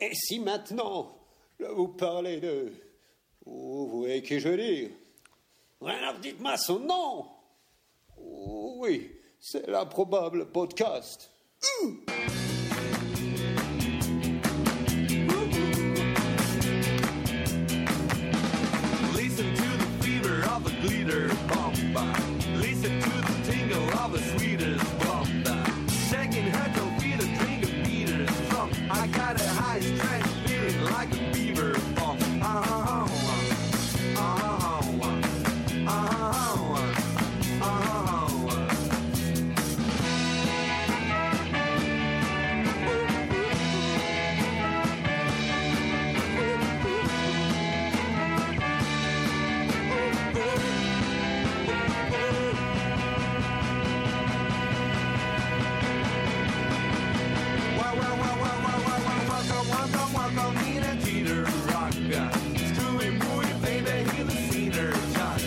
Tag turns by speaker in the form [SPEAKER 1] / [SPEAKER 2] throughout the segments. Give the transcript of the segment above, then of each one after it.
[SPEAKER 1] Et si maintenant, là, vous parlez de. Oh, vous voyez qui je veux dire Alors dites-moi son nom Oh, Oui, c'est l'improbable podcast.
[SPEAKER 2] Listen to the fever of a glitter bomb. Listen to the tingle of a sweetest bomb. Shaking her to feet a drink of beaters from. I got a high stress feeling like a beaver bomb. Uh-huh. Uh-huh. Uh-huh. Uh-huh. Welcome, welcome, welcome, Nina Teeter Rock. Screwy boy, baby, he's a cedar jock.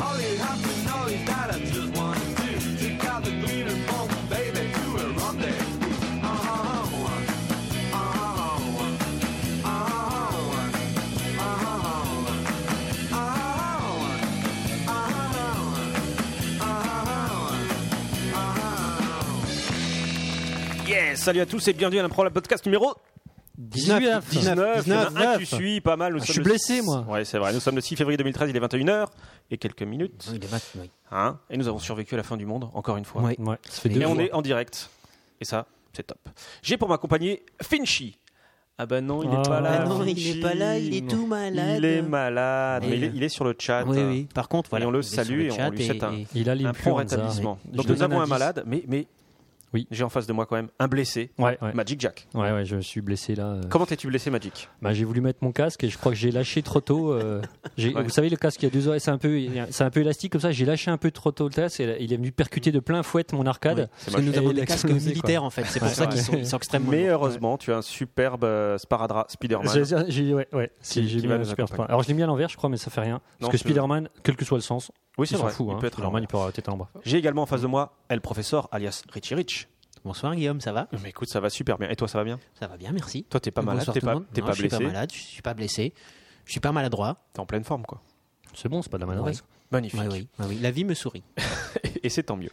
[SPEAKER 2] All you have to know is that I just want to take out the glitter bomb, baby, to a rendezvous. Oh, oh, oh,
[SPEAKER 3] Yes, salut à tous et bienvenue à l'improbable podcast numéro 19.
[SPEAKER 4] 19, 19,
[SPEAKER 3] Il y en a un
[SPEAKER 4] 19.
[SPEAKER 3] qui suit pas mal. Nous
[SPEAKER 4] Ah,
[SPEAKER 3] sommes
[SPEAKER 4] je suis
[SPEAKER 3] le
[SPEAKER 4] blessé,
[SPEAKER 3] six-
[SPEAKER 4] moi.
[SPEAKER 3] Ouais, c'est vrai. Nous sommes le 6 février 2013, il est 21h et quelques minutes.
[SPEAKER 4] Il est maintenant.
[SPEAKER 3] Hein et nous avons survécu à la fin du monde, encore une fois.
[SPEAKER 4] Ouais. Ça fait deux
[SPEAKER 3] et on
[SPEAKER 4] jours.
[SPEAKER 3] est en direct. Et ça, c'est top. J'ai pour m'accompagner Finchy. Ah bah non, il n'est
[SPEAKER 4] Ah.
[SPEAKER 3] pas là.
[SPEAKER 4] Ah
[SPEAKER 5] non, il
[SPEAKER 3] Finchy.
[SPEAKER 5] n'est pas là, il est tout malade.
[SPEAKER 3] Il est malade. Mais
[SPEAKER 5] Mais-
[SPEAKER 3] il est, il est sur le chat.
[SPEAKER 5] Oui, oui.
[SPEAKER 6] Par contre, voilà,
[SPEAKER 3] Et on le
[SPEAKER 6] il est sur
[SPEAKER 3] salue et on
[SPEAKER 6] chat
[SPEAKER 3] lui souhaite un-
[SPEAKER 4] Il a
[SPEAKER 3] Un prompt
[SPEAKER 4] l'influenza.
[SPEAKER 3] rétablissement.
[SPEAKER 4] Je
[SPEAKER 3] Donc
[SPEAKER 4] donne
[SPEAKER 3] nous avons un
[SPEAKER 4] indice.
[SPEAKER 3] malade, mais, mais
[SPEAKER 4] Oui.
[SPEAKER 3] j'ai en face de moi quand même un blessé,
[SPEAKER 4] Ouais, ouais.
[SPEAKER 3] Magic Jack.
[SPEAKER 4] ouais, ouais, je suis blessé là. euh.
[SPEAKER 3] Comment t'es-tu blessé, Magic
[SPEAKER 4] Bah, j'ai voulu mettre mon casque et je crois que j'ai lâché trop tôt. euh. J'ai-
[SPEAKER 3] Ouais.
[SPEAKER 4] Vous savez, le casque, il y a deux oreilles, c'est un peu, c'est un peu élastique comme ça. J'ai lâché un peu trop tôt le casque et il est venu percuter de plein fouet mon arcade.
[SPEAKER 3] C'est
[SPEAKER 6] Parce que
[SPEAKER 3] moche.
[SPEAKER 6] nous
[SPEAKER 4] Et
[SPEAKER 6] avons
[SPEAKER 4] il
[SPEAKER 6] des
[SPEAKER 4] a
[SPEAKER 6] casques
[SPEAKER 4] explosé,
[SPEAKER 6] militaires en fait, c'est pour
[SPEAKER 4] Ouais,
[SPEAKER 6] ça
[SPEAKER 4] ouais.
[SPEAKER 6] qu'ils sont, ils sont extrêmement.
[SPEAKER 3] Mais
[SPEAKER 6] lourds.
[SPEAKER 3] heureusement, tu as un superbe euh, sparadrap Spider-Man.
[SPEAKER 4] J'ai- j'ai- ouais, ouais,
[SPEAKER 3] Qui-
[SPEAKER 4] c'est- j'ai
[SPEAKER 3] qui
[SPEAKER 4] mis
[SPEAKER 3] va
[SPEAKER 4] un
[SPEAKER 3] nous
[SPEAKER 4] super
[SPEAKER 3] accompagner.
[SPEAKER 4] point. Alors je l'ai mis à l'envers, je crois, mais ça fait rien.
[SPEAKER 3] Non,
[SPEAKER 4] Parce que
[SPEAKER 3] c'est-
[SPEAKER 4] Spider-Man, quel que soit le sens,
[SPEAKER 3] Oui,
[SPEAKER 4] il
[SPEAKER 3] c'est
[SPEAKER 4] s'en
[SPEAKER 3] vrai.
[SPEAKER 4] fout.
[SPEAKER 3] il
[SPEAKER 4] hein.
[SPEAKER 3] peut être
[SPEAKER 4] Spider-Man,
[SPEAKER 3] normal.
[SPEAKER 4] il peut avoir la tête en bas.
[SPEAKER 3] J'ai également en face de moi El Professeur, alias Richie Rich.
[SPEAKER 6] Bonsoir Guillaume, ça va
[SPEAKER 3] Mais écoute, ça va super bien. Et toi, ça va bien
[SPEAKER 6] Ça va bien, merci.
[SPEAKER 3] Toi, t'es pas malade,
[SPEAKER 6] Bonsoir
[SPEAKER 3] t'es
[SPEAKER 6] tout
[SPEAKER 3] pas,
[SPEAKER 6] le monde.
[SPEAKER 3] t'es
[SPEAKER 6] Non,
[SPEAKER 3] pas
[SPEAKER 6] je suis
[SPEAKER 3] blessé,
[SPEAKER 6] pas malade, je suis pas blessé, je suis pas maladroit.
[SPEAKER 3] t'es en pleine forme, quoi.
[SPEAKER 4] C'est bon, c'est pas de la maladresse.
[SPEAKER 3] Magnifique.
[SPEAKER 6] Ouais, oui, ouais, oui. La vie me sourit.
[SPEAKER 3] Et c'est tant mieux.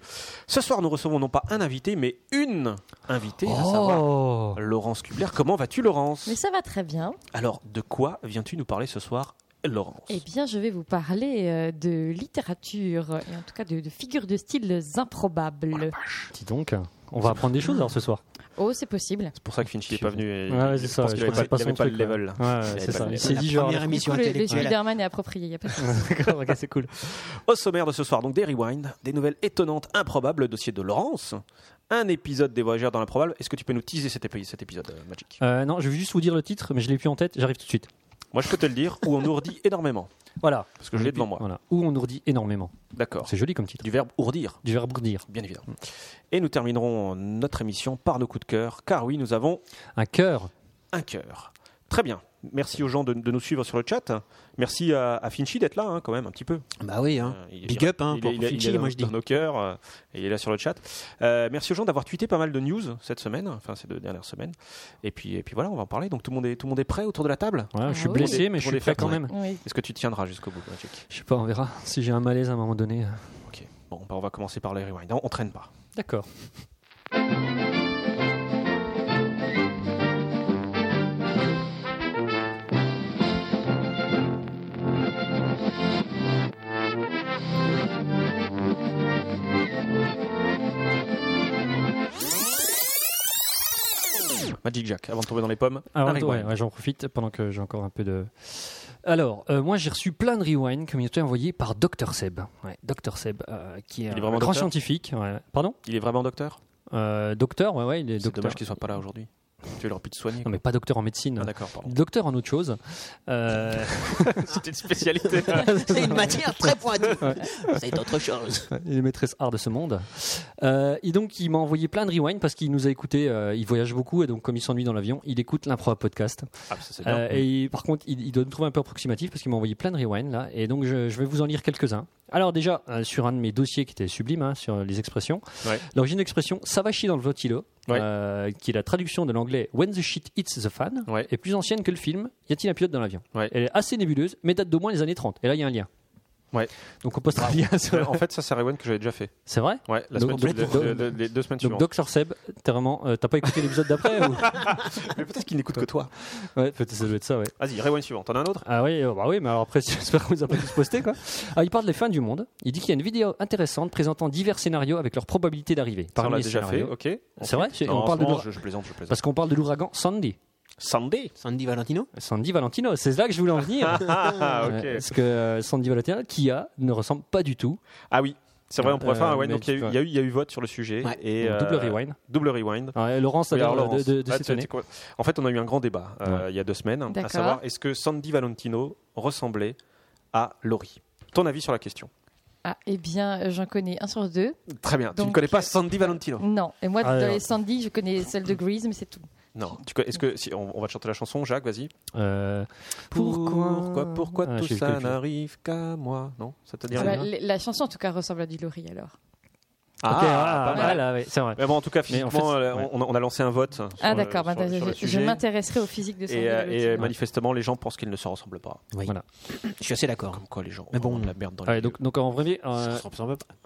[SPEAKER 3] Ce soir, nous recevons non pas un invité, mais une invitée, à savoir
[SPEAKER 4] Oh
[SPEAKER 3] Laurence Kubler. Comment vas-tu, Laurence
[SPEAKER 7] Mais ça va très bien.
[SPEAKER 3] Alors, de quoi viens-tu nous parler ce soir, Laurence
[SPEAKER 7] Eh bien, je vais vous parler euh, de littérature, et en tout cas de, de figures de styles
[SPEAKER 3] Oh
[SPEAKER 7] improbables.
[SPEAKER 4] Dis donc, on va apprendre des choses alors ce soir.
[SPEAKER 7] Oh, c'est possible.
[SPEAKER 3] C'est pour ça que Finch n'est pas venu. Et
[SPEAKER 4] Ouais, ouais, c'est
[SPEAKER 3] je
[SPEAKER 4] ça.
[SPEAKER 3] pense
[SPEAKER 4] Je
[SPEAKER 3] qu'il avait
[SPEAKER 4] connaissais
[SPEAKER 3] pas,
[SPEAKER 4] pas
[SPEAKER 3] il
[SPEAKER 4] son
[SPEAKER 3] avait pas
[SPEAKER 4] truc.
[SPEAKER 3] le level.
[SPEAKER 4] là. Ouais,
[SPEAKER 3] Il avait
[SPEAKER 4] c'est
[SPEAKER 3] pas
[SPEAKER 4] ça.
[SPEAKER 3] le
[SPEAKER 4] Il
[SPEAKER 3] level.
[SPEAKER 4] s'est
[SPEAKER 6] La
[SPEAKER 4] dit genre.
[SPEAKER 6] première émission
[SPEAKER 7] Du coup, le, le
[SPEAKER 6] intellectuelle.
[SPEAKER 7] Spider-Man est approprié. y a pas de souci.
[SPEAKER 4] D'accord, ok, c'est cool.
[SPEAKER 3] Au sommaire de ce soir, donc des rewinds, des nouvelles étonnantes, improbables, le dossier de Laurence, un épisode des Voyageurs dans l'improbable. Est-ce que tu peux nous teaser cet, épi- cet épisode, euh, Magic
[SPEAKER 4] Euh, non, je vais juste vous dire le titre, mais je l'ai plus en tête, j'arrive tout de suite.
[SPEAKER 3] Moi, je peux te le dire, où on ourdit énormément.
[SPEAKER 4] Voilà.
[SPEAKER 3] Parce que je l'ai devant moi.
[SPEAKER 4] Voilà. Où on ourdit énormément.
[SPEAKER 3] D'accord.
[SPEAKER 4] C'est joli comme titre.
[SPEAKER 3] Du verbe ourdir,
[SPEAKER 4] Du verbe ourdir.
[SPEAKER 3] bien évidemment. Et nous terminerons notre émission par nos coups de cœur, car oui, nous avons
[SPEAKER 4] Un cœur.
[SPEAKER 3] un cœur. Très bien. Merci aux gens de, de nous suivre sur le chat. Merci à, à Finchy d'être là, hein, quand même, un petit peu.
[SPEAKER 6] Bah oui, hein.
[SPEAKER 3] Euh, il est-
[SPEAKER 6] Big up, hein,
[SPEAKER 3] il
[SPEAKER 6] pour
[SPEAKER 3] est- il est- il
[SPEAKER 6] Finchy,
[SPEAKER 3] est dans-
[SPEAKER 6] moi je dis.
[SPEAKER 3] Dans nos cœurs, euh, et il est là sur le chat. Euh, merci aux gens d'avoir tweeté pas mal de news cette semaine, enfin ces deux dernières semaines. Et puis, et puis voilà, on va en parler. Donc tout le monde est, tout le monde est prêt autour de la table
[SPEAKER 4] Voilà,
[SPEAKER 7] Ah
[SPEAKER 4] je suis
[SPEAKER 7] oui.
[SPEAKER 4] blessé,
[SPEAKER 3] Pour
[SPEAKER 4] mais je
[SPEAKER 3] les
[SPEAKER 4] suis prêt
[SPEAKER 3] fêtes,
[SPEAKER 4] quand
[SPEAKER 3] ouais.
[SPEAKER 4] même.
[SPEAKER 7] Oui.
[SPEAKER 3] Est-ce que tu tiendras jusqu'au bout, Magic
[SPEAKER 4] Je sais pas, on verra si j'ai un malaise à un moment donné.
[SPEAKER 3] Ok. Bon, bah, on va commencer par les rewind. Non, on traîne pas.
[SPEAKER 4] D'accord.
[SPEAKER 3] Magic Jack, avant de tomber dans les pommes.
[SPEAKER 4] Alors,
[SPEAKER 3] un
[SPEAKER 4] attends, ouais,
[SPEAKER 3] rewind.
[SPEAKER 4] ouais, j'en profite pendant que j'ai encore un peu de. Alors, euh, moi j'ai reçu plein de rewind comme il était envoyé par Dr Seb. Ouais, Dr Seb, euh, qui est,
[SPEAKER 3] Il est
[SPEAKER 4] un
[SPEAKER 3] vraiment
[SPEAKER 4] grand
[SPEAKER 3] docteur
[SPEAKER 4] scientifique. ouais. Pardon
[SPEAKER 3] Il est vraiment docteur
[SPEAKER 4] Euh, Docteur, ouais, ouais, il est
[SPEAKER 3] C'est
[SPEAKER 4] docteur.
[SPEAKER 3] dommage qu'il soit pas là aujourd'hui. Tu aurais pu te soigner.
[SPEAKER 4] Non, mais pas docteur en médecine.
[SPEAKER 3] Ah, D'accord, pardon.
[SPEAKER 4] docteur en autre chose. Euh,
[SPEAKER 3] C'était une spécialité.
[SPEAKER 6] C'est une matière très pointue. C'est autre chose.
[SPEAKER 4] Il est maîtresse art de ce monde. Euh, et donc, il m'a envoyé plein de rewind parce qu'il nous a écouté. euh, il voyage beaucoup et donc, comme il s'ennuie dans l'avion, il écoute l'impro podcast.
[SPEAKER 3] Ah, ça, c'est bien.
[SPEAKER 4] Euh, et il- par contre, il, il doit me trouver un peu approximatif parce qu'il m'a envoyé plein de rewind là. Et donc, je, je vais vous en lire quelques-uns. Alors, déjà, euh, sur un de mes dossiers qui était sublime, hein, sur les expressions,
[SPEAKER 3] Ouais.
[SPEAKER 4] l'origine de l'expression ça va chier dans le ventilo.
[SPEAKER 3] Ouais.
[SPEAKER 4] euh, qui est la traduction de l'anglais When the shit hits the fan,
[SPEAKER 3] Ouais.
[SPEAKER 4] est plus ancienne que le film Y a-t-il un pilote dans l'avion
[SPEAKER 3] Ouais.
[SPEAKER 4] Elle est assez nébuleuse, mais date d'au moins les années 30. Et là, il y a un lien.
[SPEAKER 3] Ouais.
[SPEAKER 4] Donc on poste un lien. sur-
[SPEAKER 3] en fait, ça, c'est Rewind que j'avais déjà fait.
[SPEAKER 4] C'est vrai
[SPEAKER 3] Ouais, la
[SPEAKER 4] Donc,
[SPEAKER 3] semaine,
[SPEAKER 4] donc,
[SPEAKER 3] le-
[SPEAKER 4] donc,
[SPEAKER 3] le- les deux semaines
[SPEAKER 4] Donc
[SPEAKER 3] suivantes.
[SPEAKER 4] Docteur Seb, t'es vraiment, euh, t'as pas écouté l'épisode d'après ou...
[SPEAKER 3] Mais peut-être qu'il n'écoute que toi.
[SPEAKER 4] Ouais, peut-être ça doit être ça, ouais.
[SPEAKER 3] Vas-y, Rewind suivant. T'en as un autre
[SPEAKER 4] Ah oui, euh, bah oui, mais alors après, j'espère qu'on les a pas tous postés, quoi. Ah, il parle des fins du monde. Il dit qu'il y a une vidéo intéressante présentant divers scénarios avec leur probabilité d'arriver.
[SPEAKER 3] Ça, on
[SPEAKER 4] Parmi
[SPEAKER 3] l'a
[SPEAKER 4] les
[SPEAKER 3] déjà fait,
[SPEAKER 4] scénarios-
[SPEAKER 3] ok.
[SPEAKER 4] C'est vrai c'est-
[SPEAKER 3] Non,
[SPEAKER 4] on parle de
[SPEAKER 3] non,
[SPEAKER 4] l'oura-
[SPEAKER 3] je, je plaisante, je plaisante.
[SPEAKER 4] Parce qu'on parle de l'ouragan Sandy.
[SPEAKER 3] Sunday
[SPEAKER 6] Sandy Valentino
[SPEAKER 4] Sandy Valentino, c'est là que je voulais en venir.
[SPEAKER 3] Ah,
[SPEAKER 4] Ouais,
[SPEAKER 3] ok.
[SPEAKER 4] Parce que euh, Sandy Valentino, qui a, ne ressemble pas du tout.
[SPEAKER 3] Ah oui, c'est vrai, on pourrait
[SPEAKER 4] Euh,
[SPEAKER 3] faire un rewind.
[SPEAKER 4] mais
[SPEAKER 3] Donc il y, a eu-
[SPEAKER 4] tu peux-
[SPEAKER 3] il y a eu- il y a eu vote sur le sujet.
[SPEAKER 6] Ouais.
[SPEAKER 3] Et,
[SPEAKER 4] Donc, double
[SPEAKER 3] euh,
[SPEAKER 4] rewind.
[SPEAKER 3] Double rewind.
[SPEAKER 4] Alors, euh, Laurence a
[SPEAKER 3] Oui,
[SPEAKER 4] l'air
[SPEAKER 3] alors, Laurence,
[SPEAKER 4] de, de- de
[SPEAKER 3] là,
[SPEAKER 4] s'étonner.
[SPEAKER 3] c'est quoi En fait, on a eu un grand débat euh, il y a deux semaines, à
[SPEAKER 7] D'accord.
[SPEAKER 3] savoir est-ce que Sandy Valentino ressemblait à Laurie Ton avis sur la question
[SPEAKER 7] Ah, eh bien, euh, j'en connais un sur deux.
[SPEAKER 3] Très bien. tu ne
[SPEAKER 7] Donc,
[SPEAKER 3] connais pas Sandy Valentino
[SPEAKER 7] Non. Et moi,
[SPEAKER 4] Ah,
[SPEAKER 7] dans
[SPEAKER 4] non.
[SPEAKER 7] les Sandy, je connais celle de Grease, mais c'est tout.
[SPEAKER 3] Non. Tu co- Est-ce que si on, on va te chanter la chanson, Jacques Vas-y.
[SPEAKER 4] Euh,
[SPEAKER 3] pourquoi, pourquoi
[SPEAKER 4] Ah,
[SPEAKER 3] tout
[SPEAKER 4] j'ai
[SPEAKER 3] ça
[SPEAKER 4] quelques-
[SPEAKER 3] n'arrive qu'à moi Non, ça te dit
[SPEAKER 7] Ah
[SPEAKER 3] rien
[SPEAKER 7] bah, la, la chanson, en tout cas, ressemble à du Laurie, alors.
[SPEAKER 4] ok, ah,
[SPEAKER 3] pas mal.
[SPEAKER 4] voilà, ouais, c'est vrai.
[SPEAKER 3] Mais bon, en tout cas,
[SPEAKER 4] Mais en fait,
[SPEAKER 3] physiquement, euh,
[SPEAKER 4] ouais.
[SPEAKER 3] on, on a lancé un vote. sur
[SPEAKER 7] ah,
[SPEAKER 3] le-
[SPEAKER 7] d'accord.
[SPEAKER 3] sur-
[SPEAKER 7] bah,
[SPEAKER 3] sur le
[SPEAKER 7] je je
[SPEAKER 3] sujet.
[SPEAKER 7] m'intéresserai au physique de Sandy.
[SPEAKER 3] Et, euh, et, euh,
[SPEAKER 7] Valentino.
[SPEAKER 3] manifestement, les gens pensent qu'ils ne se ressemblent pas.
[SPEAKER 6] Oui.
[SPEAKER 4] Voilà.
[SPEAKER 6] Je suis assez d'accord.
[SPEAKER 3] Comme quoi, les gens.
[SPEAKER 6] Mais bon.
[SPEAKER 3] ont de la merde dans les
[SPEAKER 4] Ouais, donc, donc en vrai, euh,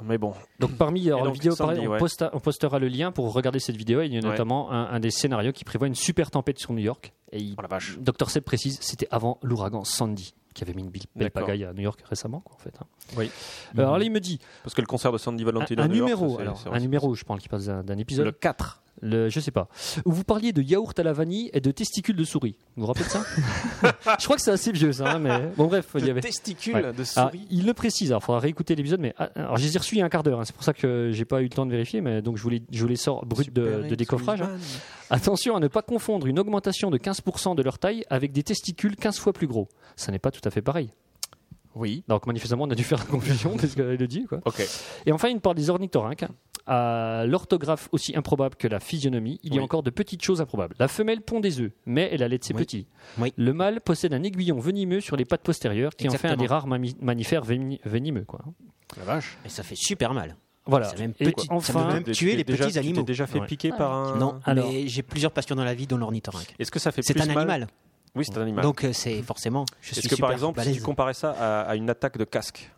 [SPEAKER 3] Mais bon.
[SPEAKER 4] donc parmi alors,
[SPEAKER 3] donc,
[SPEAKER 4] les vidéos,
[SPEAKER 3] Sandy,
[SPEAKER 4] pareil, on,
[SPEAKER 3] ouais.
[SPEAKER 4] posta- on postera le lien pour regarder cette vidéo. Il y a
[SPEAKER 3] Ouais.
[SPEAKER 4] notamment un, un des scénarios qui prévoit une super tempête sur New York. Et il-
[SPEAKER 3] Oh la vache.
[SPEAKER 4] Dr Seb précise, c'était avant l'ouragan Sandy qui avait mis une bille- belle
[SPEAKER 3] D'accord.
[SPEAKER 4] pagaille à New York récemment, quoi, en fait. hein.
[SPEAKER 3] Oui.
[SPEAKER 4] Euh, Alors là, il me dit
[SPEAKER 3] Parce que le concert de Sandy
[SPEAKER 4] un,
[SPEAKER 3] Valentino.
[SPEAKER 4] un
[SPEAKER 3] à New York,
[SPEAKER 4] numéro,
[SPEAKER 3] ça, c'est-
[SPEAKER 4] alors,
[SPEAKER 3] c'est-
[SPEAKER 4] un numéro, je parle qu'il passe d'un d'un épisode.
[SPEAKER 3] Le 4.
[SPEAKER 4] Le- je sais pas. Où vous parliez de yaourt à la vanille et de testicules de souris. Vous vous rappelez de ça Je crois que c'est assez vieux, ça. hein, mais bon, bref, il y avait.
[SPEAKER 3] Testicule
[SPEAKER 4] Ouais.
[SPEAKER 3] de
[SPEAKER 4] Ah, il le précise, alors faudra réécouter l'épisode, mais ah, alors j'ai reçu il y a un quart d'heure, hein, c'est pour ça que j'ai pas eu le temps de vérifier, mais donc je vous les, je vous les sors brut de, de décoffrage. hein. Attention à ne pas confondre une augmentation de 15% de leur taille avec des testicules 15 fois plus gros. Ça n'est pas tout à fait pareil.
[SPEAKER 3] Oui.
[SPEAKER 4] Donc manifestement, on a dû faire la confusion, parce qu'elle le dit. Quoi.
[SPEAKER 3] Ok.
[SPEAKER 4] Et enfin, il parle des ornithorynques. À l'orthographe aussi improbable que la physionomie, il y a
[SPEAKER 3] Oui.
[SPEAKER 4] encore de petites choses improbables. La femelle pond des œufs, mais elle allait de ses
[SPEAKER 6] Oui.
[SPEAKER 4] petits.
[SPEAKER 6] Oui.
[SPEAKER 4] Le mâle possède un aiguillon venimeux sur les pattes postérieures, qui en fait un
[SPEAKER 6] Exactement.
[SPEAKER 4] des rares mami- mammifères veni- venimeux. Quoi.
[SPEAKER 3] La vache.
[SPEAKER 6] Et ça fait super mal.
[SPEAKER 4] Voilà.
[SPEAKER 6] C'est même
[SPEAKER 4] Et
[SPEAKER 6] petit- ça me
[SPEAKER 4] enfin,
[SPEAKER 6] donne- Tuer les petits animaux.
[SPEAKER 3] Tu t'es déjà fait
[SPEAKER 4] Ouais.
[SPEAKER 3] piquer
[SPEAKER 7] Ah,
[SPEAKER 3] par un.
[SPEAKER 6] non,
[SPEAKER 4] alors-
[SPEAKER 6] mais j'ai plusieurs passions dans la vie, dont l'ornithorynque.
[SPEAKER 3] Est-ce que ça fait
[SPEAKER 6] C'est
[SPEAKER 3] plus
[SPEAKER 6] un
[SPEAKER 3] mal
[SPEAKER 6] animal.
[SPEAKER 3] Oui, c'est un animal.
[SPEAKER 6] Donc euh, c'est forcément. Je suis
[SPEAKER 3] Est-ce que par
[SPEAKER 6] super
[SPEAKER 3] exemple, si
[SPEAKER 6] balèze.
[SPEAKER 3] tu comparais ça à, à une attaque de casque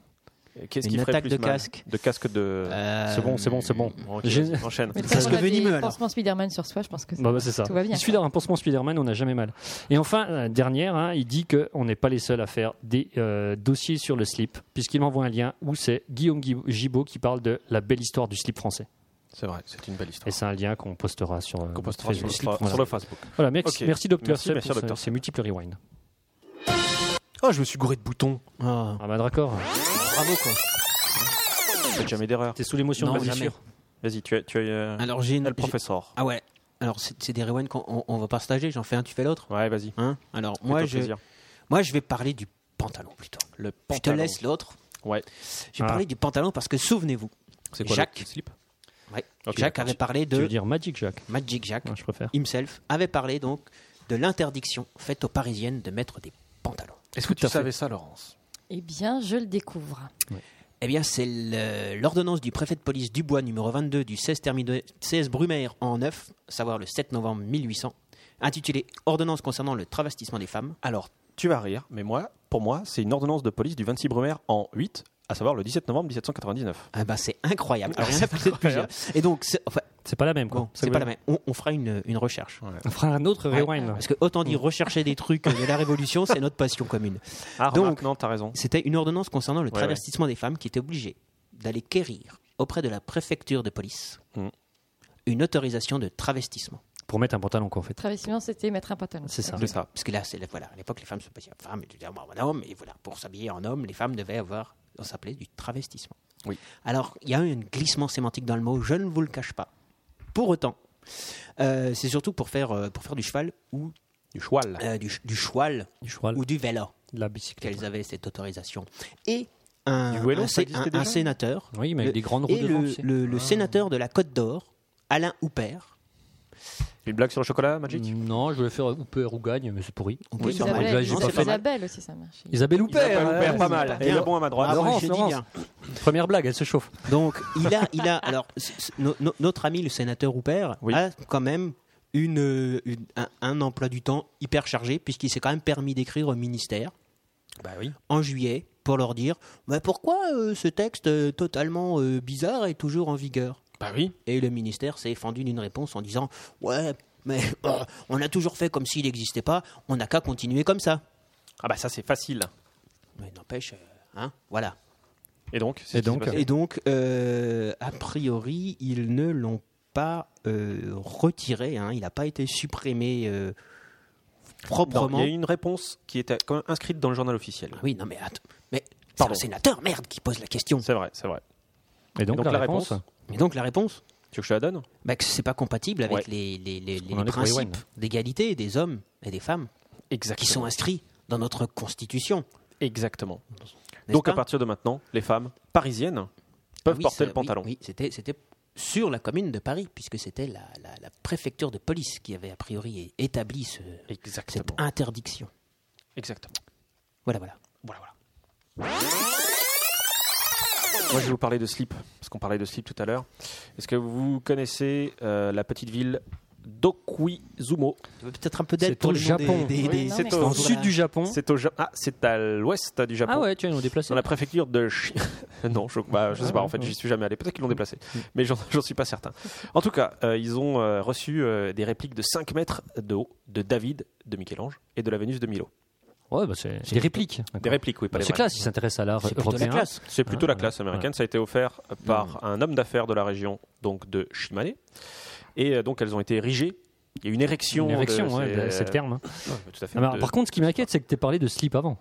[SPEAKER 3] euh, Qu'est-ce qui
[SPEAKER 6] Une
[SPEAKER 3] ferait
[SPEAKER 6] attaque
[SPEAKER 3] plus
[SPEAKER 6] de
[SPEAKER 3] mal
[SPEAKER 6] casque
[SPEAKER 3] De casque de.
[SPEAKER 6] Euh,
[SPEAKER 4] c'est bon, c'est bon, c'est bon.
[SPEAKER 3] Bon, ok,
[SPEAKER 4] j'ai-
[SPEAKER 3] vas-y, Enchaîne.
[SPEAKER 7] Mais de toute
[SPEAKER 6] Parce
[SPEAKER 7] façon,
[SPEAKER 6] que
[SPEAKER 7] on a des
[SPEAKER 6] venimeux, alors.
[SPEAKER 7] pansements Spider-Man sur soi, je pense que
[SPEAKER 4] Bah, bah, c'est ça.
[SPEAKER 7] Tout va bien,
[SPEAKER 4] Il suffit d'avoir un pansement Spider-Man, on n'a jamais mal. Et enfin, euh, dernière, hein, il dit qu'on n'est pas les seuls à faire des euh, dossiers sur le slip, puisqu'il m'envoie un lien où c'est Guillaume Gui- Gibaud qui parle de la belle histoire du slip français.
[SPEAKER 3] C'est vrai, c'est une belle histoire.
[SPEAKER 4] Et c'est un lien qu'on postera sur, euh,
[SPEAKER 3] Qu'on postera sur,
[SPEAKER 4] Facebook.
[SPEAKER 3] le- sur
[SPEAKER 4] Voilà.
[SPEAKER 3] le Facebook.
[SPEAKER 4] Voilà, merci,
[SPEAKER 3] Ok.
[SPEAKER 4] merci Docteur
[SPEAKER 3] Merci,
[SPEAKER 4] Seb
[SPEAKER 3] merci,
[SPEAKER 4] pour
[SPEAKER 3] Dr.
[SPEAKER 4] ce- ces multiples rewind.
[SPEAKER 3] Oh, je me suis gouré de boutons.
[SPEAKER 6] oh,
[SPEAKER 4] Ah bah d'accord,
[SPEAKER 6] bravo quoi.
[SPEAKER 3] Faites jamais d'erreur.
[SPEAKER 4] t'es sous l'émotion
[SPEAKER 6] Non,
[SPEAKER 4] de la
[SPEAKER 6] jamais.
[SPEAKER 4] blessure.
[SPEAKER 3] Vas-y, tu as, tu as, euh,
[SPEAKER 6] Alors j'ai une.
[SPEAKER 3] le professeur.
[SPEAKER 6] Ah ouais. Alors c'est c'est des rewinds qu'on on- on va partager. J'en fais un, tu fais l'autre.
[SPEAKER 3] Ouais, vas-y.
[SPEAKER 6] Hein Alors moi
[SPEAKER 3] Fais-toi
[SPEAKER 6] je,
[SPEAKER 3] plaisir.
[SPEAKER 6] moi je vais parler du pantalon plutôt.
[SPEAKER 3] Le
[SPEAKER 6] Je te
[SPEAKER 3] pantalon.
[SPEAKER 6] laisse l'autre.
[SPEAKER 3] Ouais.
[SPEAKER 6] Je vais
[SPEAKER 4] Ah.
[SPEAKER 6] parler du pantalon parce que souvenez-vous,
[SPEAKER 3] C'est quoi
[SPEAKER 6] Jacques.
[SPEAKER 3] le slip
[SPEAKER 6] ouais,
[SPEAKER 3] Ok,
[SPEAKER 6] Jacques
[SPEAKER 3] d'accord.
[SPEAKER 6] avait parlé
[SPEAKER 4] Tu
[SPEAKER 6] de
[SPEAKER 4] veux dire Magic Jack
[SPEAKER 6] Magic Jacques
[SPEAKER 4] Moi, Je préfère.
[SPEAKER 6] himself avait parlé donc de l'interdiction faite aux Parisiennes de mettre des pantalons.
[SPEAKER 3] Est-ce que tu savais ça, Laurence
[SPEAKER 7] Eh bien, je le découvre.
[SPEAKER 6] Eh bien, c'est le- l'ordonnance du préfet de police Dubois numéro 22 du 16, terminé- 16 Brumaire en 9, savoir le 7 novembre 1800, intitulée Ordonnance concernant le travestissement des femmes.
[SPEAKER 3] Alors, tu vas rire, mais moi, pour moi, c'est une ordonnance de police du 26 Brumaire en 8, à savoir le 17 novembre 1799.
[SPEAKER 6] Ah ben, c'est incroyable. Alors, ça peut être
[SPEAKER 4] incroyable.
[SPEAKER 6] plusieurs. Et donc, c'est enfin,
[SPEAKER 4] C'est pas la même quoi.
[SPEAKER 6] bon, c'est pas la même. On, on fera une, une recherche.
[SPEAKER 4] On fera un autre
[SPEAKER 6] Ouais,
[SPEAKER 4] rewind.
[SPEAKER 6] parce que autant dire rechercher des trucs de la Révolution, c'est notre passion commune.
[SPEAKER 3] Ah,
[SPEAKER 6] Donc-
[SPEAKER 3] remarque, non, t'as raison.
[SPEAKER 6] C'était une ordonnance concernant le
[SPEAKER 3] Ouais,
[SPEAKER 6] travestissement des femmes qui était obligée d'aller quérir auprès de la préfecture de police
[SPEAKER 3] Mm.
[SPEAKER 6] une autorisation de travestissement.
[SPEAKER 4] Pour mettre un pantalon quoi en fait.
[SPEAKER 7] Travestiment, c'était mettre un pantalon.
[SPEAKER 4] C'est ça.
[SPEAKER 3] C'est ça.
[SPEAKER 6] Parce que là, c'est voilà, à l'époque, les femmes se passaient en femme, et tu disais, bon, en homme, et voilà, pour s'habiller en homme, les femmes devaient avoir, on s'appelait du travestissement.
[SPEAKER 3] Oui.
[SPEAKER 6] Alors, il y a eu un glissement sémantique dans le mot, je ne vous le cache pas. Pour autant, euh, c'est surtout pour faire, euh, pour faire du cheval ou
[SPEAKER 3] Du choual.
[SPEAKER 6] euh, du, ch- du choual
[SPEAKER 4] Du cheval,
[SPEAKER 6] ou du vélo
[SPEAKER 4] de la bicyclette.
[SPEAKER 6] qu'elles avaient cette autorisation. Et un,
[SPEAKER 3] Du vélo,
[SPEAKER 6] un
[SPEAKER 3] ça
[SPEAKER 6] sé-
[SPEAKER 3] existait
[SPEAKER 6] un- un
[SPEAKER 3] déjà Ah.
[SPEAKER 6] sénateur,
[SPEAKER 4] Oui, mais
[SPEAKER 6] Le-
[SPEAKER 4] avec des grandes roues
[SPEAKER 6] et
[SPEAKER 4] devant.
[SPEAKER 6] le,
[SPEAKER 4] tu sais.
[SPEAKER 6] le- le sénateur de la Côte d'Or, Alain Houpert,
[SPEAKER 3] Une blague sur le chocolat, Magic
[SPEAKER 4] Non, je voulais faire Hooper ou Gagne, mais c'est pourri.
[SPEAKER 6] On peut
[SPEAKER 7] Isabelle,
[SPEAKER 6] sûrement-
[SPEAKER 4] Isabelle, j'ai
[SPEAKER 6] Non,
[SPEAKER 4] pas
[SPEAKER 6] c'est
[SPEAKER 4] fait.
[SPEAKER 7] Isabelle aussi, ça marche.
[SPEAKER 4] Isabelle Hooper
[SPEAKER 3] Isabelle
[SPEAKER 4] ouais,
[SPEAKER 3] Hooper, pas
[SPEAKER 4] hein, c'est
[SPEAKER 3] mal. Et
[SPEAKER 4] bien.
[SPEAKER 3] le bon à ma droite.
[SPEAKER 6] Ah,
[SPEAKER 4] Laurence,
[SPEAKER 6] je dis
[SPEAKER 4] Laurence.
[SPEAKER 6] bien.
[SPEAKER 4] Première blague, elle se chauffe.
[SPEAKER 6] Donc, il a, il a, alors, c- c- no- no- notre ami le sénateur Houpert
[SPEAKER 3] Oui.
[SPEAKER 6] a quand même une, euh, une- un, un emploi du temps hyper chargé, puisqu'il s'est quand même permis d'écrire au ministère
[SPEAKER 4] Bah oui.
[SPEAKER 6] en juillet pour leur dire Bah, pourquoi euh, ce texte euh, totalement euh, bizarre est toujours en vigueur
[SPEAKER 3] Bah oui.
[SPEAKER 6] Et le ministère s'est fendu d'une réponse en disant Ouais, mais oh, on a toujours fait comme s'il n'existait pas, on n'a qu'à continuer comme ça.
[SPEAKER 3] Ah bah ça c'est facile.
[SPEAKER 6] Mais n'empêche, euh, hein, voilà.
[SPEAKER 3] Et donc c'est
[SPEAKER 4] Et
[SPEAKER 3] ce qui s'est
[SPEAKER 4] donc,
[SPEAKER 3] passé.
[SPEAKER 6] Et donc, euh, a priori, ils ne l'ont pas euh, retiré. hein. Il n'a pas été supprimé euh,
[SPEAKER 3] Non, il
[SPEAKER 6] proprement.
[SPEAKER 3] y a eu une réponse qui était quand même inscrite dans le journal officiel.
[SPEAKER 6] Ah oui, non mais attends. Mais c'est
[SPEAKER 3] Pardon.
[SPEAKER 6] le sénateur, merde, qui pose la question.
[SPEAKER 3] C'est vrai, c'est vrai.
[SPEAKER 4] Et donc,
[SPEAKER 3] Donc,
[SPEAKER 4] la,
[SPEAKER 3] la
[SPEAKER 4] réponse,
[SPEAKER 3] réponse
[SPEAKER 6] Et donc la réponse,
[SPEAKER 3] Tu veux que je te la donne
[SPEAKER 6] bah, que c'est pas compatible avec
[SPEAKER 3] Ouais.
[SPEAKER 6] les, les- les-
[SPEAKER 4] qu'on
[SPEAKER 6] les
[SPEAKER 4] en est pour Ewen.
[SPEAKER 6] principes d'égalité des hommes et des femmes bah, qui
[SPEAKER 3] Exactement.
[SPEAKER 6] sont inscrits dans notre Constitution.
[SPEAKER 3] Exactement.
[SPEAKER 6] n'est-ce
[SPEAKER 3] Donc
[SPEAKER 6] pas
[SPEAKER 3] à partir de maintenant, les femmes parisiennes peuvent
[SPEAKER 6] Ah oui,
[SPEAKER 3] porter
[SPEAKER 6] ça-
[SPEAKER 3] le pantalon.
[SPEAKER 6] Oui, oui, c'était, c'était sur la commune de Paris, puisque c'était la, la- la préfecture de police qui avait a priori établi ce- cette
[SPEAKER 3] Exactement.
[SPEAKER 6] interdiction.
[SPEAKER 3] Exactement.
[SPEAKER 6] Voilà, voilà.
[SPEAKER 3] Voilà, voilà. Moi, je vais vous parler de slip, parce qu'on parlait de slip tout à l'heure. Est-ce que vous connaissez euh, la petite ville d'Okuizumo
[SPEAKER 6] Tu veux peut-être un peu
[SPEAKER 4] C'est
[SPEAKER 6] d'aide pour
[SPEAKER 4] au
[SPEAKER 6] le nom des-
[SPEAKER 4] Japon.
[SPEAKER 6] des-
[SPEAKER 7] Oui,
[SPEAKER 6] des-
[SPEAKER 7] non,
[SPEAKER 6] des-
[SPEAKER 7] mais-
[SPEAKER 6] des-
[SPEAKER 4] Dans
[SPEAKER 3] Dans
[SPEAKER 4] le sud du Japon.
[SPEAKER 3] C'est au Ja- ah, c'est à l'ouest du Japon.
[SPEAKER 4] Ah ouais, tiens, ils l'ont déplacé.
[SPEAKER 3] Dans la préfecture de Chi... non, je, bah, je sais pas, en fait, j'y suis jamais allé. Peut-être qu'ils l'ont déplacé, mais j'en j'en suis pas certain. En tout cas, euh, ils ont euh, reçu euh, des répliques de 5 mètres de haut de David, de Michel-Ange et de la Vénus de Milo.
[SPEAKER 6] Ah.
[SPEAKER 4] Ouais, bah c'est c'est des répliques.
[SPEAKER 3] Des répliques, oui, pas
[SPEAKER 4] Bah,
[SPEAKER 3] les
[SPEAKER 4] C'est
[SPEAKER 3] vraies.
[SPEAKER 4] classe, ils s'intéressent à l'art
[SPEAKER 6] C'est plutôt Euh, la
[SPEAKER 4] européen.
[SPEAKER 6] classe.
[SPEAKER 3] C'est plutôt
[SPEAKER 4] Ah, Hmm.
[SPEAKER 3] la
[SPEAKER 4] ouais.
[SPEAKER 3] classe américaine. Ça a été offert par un homme d'affaires de la région, donc de Shimane. Et euh, donc, elles ont été érigées. Il y a eu une érection.
[SPEAKER 4] Une
[SPEAKER 3] de
[SPEAKER 4] érection,
[SPEAKER 3] ces-
[SPEAKER 4] ouais, bah, c'est le terme.
[SPEAKER 3] Ouais, tout à fait.
[SPEAKER 4] Ah, bah,
[SPEAKER 3] de-
[SPEAKER 4] Par contre, ce qui m'inquiète, c'est que tu parlé de slip avant.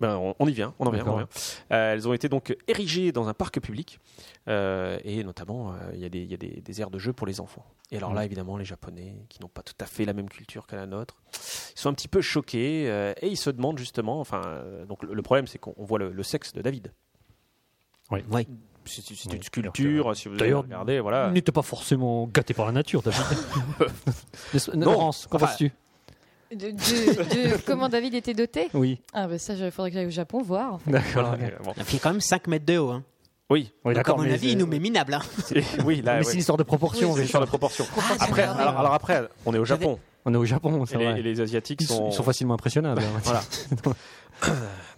[SPEAKER 3] Ben, on, on y vient, on en vient. on en
[SPEAKER 4] D'accord.
[SPEAKER 3] vient. Euh, elles ont été donc érigées dans un parc public euh, et notamment euh, il y a, des, il y a des, des aires de jeu pour les enfants. Et alors
[SPEAKER 4] Hmm.
[SPEAKER 3] là, évidemment, les Japonais, qui n'ont pas tout à fait la même culture que la nôtre, ils sont un petit peu choqués euh, et ils se demandent justement. Enfin, euh, donc le, le problème, c'est qu'on on voit le, le sexe de David.
[SPEAKER 6] Ouais.
[SPEAKER 3] C'est c'est
[SPEAKER 4] Oui,
[SPEAKER 3] une sculpture. Si vous allez
[SPEAKER 4] D'ailleurs,
[SPEAKER 3] regarder, voilà.
[SPEAKER 4] Il n'était pas forcément gâté par la nature, David. N'est-ce- Laurence, qu'en
[SPEAKER 3] Enfin,
[SPEAKER 4] penses-tu
[SPEAKER 7] De, de- de comment David était doté
[SPEAKER 4] Oui.
[SPEAKER 7] Ah, ben ça, il faudrait que j'aille au Japon voir.
[SPEAKER 4] D'accord.
[SPEAKER 3] Voilà, euh, bon.
[SPEAKER 6] Il fait quand même 5 mètres de haut. Hein.
[SPEAKER 3] Oui,
[SPEAKER 4] Oui,
[SPEAKER 6] Donc, à
[SPEAKER 4] d'accord.
[SPEAKER 6] mon
[SPEAKER 4] mais
[SPEAKER 6] avis,
[SPEAKER 4] c'est-
[SPEAKER 6] il nous met minable. hein.
[SPEAKER 3] c'est- oui, là, Ah,
[SPEAKER 4] mais
[SPEAKER 3] ouais.
[SPEAKER 4] c'est Ah, une histoire de proportion.
[SPEAKER 3] c'est sur la proportion. Après,
[SPEAKER 7] j'avais-
[SPEAKER 3] alors, alors après, on est au Japon
[SPEAKER 4] On est au Japon,
[SPEAKER 3] et
[SPEAKER 4] c'est
[SPEAKER 3] les,
[SPEAKER 4] vrai.
[SPEAKER 3] et les asiatiques
[SPEAKER 4] Ils sont,
[SPEAKER 3] sont,
[SPEAKER 4] ils sont facilement impressionnables. hein.
[SPEAKER 3] Voilà.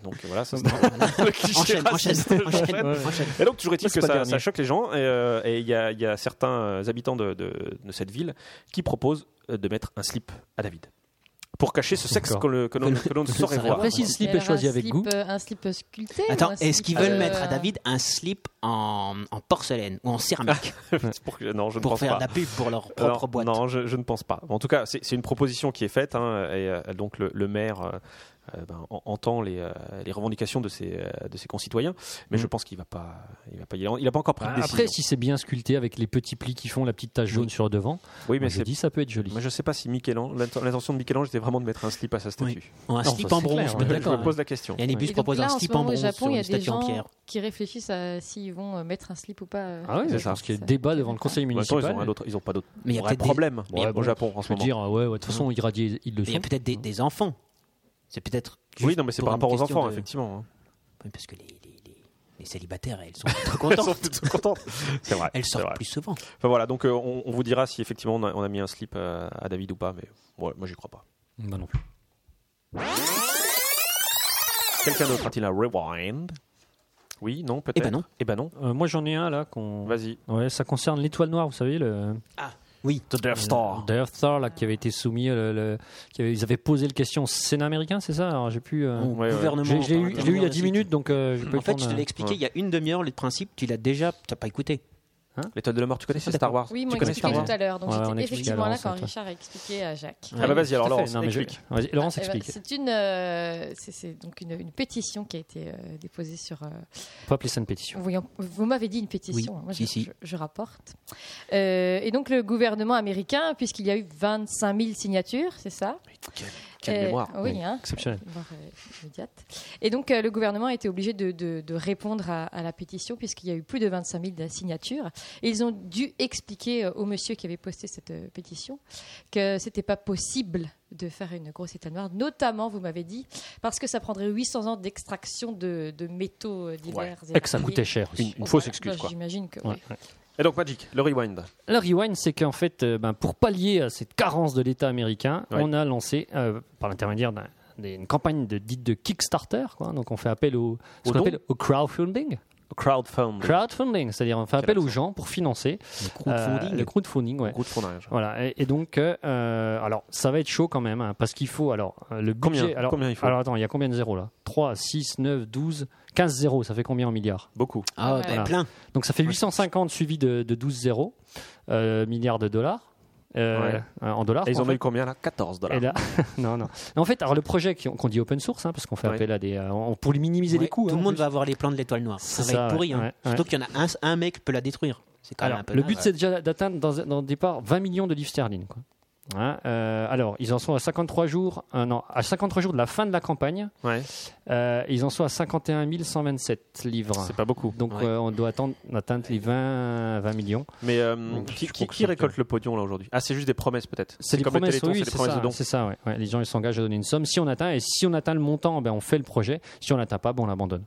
[SPEAKER 3] donc euh, voilà, ça c'est le cliché
[SPEAKER 6] Enchaîne, enchaîne,
[SPEAKER 3] raciste.
[SPEAKER 6] enchaîne,
[SPEAKER 4] Ouais.
[SPEAKER 6] enchaîne.
[SPEAKER 3] Et donc toujours est-il
[SPEAKER 4] C'est
[SPEAKER 3] que
[SPEAKER 4] pas le
[SPEAKER 3] ça,
[SPEAKER 4] dernier.
[SPEAKER 3] ça choque les gens et euh, et il y, a- il y a certains euh, habitants de, de- de cette ville qui proposent euh, de mettre un slip à David pour cacher ce sexe
[SPEAKER 4] Ah, D'accord.
[SPEAKER 3] que l'on- que l'on que l'on ne saurait voir.
[SPEAKER 4] Après, si le slip est
[SPEAKER 7] Alors,
[SPEAKER 4] choisi
[SPEAKER 7] un
[SPEAKER 4] avec
[SPEAKER 7] slip,
[SPEAKER 4] goût.
[SPEAKER 7] euh, Un slip sculpté. ou
[SPEAKER 6] Attends,
[SPEAKER 7] un
[SPEAKER 6] est-ce
[SPEAKER 7] slip,
[SPEAKER 6] qu'ils veulent
[SPEAKER 7] euh,
[SPEAKER 6] mettre à David un slip en, en porcelaine ou en céramique
[SPEAKER 3] C'est pour que- non, je ne
[SPEAKER 6] pour
[SPEAKER 3] pense
[SPEAKER 6] faire
[SPEAKER 3] pas.
[SPEAKER 6] de la pub pour leur
[SPEAKER 3] Alors,
[SPEAKER 6] propre boîte
[SPEAKER 3] Non, je, je ne pense pas. En tout cas, c'est c'est une proposition qui est faite hein, et euh, donc le, le maire euh, euh, ben, en- entend les, euh, les revendications de ses, euh, de ses concitoyens, mais
[SPEAKER 4] Mm.
[SPEAKER 3] je pense qu'il va pas, il va pas y aller. Il n'a pas encore
[SPEAKER 6] Bah,
[SPEAKER 3] pris de décision.
[SPEAKER 4] Après, si c'est bien sculpté avec les petits plis qui font la petite tache jaune sur le devant,
[SPEAKER 3] oui, mais
[SPEAKER 4] je
[SPEAKER 3] c'est
[SPEAKER 4] dis ça peut être joli.
[SPEAKER 3] Mais je sais pas si Michel-Ange, l'inten- l'intention de Michel-Ange était vraiment de mettre un slip à sa statue.
[SPEAKER 6] Ou un
[SPEAKER 4] Non,
[SPEAKER 6] slip
[SPEAKER 4] ça,
[SPEAKER 6] en
[SPEAKER 4] c'est
[SPEAKER 6] bronze
[SPEAKER 4] clair,
[SPEAKER 6] mais
[SPEAKER 4] ouais.
[SPEAKER 3] Je
[SPEAKER 6] d'accord. hein.
[SPEAKER 3] me pose la question.
[SPEAKER 7] et
[SPEAKER 6] Yanibus
[SPEAKER 7] donc
[SPEAKER 6] propose
[SPEAKER 7] là,
[SPEAKER 6] un
[SPEAKER 7] en ce
[SPEAKER 6] slip en
[SPEAKER 7] moment, au
[SPEAKER 6] bronze
[SPEAKER 7] Japon,
[SPEAKER 6] sur
[SPEAKER 7] il y
[SPEAKER 6] une
[SPEAKER 7] a des
[SPEAKER 6] statue en
[SPEAKER 7] gens
[SPEAKER 6] pierre.
[SPEAKER 7] qui réfléchissent à s'ils vont euh, mettre un slip ou pas. euh,
[SPEAKER 4] Ah oui,
[SPEAKER 3] C'est
[SPEAKER 4] je
[SPEAKER 3] ça.
[SPEAKER 4] pense qu'il y a débat devant le conseil
[SPEAKER 3] En même temps, ils ont
[SPEAKER 4] municipal.
[SPEAKER 3] un autre- ils ont pas d'autre
[SPEAKER 6] Mais il y a
[SPEAKER 3] vrai
[SPEAKER 6] peut-être des-
[SPEAKER 3] problème hein,
[SPEAKER 4] Ouais,
[SPEAKER 3] au
[SPEAKER 4] bon.
[SPEAKER 3] Japon en
[SPEAKER 4] Je
[SPEAKER 3] ce
[SPEAKER 4] veux
[SPEAKER 3] moment. Mmh.
[SPEAKER 4] dire, ouais, ouais, de toute façon, ils radient, ils- ils le
[SPEAKER 6] Mais il y a
[SPEAKER 4] sont.
[SPEAKER 6] peut-être des, des enfants. C'est peut-être.
[SPEAKER 3] Oui,
[SPEAKER 6] juste
[SPEAKER 3] non, mais c'est
[SPEAKER 6] pour
[SPEAKER 3] par
[SPEAKER 6] une
[SPEAKER 3] rapport aux
[SPEAKER 6] question
[SPEAKER 3] enfants,
[SPEAKER 6] de-
[SPEAKER 3] effectivement. hein.
[SPEAKER 6] Oui, Parce que les, les- les- les célibataires, elles sont plutôt
[SPEAKER 3] Elles sont
[SPEAKER 6] contentes.
[SPEAKER 3] plutôt contentes. C'est vrai.
[SPEAKER 6] Elles
[SPEAKER 3] c'est
[SPEAKER 6] sortent
[SPEAKER 3] vrai.
[SPEAKER 6] plus souvent.
[SPEAKER 3] Enfin, voilà, donc euh, on, on vous dira si effectivement on a, on a mis un slip euh, à David ou pas, mais ouais, moi j'y crois pas.
[SPEAKER 4] Bah non plus.
[SPEAKER 3] Quelqu'un d'autre a-t-il un rewind Oui, non, peut-être.
[SPEAKER 6] Eh ben non.
[SPEAKER 3] Eh ben non.
[SPEAKER 4] Euh, moi, j'en ai un là. qu'on-
[SPEAKER 3] Vas-y.
[SPEAKER 4] Ouais, ça concerne l'étoile noire, vous savez, le,
[SPEAKER 6] Oui.
[SPEAKER 4] Euh,
[SPEAKER 3] Death
[SPEAKER 4] Le Death Star là, qui avait été soumis, euh, le, le- qui avait- ils avaient posé le question au Sénat américain, c'est ça Alors j'ai pu. euh,
[SPEAKER 6] Au
[SPEAKER 3] ouais, ouais.
[SPEAKER 6] gouvernement,
[SPEAKER 4] j'ai- j'ai
[SPEAKER 6] par
[SPEAKER 4] eu, je l'ai eu il y a 10
[SPEAKER 6] intermédiaire
[SPEAKER 4] minutes, donc euh, j'ai
[SPEAKER 6] d'un
[SPEAKER 4] pas eu
[SPEAKER 6] site. En
[SPEAKER 4] le temps
[SPEAKER 6] fait, je te
[SPEAKER 4] de-
[SPEAKER 6] l'ai expliqué il y a une demi-heure, le principe, tu l'as déjà, tu n'as pas écouté.
[SPEAKER 3] L'étoile de la mort, tu connais c'est Star Wars
[SPEAKER 7] Oui,
[SPEAKER 3] Tu
[SPEAKER 7] moi,
[SPEAKER 3] connais
[SPEAKER 7] expliqué
[SPEAKER 3] Star Wars
[SPEAKER 7] tout à l'heure. Donc,
[SPEAKER 4] Ouais, on
[SPEAKER 7] j'étais
[SPEAKER 4] explique
[SPEAKER 7] effectivement
[SPEAKER 4] à
[SPEAKER 7] là
[SPEAKER 4] Laurence,
[SPEAKER 7] quand
[SPEAKER 4] toi.
[SPEAKER 7] Richard a expliqué à Jacques.
[SPEAKER 3] Ah bah vas-y, alors
[SPEAKER 4] Tout à fait,
[SPEAKER 3] Laurence,
[SPEAKER 4] non, mais je-
[SPEAKER 3] explique.
[SPEAKER 4] Vas-y, Laurence,
[SPEAKER 7] Eh ben,
[SPEAKER 4] explique.
[SPEAKER 7] C'est une, euh, c'est- c'est donc une, une pétition qui a été euh, déposée sur. euh,
[SPEAKER 4] On peut appeler ça une pétition.
[SPEAKER 7] oui, on- vous m'avez dit une pétition.
[SPEAKER 6] Oui,
[SPEAKER 7] hein, Moi,
[SPEAKER 6] si,
[SPEAKER 7] je,
[SPEAKER 6] si.
[SPEAKER 7] je- je rapporte. Euh, et donc le gouvernement américain, puisqu'il y a eu 25 000 signatures, c'est ça
[SPEAKER 3] Quelle
[SPEAKER 7] Euh,
[SPEAKER 3] mémoire.
[SPEAKER 7] Oui, hein,
[SPEAKER 4] Exceptionnel.
[SPEAKER 7] voire, euh, immédiate. Et donc, euh, le gouvernement a été obligé de, de- de répondre à, à la pétition, puisqu'il y a eu plus de 25 000 signatures. Et ils ont dû expliquer euh, au monsieur qui avait posté cette euh, pétition que ce n'était pas possible de faire une grosse étoile noire, notamment, vous m'avez dit, parce que ça prendrait 800 ans d'extraction de, de métaux euh, divers. et
[SPEAKER 4] Et que ça
[SPEAKER 7] variés.
[SPEAKER 4] coûtait cher aussi.
[SPEAKER 3] Une, une fausse
[SPEAKER 7] Voilà,
[SPEAKER 3] excuse,
[SPEAKER 7] bah,
[SPEAKER 3] quoi.
[SPEAKER 7] J'imagine que.
[SPEAKER 4] Ouais,
[SPEAKER 7] oui.
[SPEAKER 4] ouais.
[SPEAKER 3] Et donc, Magic, le rewind.
[SPEAKER 4] La rewind, c'est qu'en fait, euh, ben, pour pallier à cette carence de l'État américain,
[SPEAKER 3] Ouais.
[SPEAKER 4] on a lancé, euh, par l'intermédiaire d'un- des- d'une campagne de, dite de Kickstarter, quoi. donc on fait appel au, ce
[SPEAKER 3] Au
[SPEAKER 4] qu'on
[SPEAKER 3] don.
[SPEAKER 4] appelle au crowdfunding.
[SPEAKER 3] Crowdfunding.
[SPEAKER 4] Crowdfunding, c'est-à-dire on fait
[SPEAKER 3] Quel
[SPEAKER 4] appel aux
[SPEAKER 3] accent.
[SPEAKER 4] gens pour financer
[SPEAKER 6] Le
[SPEAKER 4] euh,
[SPEAKER 6] crowdfunding.
[SPEAKER 4] le crowdfunding. Ouais.
[SPEAKER 3] Gros de fournage.
[SPEAKER 4] Voilà, et, et donc, euh, euh, alors ça va être chaud quand même, hein, parce qu'il faut, alors, euh, le budget.
[SPEAKER 3] Combien,
[SPEAKER 4] alors,
[SPEAKER 3] combien il faut
[SPEAKER 4] alors attends, il y a combien de zéros là 3, 6, 9, 12, 15 zéros, ça fait combien en milliards
[SPEAKER 3] Beaucoup.
[SPEAKER 6] Ah,
[SPEAKER 7] Ouais.
[SPEAKER 6] ben,
[SPEAKER 4] Voilà.
[SPEAKER 6] plein.
[SPEAKER 4] Donc ça fait 850 suivi de, de 12 zéros, euh, milliards de dollars. euh,
[SPEAKER 3] Ouais.
[SPEAKER 4] euh, en dollars.
[SPEAKER 3] Et ils
[SPEAKER 4] en
[SPEAKER 3] en ont eu combien là 14 dollars.
[SPEAKER 4] et là, non, non. Mais en fait, alors le projet qui- qu'on dit open source, hein, parce qu'on fait
[SPEAKER 3] Ouais.
[SPEAKER 4] appel à des, euh, on- pour lui minimiser
[SPEAKER 6] Ouais,
[SPEAKER 4] les coûts.
[SPEAKER 6] Tout
[SPEAKER 4] hein,
[SPEAKER 6] le
[SPEAKER 4] en
[SPEAKER 6] monde
[SPEAKER 4] plus.
[SPEAKER 6] va avoir les plans de l'étoile noire. Ça
[SPEAKER 4] C'est
[SPEAKER 6] va être
[SPEAKER 4] ça,
[SPEAKER 6] pourri.
[SPEAKER 4] ouais,
[SPEAKER 6] hein.
[SPEAKER 4] ouais,
[SPEAKER 6] Surtout qu'il y en a un, un mec peut la détruire. C'est quand
[SPEAKER 4] Alors,
[SPEAKER 6] même un peu
[SPEAKER 4] le
[SPEAKER 6] naze.
[SPEAKER 4] but, c'est déjà d'atteindre dans, dans le départ 20 millions de livres sterling. Quoi. Hein, euh, alors, ils en sont à 53 jours, euh, non, à 53 jours de la fin de la campagne.
[SPEAKER 3] Ouais.
[SPEAKER 4] euh, ils en sont à 51 127 livres.
[SPEAKER 3] C'est pas beaucoup.
[SPEAKER 4] Donc,
[SPEAKER 6] Ouais.
[SPEAKER 4] euh, on doit attendre, atteindre les 20, 20 millions.
[SPEAKER 3] Mais euh,
[SPEAKER 4] Donc,
[SPEAKER 3] qui,
[SPEAKER 4] je
[SPEAKER 3] qui-
[SPEAKER 4] crois que
[SPEAKER 3] qui
[SPEAKER 4] c'est
[SPEAKER 3] récolte le podium là aujourd'hui Ah, c'est juste des promesses peut-être.
[SPEAKER 4] C'est les
[SPEAKER 3] comme le
[SPEAKER 4] promesses,
[SPEAKER 3] Téléthon,
[SPEAKER 4] oui,
[SPEAKER 3] c'est les
[SPEAKER 4] c'est
[SPEAKER 3] promesses
[SPEAKER 4] ça,
[SPEAKER 3] de dons.
[SPEAKER 4] c'est ça, ouais. Ouais, Les gens ils s'engagent à donner une somme si on atteint, et si on atteint le montant, ben, on fait le projet. Si on l'atteint pas, ben, on l'abandonne.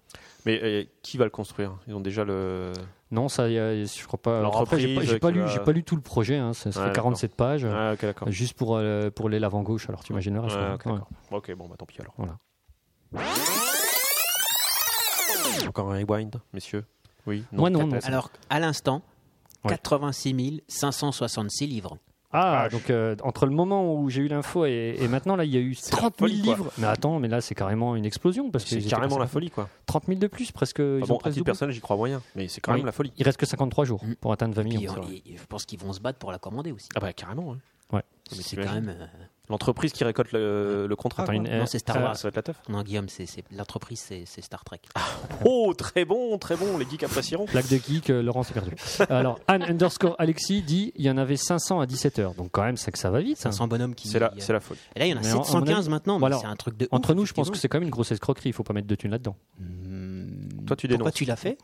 [SPEAKER 3] Mais euh, qui va le construire Ils ont déjà le.
[SPEAKER 4] Non, ça, y a- je crois pas.
[SPEAKER 3] Leur
[SPEAKER 4] l'entreprise, j'ai pas,
[SPEAKER 3] reprise
[SPEAKER 4] j'ai pas
[SPEAKER 3] qui
[SPEAKER 4] lu,
[SPEAKER 3] va-
[SPEAKER 4] j'ai pas lu tout le projet. Hein, ça ça
[SPEAKER 3] Ouais,
[SPEAKER 4] fait 47 pages, euh,
[SPEAKER 3] Ah, ok, d'accord.
[SPEAKER 4] juste pour euh, pour l'aile avant gauche. Alors t'imagines le reste,
[SPEAKER 3] Ouais,
[SPEAKER 4] quoi.
[SPEAKER 3] ok,
[SPEAKER 4] Ouais.
[SPEAKER 3] d'accord. Bon, ok, bon, bah tant pis alors.
[SPEAKER 4] Voilà.
[SPEAKER 3] Encore un rewind, messieurs Oui
[SPEAKER 4] Moi, non,
[SPEAKER 3] Capes.
[SPEAKER 4] non.
[SPEAKER 6] Alors, à l'instant,
[SPEAKER 4] Ouais.
[SPEAKER 6] 86 566 livres.
[SPEAKER 4] Ah, donc euh, entre le moment où j'ai eu l'info et, et maintenant, là, il y a eu 30 000
[SPEAKER 3] folie, quoi.
[SPEAKER 4] livres. Mais attends, mais là, c'est carrément une explosion parce que
[SPEAKER 3] C'est
[SPEAKER 4] ils étaient
[SPEAKER 3] carrément
[SPEAKER 4] passés
[SPEAKER 3] la
[SPEAKER 4] à
[SPEAKER 3] folie, quoi.
[SPEAKER 4] 30 000 de plus, presque. ils
[SPEAKER 3] Ah
[SPEAKER 4] ont
[SPEAKER 3] bon, à
[SPEAKER 4] presque
[SPEAKER 3] titre
[SPEAKER 4] doublé.
[SPEAKER 3] personnel, j'y crois moyen, mais c'est quand
[SPEAKER 4] Oui.
[SPEAKER 3] même la folie.
[SPEAKER 4] Il reste que 53 jours
[SPEAKER 6] Mm.
[SPEAKER 4] pour atteindre 20 millions.
[SPEAKER 6] Puis,
[SPEAKER 4] c'est
[SPEAKER 6] on-
[SPEAKER 4] vrai.
[SPEAKER 6] et- et je pense qu'ils vont se battre pour la commander aussi.
[SPEAKER 3] Ah bah carrément. hein.
[SPEAKER 4] Ouais.
[SPEAKER 3] Mais
[SPEAKER 6] c'est quand
[SPEAKER 3] t'imagines
[SPEAKER 6] même. euh,
[SPEAKER 3] L'entreprise qui récolte le, le contrat.
[SPEAKER 4] Attends,
[SPEAKER 3] quoi.
[SPEAKER 4] une-
[SPEAKER 6] Non, c'est Star
[SPEAKER 4] euh,
[SPEAKER 3] Ah,
[SPEAKER 6] Wars.
[SPEAKER 3] ça va être la teuf.
[SPEAKER 6] Non, Guillaume, c'est- c'est- l'entreprise, c'est c'est Star Trek.
[SPEAKER 3] Oh, très bon, très bon, les geeks apprécieront.
[SPEAKER 4] Blague de geek, euh, Laurent s'est perdu. Alors, Anne underscore Alexis dit il y en avait 500 à 17h. Donc, quand même, c'est que ça va vite. hein. ça.
[SPEAKER 6] 500 bonhommes qui.
[SPEAKER 3] C'est la,
[SPEAKER 6] euh,
[SPEAKER 3] c'est la folie.
[SPEAKER 6] Et là, il y en a
[SPEAKER 4] Mais en- à mon
[SPEAKER 6] 715
[SPEAKER 4] avis-
[SPEAKER 6] maintenant.
[SPEAKER 4] Bon,
[SPEAKER 6] mais
[SPEAKER 4] alors,
[SPEAKER 6] C'est un truc de.
[SPEAKER 4] Entre
[SPEAKER 6] ouf,
[SPEAKER 4] nous, je pense que
[SPEAKER 6] effectivement.
[SPEAKER 4] c'est quand même une grosse escroquerie. Il faut pas mettre de thunes là-dedans.
[SPEAKER 6] Hmm.
[SPEAKER 3] Toi, tu
[SPEAKER 6] Pourquoi
[SPEAKER 3] dénonces.
[SPEAKER 6] tu l'as fait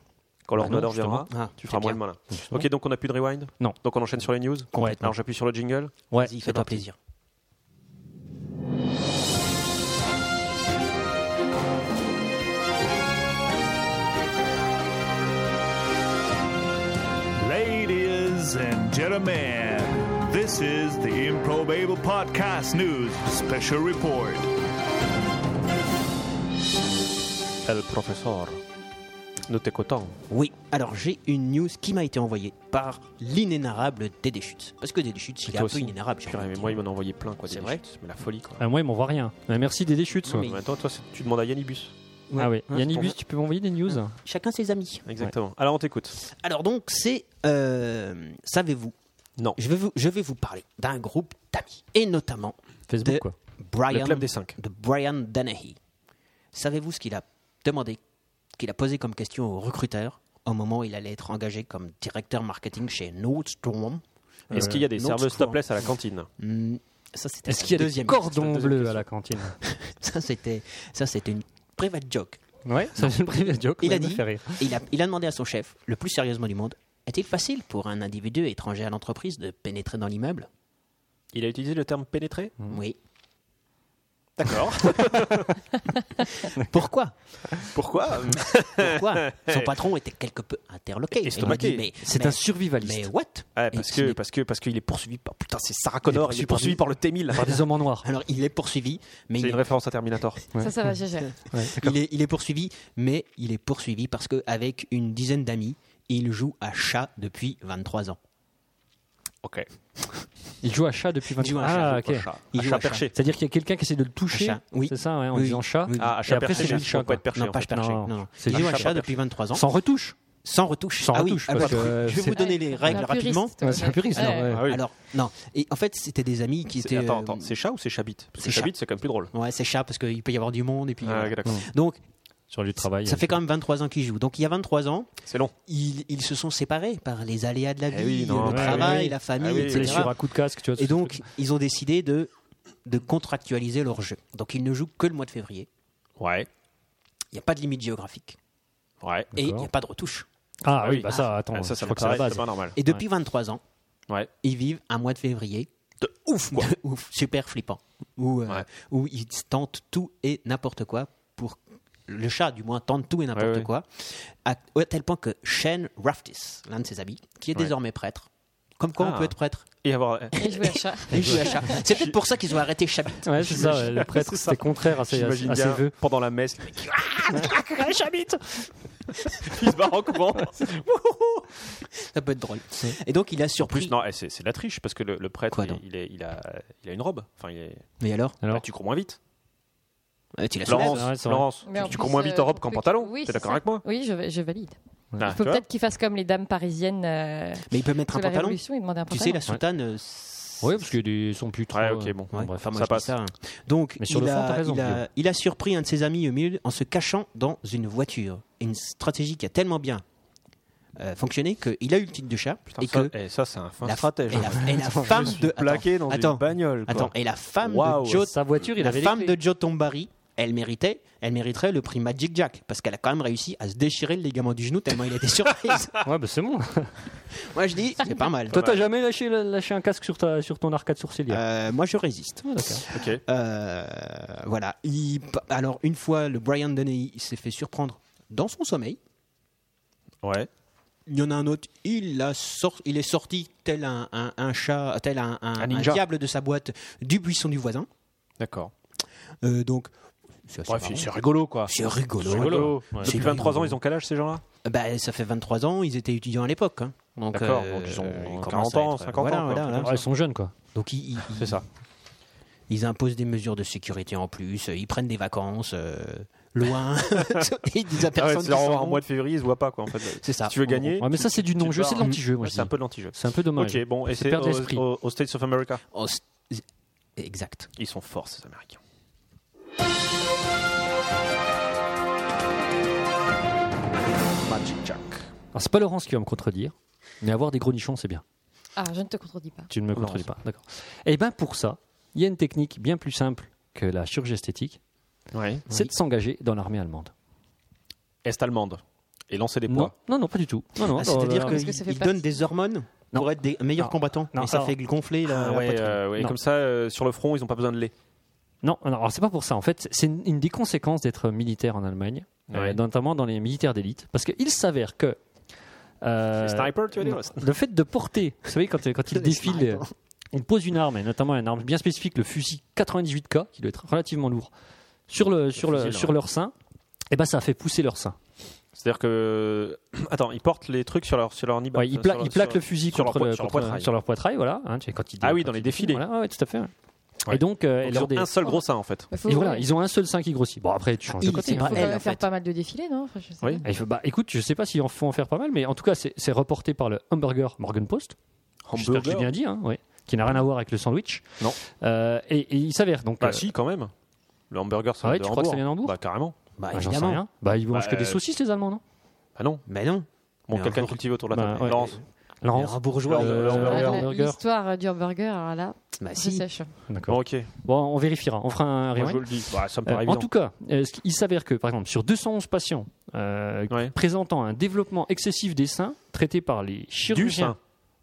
[SPEAKER 3] Quand
[SPEAKER 4] Ah non,
[SPEAKER 3] l'ordinateur viendra,
[SPEAKER 6] Ah,
[SPEAKER 3] tu
[SPEAKER 6] c'est
[SPEAKER 3] feras moins
[SPEAKER 6] bien.
[SPEAKER 3] le malin. Ok, donc on n'a plus de rewind
[SPEAKER 4] Non.
[SPEAKER 3] Donc on enchaîne sur les news
[SPEAKER 4] Complètement.
[SPEAKER 3] Alors j'appuie sur le jingle.
[SPEAKER 4] Ouais.
[SPEAKER 6] Vas-y, fais-toi plaisir.
[SPEAKER 5] Ladies and gentlemen, this is the Improbable Podcast News Special Report.
[SPEAKER 3] El professeur. Nous t'écoutons.
[SPEAKER 6] Oui, alors j'ai une news qui m'a été envoyée par l'inénarrable Dédé Chutes. Parce que Dédé Chutes, il est
[SPEAKER 3] toi
[SPEAKER 6] un peu
[SPEAKER 3] aussi.
[SPEAKER 6] inénarrable. j'ai
[SPEAKER 3] Purée,
[SPEAKER 6] envie
[SPEAKER 3] mais
[SPEAKER 6] de
[SPEAKER 3] moi, il
[SPEAKER 6] dire.
[SPEAKER 3] m'en a envoyé plein, quoi.
[SPEAKER 6] C'est
[SPEAKER 3] des
[SPEAKER 6] vrai
[SPEAKER 3] chutes. Mais la folie, quoi.
[SPEAKER 4] Euh, moi, ils m'en voient rien. Mais merci des déchutes.
[SPEAKER 6] Non, mais
[SPEAKER 3] En même temps, toi, c'est- tu demandes à Yannibus.
[SPEAKER 6] Ouais.
[SPEAKER 4] Ah oui.
[SPEAKER 6] Ouais,
[SPEAKER 4] Yannick
[SPEAKER 6] pour
[SPEAKER 4] Bus,
[SPEAKER 6] moi. Ah.
[SPEAKER 4] tu peux m'envoyer des news
[SPEAKER 6] Chacun ses amis.
[SPEAKER 3] Exactement. Alors on t'écoute.
[SPEAKER 6] Alors donc, c'est... euh, Savez-vous
[SPEAKER 3] Non.
[SPEAKER 6] je vais, vous, je vais vous parler d'un groupe d'amis. Et notamment
[SPEAKER 4] Facebook,
[SPEAKER 6] de
[SPEAKER 4] quoi.
[SPEAKER 6] Brian,
[SPEAKER 3] Le club des cinq.
[SPEAKER 6] de Brian Dennehy. Savez-vous ce qu'il a demandé, qu'il a posé comme question au recruteur au moment où il allait être engagé comme directeur marketing chez Nordstrom
[SPEAKER 3] Est-ce qu'il y a des
[SPEAKER 6] non,
[SPEAKER 3] serveuses
[SPEAKER 6] c'est cool.
[SPEAKER 3] topless à la cantine
[SPEAKER 6] Hmm, Ça, c'était
[SPEAKER 4] Est-ce
[SPEAKER 6] la
[SPEAKER 4] qu'il y a des
[SPEAKER 6] deuxième
[SPEAKER 4] cordons
[SPEAKER 6] question.
[SPEAKER 4] bleus à la cantine
[SPEAKER 6] Ça, c'était, ça, c'était une private joke.
[SPEAKER 4] Ouais, ça c'est une private joke.
[SPEAKER 6] Il
[SPEAKER 4] mais
[SPEAKER 6] a
[SPEAKER 4] ça
[SPEAKER 6] dit-
[SPEAKER 4] fait rire.
[SPEAKER 6] Et il, a, il a demandé à son chef, le plus sérieusement du monde, est-il facile pour un individu étranger à l'entreprise de pénétrer dans l'immeuble
[SPEAKER 3] Il a utilisé le terme pénétrer
[SPEAKER 4] Hmm.
[SPEAKER 6] Oui.
[SPEAKER 3] D'accord.
[SPEAKER 6] Pourquoi
[SPEAKER 3] Pourquoi
[SPEAKER 6] Pourquoi Son patron était quelque peu interloqué.
[SPEAKER 3] Estomaqué.
[SPEAKER 6] Il a dit, mais,
[SPEAKER 4] C'est
[SPEAKER 6] mais-
[SPEAKER 4] un survivaliste.
[SPEAKER 6] Mais what
[SPEAKER 3] Ah, parce
[SPEAKER 6] Et
[SPEAKER 3] que
[SPEAKER 6] qu'il est-
[SPEAKER 3] parce que parce qu'il est poursuivi par putain c'est Sarah Connor
[SPEAKER 6] Il est
[SPEAKER 3] il est poursuivi par le T1000
[SPEAKER 4] Par des hommes en noir.
[SPEAKER 6] Alors, il est poursuivi, mais
[SPEAKER 3] c'est
[SPEAKER 6] il,
[SPEAKER 3] une référence à Terminator
[SPEAKER 4] Ouais.
[SPEAKER 7] Ça, ça va, GG.
[SPEAKER 6] il est, il est poursuivi, mais il est poursuivi parce qu'avec une dizaine d'amis, il joue à chat depuis 23 ans.
[SPEAKER 3] ok
[SPEAKER 4] Il joue à chat depuis 20
[SPEAKER 6] Il joue à
[SPEAKER 4] Ah,
[SPEAKER 6] chat,
[SPEAKER 4] ok.
[SPEAKER 6] Il
[SPEAKER 3] à
[SPEAKER 6] joue
[SPEAKER 3] chat
[SPEAKER 6] à chat.
[SPEAKER 3] perché
[SPEAKER 4] C'est-à-dire qu'il y a quelqu'un qui essaie de le toucher.
[SPEAKER 6] À chat, oui.
[SPEAKER 4] C'est ça, ouais, en
[SPEAKER 6] Oui,
[SPEAKER 4] disant chat.
[SPEAKER 6] oui, oui.
[SPEAKER 3] ah à
[SPEAKER 4] Et
[SPEAKER 3] chat
[SPEAKER 4] après,
[SPEAKER 3] perché
[SPEAKER 4] c'est
[SPEAKER 3] mais
[SPEAKER 4] le chat,
[SPEAKER 3] faut pas
[SPEAKER 4] quoi.
[SPEAKER 3] être perché
[SPEAKER 6] Non,
[SPEAKER 3] en
[SPEAKER 6] pas
[SPEAKER 3] fait.
[SPEAKER 6] chat perché.
[SPEAKER 4] Non,
[SPEAKER 6] Non, non.
[SPEAKER 4] c'est
[SPEAKER 6] Il
[SPEAKER 4] juste
[SPEAKER 6] joue
[SPEAKER 4] un
[SPEAKER 6] à
[SPEAKER 4] chat
[SPEAKER 6] chat depuis 23 ans.
[SPEAKER 4] Sans retouche.
[SPEAKER 6] Sans retouche.
[SPEAKER 4] Sans
[SPEAKER 6] Ah oui,
[SPEAKER 4] retouche,
[SPEAKER 6] ah
[SPEAKER 4] parce
[SPEAKER 6] bah,
[SPEAKER 4] que
[SPEAKER 6] je vais
[SPEAKER 4] c'est-
[SPEAKER 6] vous donner les règles
[SPEAKER 7] Un puriste,
[SPEAKER 6] rapidement.
[SPEAKER 7] toi,
[SPEAKER 4] c'est
[SPEAKER 7] ouais.
[SPEAKER 4] un puriste.
[SPEAKER 7] Ouais.
[SPEAKER 4] alors, ouais.
[SPEAKER 3] Ah oui.
[SPEAKER 6] Alors, non. Et en fait, c'était des amis qui
[SPEAKER 3] C'est-
[SPEAKER 6] étaient.
[SPEAKER 3] attends
[SPEAKER 6] euh,
[SPEAKER 3] attends c'est chat ou c'est chabit parce que
[SPEAKER 6] c'est chat.
[SPEAKER 3] chabit c'est quand même plus drôle
[SPEAKER 6] Ouais, c'est chat parce qu'il peut y avoir du monde. Et puis,
[SPEAKER 3] ah,
[SPEAKER 6] voilà.
[SPEAKER 3] ok, d'accord.
[SPEAKER 6] Donc,
[SPEAKER 4] Sur le lieu de travail.
[SPEAKER 6] ça
[SPEAKER 7] hein.
[SPEAKER 4] euh,
[SPEAKER 6] fait quand même 23 ans qu'ils jouent. Donc, il y a 23 ans,
[SPEAKER 3] c'est long
[SPEAKER 6] ils, ils se sont séparés par les aléas de la vie,
[SPEAKER 3] Eh oui, non,
[SPEAKER 6] le
[SPEAKER 3] ouais,
[SPEAKER 6] travail,
[SPEAKER 4] oui.
[SPEAKER 6] la famille,
[SPEAKER 3] Ah oui,
[SPEAKER 6] etc.
[SPEAKER 4] blessure à coup de casque, tu vois.
[SPEAKER 6] Et
[SPEAKER 4] ce
[SPEAKER 6] donc, ils ont décidé de de contractualiser leur jeu. Donc ils ne jouent que le mois de février.
[SPEAKER 3] Ouais,
[SPEAKER 6] Il n'y a pas de limite géographique
[SPEAKER 3] ouais.
[SPEAKER 6] et il n'y
[SPEAKER 4] D'accord.
[SPEAKER 6] a pas de retouche.
[SPEAKER 4] Ah,
[SPEAKER 3] Ah
[SPEAKER 4] oui,
[SPEAKER 3] oui.
[SPEAKER 4] bah ça, attends,
[SPEAKER 3] Ah, ça,
[SPEAKER 4] je
[SPEAKER 3] ça
[SPEAKER 4] crois
[SPEAKER 3] me
[SPEAKER 4] que c'est la
[SPEAKER 3] paraît-
[SPEAKER 4] base.
[SPEAKER 3] c'est pas normal.
[SPEAKER 6] Et depuis 23 ans,
[SPEAKER 3] Ouais.
[SPEAKER 6] ils vivent un mois de février
[SPEAKER 3] De ouf, quoi.
[SPEAKER 6] de ouf, super flippant, où, euh,
[SPEAKER 3] Ouais.
[SPEAKER 6] où ils tentent tout et n'importe quoi pour le chat du moins tente tout et n'importe
[SPEAKER 3] Ouais, ouais.
[SPEAKER 6] quoi, à, à tel point que Shane Raftis, l'un de ses amis, qui est
[SPEAKER 3] Ouais.
[SPEAKER 6] désormais prêtre, comme quoi
[SPEAKER 3] Ah.
[SPEAKER 6] on peut être prêtre,
[SPEAKER 3] Et avoir.
[SPEAKER 7] Et jouer à chat.
[SPEAKER 6] il joue à chat. C'est peut-être pour ça qu'ils ont arrêté Chabit.
[SPEAKER 4] Ouais, c'est ça, ouais, le prêtre,
[SPEAKER 3] C'est ça.
[SPEAKER 4] c'était contraire à ses, à,
[SPEAKER 3] J'imagine
[SPEAKER 4] à ses
[SPEAKER 3] bien
[SPEAKER 4] vœux.
[SPEAKER 3] pendant la messe. Il se barre en courant.
[SPEAKER 6] Ça peut être drôle. Et donc il a
[SPEAKER 3] En
[SPEAKER 6] surpris.
[SPEAKER 3] plus, non, eh, c'est c'est de la triche parce que le, le prêtre,
[SPEAKER 6] Quoi
[SPEAKER 3] il, est-
[SPEAKER 6] donc
[SPEAKER 3] il est- il a, il a une robe. Enfin, il est-
[SPEAKER 6] Mais alors,
[SPEAKER 4] Alors,
[SPEAKER 3] Bah, tu cours moins vite.
[SPEAKER 6] Euh, tu l'as
[SPEAKER 3] Laurence,
[SPEAKER 4] Ouais, c'est vrai.
[SPEAKER 3] Laurence,
[SPEAKER 7] Mais en
[SPEAKER 3] tu, tu
[SPEAKER 7] plus,
[SPEAKER 3] cours moins vite en
[SPEAKER 7] euh,
[SPEAKER 3] robe qu'en
[SPEAKER 7] faut que-
[SPEAKER 3] pantalon.
[SPEAKER 7] oui,
[SPEAKER 3] T'es
[SPEAKER 7] c'est
[SPEAKER 3] d'accord
[SPEAKER 7] ça.
[SPEAKER 3] avec moi
[SPEAKER 7] Oui, je, je valide.
[SPEAKER 3] Ah,
[SPEAKER 7] Il faut
[SPEAKER 3] tu vois
[SPEAKER 7] peut-être qu'ils fassent comme les dames parisiennes euh,
[SPEAKER 6] Mais il peut mettre
[SPEAKER 7] sous
[SPEAKER 6] un
[SPEAKER 7] la
[SPEAKER 6] pantalon.
[SPEAKER 7] Révolution et demander un
[SPEAKER 6] Tu
[SPEAKER 7] pantalon.
[SPEAKER 6] sais, la soutane. euh, c'est-
[SPEAKER 4] ouais, parce qu'ils sont plus trop.
[SPEAKER 3] Ouais, ok,
[SPEAKER 4] euh,
[SPEAKER 3] bon.
[SPEAKER 6] Ouais,
[SPEAKER 4] bref,
[SPEAKER 6] enfin, moi,
[SPEAKER 3] ça
[SPEAKER 6] je dis
[SPEAKER 3] passe.
[SPEAKER 6] hein. Donc,
[SPEAKER 4] Mais
[SPEAKER 6] il,
[SPEAKER 4] sur le fond,
[SPEAKER 6] a,
[SPEAKER 4] t'as raison,
[SPEAKER 6] il,
[SPEAKER 4] Guillaume.
[SPEAKER 6] a, il a surpris un de ses amis au milieu en se cachant dans une voiture. Une stratégie qui a tellement bien euh, fonctionné qu'il a eu le titre de chat
[SPEAKER 3] Putain,
[SPEAKER 6] et
[SPEAKER 3] ça,
[SPEAKER 6] que
[SPEAKER 3] eh, ça, c'est un fin
[SPEAKER 6] la,
[SPEAKER 3] stratège.
[SPEAKER 6] et la- et la femme de attends,
[SPEAKER 3] plaqué dans
[SPEAKER 6] attends,
[SPEAKER 3] une bagnole. quoi.
[SPEAKER 6] attends, et la femme
[SPEAKER 3] Waouh,
[SPEAKER 6] de Joe,
[SPEAKER 4] Sa voiture, il
[SPEAKER 6] la
[SPEAKER 4] avait les
[SPEAKER 6] femme
[SPEAKER 4] clés.
[SPEAKER 6] de Joe Tombari, elle méritait, elle mériterait le prix Magic Jack parce qu'elle a quand même réussi à se déchirer le ligament du genou tellement il était surprise.
[SPEAKER 4] Ouais, bah c'est bon.
[SPEAKER 6] Moi je dis, c'est pas mal.
[SPEAKER 4] Toi, t'as jamais lâché, lâché un casque sur, ta, sur ton arcade sourcilière
[SPEAKER 6] Euh, moi je résiste.
[SPEAKER 4] Ah, d'accord.
[SPEAKER 3] Ok.
[SPEAKER 6] Euh, voilà. Il- alors, une fois, le Brian Dennehy il s'est fait surprendre dans son sommeil.
[SPEAKER 3] Ouais.
[SPEAKER 6] Il y en a un autre, il, l'a sor- il est sorti tel un, un- un chat, tel un, un-
[SPEAKER 3] Un
[SPEAKER 6] un
[SPEAKER 3] ninja.
[SPEAKER 6] diable de sa boîte du buisson du voisin.
[SPEAKER 3] D'accord.
[SPEAKER 6] Euh, donc, c'est assez
[SPEAKER 3] Bref,
[SPEAKER 6] marrant.
[SPEAKER 3] c'est rigolo, quoi.
[SPEAKER 6] C'est rigolo.
[SPEAKER 3] C'est rigolo.
[SPEAKER 4] Ouais.
[SPEAKER 3] Depuis
[SPEAKER 6] C'est
[SPEAKER 3] 23 ans,
[SPEAKER 6] rigolo.
[SPEAKER 3] ils ont quel âge ces gens-là
[SPEAKER 6] Bah, ça fait 23 ans, ils étaient étudiants à l'époque. hein. Donc,
[SPEAKER 3] D'accord,
[SPEAKER 6] euh,
[SPEAKER 3] donc ils ont
[SPEAKER 6] commencent
[SPEAKER 3] 40
[SPEAKER 6] à
[SPEAKER 3] ans,
[SPEAKER 6] être-
[SPEAKER 3] 50
[SPEAKER 6] voilà,
[SPEAKER 3] ans. quoi.
[SPEAKER 6] voilà, voilà.
[SPEAKER 4] Ouais, ils sont jeunes, quoi.
[SPEAKER 6] Donc, ils, ils-
[SPEAKER 3] C'est ça.
[SPEAKER 6] ils imposent des mesures de sécurité en plus, euh, ils prennent des vacances euh, loin, ils disent à
[SPEAKER 3] Ah ouais,
[SPEAKER 6] personne.
[SPEAKER 3] c'est
[SPEAKER 6] qu'ils s'en
[SPEAKER 3] en
[SPEAKER 6] vont.
[SPEAKER 3] mois de février, ils se voient pas, quoi. En fait. Si
[SPEAKER 6] C'est ça.
[SPEAKER 3] tu veux
[SPEAKER 6] En
[SPEAKER 3] gagner.
[SPEAKER 4] Ouais, mais ça, c'est du
[SPEAKER 3] tu
[SPEAKER 4] non-jeu,
[SPEAKER 3] pars.
[SPEAKER 4] c'est de l'anti-jeu, moi
[SPEAKER 3] Ouais,
[SPEAKER 4] je
[SPEAKER 3] C'est un
[SPEAKER 4] dis.
[SPEAKER 3] peu de l'anti-jeu.
[SPEAKER 4] C'est un peu dommage.
[SPEAKER 3] Ok, bon, et
[SPEAKER 4] C'est
[SPEAKER 3] c'est
[SPEAKER 4] perdre
[SPEAKER 3] aux-
[SPEAKER 4] l'esprit.
[SPEAKER 3] aux aux States of America.
[SPEAKER 6] Oh, c'est- Exact.
[SPEAKER 3] Ils sont forts, ces Américains. Magic Jack.
[SPEAKER 4] Alors, c'est pas Laurence qui va me contredire, mais avoir des gros nichons, c'est bien.
[SPEAKER 7] Ah, je ne te contredis pas.
[SPEAKER 4] Tu ne me
[SPEAKER 3] Laurence.
[SPEAKER 4] contredis pas, d'accord. Et bien, pour ça, il y a une technique bien plus simple que la chirurgie esthétique,
[SPEAKER 3] Ouais.
[SPEAKER 4] c'est de s'engager dans l'armée allemande.
[SPEAKER 3] Est-allemande. Et lancer des
[SPEAKER 4] Non,
[SPEAKER 3] poids.
[SPEAKER 4] non, non, pas du tout. Non, Euh, non,
[SPEAKER 6] Ah,
[SPEAKER 4] dans-
[SPEAKER 6] C'est-à-dire
[SPEAKER 4] dans-
[SPEAKER 7] Parce que ça fait
[SPEAKER 6] qu'ils
[SPEAKER 7] pas-
[SPEAKER 6] donnent des hormones
[SPEAKER 4] Non.
[SPEAKER 6] pour être des meilleurs
[SPEAKER 4] Non.
[SPEAKER 6] combattants.
[SPEAKER 4] Non.
[SPEAKER 6] et ça
[SPEAKER 4] Alors-
[SPEAKER 6] fait gonfler la,
[SPEAKER 3] Ah
[SPEAKER 6] la
[SPEAKER 3] ouais,
[SPEAKER 6] poitrine.
[SPEAKER 3] euh, ouais,
[SPEAKER 4] Non.
[SPEAKER 3] comme ça, euh, sur le front, ils n'ont pas besoin de lait.
[SPEAKER 4] Non, alors, alors, c'est pas pour ça. En fait, c'est une, une des conséquences d'être militaire en Allemagne, euh,
[SPEAKER 3] Ouais.
[SPEAKER 4] notamment dans les militaires d'élite, parce qu'il s'avère que euh,
[SPEAKER 3] Les snipers, tu veux dire
[SPEAKER 4] non, le fait de porter, vous savez, quand, quand ils
[SPEAKER 6] Les hein.
[SPEAKER 4] défilent,
[SPEAKER 6] snipers.
[SPEAKER 4] euh, on pose une arme, et notamment une arme bien spécifique, le fusil 98K, qui doit être relativement lourd, sur le, sur le,
[SPEAKER 3] fusil, là,
[SPEAKER 4] sur
[SPEAKER 3] ouais.
[SPEAKER 4] leur sein. Et ben, ça fait pousser leur sein.
[SPEAKER 3] C'est-à-dire que. Attends, ils portent les trucs sur leur, sur leur nib.
[SPEAKER 4] Ouais,
[SPEAKER 3] Bah,
[SPEAKER 4] ils,
[SPEAKER 3] sur
[SPEAKER 4] pla-
[SPEAKER 3] leur-
[SPEAKER 4] ils plaquent
[SPEAKER 3] sur-
[SPEAKER 4] le fusil
[SPEAKER 3] sur leur
[SPEAKER 4] contre
[SPEAKER 3] poi-
[SPEAKER 4] le-
[SPEAKER 3] sur leur
[SPEAKER 4] contre-
[SPEAKER 3] poitrail.
[SPEAKER 4] sur leur poitrail, voilà. hein, tu sais, quand ils-
[SPEAKER 3] Ah oui,
[SPEAKER 4] quand
[SPEAKER 3] dans les
[SPEAKER 4] ils-
[SPEAKER 3] défilés.
[SPEAKER 4] Voilà, ouais, tout à fait. hein.
[SPEAKER 3] Ouais.
[SPEAKER 4] Et donc, euh, et
[SPEAKER 3] Donc, ils
[SPEAKER 4] lors
[SPEAKER 3] ont
[SPEAKER 4] des-
[SPEAKER 3] un seul gros sein, en fait.
[SPEAKER 7] Il Bah, faut,
[SPEAKER 4] et voilà, ils ont un seul sein qui grossit. Bon, après, tu changes de
[SPEAKER 6] Ah, il,
[SPEAKER 4] côté. hein.
[SPEAKER 6] c'est
[SPEAKER 7] faut
[SPEAKER 6] pas
[SPEAKER 7] quand
[SPEAKER 6] elle,
[SPEAKER 7] même
[SPEAKER 6] en
[SPEAKER 7] faire
[SPEAKER 6] fait.
[SPEAKER 7] pas mal de défilés, non Enfin, je sais
[SPEAKER 3] Oui.
[SPEAKER 7] pas.
[SPEAKER 4] Ah, il faut- bah, écoute, je sais pas s'il en faut en faire pas mal, mais en tout cas, c'est c'est reporté par le Hamburger Morgan Post. J'espère que j'ai
[SPEAKER 3] Hamburger.
[SPEAKER 4] bien dit, hein, ouais, qui n'a rien à voir avec le sandwich.
[SPEAKER 3] Non.
[SPEAKER 4] Euh, et, et il s'avère donc.
[SPEAKER 3] Bah,
[SPEAKER 4] euh,
[SPEAKER 3] si, quand même. Le hamburger, ça
[SPEAKER 4] Ah ouais,
[SPEAKER 3] vient de
[SPEAKER 4] tu crois que ça
[SPEAKER 3] Hambourg.
[SPEAKER 4] vient d'Hambourg
[SPEAKER 3] Bah, carrément.
[SPEAKER 6] Bah,
[SPEAKER 4] bah, j'en sais
[SPEAKER 6] évidemment.
[SPEAKER 4] rien. Bah, ils mangent
[SPEAKER 3] Bah,
[SPEAKER 4] que des
[SPEAKER 3] euh,
[SPEAKER 4] saucisses, les Allemands, non
[SPEAKER 3] Bah, non.
[SPEAKER 6] Mais non.
[SPEAKER 3] Bon,
[SPEAKER 6] Mais
[SPEAKER 3] quelqu'un
[SPEAKER 6] Hambourg-
[SPEAKER 3] cultivé autour de la
[SPEAKER 4] Bah,
[SPEAKER 3] table.
[SPEAKER 4] ouais.
[SPEAKER 3] Laurence.
[SPEAKER 6] Les
[SPEAKER 4] Laurence.
[SPEAKER 6] rats bourgeois.
[SPEAKER 3] Le-
[SPEAKER 6] euh,
[SPEAKER 3] le-
[SPEAKER 4] Hamburger,
[SPEAKER 7] Ah, la-
[SPEAKER 4] hamburger.
[SPEAKER 7] L'histoire du hamburger, alors là,
[SPEAKER 6] bah,
[SPEAKER 7] c'est
[SPEAKER 6] si.
[SPEAKER 7] sèche.
[SPEAKER 3] Bon,
[SPEAKER 4] D'accord.
[SPEAKER 3] ok.
[SPEAKER 4] Bon, on vérifiera. On fera un
[SPEAKER 3] Moi, je
[SPEAKER 4] rewind.
[SPEAKER 3] vous le dis. Bah, ça me
[SPEAKER 4] Euh,
[SPEAKER 3] paraît
[SPEAKER 4] en
[SPEAKER 3] évident.
[SPEAKER 4] tout cas, euh, ce qui- il s'avère que, par exemple, sur 211 patients euh,
[SPEAKER 3] Ouais.
[SPEAKER 4] présentant un développement excessif des seins traités par les chirurgiens.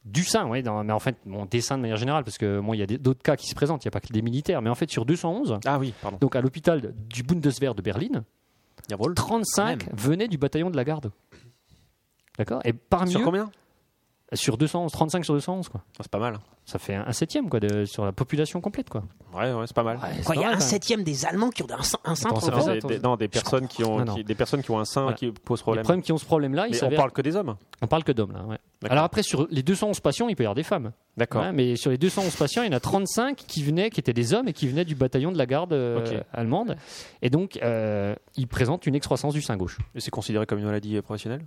[SPEAKER 4] Du sein, oui, dans- mais en fait, mon des seins de manière générale, parce que moi, il y a des- d'autres cas qui se présentent, il n'y a pas que des militaires, mais en fait, sur 211,
[SPEAKER 3] Ah oui, pardon.
[SPEAKER 4] donc à l'hôpital du Bundeswehr de Berlin,
[SPEAKER 3] Jawohl.
[SPEAKER 4] 35 venaient du bataillon de la garde. D'accord Et parmi
[SPEAKER 3] Sur
[SPEAKER 4] eux,
[SPEAKER 3] combien
[SPEAKER 4] sur 211, 35 sur 211, quoi.
[SPEAKER 3] Ah, C'est pas mal.
[SPEAKER 4] Ça fait un, un septième, quoi, de- sur la population complète, quoi.
[SPEAKER 3] Ouais, ouais, c'est pas mal.
[SPEAKER 6] Quoi, il y a un septième des Allemands qui ont un, sein- un sein
[SPEAKER 4] Attends,
[SPEAKER 6] trop
[SPEAKER 4] ça
[SPEAKER 3] Non,
[SPEAKER 6] grand.
[SPEAKER 4] fait
[SPEAKER 3] des, des- non, des personnes qui ont,
[SPEAKER 4] Non, non.
[SPEAKER 3] qui- des personnes qui ont un sein
[SPEAKER 4] Voilà.
[SPEAKER 3] qui posent
[SPEAKER 4] Les
[SPEAKER 3] problème.
[SPEAKER 4] problèmes qui ont ce problème-là, il
[SPEAKER 3] Mais on
[SPEAKER 4] s'avère-
[SPEAKER 3] parle que des hommes.
[SPEAKER 4] on parle que d'hommes, là, ouais.
[SPEAKER 3] D'accord.
[SPEAKER 4] Alors après, sur les 211 patients, il peut y avoir des femmes.
[SPEAKER 3] D'accord.
[SPEAKER 4] Ouais, mais sur les 211 patients, il y en a 35 qui venaient, qui étaient des hommes et qui venaient du bataillon de la garde euh,
[SPEAKER 3] Ok.
[SPEAKER 4] allemande. Et donc, euh, ils présentent une excroissance du sein gauche.
[SPEAKER 3] Et c'est considéré comme une maladie euh, professionnelle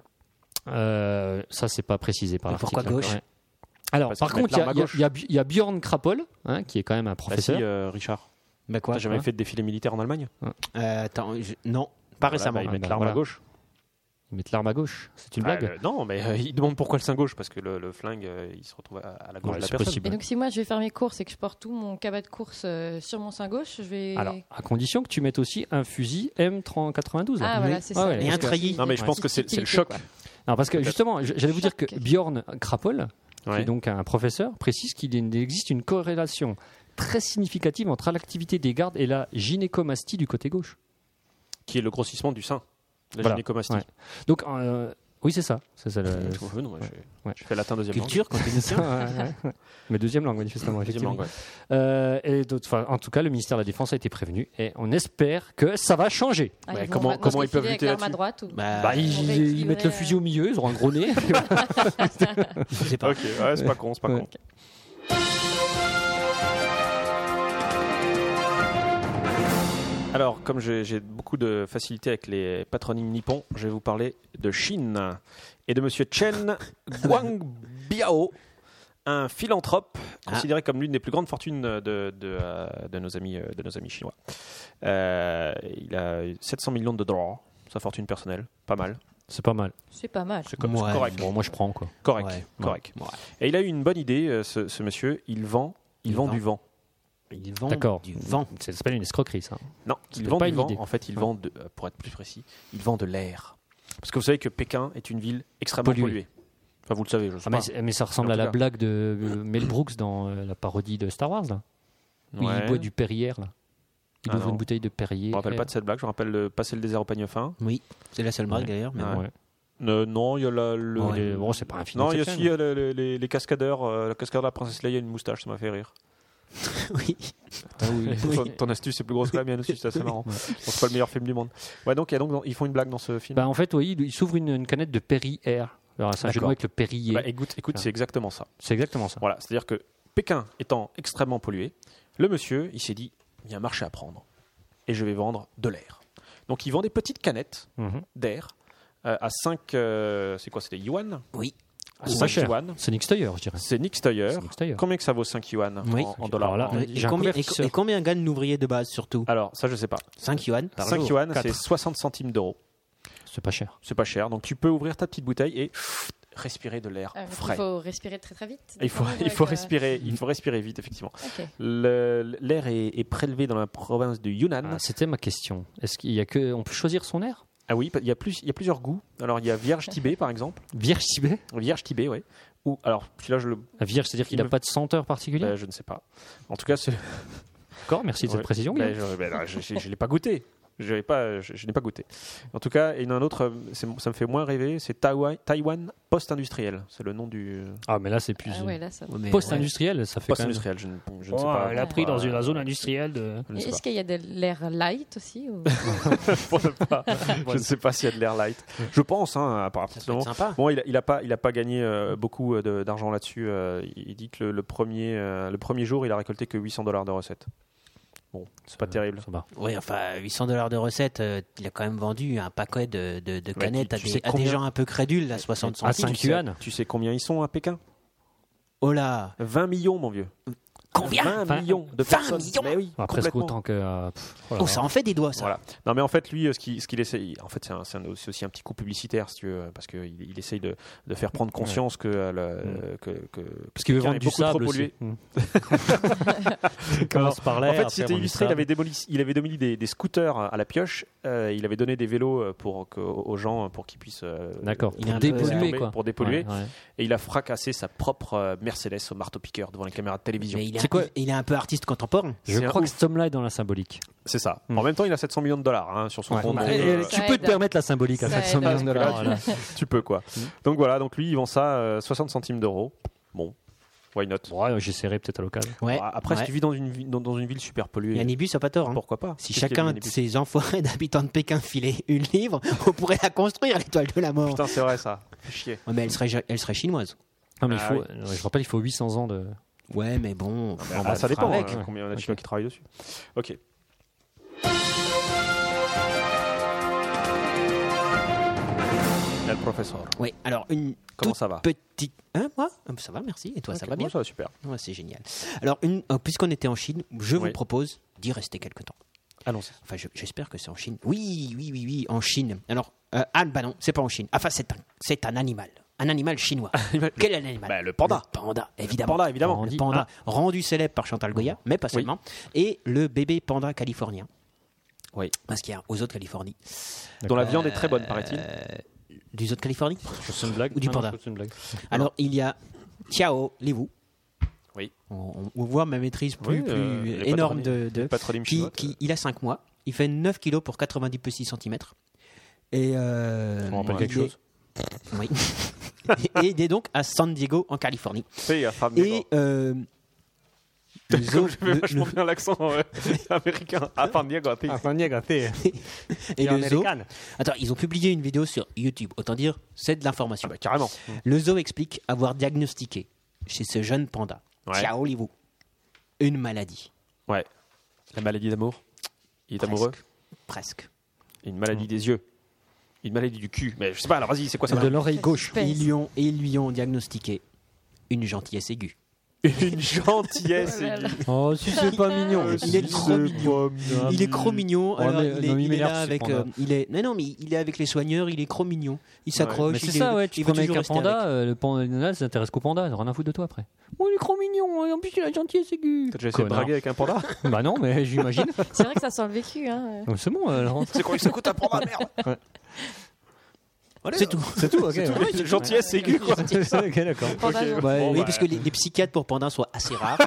[SPEAKER 4] Euh, ça, c'est pas précisé par
[SPEAKER 6] Mais
[SPEAKER 4] l'article.
[SPEAKER 6] pourquoi gauche
[SPEAKER 4] Ouais. Alors,
[SPEAKER 3] Parce
[SPEAKER 4] par
[SPEAKER 3] qu'ils
[SPEAKER 4] contre, il y,
[SPEAKER 3] mettent
[SPEAKER 4] a-
[SPEAKER 3] l'arme à
[SPEAKER 4] il y a- il y a Bjorn Krapol, hein, qui est quand même un
[SPEAKER 3] Bah si,
[SPEAKER 4] professeur.
[SPEAKER 3] euh, Richard.
[SPEAKER 6] Bah, quoi
[SPEAKER 3] T'as jamais
[SPEAKER 6] hein
[SPEAKER 3] fait de défilé militaire en Allemagne
[SPEAKER 6] Euh, Attends, je- non, pas récemment.
[SPEAKER 3] Voilà, bah, ils
[SPEAKER 4] Ah,
[SPEAKER 3] mettent
[SPEAKER 4] bah,
[SPEAKER 3] l'arme
[SPEAKER 4] voilà.
[SPEAKER 3] à gauche.
[SPEAKER 4] Ils mettent l'arme à gauche. C'est une
[SPEAKER 3] Ah,
[SPEAKER 4] blague
[SPEAKER 3] le- non, mais euh, il demande pourquoi le sein gauche, parce que le, le flingue, euh, il se retrouve à, à la gauche
[SPEAKER 4] Ouais,
[SPEAKER 3] de la
[SPEAKER 4] c'est
[SPEAKER 3] personne.
[SPEAKER 4] possible.
[SPEAKER 7] Et donc, si moi je vais faire mes courses et que je porte tout mon cabas de course euh, sur mon sein gauche, je vais.
[SPEAKER 4] Alors, à condition que tu mettes aussi un fusil M392.
[SPEAKER 7] ah, voilà, c'est ça.
[SPEAKER 4] Ouais, ouais.
[SPEAKER 6] Et un
[SPEAKER 7] Parce que-
[SPEAKER 6] treillis.
[SPEAKER 3] Non, mais je
[SPEAKER 4] Ouais.
[SPEAKER 3] pense que c'est c'est le
[SPEAKER 7] Utilité,
[SPEAKER 3] choc.
[SPEAKER 7] quoi.
[SPEAKER 4] Non, parce que justement, j- j'allais vous dire que
[SPEAKER 7] Choc.
[SPEAKER 4] Bjorn Krapol, qui
[SPEAKER 3] Ouais.
[SPEAKER 4] est donc un professeur, précise qu'il y a une- existe une corrélation très significative entre l'activité des gardes et la gynécomastie du côté gauche.
[SPEAKER 3] Qui est le grossissement du sein, la
[SPEAKER 4] Voilà.
[SPEAKER 3] gynécomastie.
[SPEAKER 4] Ouais. Donc, euh, oui, c'est ça. C'est ça le-
[SPEAKER 3] Je trouve- non, moi, je-
[SPEAKER 4] Ouais.
[SPEAKER 3] Je fais latin deuxième langue.
[SPEAKER 6] Culture, quand tu dis ça.
[SPEAKER 4] Ouais, ouais, ouais. Mais deuxième langue, manifestement.
[SPEAKER 3] Deuxième
[SPEAKER 4] effectivement.
[SPEAKER 3] langue, ouais.
[SPEAKER 4] Euh, et d'autres- enfin, en tout cas, le ministère de la Défense a été prévenu et on espère que ça va changer.
[SPEAKER 7] Ah, ils
[SPEAKER 3] Ouais,
[SPEAKER 7] vont
[SPEAKER 3] comment-
[SPEAKER 7] maintenant se
[SPEAKER 3] comment ils peuvent
[SPEAKER 7] défiler
[SPEAKER 3] lutter
[SPEAKER 7] avec l'arme à
[SPEAKER 3] là-dessus
[SPEAKER 7] droite ou...
[SPEAKER 6] Bah,
[SPEAKER 4] Bah,
[SPEAKER 7] on
[SPEAKER 4] ils,
[SPEAKER 7] va
[SPEAKER 4] ils mettent le
[SPEAKER 7] équilibrer,
[SPEAKER 4] fusil au milieu, ils auront un gros nez.
[SPEAKER 6] je sais pas.
[SPEAKER 3] Ok, ouais, c'est pas con, c'est pas
[SPEAKER 4] Ouais.
[SPEAKER 3] con. Alors, comme j'ai j'ai beaucoup de facilité avec les patronymes nippons, je vais vous parler de Chine et de Monsieur Chen Guangbiao, un philanthrope
[SPEAKER 6] Ah.
[SPEAKER 3] considéré comme l'une des plus grandes fortunes de, de, euh, de nos, amis, euh, de nos amis chinois. Euh, il a 700 millions de dollars, sa fortune personnelle, pas mal.
[SPEAKER 4] C'est pas mal.
[SPEAKER 7] C'est pas mal.
[SPEAKER 3] C'est co- c'est
[SPEAKER 6] Ouais.
[SPEAKER 3] correct,
[SPEAKER 4] Bon, moi je prends quoi.
[SPEAKER 3] correct,
[SPEAKER 6] Ouais.
[SPEAKER 3] correct.
[SPEAKER 6] Ouais.
[SPEAKER 3] Et il a eu une bonne idée, euh, ce, ce monsieur. Il vend, il,
[SPEAKER 6] Il
[SPEAKER 3] vend,
[SPEAKER 6] vend.
[SPEAKER 3] du vent.
[SPEAKER 6] Ils vendent
[SPEAKER 4] D'accord.
[SPEAKER 6] du vent.
[SPEAKER 4] Ça s'appelle une escroquerie, ça.
[SPEAKER 3] Non,
[SPEAKER 4] C'était
[SPEAKER 3] il vend
[SPEAKER 4] pas
[SPEAKER 3] du
[SPEAKER 4] une
[SPEAKER 3] vent.
[SPEAKER 4] idée.
[SPEAKER 3] En fait, il
[SPEAKER 4] Ouais.
[SPEAKER 3] vend, de- euh, pour être plus précis, il vend de l'air. Parce que vous savez que Pékin est une ville extrêmement
[SPEAKER 4] Polluée.
[SPEAKER 3] polluée. Enfin, vous le savez, je sais
[SPEAKER 4] Ah,
[SPEAKER 3] pas.
[SPEAKER 4] mais, c'est- mais ça ressemble
[SPEAKER 3] En
[SPEAKER 4] à
[SPEAKER 3] tout
[SPEAKER 4] la
[SPEAKER 3] cas.
[SPEAKER 4] blague de euh, Mel Brooks dans euh, la parodie de Star Wars. Là, où
[SPEAKER 3] Ouais.
[SPEAKER 4] il boit du Perrier. Là. Il
[SPEAKER 3] Ah,
[SPEAKER 4] ouvre
[SPEAKER 3] non.
[SPEAKER 4] une bouteille de Perrier.
[SPEAKER 3] Je me rappelle pas de cette blague. Je me rappelle le passer le désert au peigne fin.
[SPEAKER 6] Oui, c'est la seule marque d'ailleurs. mais
[SPEAKER 3] Ouais.
[SPEAKER 6] bon.
[SPEAKER 4] Ouais.
[SPEAKER 3] Euh, non, il y a la- le.
[SPEAKER 4] Bon, il est- bon, Oh, c'est pas un film.
[SPEAKER 3] Non, il y a aussi
[SPEAKER 4] exceptionnel.
[SPEAKER 3] euh, le- le- les, les cascadeurs. euh, le cascadeur de la princesse Leia a une moustache, ça m'a fait rire.
[SPEAKER 6] Oui.
[SPEAKER 4] Ah oui.
[SPEAKER 3] Ton, ton astuce est plus grosse que la mienne aussi, c'est assez marrant. Bon, c'est pas le meilleur film du monde. Ouais, donc, il y a donc dans- ils font une blague dans ce film.
[SPEAKER 4] Bah, en fait, oui, il il s'ouvre une, une canette de Perrier. Alors, c'est un jeu de
[SPEAKER 3] D'accord.
[SPEAKER 4] mots avec le Perrier.
[SPEAKER 3] Bah, écoute, écoute,
[SPEAKER 4] Ah.
[SPEAKER 3] c'est exactement ça.
[SPEAKER 4] c'est exactement ça.
[SPEAKER 3] Voilà, c'est-à-dire que Pékin étant extrêmement pollué, le monsieur, il s'est dit, il y a un marché à prendre et je vais vendre de l'air. Donc il vend des petites canettes
[SPEAKER 4] Mhm.
[SPEAKER 3] d'air euh, à 5 c'est quoi c'était yuan
[SPEAKER 6] Oui.
[SPEAKER 3] À
[SPEAKER 4] Ou
[SPEAKER 3] 5
[SPEAKER 4] pas cher.
[SPEAKER 3] yuan.
[SPEAKER 4] Ah, C'est Nick Steyer, je dirais.
[SPEAKER 3] C'est Nick Steyer.
[SPEAKER 4] C'est Nick Steyer.
[SPEAKER 3] Combien que ça vaut 5 yuan
[SPEAKER 6] Oui.
[SPEAKER 3] en, en dollars
[SPEAKER 4] Alors là,
[SPEAKER 3] En-
[SPEAKER 4] oui.
[SPEAKER 6] Et
[SPEAKER 4] J'ai un
[SPEAKER 6] combien, et,
[SPEAKER 4] convertisseur.
[SPEAKER 6] et combien gagne l'ouvrier de base surtout
[SPEAKER 3] Alors ça je sais pas.
[SPEAKER 6] 5 yuan par
[SPEAKER 3] 5
[SPEAKER 6] jour.
[SPEAKER 3] Ah. yuan
[SPEAKER 4] Quatre.
[SPEAKER 3] c'est 60 centimes d'euros.
[SPEAKER 4] C'est pas cher.
[SPEAKER 3] C'est pas cher. Donc tu peux ouvrir ta petite bouteille et respirer de l'air
[SPEAKER 7] Ah, donc
[SPEAKER 3] frais.
[SPEAKER 7] Il faut respirer très très vite.
[SPEAKER 3] Il faut,
[SPEAKER 7] Ah,
[SPEAKER 3] il
[SPEAKER 7] ouais,
[SPEAKER 3] faut
[SPEAKER 7] que-
[SPEAKER 3] respirer, il faut respirer vite effectivement.
[SPEAKER 7] ok.
[SPEAKER 3] Le- L'air est, est prélevé dans la province de Yunnan.
[SPEAKER 4] Ah, C'était ma question. Est-ce qu'il y a que on peut choisir son air
[SPEAKER 3] Ah oui, il y, a plus, il y a plusieurs goûts. Alors, il y a Vierge Tibet, par exemple.
[SPEAKER 4] Vierge Tibet
[SPEAKER 3] Vierge Tibet, oui. Ou, alors, celui-là, je, le,
[SPEAKER 4] Ah, Vierge, c'est-à-dire qu'il n'a
[SPEAKER 3] Il me-
[SPEAKER 4] pas de senteur particulière
[SPEAKER 3] ben, je ne sais pas. En tout cas, c'est.
[SPEAKER 4] D'accord, merci de cette
[SPEAKER 3] Ouais.
[SPEAKER 4] précision.
[SPEAKER 3] Ben,
[SPEAKER 4] Guillaume.
[SPEAKER 3] je ben, non, je- je- je l'ai pas goûté. Je l'ai pas, je, je n'ai pas goûté. En tout cas, il y en a un autre, euh, c'est- ça me fait moins rêver, c'est Taïwan, Taïwan post-industriel. C'est le nom du.
[SPEAKER 4] Ah, mais là, c'est plus.
[SPEAKER 7] Ah ouais, là, ça...
[SPEAKER 6] Ouais, mais ouais.
[SPEAKER 4] Post-industriel, ça fait quand même.
[SPEAKER 3] bah,
[SPEAKER 4] Oh,
[SPEAKER 3] Post-industriel, je, ne- je ne sais pas.
[SPEAKER 4] elle a pris dans une zone industrielle de.
[SPEAKER 3] Je ne
[SPEAKER 7] Et
[SPEAKER 3] sais pas.
[SPEAKER 7] Est-ce qu'il y a de l'air light aussi ou-
[SPEAKER 3] Pour ne pas- je ne sais pas s'il y a de l'air light. Je pense, hein, à
[SPEAKER 6] Ça
[SPEAKER 3] partir
[SPEAKER 6] peut être sympa.
[SPEAKER 3] Bon, il n'a il a pas, il a pas gagné euh, beaucoup euh, de- d'argent là-dessus. euh, il il dit que le, le premier, euh, le premier jour, il a récolté que 800 dollars de recettes. Bon, c'est pas terrible.
[SPEAKER 4] Ça va.
[SPEAKER 6] Oui, enfin, 800 dollars de recettes, euh, il a quand même vendu un paquet de, de- de canettes
[SPEAKER 3] tu-
[SPEAKER 6] à,
[SPEAKER 3] tu
[SPEAKER 6] des,
[SPEAKER 3] sais
[SPEAKER 6] à des
[SPEAKER 3] combien
[SPEAKER 6] gens un peu crédules à 60
[SPEAKER 4] À
[SPEAKER 6] centimes.
[SPEAKER 4] 5 Ah, yuan.
[SPEAKER 3] Tu sais combien ils sont à Pékin
[SPEAKER 6] Oh là
[SPEAKER 3] 20 millions, mon vieux.
[SPEAKER 6] Combien
[SPEAKER 3] 20 millions de
[SPEAKER 6] 20
[SPEAKER 3] personnes.
[SPEAKER 6] millions
[SPEAKER 3] Mais oui,
[SPEAKER 4] Ah, presque
[SPEAKER 3] complètement.
[SPEAKER 4] autant que. euh, pff, oh là
[SPEAKER 6] Oh,
[SPEAKER 4] là.
[SPEAKER 6] ça en fait des doigts, ça.
[SPEAKER 3] Voilà. Non, mais en fait, lui, euh, ce qu'il ce qu'il essaye, en fait, c'est un- c'est un- c'est aussi un petit coup publicitaire, si tu veux, parce qu'il il essaye de, de faire prendre conscience que, euh, le- que, que-
[SPEAKER 4] Mm. Parce qu'il
[SPEAKER 3] Quelqu'un
[SPEAKER 4] veut vendre
[SPEAKER 3] est
[SPEAKER 4] du
[SPEAKER 3] beaucoup trop
[SPEAKER 4] sable aussi.
[SPEAKER 3] pollué.
[SPEAKER 4] Mm. Il commence par l'air.
[SPEAKER 3] En fait,
[SPEAKER 4] après
[SPEAKER 3] c'était
[SPEAKER 4] on dit
[SPEAKER 3] illustré. Il
[SPEAKER 4] sable.
[SPEAKER 3] avait démoli, il avait démoli des, des scooters à la pioche. euh, il avait donné des vélos euh, pour que- aux gens pour qu'ils puissent euh,
[SPEAKER 4] D'accord.
[SPEAKER 6] Il
[SPEAKER 4] Pour
[SPEAKER 6] a un peu-
[SPEAKER 4] dépolluer,
[SPEAKER 3] tomber,
[SPEAKER 4] quoi.
[SPEAKER 3] pour dépolluer.
[SPEAKER 4] Ouais, ouais.
[SPEAKER 3] Et il a fracassé sa propre euh, Mercedes au marteau-piqueur devant les caméras de télévision.
[SPEAKER 6] Mais il
[SPEAKER 4] C'est
[SPEAKER 6] est,
[SPEAKER 4] quoi
[SPEAKER 6] un, il est un peu artiste contemporain.
[SPEAKER 4] Je
[SPEAKER 3] C'est un
[SPEAKER 4] crois que
[SPEAKER 3] ouf.
[SPEAKER 4] cet homme-là est dans la symbolique.
[SPEAKER 3] C'est ça.
[SPEAKER 4] Mm.
[SPEAKER 3] En même temps, il a 700 millions de dollars hein, sur son
[SPEAKER 4] Ouais.
[SPEAKER 3] compte.
[SPEAKER 4] Bah,
[SPEAKER 3] donc,
[SPEAKER 4] et-
[SPEAKER 3] euh,
[SPEAKER 4] et tu
[SPEAKER 7] Ça
[SPEAKER 4] peux
[SPEAKER 7] aide.
[SPEAKER 4] te permettre la symbolique hein. à
[SPEAKER 7] Ça
[SPEAKER 4] 700
[SPEAKER 7] aide.
[SPEAKER 4] millions de dollars. voilà.
[SPEAKER 3] tu peux quoi.
[SPEAKER 6] Hmm.
[SPEAKER 3] Donc voilà, donc lui, il vend ça euh, 60 centimes d'euros. Bon, why not
[SPEAKER 4] Ouais, j'essaierai peut-être à l'occasion.
[SPEAKER 6] Ouais.
[SPEAKER 3] Bah, Après,
[SPEAKER 6] ouais.
[SPEAKER 3] si tu vis dans une, vi- dans, dans une ville super polluée,
[SPEAKER 6] Yannibus a pas tort. hein.
[SPEAKER 3] pourquoi pas
[SPEAKER 6] Si
[SPEAKER 3] Qu'est-ce qu'il y a
[SPEAKER 6] chacun
[SPEAKER 3] de
[SPEAKER 6] de
[SPEAKER 3] Yannibus
[SPEAKER 6] ces enfoirés d'habitants de Pékin filait une livre, on pourrait la construire, l'étoile de la mort.
[SPEAKER 3] Putain, c'est vrai ça. Fais Chier.
[SPEAKER 6] Ouais, mais elle serait, ja- elle serait chinoise.
[SPEAKER 4] Non, mais il
[SPEAKER 3] Ah
[SPEAKER 4] faut,
[SPEAKER 3] oui.
[SPEAKER 4] euh, je rappelle, il faut 800 ans de.
[SPEAKER 6] Ouais, mais bon.
[SPEAKER 3] Ah,
[SPEAKER 6] on va
[SPEAKER 3] ça
[SPEAKER 6] le
[SPEAKER 3] dépend.
[SPEAKER 6] faire
[SPEAKER 4] avec,
[SPEAKER 3] hein,
[SPEAKER 4] ouais.
[SPEAKER 3] Combien il y en a de
[SPEAKER 4] Ok.
[SPEAKER 3] Chinois qui travaillent dessus Ok. Là, le professeur.
[SPEAKER 6] Oui, alors une
[SPEAKER 3] ah. Comment
[SPEAKER 6] toute
[SPEAKER 3] ça va
[SPEAKER 6] petite. Hein, moi Ah, Ça va, merci. Et toi, ça
[SPEAKER 3] Ok,
[SPEAKER 6] va bien
[SPEAKER 3] moi, Bah, Ça va super.
[SPEAKER 6] Ouais, C'est génial. Alors, une... euh, puisqu'on était en Chine, je
[SPEAKER 3] Oui.
[SPEAKER 6] vous propose d'y rester quelque temps.
[SPEAKER 3] Allons-y.
[SPEAKER 6] Enfin, je- j'espère que c'est en Chine. Oui, oui, oui, oui, en Chine. Alors, Euh, ah, bah non, c'est pas en Chine. Enfin, c'est un, c'est un animal. Un animal chinois. Quel est l'animal
[SPEAKER 3] Bah, le panda.
[SPEAKER 6] Le panda, évidemment.
[SPEAKER 3] panda, évidemment. Ah. Mmh.
[SPEAKER 6] Le
[SPEAKER 3] Rendu-
[SPEAKER 6] panda, rendu célèbre par Chantal Goya, mais pas seulement. Et le bébé panda californien.
[SPEAKER 3] Oui.
[SPEAKER 6] Parce qu'il y a aux autres Californie.
[SPEAKER 3] Dont la viande est très bonne, paraît-il.
[SPEAKER 6] Euh, du zoo de Californie
[SPEAKER 4] C'est une blague
[SPEAKER 6] Ou du
[SPEAKER 4] Ah non,
[SPEAKER 6] panda.
[SPEAKER 4] je pense que c'est une blague.
[SPEAKER 6] Alors, il y a Tiao Liwu.
[SPEAKER 3] Oui.
[SPEAKER 6] On, on voit ma maîtrise plus,
[SPEAKER 3] Oui, euh,
[SPEAKER 6] plus
[SPEAKER 3] les
[SPEAKER 6] énorme
[SPEAKER 3] patronymes-
[SPEAKER 6] de. de-
[SPEAKER 3] les patronymes
[SPEAKER 6] qui,
[SPEAKER 3] chinois,
[SPEAKER 6] qui- il a 5 mois. Il fait 9 kilos pour 90 petits centimètres. Et. Euh,
[SPEAKER 3] On rappelle
[SPEAKER 6] il
[SPEAKER 3] quelque
[SPEAKER 6] est-
[SPEAKER 3] chose.
[SPEAKER 6] Oui. et il est donc à San Diego, en Californie.
[SPEAKER 3] C'est la femme
[SPEAKER 6] Et. euh, le zoo-
[SPEAKER 3] J'avais
[SPEAKER 6] le-
[SPEAKER 3] vachement
[SPEAKER 6] le-
[SPEAKER 3] bien l'accent euh, américain. À fin de gâter.
[SPEAKER 6] et le zoo- Attends, ils ont publié une vidéo sur YouTube. Autant dire, c'est de l'information.
[SPEAKER 3] Carrément.
[SPEAKER 6] Le zoo explique avoir diagnostiqué chez ce jeune panda,
[SPEAKER 3] Ouais.
[SPEAKER 6] Tiao Liwu, une maladie.
[SPEAKER 3] Ouais. La maladie d'amour. Il est amoureux.
[SPEAKER 6] Presque. Presque.
[SPEAKER 3] Une maladie des yeux. Une maladie du cul. Mais je sais pas, alors vas-y, c'est quoi ça
[SPEAKER 4] De l'oreille gauche.
[SPEAKER 7] Pèse.
[SPEAKER 6] Ils lui, ont, ils lui ont diagnostiqué une gentillesse aiguë.
[SPEAKER 3] Une gentillesse.
[SPEAKER 7] Oh là là.
[SPEAKER 4] Oh, si c'est pas mignon.
[SPEAKER 3] Euh,
[SPEAKER 6] Il est trop mignon. Il est trop mignon.
[SPEAKER 4] Ouais,
[SPEAKER 6] Alors,
[SPEAKER 4] mais,
[SPEAKER 6] il est,
[SPEAKER 4] non, mais
[SPEAKER 6] il
[SPEAKER 4] il a
[SPEAKER 6] est
[SPEAKER 4] l'air
[SPEAKER 6] là
[SPEAKER 4] de se
[SPEAKER 6] avec.
[SPEAKER 4] prendre.
[SPEAKER 6] euh, il est, non, non, mais il est avec les soigneurs. Il est trop mignon. Il
[SPEAKER 4] Mais
[SPEAKER 6] s'accroche.
[SPEAKER 4] c'est
[SPEAKER 6] il est-
[SPEAKER 4] ça, ouais. Tu
[SPEAKER 6] il veut
[SPEAKER 4] promets avec
[SPEAKER 6] toujours
[SPEAKER 4] un
[SPEAKER 6] rester
[SPEAKER 4] panda,
[SPEAKER 6] avec.
[SPEAKER 4] euh, le panda, les nanas, ça s'intéresse qu'au panda. Rien à foutre de toi après. Oh, il est trop mignon. hein, En plus, il a gentillesse aiguë.
[SPEAKER 3] T'as déjà essayé de
[SPEAKER 4] Connard.
[SPEAKER 3] draguer avec un panda
[SPEAKER 4] Bah non, mais j'imagine.
[SPEAKER 7] C'est vrai que ça sent le vécu. Hein.
[SPEAKER 4] Donc, C'est bon, euh, Laurent.
[SPEAKER 3] C'est quoi, il s'écoute un panda, merde
[SPEAKER 6] C'est tout.
[SPEAKER 4] C'est tout, ok.
[SPEAKER 3] Oui, c'est gentillesse aiguë, quoi.
[SPEAKER 4] Ok, d'accord.
[SPEAKER 7] Panda
[SPEAKER 3] Ok,
[SPEAKER 7] gentil.
[SPEAKER 4] Bah,
[SPEAKER 3] bon,
[SPEAKER 6] Oui,
[SPEAKER 3] bah,
[SPEAKER 6] parce que les, les psychiatres pour pandas sont assez rares.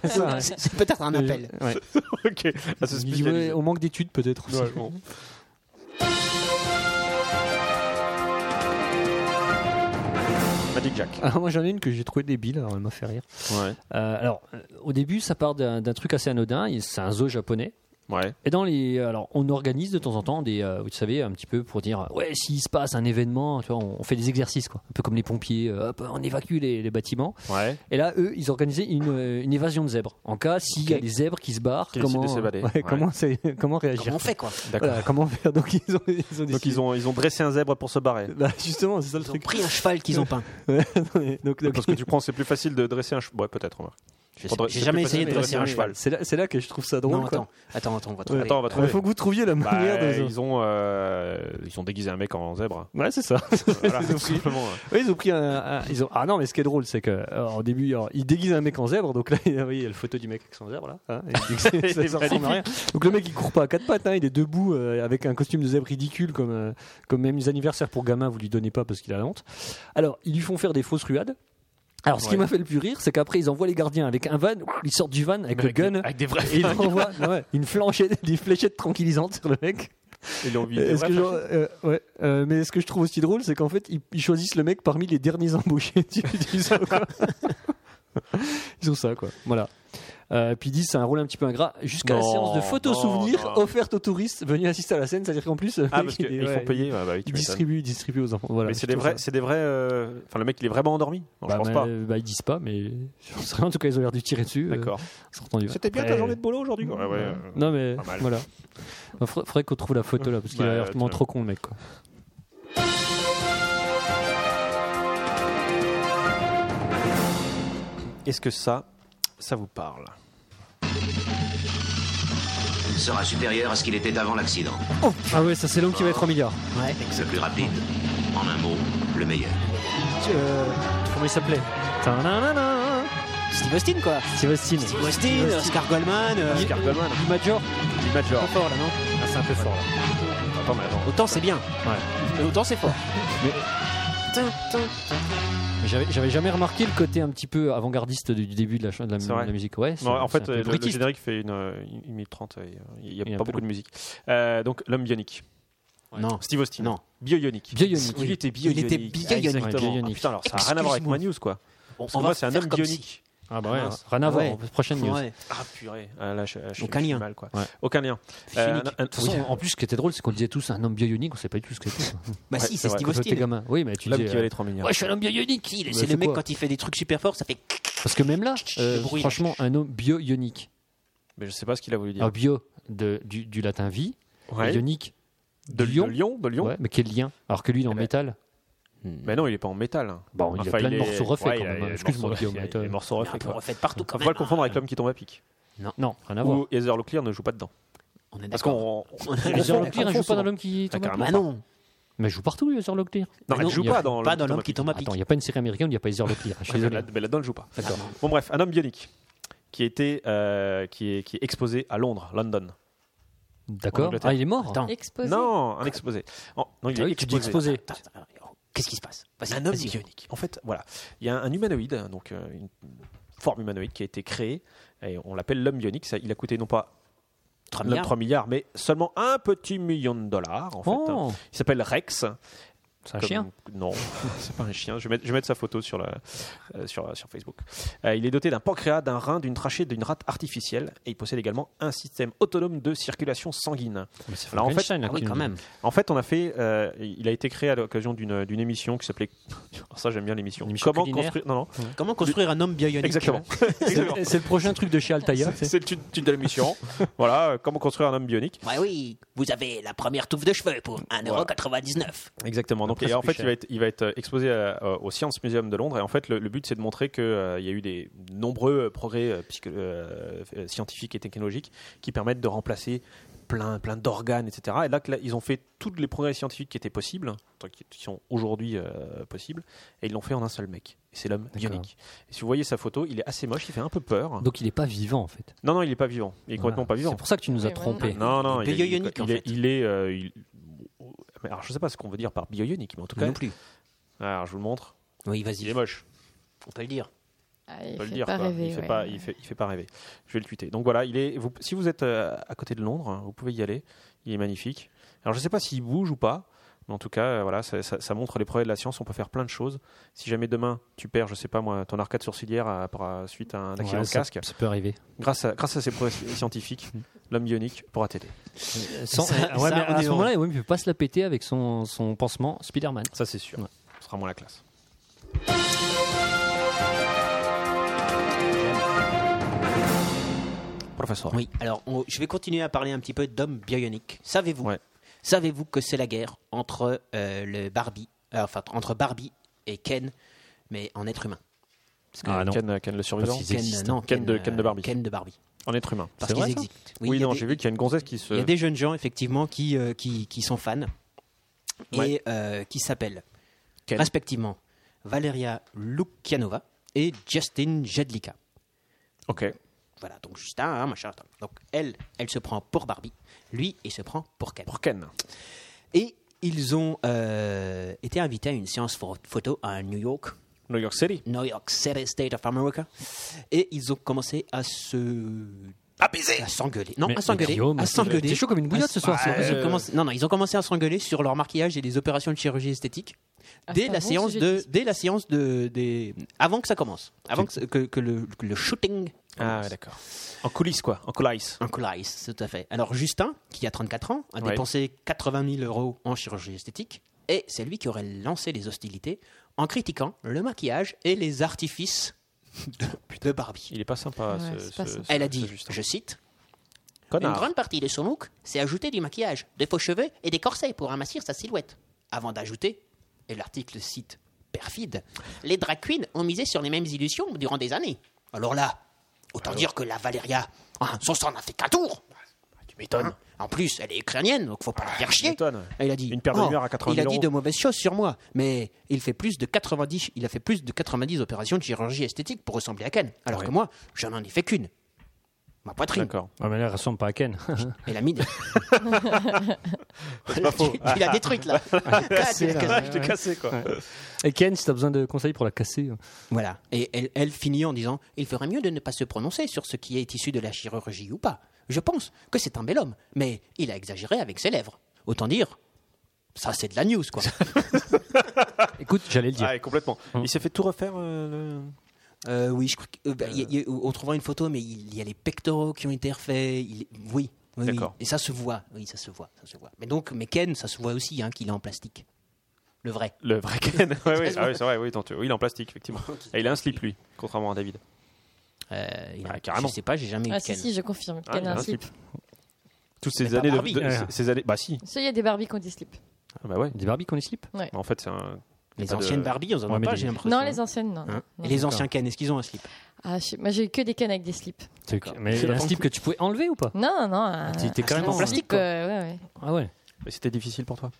[SPEAKER 4] c'est ça. ouais.
[SPEAKER 6] C'est c'est peut-être un appel.
[SPEAKER 4] Ouais.
[SPEAKER 3] Ok, à se
[SPEAKER 4] Il-
[SPEAKER 3] spécialiser.
[SPEAKER 4] ouais, on manque d'études peut-être. aussi.
[SPEAKER 3] Ouais, bon. Magic Jack.
[SPEAKER 4] Ah, moi j'en ai une que j'ai trouvé débile, alors elle m'a fait rire.
[SPEAKER 3] Ouais.
[SPEAKER 4] Euh, alors euh, au début ça part d'un d'un truc assez anodin, et c'est un zoo japonais.
[SPEAKER 3] Ouais.
[SPEAKER 4] Et dans les, alors on organise de temps en temps des, euh, vous savez, un petit peu pour dire, euh, ouais s'il se passe un événement, tu vois, on, on fait des exercices quoi, un peu comme les pompiers, euh, hop, on évacue les, les bâtiments.
[SPEAKER 3] Ouais.
[SPEAKER 4] Et là eux ils organisaient une, euh, une évasion de zèbres. En cas s'il y a
[SPEAKER 6] Ok.
[SPEAKER 4] des zèbres qui se barrent,
[SPEAKER 3] Qui
[SPEAKER 4] comment, euh,
[SPEAKER 3] décident de s'évader.
[SPEAKER 4] ouais,
[SPEAKER 3] Ouais.
[SPEAKER 4] comment, c'est- comment réagir,
[SPEAKER 6] Comment on fait quoi
[SPEAKER 3] D'accord.
[SPEAKER 4] Voilà, comment faire. Donc ils ont, ils ont
[SPEAKER 3] Donc
[SPEAKER 4] décidé-
[SPEAKER 3] ils ont, ils ont dressé un zèbre pour se barrer.
[SPEAKER 4] Bah, justement c'est ça le
[SPEAKER 6] Ils ont
[SPEAKER 4] truc.
[SPEAKER 6] pris un cheval qu'ils ont peint.
[SPEAKER 4] donc,
[SPEAKER 3] Parce que tu prends, c'est plus facile de dresser un cheval. Ouais, peut-être. on va.
[SPEAKER 6] Je sais
[SPEAKER 3] Faudrait-
[SPEAKER 6] pas,
[SPEAKER 3] c'est
[SPEAKER 6] J'ai
[SPEAKER 3] plus
[SPEAKER 6] jamais
[SPEAKER 3] facile
[SPEAKER 6] essayé de dresser un cheval.
[SPEAKER 4] C'est là, c'est là que je trouve ça drôle.
[SPEAKER 6] Non,
[SPEAKER 4] quoi.
[SPEAKER 6] attends, attends, attends, on va
[SPEAKER 3] Attends, on
[SPEAKER 6] trouver.
[SPEAKER 3] va
[SPEAKER 4] Il
[SPEAKER 3] trouver.
[SPEAKER 4] faut que vous trouviez la
[SPEAKER 3] Bah,
[SPEAKER 4] manière de.
[SPEAKER 3] ils ont, euh, ils ont déguisé un mec en zèbre.
[SPEAKER 4] Ouais, c'est ça.
[SPEAKER 3] Voilà, tout simplement. hein.
[SPEAKER 4] Oui, ils ont pris un, un- ils ont... Ah non, mais ce qui est drôle, c'est que alors, au début, alors, ils déguisent un mec en zèbre. Donc là, il y a, oui, il y a le photo du mec avec son zèbre là. hein, et il déguise- ça,
[SPEAKER 3] Il est
[SPEAKER 4] ça ressemble à rien. Donc le mec, il court pas à quatre pattes. hein, il est debout euh, avec un costume de zèbre ridicule, comme euh, comme même les anniversaires pour gamins, vous lui donnez pas parce qu'il a la honte. Alors ils lui font faire des fausses ruades. Alors, ce qui
[SPEAKER 3] Ouais.
[SPEAKER 4] m'a fait le plus rire, c'est qu'après, ils envoient les gardiens avec un van, ils sortent du van avec
[SPEAKER 3] Mais
[SPEAKER 4] le gun,
[SPEAKER 3] des- avec des vrais
[SPEAKER 4] et ils envoient ouais, une flanchette, des fléchettes tranquillisantes sur le mec.
[SPEAKER 3] Ils ont envie de
[SPEAKER 4] Est-ce que genre, euh, ouais, euh, mais ce que je trouve aussi drôle, c'est qu'en fait, ils, ils choisissent le mec parmi les derniers embauchés du, du zoo, quoi. ils ont ça, quoi. Voilà. Euh, puis ils disent c'est un rôle un petit peu ingrat jusqu'à la
[SPEAKER 3] Non,
[SPEAKER 4] séance de photos
[SPEAKER 3] non,
[SPEAKER 4] souvenirs
[SPEAKER 3] non.
[SPEAKER 4] offerte aux touristes venus assister à la scène. C'est-à-dire qu'en plus, le
[SPEAKER 3] Ah, parce
[SPEAKER 4] mec, il est-
[SPEAKER 3] qu'ils
[SPEAKER 4] ouais,
[SPEAKER 3] font payer. Ouais, bah oui,
[SPEAKER 4] il
[SPEAKER 3] tu m'étonnes.
[SPEAKER 4] distribue, il distribue aux enfants. Voilà,
[SPEAKER 3] mais
[SPEAKER 4] je
[SPEAKER 3] c'est des
[SPEAKER 4] trouve
[SPEAKER 3] vrais,
[SPEAKER 4] ça-
[SPEAKER 3] c'est des vrais. euh, Enfin, le mec, il est vraiment endormi. Non,
[SPEAKER 4] Bah,
[SPEAKER 3] je pense
[SPEAKER 4] mais,
[SPEAKER 3] pas.
[SPEAKER 4] euh, bah, ils disent pas, mais j'en sais rien. En tout cas, ils ont l'air de tirer dessus. euh,
[SPEAKER 3] D'accord.
[SPEAKER 4] sur ton divan.
[SPEAKER 3] C'était bien ta
[SPEAKER 4] Après,
[SPEAKER 3] journée de boulot aujourd'hui. Ouais, ouais. euh,
[SPEAKER 4] Bah, Non mais
[SPEAKER 3] Pas mal.
[SPEAKER 4] voilà. Bah, faudrait faudrait qu'on trouve la photo là parce qu'il
[SPEAKER 3] Ouais,
[SPEAKER 4] a l'air
[SPEAKER 3] ouais,
[SPEAKER 4] vraiment
[SPEAKER 3] tu-
[SPEAKER 4] trop con le mec quoi.
[SPEAKER 3] Est-ce que ça, ça vous parle
[SPEAKER 8] sera supérieur à ce qu'il était avant l'accident.
[SPEAKER 4] Ah ouais ça c'est l'homme qui va être en milliard.
[SPEAKER 6] Ouais.
[SPEAKER 8] Le plus rapide, en un mot, le meilleur.
[SPEAKER 6] Euh,
[SPEAKER 4] Comment il s'appelait
[SPEAKER 6] Steve Austin quoi.
[SPEAKER 4] Steve Austin.
[SPEAKER 6] Steve Austin, Oscar Goldman. euh,
[SPEAKER 3] Oscar Goldman,
[SPEAKER 4] Du Major.
[SPEAKER 3] Lee Major.
[SPEAKER 6] Trop fort là, non
[SPEAKER 4] Ah, c'est un peu fort là.
[SPEAKER 3] Attends, mais attends.
[SPEAKER 6] Autant c'est bien. Mais Autant c'est fort.
[SPEAKER 4] J'avais j'avais jamais remarqué le côté un petit peu avant-gardiste du du début de la, ch- de la,
[SPEAKER 3] C'est vrai.
[SPEAKER 4] de la musique. Ouais, c'est-
[SPEAKER 3] Non, en
[SPEAKER 4] c'est
[SPEAKER 3] fait,
[SPEAKER 4] un peu
[SPEAKER 3] euh, le, le
[SPEAKER 4] brutiste.
[SPEAKER 3] générique fait une, euh, une minute trente. et, euh, Il n'y a
[SPEAKER 4] Il y a
[SPEAKER 3] pas
[SPEAKER 4] peu
[SPEAKER 3] beaucoup de musique. Euh, donc, l'homme bionique.
[SPEAKER 6] Non.
[SPEAKER 3] Steve Austin.
[SPEAKER 6] Non.
[SPEAKER 3] Bio-ionique.
[SPEAKER 4] Bionique.
[SPEAKER 3] Il était
[SPEAKER 6] Il
[SPEAKER 3] bio-ionique.
[SPEAKER 6] était bionique.
[SPEAKER 3] Exactement.
[SPEAKER 4] Ouais, bionique.
[SPEAKER 3] Ah, putain, alors ça n'a rien à voir avec
[SPEAKER 6] Excuse-moi.
[SPEAKER 3] ma news, quoi.
[SPEAKER 6] On,
[SPEAKER 3] Parce que moi, c'est un
[SPEAKER 6] faire
[SPEAKER 3] homme
[SPEAKER 6] comme si.
[SPEAKER 3] bionique.
[SPEAKER 4] Ah bah ouais,
[SPEAKER 6] mince.
[SPEAKER 4] rien à voir.
[SPEAKER 6] Ouais.
[SPEAKER 4] Prochaine news.
[SPEAKER 6] Ouais.
[SPEAKER 3] Ah, purée. Ah, là, je- je- je-
[SPEAKER 6] Aucun
[SPEAKER 3] je suis
[SPEAKER 6] lien.
[SPEAKER 3] mal, quoi.
[SPEAKER 4] Ouais.
[SPEAKER 3] Aucun lien. Euh,
[SPEAKER 4] Bionique.
[SPEAKER 3] un- un-
[SPEAKER 4] De toute façon,
[SPEAKER 3] oui.
[SPEAKER 4] en plus, ce qui était drôle, c'est qu'on disait tous un homme bionique, on savait pas du tout ce que c'était.
[SPEAKER 6] Bah
[SPEAKER 3] Ouais,
[SPEAKER 6] si,
[SPEAKER 3] c'est
[SPEAKER 6] c'est
[SPEAKER 3] vrai.
[SPEAKER 6] Steve
[SPEAKER 4] Quand j'étais
[SPEAKER 6] Austin.
[SPEAKER 4] gamin. Oui, mais tu
[SPEAKER 3] L'homme
[SPEAKER 4] disais.
[SPEAKER 3] qui
[SPEAKER 4] euh,
[SPEAKER 3] valait 3 milliards.
[SPEAKER 4] Ouais, je suis un homme bionique. il est-
[SPEAKER 6] C'est le mec
[SPEAKER 4] quoi
[SPEAKER 6] quand il fait des trucs super forts, ça fait.
[SPEAKER 4] Parce que même là, euh,
[SPEAKER 6] Le bruit, là.
[SPEAKER 4] franchement, un homme bio-ionique.
[SPEAKER 3] Mais je sais pas ce qu'il a voulu dire.
[SPEAKER 4] Alors, bio de, du, du latin vie,
[SPEAKER 3] Ouais.
[SPEAKER 4] ionique
[SPEAKER 3] De
[SPEAKER 4] Ah,
[SPEAKER 3] Lyon.
[SPEAKER 4] Lyon.
[SPEAKER 3] De Lyon. de Lyon.
[SPEAKER 4] Ouais, mais quel lien Alors que lui, il est en
[SPEAKER 3] Eh ben,
[SPEAKER 4] métal.
[SPEAKER 3] Mais non, il est pas en métal.
[SPEAKER 4] Bon, il a
[SPEAKER 3] Enfin,
[SPEAKER 4] plein de
[SPEAKER 3] est-
[SPEAKER 4] morceaux refaits
[SPEAKER 3] ouais,
[SPEAKER 4] quand
[SPEAKER 3] il a-
[SPEAKER 4] même.
[SPEAKER 3] il a
[SPEAKER 4] hein.
[SPEAKER 3] des
[SPEAKER 4] Excuse-moi,
[SPEAKER 3] morceaux
[SPEAKER 4] Guillaume.
[SPEAKER 3] refaits,
[SPEAKER 4] mais Ah,
[SPEAKER 3] il y a
[SPEAKER 4] toi-
[SPEAKER 3] Des morceaux
[SPEAKER 6] Un
[SPEAKER 3] refaits,
[SPEAKER 6] peu
[SPEAKER 3] quoi.
[SPEAKER 6] refait partout
[SPEAKER 3] Faut
[SPEAKER 6] quand même. hein.
[SPEAKER 3] pas le confondre avec l'homme qui tombe à pic.
[SPEAKER 4] Non, rien à voir.
[SPEAKER 3] Ou Heather Locklear ne joue pas dedans.
[SPEAKER 6] On est
[SPEAKER 3] Parce
[SPEAKER 6] d'accord.
[SPEAKER 3] qu'on.
[SPEAKER 4] Les Européens ne jouent pas dans l'homme qui
[SPEAKER 3] Ah,
[SPEAKER 4] tombe à
[SPEAKER 3] carrément.
[SPEAKER 6] Bah non.
[SPEAKER 4] Mais elle joue partout, Heather Locklear.
[SPEAKER 3] Non, elle
[SPEAKER 6] non,
[SPEAKER 3] joue
[SPEAKER 6] il y a
[SPEAKER 3] pas dans
[SPEAKER 6] pas
[SPEAKER 3] l'homme
[SPEAKER 6] dans
[SPEAKER 3] qui
[SPEAKER 6] l'homme qui tombe à pic.
[SPEAKER 4] Attends, il n'y a pas une série américaine où il n'y a pas Heather Locklear. Je suis
[SPEAKER 3] Mais
[SPEAKER 4] désolé.
[SPEAKER 3] là- mais là-dedans, elle joue pas.
[SPEAKER 4] D'accord.
[SPEAKER 3] Bon, bref, un homme bionique qui, était, euh, qui, est, qui est exposé à Londres, London. En
[SPEAKER 4] D'accord.
[SPEAKER 3] Angleterre.
[SPEAKER 4] Ah, il est mort.
[SPEAKER 6] Attends.
[SPEAKER 7] Exposé.
[SPEAKER 3] Non, un exposé. Oh, non, il
[SPEAKER 4] Ah
[SPEAKER 3] est Ah,
[SPEAKER 4] oui, tu dis exposé. Ah,
[SPEAKER 6] Qu'est-ce qui se passe Vas-y,
[SPEAKER 3] un homme
[SPEAKER 6] vas-y.
[SPEAKER 3] bionique. En fait, voilà, il y a un, un humanoïde, hein, donc euh, une forme humanoïde qui a été créée, et on l'appelle l'homme bionique. Ça, il a coûté non pas
[SPEAKER 6] 3
[SPEAKER 3] l'homme
[SPEAKER 6] milliards.
[SPEAKER 3] 3 milliards, mais seulement un petit million de dollars, en fait. hein.
[SPEAKER 4] Oh,
[SPEAKER 3] Il s'appelle Rex.
[SPEAKER 4] c'est un
[SPEAKER 3] Comme-
[SPEAKER 4] chien.
[SPEAKER 3] Non, c'est pas un chien. Je vais mettre, je vais mettre sa photo sur, la, euh, sur, sur Facebook. Euh, il est doté d'un pancréas, d'un rein, d'une trachée, d'une rate artificielle et il possède également un système autonome de circulation sanguine.
[SPEAKER 4] Mais c'est
[SPEAKER 3] Alors, en fait-
[SPEAKER 4] Frankenstein, là,
[SPEAKER 6] Ah oui,
[SPEAKER 4] qui
[SPEAKER 6] quand
[SPEAKER 4] nous-
[SPEAKER 6] même.
[SPEAKER 3] En fait, on a fait. euh, il a été créé à l'occasion d'une d'une émission qui s'appelait. Oh, Ça, j'aime bien l'émission.
[SPEAKER 4] Une émission
[SPEAKER 3] Comment
[SPEAKER 4] culinaire.
[SPEAKER 3] construire. Non, non.
[SPEAKER 6] Comment construire un homme hein bionique
[SPEAKER 3] Mmh. Exactement. Exactement.
[SPEAKER 4] C'est c'est le prochain truc de chez Altaïa.
[SPEAKER 3] C'est le titre titre de l'émission. voilà, euh, comment construire un homme bionique.
[SPEAKER 6] Ouais, Bah oui, vous avez la première touffe de cheveux pour 1,99€.
[SPEAKER 3] Exactement. Donc,
[SPEAKER 4] Presque
[SPEAKER 3] et en fait,
[SPEAKER 4] cher.
[SPEAKER 3] il va être, il va être exposé à- euh, au Science Museum de Londres. Et en fait, le, le but, c'est de montrer qu'il il y a eu des nombreux euh, progrès euh, psycho- euh, euh, scientifiques et technologiques qui permettent de remplacer plein, plein d'organes, etc. Et là, que là, ils ont fait tous les progrès scientifiques qui étaient possibles, enfin, qui qui sont aujourd'hui euh, possibles, et ils l'ont fait en un seul mec. Et c'est l'homme
[SPEAKER 4] D'accord.
[SPEAKER 3] bionique. Et si vous voyez sa photo, il est assez moche, il fait un peu peur.
[SPEAKER 4] Donc il n'est pas vivant en fait.
[SPEAKER 3] Non, non, il est pas vivant. Il est complètement
[SPEAKER 4] Voilà.
[SPEAKER 3] pas vivant.
[SPEAKER 4] C'est pour ça que tu nous as
[SPEAKER 7] Oui,
[SPEAKER 4] trompés.
[SPEAKER 3] Non, non,
[SPEAKER 6] Il est bioionique,
[SPEAKER 3] il,
[SPEAKER 6] en
[SPEAKER 3] est-
[SPEAKER 6] fait.
[SPEAKER 3] il est. euh, il- Mais Alors, je sais pas ce qu'on veut dire par bioionique, mais en tout cas.
[SPEAKER 6] Non plus.
[SPEAKER 3] Alors, je vous le montre.
[SPEAKER 6] Oui,
[SPEAKER 3] Il
[SPEAKER 6] vas-y,
[SPEAKER 3] est moche.
[SPEAKER 6] on peut le dire.
[SPEAKER 7] Ah,
[SPEAKER 3] On
[SPEAKER 7] il
[SPEAKER 3] peut le
[SPEAKER 7] fait
[SPEAKER 3] dire.
[SPEAKER 7] pas
[SPEAKER 3] quoi.
[SPEAKER 7] rêver.
[SPEAKER 3] il fait
[SPEAKER 7] ouais.
[SPEAKER 3] pas, il fait, il fait pas rêver. Je vais le tweeter. Donc voilà, il est. vous- si vous êtes euh, à côté de Londres, hein, vous pouvez y aller. Il est magnifique. Alors, je sais pas s'il bouge ou pas. Mais en tout cas, euh, voilà, ça, ça- ça montre les progrès de la science. On peut faire plein de choses. Si jamais demain tu perds, je sais pas moi, ton arcade sourcilière à- par- à- suite à un accident
[SPEAKER 4] Ouais,
[SPEAKER 3] de
[SPEAKER 4] ça-
[SPEAKER 3] casque,
[SPEAKER 4] Ça, peut arriver.
[SPEAKER 3] grâce à, grâce à ces progrès scientifiques, l'homme bionique pourra t'aider.
[SPEAKER 4] Sans-
[SPEAKER 6] ça,
[SPEAKER 4] ouais,
[SPEAKER 6] ça,
[SPEAKER 4] mais
[SPEAKER 6] on
[SPEAKER 4] à
[SPEAKER 6] est
[SPEAKER 4] ce moment-là, oui, mais il ne peut pas se la péter avec son, son pansement Spider-Man.
[SPEAKER 3] Ça, c'est sûr.
[SPEAKER 4] Ouais.
[SPEAKER 3] Ce sera moins la classe. Professeur.
[SPEAKER 6] Oui, alors on- je vais continuer à parler un petit peu d'homme bionique. Savez-vous
[SPEAKER 3] Ouais.
[SPEAKER 6] Savez-vous que c'est la guerre entre euh, le Barbie, euh, enfin entre Barbie et Ken, mais en être humain Parce que
[SPEAKER 4] Ah, non.
[SPEAKER 3] Euh, Ken, Ken le survivant.
[SPEAKER 4] Parce qu'ils
[SPEAKER 6] Ken,
[SPEAKER 4] existent.
[SPEAKER 6] non,
[SPEAKER 3] Ken de-
[SPEAKER 6] euh,
[SPEAKER 3] Ken de Barbie.
[SPEAKER 6] Ken de Barbie.
[SPEAKER 3] En être humain.
[SPEAKER 6] Parce qu'ils existent.
[SPEAKER 3] Oui,
[SPEAKER 6] il y a
[SPEAKER 3] non,
[SPEAKER 6] des-
[SPEAKER 3] j'ai vu euh, qu'il y a une gonzesse qui se.
[SPEAKER 6] Il y a des jeunes gens, effectivement, qui, euh, qui, qui sont fans et
[SPEAKER 3] Ouais.
[SPEAKER 6] euh, qui s'appellent
[SPEAKER 3] Quel
[SPEAKER 6] respectivement Valeria Lukianova et Justin Jedlicka.
[SPEAKER 3] Ok.
[SPEAKER 6] Voilà, donc Justin, hein, machin. attends. Donc elle, elle se prend pour Barbie, lui, il se prend pour Ken.
[SPEAKER 3] Pour Ken.
[SPEAKER 6] Et ils ont euh, été invités à une séance pho- photo à New York,
[SPEAKER 3] New York City.
[SPEAKER 6] New York City, State of America, et ils ont commencé à se à s'engueuler. Non,
[SPEAKER 4] Mais-
[SPEAKER 6] à s'engueuler.
[SPEAKER 4] mais Guillaume,
[SPEAKER 6] à
[SPEAKER 4] c'est-
[SPEAKER 6] s'engueuler.
[SPEAKER 4] t'es chaud comme une bouillotte ce soir, Euh,
[SPEAKER 6] Ah,
[SPEAKER 4] c'est pas
[SPEAKER 6] ils ont
[SPEAKER 4] possible.
[SPEAKER 6] commencé- Non, non, ils ont commencé à s'engueuler sur leur maquillage et les opérations de chirurgie esthétique
[SPEAKER 7] Ah,
[SPEAKER 6] dès
[SPEAKER 7] c'est un
[SPEAKER 6] la
[SPEAKER 7] bon
[SPEAKER 6] séance
[SPEAKER 7] sujet
[SPEAKER 6] de,
[SPEAKER 7] discussion.
[SPEAKER 6] dès la séance de, des, avant que ça commence, avant que, que, que le, que le shooting.
[SPEAKER 3] Ah, ouais, d'accord. En coulisses, quoi. En coulisses.
[SPEAKER 6] Un coulisses, tout à fait. Alors Justin, qui a 34 ans, a
[SPEAKER 3] Ouais.
[SPEAKER 6] dépensé 80 000 euros en chirurgie esthétique, et c'est lui qui aurait lancé les hostilités en critiquant le maquillage et les artifices de, de Barbie.
[SPEAKER 3] Il est pas sympa.
[SPEAKER 6] Ah
[SPEAKER 7] Ouais,
[SPEAKER 3] ce,
[SPEAKER 7] c'est pas
[SPEAKER 3] ce-
[SPEAKER 7] sympa.
[SPEAKER 3] ce-
[SPEAKER 6] Elle a
[SPEAKER 3] ce
[SPEAKER 6] dit,
[SPEAKER 3] Justin.
[SPEAKER 6] je cite,
[SPEAKER 3] Connard.
[SPEAKER 6] Une grande partie de son look, c'est ajouter du maquillage, des faux cheveux et des corsets pour amincir sa silhouette. Avant d'ajouter, et l'article cite perfide, les drag queens ont misé sur les mêmes illusions durant des années. Alors là, autant dire que la Valéria, hein, son sang n'a fait qu'un tour.
[SPEAKER 3] Ah,
[SPEAKER 6] Tu m'étonnes. en plus, elle est ukrainienne, donc faut pas la faire
[SPEAKER 3] Tu
[SPEAKER 6] chier.
[SPEAKER 3] m'étonnes.
[SPEAKER 6] Et Il a dit oh,
[SPEAKER 3] Une paire de lumières à 90
[SPEAKER 6] Il a dit
[SPEAKER 3] euros.
[SPEAKER 6] de mauvaises choses sur moi, mais il fait plus de 90 il a fait plus de 90 opérations de chirurgie esthétique pour ressembler à Ken, alors
[SPEAKER 3] Ouais.
[SPEAKER 6] que moi, je n'en ai fait qu'une. Ma poitrine.
[SPEAKER 3] D'accord.
[SPEAKER 4] Ah, mais là, elle ressemble pas à Ken.
[SPEAKER 6] Et la mine.
[SPEAKER 3] C'est pas faux.
[SPEAKER 6] Tu- Il a des trucs là. Ah, tu-
[SPEAKER 3] Ah, je t'ai cassé, quoi.
[SPEAKER 4] Et Ken, si t'as besoin de conseils pour la casser. euh.
[SPEAKER 6] Voilà. Et elle, elle finit en disant Il ferait mieux de ne pas se prononcer sur ce qui est issu de la chirurgie ou pas. Je pense que c'est un bel homme, mais il a exagéré avec ses lèvres. Autant dire, ça c'est de la news quoi.
[SPEAKER 4] Écoute, j'allais le dire.
[SPEAKER 3] Ah, et complètement. Il s'est fait tout refaire. euh, le-
[SPEAKER 6] Euh, oui, je crois que- euh, bah, il y a- il y a- on trouvera une photo, mais il y a les pectoraux qui ont été refaits. il- oui. oui, oui.
[SPEAKER 3] D'accord.
[SPEAKER 6] Et ça se voit. Oui, ça se voit. Ça se voit. Mais donc, mais Ken, ça se voit aussi hein, qu'il est en plastique. Le vrai.
[SPEAKER 3] Le vrai Ken. Ouais, oui, ah oui, c'est vrai. Oui, tant- oui, il est en plastique, effectivement. Et il a un slip, lui, contrairement à David.
[SPEAKER 6] Euh, il a-
[SPEAKER 3] Ah, carrément.
[SPEAKER 6] Je sais pas, j'ai jamais eu
[SPEAKER 7] Ah,
[SPEAKER 6] de Ken.
[SPEAKER 7] si, si, je confirme.
[SPEAKER 3] Ah,
[SPEAKER 7] Ken a un slip.
[SPEAKER 3] Toutes ces
[SPEAKER 6] pas
[SPEAKER 3] années de,
[SPEAKER 6] Barbie.
[SPEAKER 3] de-
[SPEAKER 4] Ouais.
[SPEAKER 3] ces- ces années. Bah si.
[SPEAKER 7] Ça, il y a des Barbies qui ont des slips.
[SPEAKER 3] Ah, Bah ouais.
[SPEAKER 4] Des Barbie qu'on les slip
[SPEAKER 3] Mais En fait, c'est un.
[SPEAKER 6] Les
[SPEAKER 3] Pas de-
[SPEAKER 6] anciennes Barbie, on en
[SPEAKER 4] Ouais,
[SPEAKER 6] a
[SPEAKER 4] mais
[SPEAKER 6] pas,
[SPEAKER 4] des-
[SPEAKER 6] j'ai l'impression.
[SPEAKER 7] Non, les anciennes, non.
[SPEAKER 6] Hein
[SPEAKER 7] non.
[SPEAKER 6] Et les
[SPEAKER 4] D'accord.
[SPEAKER 6] anciens Ken, est-ce qu'ils ont un slip
[SPEAKER 7] Ah, je sais- Moi, j'ai eu que des Ken avec des slips.
[SPEAKER 4] Mais
[SPEAKER 6] C'est
[SPEAKER 4] un
[SPEAKER 6] la
[SPEAKER 4] slip que tu pouvais enlever ou pas
[SPEAKER 7] Non, non, non. Euh, un-
[SPEAKER 3] Ah,
[SPEAKER 4] t'es- t'es
[SPEAKER 7] un
[SPEAKER 4] carrément en
[SPEAKER 7] slip,
[SPEAKER 4] plastique,
[SPEAKER 7] euh, ouais, ouais.
[SPEAKER 4] Ah ouais.
[SPEAKER 3] Mais c'était difficile pour toi.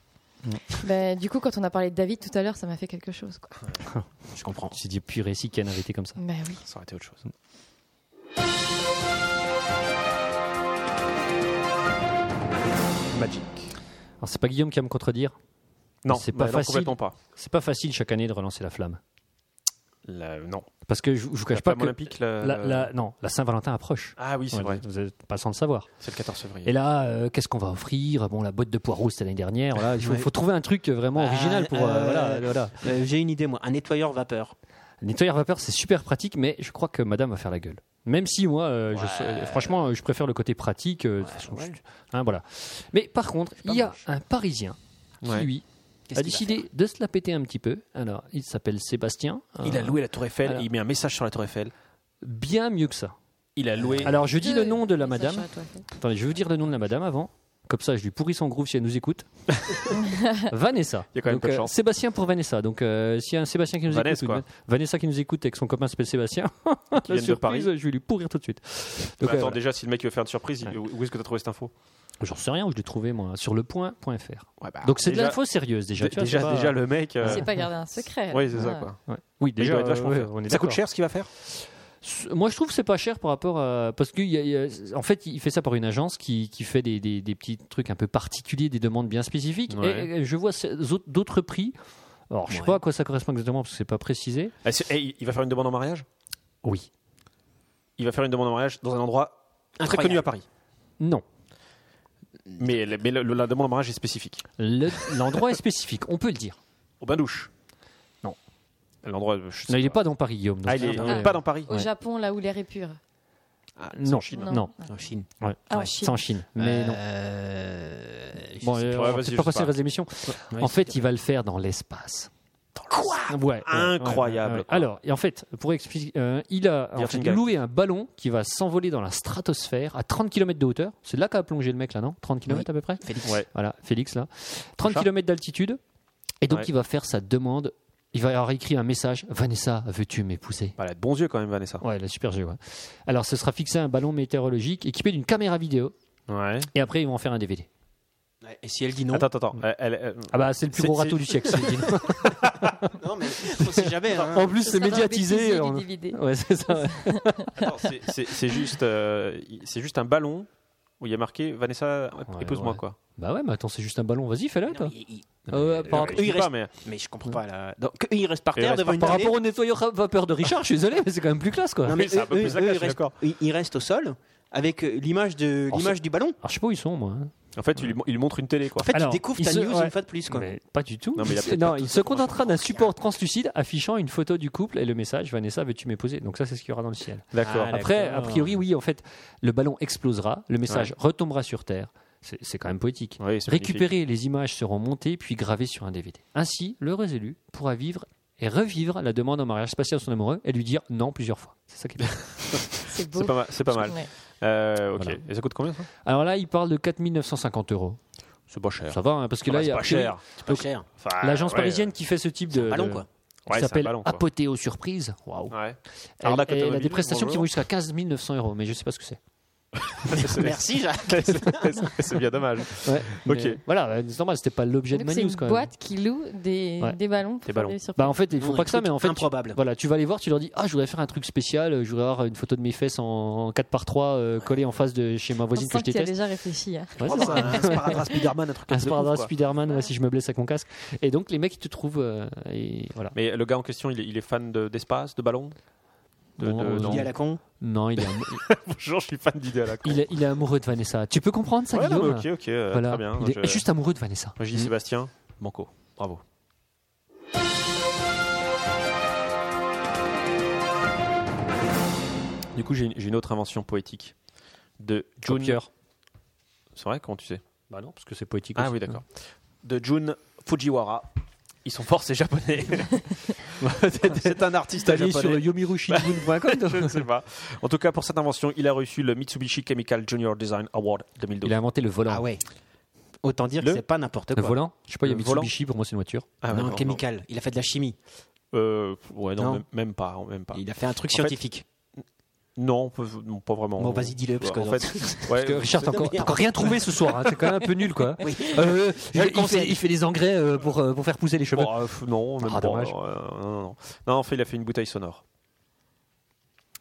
[SPEAKER 7] Ben, du coup, quand on a parlé de David tout à l'heure, ça m'a fait quelque chose. Quoi.
[SPEAKER 3] Je comprends.
[SPEAKER 4] J'ai dit purée, si Ken avait été comme ça.
[SPEAKER 7] Ben oui.
[SPEAKER 3] Ça aurait été autre chose. Magic.
[SPEAKER 4] Alors c'est pas Guillaume qui va me contredire.
[SPEAKER 3] Non,
[SPEAKER 4] C'est pas
[SPEAKER 3] bah non,
[SPEAKER 4] facile.
[SPEAKER 3] Complètement pas.
[SPEAKER 4] C'est pas facile chaque année de relancer la flamme.
[SPEAKER 3] La- non.
[SPEAKER 4] Parce que je, je vous
[SPEAKER 3] La
[SPEAKER 4] cache pas
[SPEAKER 3] flamme
[SPEAKER 4] que
[SPEAKER 3] olympique, la-
[SPEAKER 4] la, la- non, la Saint-Valentin approche.
[SPEAKER 3] Ah oui, c'est
[SPEAKER 4] Ouais,
[SPEAKER 3] vrai.
[SPEAKER 4] Vous n'êtes pas sans le savoir.
[SPEAKER 3] C'est le 14 février.
[SPEAKER 4] Et là, euh, qu'est-ce qu'on va offrir Bon, la boîte de poireaux, c'était l'année dernière. Voilà, il faut,
[SPEAKER 6] Ouais.
[SPEAKER 4] faut trouver un truc vraiment
[SPEAKER 3] Bah,
[SPEAKER 6] Ah,
[SPEAKER 4] original pour. euh,
[SPEAKER 6] euh,
[SPEAKER 4] voilà, voilà.
[SPEAKER 6] Euh, J'ai une idée, moi. Un nettoyeur vapeur.
[SPEAKER 4] Le Nettoyeur vapeur, c'est super pratique, mais je crois que madame va faire la gueule. Même si moi, euh, je
[SPEAKER 6] Ouais.
[SPEAKER 4] sais- franchement, euh, je préfère le côté pratique. euh, de toute façon,
[SPEAKER 6] ouais.
[SPEAKER 4] je- hein, voilà. Mais par contre, il y a un Parisien qui,
[SPEAKER 3] Ouais.
[SPEAKER 4] lui,
[SPEAKER 6] Qu'est-ce
[SPEAKER 4] a
[SPEAKER 6] qu'il va
[SPEAKER 4] décidé de se la péter un petit peu. Alors, il s'appelle Sébastien.
[SPEAKER 3] il
[SPEAKER 4] Euh,
[SPEAKER 3] a loué la Tour Eiffel.
[SPEAKER 4] alors-
[SPEAKER 3] Il met un message sur la Tour Eiffel.
[SPEAKER 4] Bien mieux que ça.
[SPEAKER 3] Il a loué.
[SPEAKER 4] Alors, je dis le nom de la madame.
[SPEAKER 7] Sacha, toi, fais.
[SPEAKER 4] Attendez, je vais vous dire le nom de la madame avant. Comme ça, je lui pourris son groove si elle nous écoute. Vanessa.
[SPEAKER 3] Il y a quand même
[SPEAKER 4] Donc,
[SPEAKER 3] peu de
[SPEAKER 4] euh,
[SPEAKER 3] chance.
[SPEAKER 4] Sébastien pour Vanessa. Donc, euh, s'il y a un Sébastien qui nous
[SPEAKER 3] Vanessa,
[SPEAKER 4] écoute, ou
[SPEAKER 3] quoi.
[SPEAKER 4] une- Vanessa qui nous écoute et que son copain s'appelle Sébastien,
[SPEAKER 3] vient de Paris.
[SPEAKER 4] je vais lui pourrir tout de suite.
[SPEAKER 3] Bah,
[SPEAKER 4] Donc, euh,
[SPEAKER 3] attends, déjà, si le mec veut faire une surprise, il-
[SPEAKER 4] Ouais.
[SPEAKER 3] où est-ce que tu as trouvé cette info
[SPEAKER 4] J'en sais rien où je l'ai trouvé, moi, sur le point.fr.
[SPEAKER 3] Ouais, bah,
[SPEAKER 4] Donc, c'est de
[SPEAKER 3] déjà-
[SPEAKER 4] l'info sérieuse déjà.
[SPEAKER 3] d-
[SPEAKER 4] tu vois,
[SPEAKER 3] déjà,
[SPEAKER 4] c'est pas-
[SPEAKER 3] déjà, le mec. euh,
[SPEAKER 7] C'est pas garder un secret.
[SPEAKER 3] Oui, c'est ça,
[SPEAKER 7] Ah.
[SPEAKER 3] quoi.
[SPEAKER 4] Ouais. Oui,
[SPEAKER 3] Mais il
[SPEAKER 4] déjà,
[SPEAKER 3] doit être vachement
[SPEAKER 4] euh, ouais,
[SPEAKER 3] cher.
[SPEAKER 4] on est
[SPEAKER 3] Ça coûte
[SPEAKER 4] d'accord.
[SPEAKER 3] cher ce qu'il va faire
[SPEAKER 4] S- Moi, je trouve que c'est pas cher par rapport à. Parce que, il y a- il y a- en fait, il fait ça par une agence qui, qui fait des, des- des petits trucs un peu particuliers, des demandes bien spécifiques.
[SPEAKER 3] Ouais.
[SPEAKER 4] Et, et je vois ce- zot- d'autres prix. Alors, je sais pas à quoi ça correspond exactement parce que c'est pas précisé.
[SPEAKER 3] Eh, c'est- eh, Il va faire une demande en mariage
[SPEAKER 4] Oui.
[SPEAKER 3] Il va faire une demande en mariage dans un endroit très
[SPEAKER 6] Incroyable.
[SPEAKER 3] connu à Paris.
[SPEAKER 4] Non.
[SPEAKER 3] Mais, le- mais le- le- la demande en mariage est spécifique.
[SPEAKER 4] Le- L'endroit est spécifique, on peut le dire.
[SPEAKER 3] Au bain-douche
[SPEAKER 4] Non.
[SPEAKER 3] L'endroit. je sais
[SPEAKER 4] Non, il n'est pas dans Paris, Guillaume. donc
[SPEAKER 3] Ah, il est
[SPEAKER 4] c'est-
[SPEAKER 3] il
[SPEAKER 4] ouais.
[SPEAKER 3] est pas dans Paris
[SPEAKER 7] Au Japon, là où l'air est pur.
[SPEAKER 4] Non.
[SPEAKER 7] Chine.
[SPEAKER 4] Non.
[SPEAKER 6] En Chine.
[SPEAKER 4] Ouais.
[SPEAKER 7] Ah, en
[SPEAKER 4] Ouais,
[SPEAKER 7] Chine.
[SPEAKER 4] C'est en Chine. Mais non.
[SPEAKER 6] Euh, je
[SPEAKER 4] Bon,
[SPEAKER 6] sais
[SPEAKER 4] euh,
[SPEAKER 3] pas.
[SPEAKER 4] on
[SPEAKER 3] Ouais,
[SPEAKER 4] va
[SPEAKER 3] vas-y,
[SPEAKER 4] peut-être
[SPEAKER 3] je
[SPEAKER 4] pas
[SPEAKER 3] sais
[SPEAKER 4] passer
[SPEAKER 3] pas.
[SPEAKER 4] le reste de l'émission. en fait, il va le faire dans l'espace. Quoi
[SPEAKER 3] Incroyable, quoi.
[SPEAKER 4] Alors, et en fait, pour expliquer, euh, il a en
[SPEAKER 3] Virgin
[SPEAKER 4] fait,
[SPEAKER 3] Galactic.
[SPEAKER 4] loué un ballon qui va s'envoler dans la stratosphère à 30 km de hauteur. C'est là qu'a plongé le mec, là, non 30 km à peu près
[SPEAKER 6] pas. Félix.
[SPEAKER 3] Ouais.
[SPEAKER 4] Voilà, Félix, là. 30
[SPEAKER 3] Chat.
[SPEAKER 4] km d'altitude. Et donc,
[SPEAKER 3] Ouais.
[SPEAKER 4] il va faire sa demande. Il va avoir écrit un message Vanessa, veux-tu m'épouser
[SPEAKER 3] Bah, Elle a de bons yeux quand même, Vanessa.
[SPEAKER 4] Ouais, la super jeu. ouais. Alors, ce sera fixé à un ballon météorologique équipé d'une caméra vidéo.
[SPEAKER 3] Ouais.
[SPEAKER 4] Et après, ils vont en faire un DVD.
[SPEAKER 6] Ouais, Et si elle dit non
[SPEAKER 3] Attends, attends, attends. Elle- elle-
[SPEAKER 4] Ah bah, c'est le plus
[SPEAKER 3] C'est-
[SPEAKER 4] gros
[SPEAKER 3] c'est-
[SPEAKER 4] râteau du siècle. c'est-
[SPEAKER 6] Non, mais on sait jamais. hein.
[SPEAKER 4] en plus,
[SPEAKER 7] Ce
[SPEAKER 4] c'est
[SPEAKER 7] sera dans le bêtisier
[SPEAKER 4] médiatisé. euh,
[SPEAKER 7] du
[SPEAKER 4] on-
[SPEAKER 7] DVD.
[SPEAKER 4] Ouais, c'est ça. ouais.
[SPEAKER 3] Attends, c'est- c'est c'est juste, euh, il- c'est juste un ballon où il y a marqué Vanessa,
[SPEAKER 4] Ouais,
[SPEAKER 3] épouse-moi
[SPEAKER 4] ouais.
[SPEAKER 3] quoi.
[SPEAKER 4] Bah ouais, mais attends, c'est juste un ballon. Vas-y, fais-le,
[SPEAKER 6] Non,
[SPEAKER 4] toi.
[SPEAKER 6] mais il- il-
[SPEAKER 4] Euh, par-
[SPEAKER 3] Je sais
[SPEAKER 6] il
[SPEAKER 3] pas,
[SPEAKER 6] reste-
[SPEAKER 3] mais
[SPEAKER 6] Mais je
[SPEAKER 4] Hein
[SPEAKER 6] comprends pas là. Donc, eux, ils restent par
[SPEAKER 3] Ils
[SPEAKER 6] terre
[SPEAKER 3] restent
[SPEAKER 6] devant
[SPEAKER 3] par-
[SPEAKER 6] une
[SPEAKER 4] Par
[SPEAKER 6] télé.
[SPEAKER 4] rapport au nettoyeur à vapeur de Richard, je suis désolé, mais c'est quand même plus classe, quoi.
[SPEAKER 6] Non,
[SPEAKER 3] Oui, c'est un peu
[SPEAKER 6] eux-
[SPEAKER 3] plus la
[SPEAKER 6] eux,
[SPEAKER 3] classe,
[SPEAKER 6] ils
[SPEAKER 3] je suis
[SPEAKER 6] restent-
[SPEAKER 3] d'accord.
[SPEAKER 6] Ils ils restent au sol avec euh, l'image de
[SPEAKER 4] En
[SPEAKER 6] l'image du ballon.
[SPEAKER 4] Alors, je sais pas où ils sont, moi. hein.
[SPEAKER 3] en fait, il, lui mon- il lui montre une télé quoi.
[SPEAKER 6] En fait,
[SPEAKER 4] Alors,
[SPEAKER 6] tu découvres
[SPEAKER 4] ils
[SPEAKER 6] ta
[SPEAKER 4] se-
[SPEAKER 6] news
[SPEAKER 4] ouais.
[SPEAKER 6] une fois de plus. Quoi.
[SPEAKER 4] Mais pas du tout.
[SPEAKER 3] Non, mais il a peut-être
[SPEAKER 4] non,
[SPEAKER 3] pas
[SPEAKER 4] il
[SPEAKER 3] tout
[SPEAKER 4] se contentera d'un support translucide affichant une photo du couple et le message Vanessa, veux-tu m'épouser Donc, ça, c'est ce qu'il y aura dans le ciel.
[SPEAKER 3] D'accord.
[SPEAKER 6] Ah,
[SPEAKER 4] Après, a
[SPEAKER 6] d'accord.
[SPEAKER 4] priori, oui, en fait, le ballon explosera, le message retombera sur Terre. C'est c'est quand même poétique.
[SPEAKER 3] Oui, c'est magnifique.
[SPEAKER 4] Récupérées, les images seront montées puis gravées sur un DVD. Ainsi, l'heureux élu pourra vivre et revivre la demande en mariage spatial à son amoureux et lui dire non plusieurs fois. C'est ça qui est bien.
[SPEAKER 7] C'est beau.
[SPEAKER 3] C'est pas mal. C'est pas mal.
[SPEAKER 7] Ouais.
[SPEAKER 3] Euh, ok.
[SPEAKER 4] Voilà.
[SPEAKER 3] Et ça coûte combien ça
[SPEAKER 4] Alors là, il parle de 4950 euros.
[SPEAKER 3] C'est pas cher.
[SPEAKER 4] Ça va, hein, parce que
[SPEAKER 3] Ah bah,
[SPEAKER 4] là, il y
[SPEAKER 3] c'est
[SPEAKER 4] a
[SPEAKER 3] pas cher.
[SPEAKER 6] C'est pas cher.
[SPEAKER 3] Enfin,
[SPEAKER 4] L'agence
[SPEAKER 3] ouais,
[SPEAKER 4] parisienne qui fait ce type de.
[SPEAKER 6] Ballon
[SPEAKER 4] de-
[SPEAKER 6] quoi.
[SPEAKER 3] Ouais, c'est
[SPEAKER 4] qui
[SPEAKER 3] un
[SPEAKER 4] s'appelle
[SPEAKER 3] ballon, quoi.
[SPEAKER 4] Apothéo Surprise. Waouh.
[SPEAKER 3] Ouais.
[SPEAKER 4] Elle,
[SPEAKER 3] Arnaque
[SPEAKER 4] elle a des
[SPEAKER 3] automobile,
[SPEAKER 4] prestations qui
[SPEAKER 3] bonjour.
[SPEAKER 4] vont jusqu'à 15 900 euros, mais je sais pas ce que c'est.
[SPEAKER 6] Merci Jacques.
[SPEAKER 3] C'est- c'est c'est bien dommage. Ok.
[SPEAKER 4] Mais Voilà, c'est normal, c'était pas l'objet de
[SPEAKER 7] Donc,
[SPEAKER 4] ma
[SPEAKER 7] C'est
[SPEAKER 4] news
[SPEAKER 7] une
[SPEAKER 4] quand même.
[SPEAKER 7] boîte qui loue des,
[SPEAKER 4] Ouais.
[SPEAKER 7] des ballons. pour
[SPEAKER 3] Des
[SPEAKER 7] faire
[SPEAKER 3] ballons.
[SPEAKER 7] surprises.
[SPEAKER 4] Bah en fait, ils font
[SPEAKER 6] Non,
[SPEAKER 4] pas
[SPEAKER 6] des
[SPEAKER 4] que ça,
[SPEAKER 6] trucs
[SPEAKER 4] mais en fait, tu-
[SPEAKER 6] improbables.
[SPEAKER 4] voilà, tu vas les voir, tu leur dis ah, je voudrais faire un truc spécial, euh, je voudrais avoir une photo de mes fesses en, en 4x3 euh, collée en face de chez ma
[SPEAKER 7] On
[SPEAKER 4] voisine que
[SPEAKER 7] sent
[SPEAKER 4] je
[SPEAKER 7] qu'il a
[SPEAKER 4] déteste.
[SPEAKER 7] déjà réfléchi. hein.
[SPEAKER 4] Ouais, c'est ça.
[SPEAKER 6] Oh, un sparadrap Spiderman, un truc
[SPEAKER 4] Un sparadrap Spider-Man, ouais, si je me blesse avec mon casque. Et donc les mecs ils te trouvent euh, et voilà.
[SPEAKER 3] Mais le gars en question, il est, il est fan de- d'espace, de ballon de,
[SPEAKER 4] Bon,
[SPEAKER 3] de-
[SPEAKER 4] on
[SPEAKER 3] non.
[SPEAKER 6] Il y a la con.
[SPEAKER 4] Non, il est, am-
[SPEAKER 3] Bonjour, je suis fan d'idée à la con.
[SPEAKER 4] il est- il est amoureux de Vanessa. Tu peux comprendre ça
[SPEAKER 3] Ouais, non,
[SPEAKER 4] Guillaume
[SPEAKER 3] mais ok, ok, euh,
[SPEAKER 4] Voilà.
[SPEAKER 3] très bien.
[SPEAKER 4] il est
[SPEAKER 3] Je-
[SPEAKER 4] juste amoureux de Vanessa.
[SPEAKER 3] Moi, je dis Sébastien, Hmm. Banco. Bravo. Du coup, j'ai une, j'ai une autre invention poétique de June.
[SPEAKER 4] Copieur.
[SPEAKER 3] C'est vrai Comment tu sais
[SPEAKER 4] Bah non, parce que c'est poétique.
[SPEAKER 3] Ah oui, d'accord. De June Fujiwara. Ils sont forts, ces japonais. C'est un artiste
[SPEAKER 4] Allez sur yomirushi.com.
[SPEAKER 3] Je ne sais pas. En tout cas, pour cette invention, il a reçu le Mitsubishi Chemical Junior Design Award 2012.
[SPEAKER 4] Il a inventé le volant.
[SPEAKER 6] Ah ouais. Autant dire
[SPEAKER 3] Le-
[SPEAKER 6] que c'est pas n'importe
[SPEAKER 4] Le
[SPEAKER 6] quoi.
[SPEAKER 4] volant Je sais pas, il y a
[SPEAKER 3] Le volant.
[SPEAKER 4] Mitsubishi, pour moi c'est une voiture.
[SPEAKER 3] Ah ouais,
[SPEAKER 6] non, chemical. Il a fait de la chimie.
[SPEAKER 3] Euh, ouais, non,
[SPEAKER 6] Non.
[SPEAKER 3] Même, même pas, même pas.
[SPEAKER 6] Il a fait un truc
[SPEAKER 3] En fait-
[SPEAKER 6] scientifique.
[SPEAKER 3] Non, on peut- non, pas vraiment.
[SPEAKER 4] Bon, vas-y, dis-le, parce que-
[SPEAKER 3] en fait, ouais,
[SPEAKER 4] Parce que Richard, t'as
[SPEAKER 6] de
[SPEAKER 4] encore,
[SPEAKER 6] merde.
[SPEAKER 4] t'as encore rien trouvé ce soir. hein. C'est quand même un peu nul, quoi.
[SPEAKER 6] Oui.
[SPEAKER 4] Euh, il,
[SPEAKER 6] Je le
[SPEAKER 4] il fait,
[SPEAKER 6] conseille.
[SPEAKER 4] il fait des engrais euh, pour, euh, pour faire pousser les cheveux.
[SPEAKER 3] bon, euh, f- non, même
[SPEAKER 4] Ah,
[SPEAKER 3] pas.
[SPEAKER 4] dommage.
[SPEAKER 3] euh, non, non, non. Non, en fait, il a fait une bouteille sonore.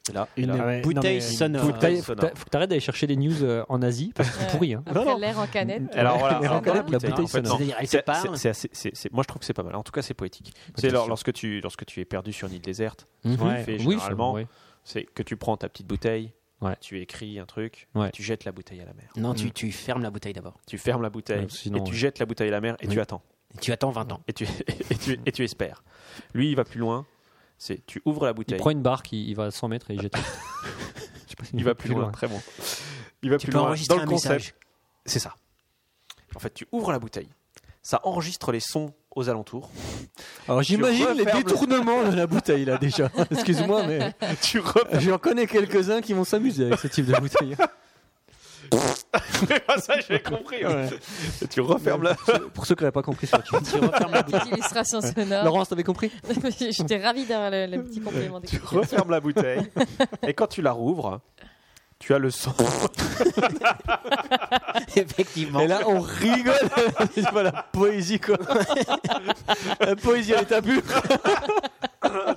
[SPEAKER 3] Et là, et
[SPEAKER 9] Une
[SPEAKER 3] là.
[SPEAKER 9] ouais,
[SPEAKER 6] bouteille
[SPEAKER 9] non, mais-
[SPEAKER 6] sonore.
[SPEAKER 4] faut que t'ailles-
[SPEAKER 3] Ah,
[SPEAKER 4] faut que t'a- faut que t'arrêtes d'aller chercher des news euh, en Asie parce que c'est
[SPEAKER 7] Ouais.
[SPEAKER 4] pourri. hein.
[SPEAKER 7] Après l'air en canette.
[SPEAKER 3] Alors voilà,
[SPEAKER 4] Mais
[SPEAKER 3] alors,
[SPEAKER 4] regarde, la
[SPEAKER 3] bouteille,
[SPEAKER 4] bouteille
[SPEAKER 3] en fait,
[SPEAKER 4] sonore.
[SPEAKER 3] non.
[SPEAKER 6] C'est-à-dire, elle se
[SPEAKER 3] C'est-
[SPEAKER 6] parle.
[SPEAKER 3] c'est- c'est assez- c'est- c'est- moi je trouve que c'est pas mal. En tout cas, c'est poétique. C'est
[SPEAKER 4] Attention.
[SPEAKER 3] lors- lorsque tu lorsque tu es perdu sur une île déserte,
[SPEAKER 4] Mhm.
[SPEAKER 3] Ouais. fait
[SPEAKER 4] Oui,
[SPEAKER 3] généralement.
[SPEAKER 4] c'est- ouais.
[SPEAKER 3] c'est que tu prends ta petite bouteille,
[SPEAKER 4] Ouais.
[SPEAKER 3] tu écris un truc,
[SPEAKER 4] Ouais.
[SPEAKER 3] tu jettes la bouteille à la mer.
[SPEAKER 6] Non, tu, tu fermes la bouteille d'abord.
[SPEAKER 3] Tu fermes la bouteille
[SPEAKER 4] Ouais, Ah, sinon,
[SPEAKER 3] et tu
[SPEAKER 4] ouais.
[SPEAKER 3] jettes la bouteille à la mer et
[SPEAKER 6] Oui.
[SPEAKER 3] tu attends
[SPEAKER 6] Tu attends 20 ans.
[SPEAKER 3] et tu et tu, et tu espères. Lui, il va plus loin. C'est tu ouvres la
[SPEAKER 4] Il
[SPEAKER 3] bouteille,
[SPEAKER 4] prend une barque, il, il va à 100 mètres et il jette. Je sais pas s'il
[SPEAKER 3] il va plus loin, très bon. Il va
[SPEAKER 6] Tu
[SPEAKER 3] plus
[SPEAKER 6] peux
[SPEAKER 3] loin
[SPEAKER 6] enregistrer
[SPEAKER 3] dans le
[SPEAKER 6] un
[SPEAKER 3] concept.
[SPEAKER 6] message.
[SPEAKER 3] C'est ça. En fait, tu ouvres la bouteille, ça enregistre les sons aux alentours.
[SPEAKER 4] Alors j'imagine les
[SPEAKER 3] refermes le-
[SPEAKER 4] détournements de la bouteille là déjà. Excuse-moi, mais
[SPEAKER 3] tu re-
[SPEAKER 4] j'en connais quelques-uns qui vont s'amuser avec ce type de bouteille.
[SPEAKER 3] Ah, ça, j'ai compris. hein.
[SPEAKER 4] Ouais.
[SPEAKER 3] Et tu refermes la
[SPEAKER 4] Pour ceux qui n'avaient pas compris ce que
[SPEAKER 6] Tu refermes la bouteille.
[SPEAKER 7] Petite illustration sonore.
[SPEAKER 4] Laurence, t'avais compris
[SPEAKER 7] J'étais ravie d'avoir le, le petit complément
[SPEAKER 3] tu
[SPEAKER 7] d'explication.
[SPEAKER 3] refermes la bouteille et quand tu la rouvres, tu as le son.
[SPEAKER 6] Effectivement.
[SPEAKER 4] Et là, on rigole. C'est pas la poésie quoi. la poésie à l'état pur.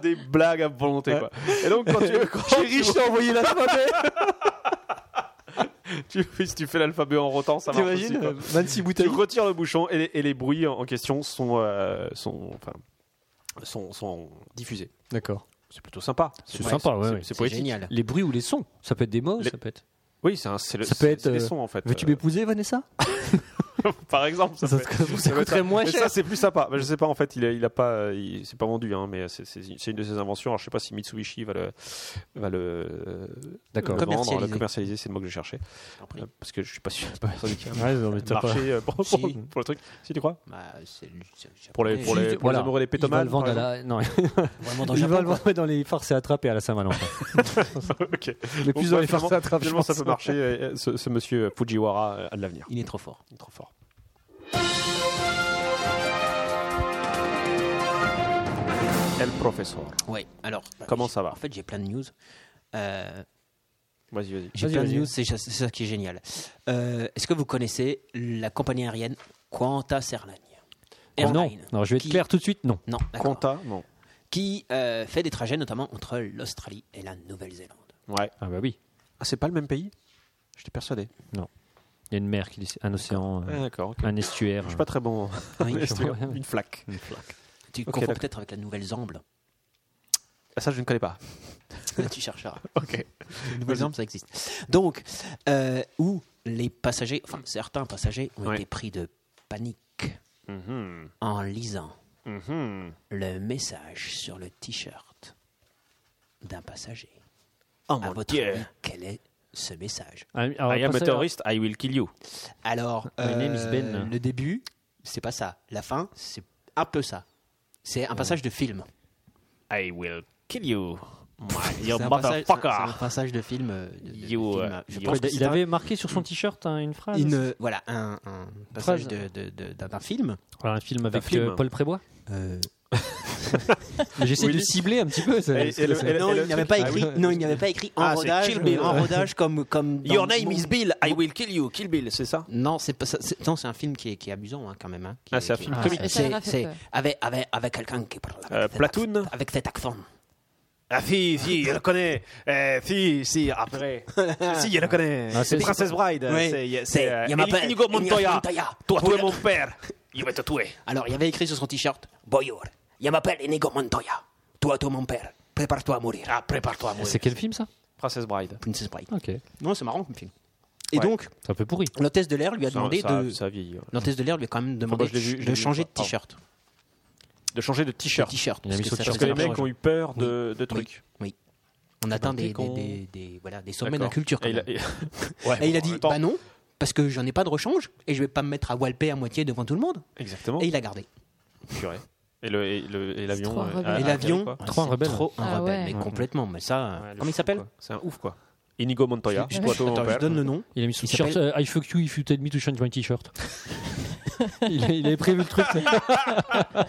[SPEAKER 3] des blagues à volonté. Quoi. Et donc, quand tu, quand
[SPEAKER 4] Chérie, je t'ai envoyé la
[SPEAKER 3] tu, si tu fais l'alphabet en rotant, ça marche aussi.
[SPEAKER 4] T'imagines
[SPEAKER 3] quoi.
[SPEAKER 4] euh, 26
[SPEAKER 3] Tu
[SPEAKER 4] bouteilles.
[SPEAKER 3] retires le bouchon et les, et les bruits en en question sont, euh, sont, enfin, sont, sont diffusés.
[SPEAKER 4] D'accord.
[SPEAKER 3] C'est plutôt sympa.
[SPEAKER 4] C'est sympa, ouais,
[SPEAKER 3] c'est-
[SPEAKER 4] ouais.
[SPEAKER 3] C'est
[SPEAKER 6] C'est
[SPEAKER 3] poétique.
[SPEAKER 6] génial.
[SPEAKER 4] Les bruits ou les sons. Ça peut être des mots,
[SPEAKER 3] Les-
[SPEAKER 4] ça peut être.
[SPEAKER 3] Oui, c'est un- c'est le-
[SPEAKER 4] Ça peut
[SPEAKER 3] c'est-
[SPEAKER 4] être,
[SPEAKER 3] c'est les
[SPEAKER 4] euh,
[SPEAKER 3] sons en fait.
[SPEAKER 4] Veux-tu
[SPEAKER 3] Euh,
[SPEAKER 4] m'épouser, Vanessa
[SPEAKER 3] Par exemple, ça,
[SPEAKER 4] Ça
[SPEAKER 3] peut-
[SPEAKER 4] te- ça
[SPEAKER 3] peut être-
[SPEAKER 4] coûterait moins
[SPEAKER 3] mais
[SPEAKER 4] cher.
[SPEAKER 3] ça, c'est plus sympa. Bah, je sais pas, en fait, il a, il a pas, euh, il- c'est pas vendu, hein, mais c'est, c'est- c'est une de ses inventions. Alors, je sais pas si Mitsubishi va le, va le, euh,
[SPEAKER 4] D'accord.
[SPEAKER 3] le vendre, le
[SPEAKER 6] Commercialiser.
[SPEAKER 3] commercialiser. C'est le mot que je cherchais.
[SPEAKER 6] t'en prie.
[SPEAKER 3] Euh, parce que je suis pas sûr, pas personne qui va
[SPEAKER 4] Ouais, non, mais t'as pas-
[SPEAKER 3] marcher euh, pour, pour-
[SPEAKER 6] Si.
[SPEAKER 3] pour le truc. Si tu crois
[SPEAKER 6] Bah, c'est le- c'est le
[SPEAKER 3] Pour les,
[SPEAKER 6] japonais.
[SPEAKER 3] pour les,
[SPEAKER 4] Juste,
[SPEAKER 3] pour les
[SPEAKER 4] voilà.
[SPEAKER 3] amoureux des
[SPEAKER 4] Il va
[SPEAKER 3] pétomanes.
[SPEAKER 4] le vendre à
[SPEAKER 3] par
[SPEAKER 4] la. Non,
[SPEAKER 6] Vraiment dans le
[SPEAKER 4] il va
[SPEAKER 6] Japon,
[SPEAKER 4] le vendre dans les farces et attraper à la Saint-Valentin.
[SPEAKER 3] exemple. Ok.
[SPEAKER 4] Le
[SPEAKER 3] Donc,
[SPEAKER 4] plus
[SPEAKER 3] ouais,
[SPEAKER 4] dans les farces et attraper.
[SPEAKER 3] Finalement, ça peut marcher. euh, Ce, ce monsieur euh, Fujiwara euh, a de l'avenir.
[SPEAKER 6] Il est trop fort.
[SPEAKER 3] Il est trop fort. El professeur.
[SPEAKER 6] Ouais. Alors, bah,
[SPEAKER 3] Comment
[SPEAKER 6] j'ai-
[SPEAKER 3] ça va
[SPEAKER 6] En fait, j'ai plein de news. Euh,
[SPEAKER 3] Vas-y, vas-y.
[SPEAKER 6] j'ai
[SPEAKER 4] Vas-y,
[SPEAKER 6] plein de
[SPEAKER 4] vas-y.
[SPEAKER 6] news, c'est c'est ça qui est génial. Euh, Est-ce que vous connaissez la compagnie aérienne Quanta Airlines
[SPEAKER 4] Euh, Oh, non,
[SPEAKER 6] Airline.
[SPEAKER 4] non, je vais être
[SPEAKER 6] Qui-
[SPEAKER 4] clair tout de suite, non.
[SPEAKER 6] Non, d'accord.
[SPEAKER 3] Quanta Non.
[SPEAKER 6] Qui euh, fait des trajets notamment entre l'Australie et la Nouvelle-Zélande.
[SPEAKER 3] Ouais.
[SPEAKER 4] Ah bah oui,
[SPEAKER 3] Ah, c'est pas le même pays J'étais persuadé.
[SPEAKER 4] il y a une mer, qui les- un océan, euh,
[SPEAKER 3] Ah, d'accord. ok.
[SPEAKER 4] un estuaire.
[SPEAKER 3] Je suis pas très bon.
[SPEAKER 6] Oui,
[SPEAKER 3] Une
[SPEAKER 4] je vois.
[SPEAKER 3] flaque. Une flaque.
[SPEAKER 6] Tu
[SPEAKER 3] Ok,
[SPEAKER 6] confonds
[SPEAKER 3] d'accord.
[SPEAKER 6] peut-être avec la Nouvelle-Zamble.
[SPEAKER 3] Ah, Ça, je ne connais pas.
[SPEAKER 6] Là, tu chercheras.
[SPEAKER 3] Ok.
[SPEAKER 6] Le nouvel exemple, ça existe. Donc, euh, où les passagers, enfin certains passagers, ont
[SPEAKER 3] Ouais.
[SPEAKER 6] été pris de panique
[SPEAKER 3] Mhm.
[SPEAKER 6] en lisant
[SPEAKER 3] Mhm.
[SPEAKER 6] le message sur le t-shirt d'un passager.
[SPEAKER 3] Oh
[SPEAKER 6] à
[SPEAKER 3] mon
[SPEAKER 6] votre
[SPEAKER 3] Dieu.
[SPEAKER 6] avis, quel est ce message
[SPEAKER 4] Ah, alors,
[SPEAKER 3] I am a
[SPEAKER 4] passez-
[SPEAKER 3] terrorist, I will kill you.
[SPEAKER 6] Alors, euh,
[SPEAKER 4] My
[SPEAKER 3] Euh,
[SPEAKER 4] name is Ben.
[SPEAKER 6] le début, c'est pas ça. La fin, c'est un peu ça. C'est un passage de film.
[SPEAKER 3] I will kill you. My-
[SPEAKER 6] C'est
[SPEAKER 3] you
[SPEAKER 6] un passage- c'est un
[SPEAKER 3] motherfucker.
[SPEAKER 6] passage de film. euh, de- de
[SPEAKER 3] You,
[SPEAKER 6] film.
[SPEAKER 3] euh,
[SPEAKER 6] Je
[SPEAKER 3] you-
[SPEAKER 6] pense que
[SPEAKER 4] Il,
[SPEAKER 6] c'est un-
[SPEAKER 4] avait marqué sur son t-shirt hein, une phrase.
[SPEAKER 6] une, euh, voilà, un, un passage
[SPEAKER 4] Phrase.
[SPEAKER 6] de- de- de- d'un d'un film.
[SPEAKER 4] Voilà, un film avec
[SPEAKER 3] film.
[SPEAKER 4] euh, Paul Prébois.
[SPEAKER 6] Euh,
[SPEAKER 4] Mais J'essaie de
[SPEAKER 3] Willy.
[SPEAKER 4] le cibler un petit peu. ça-
[SPEAKER 3] Et- et
[SPEAKER 4] parce que
[SPEAKER 3] le-
[SPEAKER 4] ça-
[SPEAKER 3] et le-
[SPEAKER 6] non, il n'y avait pas
[SPEAKER 3] Ah oui.
[SPEAKER 6] écrit. Non, il n'y avait pas écrit en
[SPEAKER 3] Ah, c'est
[SPEAKER 6] rodage.
[SPEAKER 3] Kill Bill.
[SPEAKER 6] En rodage comme comme. dans
[SPEAKER 3] Your name
[SPEAKER 6] mon-
[SPEAKER 3] is Bill, I will kill you. Kill Bill, c'est ça
[SPEAKER 6] Non, c'est pas. ça, c'est- Non, c'est un film qui est, qui est amusant hein, quand même. hein, qui
[SPEAKER 3] Ah,
[SPEAKER 6] est-
[SPEAKER 3] c'est un
[SPEAKER 6] qui-
[SPEAKER 3] film
[SPEAKER 4] Ah,
[SPEAKER 3] comique.
[SPEAKER 7] Et ça leur a fait
[SPEAKER 6] c'est
[SPEAKER 7] peur.
[SPEAKER 6] avec avec avec quelqu'un qui parle.
[SPEAKER 3] Euh,
[SPEAKER 6] cet
[SPEAKER 3] Platoon.
[SPEAKER 6] accent- Avec cet accent.
[SPEAKER 3] Ah, si, si, je le connais. Eh, si, si, après. si, je le connais.
[SPEAKER 4] Ah, c'est-
[SPEAKER 3] Princess Bride.
[SPEAKER 6] Ouais. C'est-
[SPEAKER 3] euh,
[SPEAKER 6] il m'appelle
[SPEAKER 3] Inigo
[SPEAKER 6] Inigo
[SPEAKER 3] Montoya.
[SPEAKER 6] Montoya.
[SPEAKER 3] Toi,
[SPEAKER 6] Pour
[SPEAKER 3] tu es
[SPEAKER 6] le-
[SPEAKER 3] mon père. Je vais te tuer.
[SPEAKER 6] Alors, il y avait écrit sur son t-shirt Boyor. Il m'appelle Inigo Montoya. Toi, toi, mon père. Prépare-toi à mourir. Ah, prépare-toi à
[SPEAKER 4] C'est quel film ça
[SPEAKER 3] Princess Bride.
[SPEAKER 6] Princess Bride.
[SPEAKER 4] Ok,
[SPEAKER 6] Non, c'est marrant comme film. Et
[SPEAKER 3] Ouais.
[SPEAKER 6] donc,
[SPEAKER 4] c'est un peu pourri.
[SPEAKER 6] l'hôtesse de l'air lui a
[SPEAKER 3] Ça,
[SPEAKER 6] demandé
[SPEAKER 3] ça,
[SPEAKER 6] de.
[SPEAKER 3] ça vieillit. ouais.
[SPEAKER 6] L'hôtesse de l'air lui a quand même demandé
[SPEAKER 3] moi, je l'ai vu, je l'ai
[SPEAKER 6] de
[SPEAKER 3] vu,
[SPEAKER 6] changer de
[SPEAKER 3] pardon.
[SPEAKER 6] t-shirt.
[SPEAKER 3] De changer de t-shirt.
[SPEAKER 6] T-shirt.
[SPEAKER 4] Il a mis son
[SPEAKER 6] ça
[SPEAKER 3] Parce
[SPEAKER 4] t-shirt.
[SPEAKER 3] que
[SPEAKER 6] faisait
[SPEAKER 3] les
[SPEAKER 6] peur
[SPEAKER 3] mecs
[SPEAKER 6] aux
[SPEAKER 3] ont eu peur de, de trucs.
[SPEAKER 6] On atteint
[SPEAKER 3] Donc,
[SPEAKER 6] des,
[SPEAKER 3] dès qu'on-
[SPEAKER 6] des- des- des- voilà, des sommets de
[SPEAKER 3] D'accord.
[SPEAKER 6] la culture. quand
[SPEAKER 3] Et il a,
[SPEAKER 6] même. Et,
[SPEAKER 3] Ouais, bon,
[SPEAKER 6] il a
[SPEAKER 3] en
[SPEAKER 6] dit
[SPEAKER 3] même temps-
[SPEAKER 6] Bah non, parce que j'en ai pas de rechange et je vais pas me mettre à walper à moitié devant tout le monde.
[SPEAKER 3] Exactement.
[SPEAKER 6] Et il a gardé.
[SPEAKER 3] Purée. Et le- et le- et l'avion.
[SPEAKER 7] C'est trop
[SPEAKER 3] euh,
[SPEAKER 7] rebelle.
[SPEAKER 3] a-
[SPEAKER 6] et
[SPEAKER 3] a-
[SPEAKER 6] l'avion,
[SPEAKER 3] quoi.
[SPEAKER 6] ouais,
[SPEAKER 4] Trop un
[SPEAKER 6] c'est
[SPEAKER 4] rebelle.
[SPEAKER 6] Trop un
[SPEAKER 7] Ah
[SPEAKER 6] rebelle,
[SPEAKER 7] ouais.
[SPEAKER 6] mais complètement. Mais ça,
[SPEAKER 3] Ouais, le
[SPEAKER 6] comment il
[SPEAKER 3] fou,
[SPEAKER 6] s'appelle
[SPEAKER 3] quoi. C'est un ouf, quoi. Inigo Montoya.
[SPEAKER 6] Je- je-
[SPEAKER 3] Toi, toi, mon
[SPEAKER 6] Attends, je
[SPEAKER 3] père.
[SPEAKER 6] donne le nom.
[SPEAKER 4] Il a mis son
[SPEAKER 6] Il
[SPEAKER 4] t-shirt euh, I fuck you if you take me to change my t-shirt. il, a- il avait prévu le truc. ça.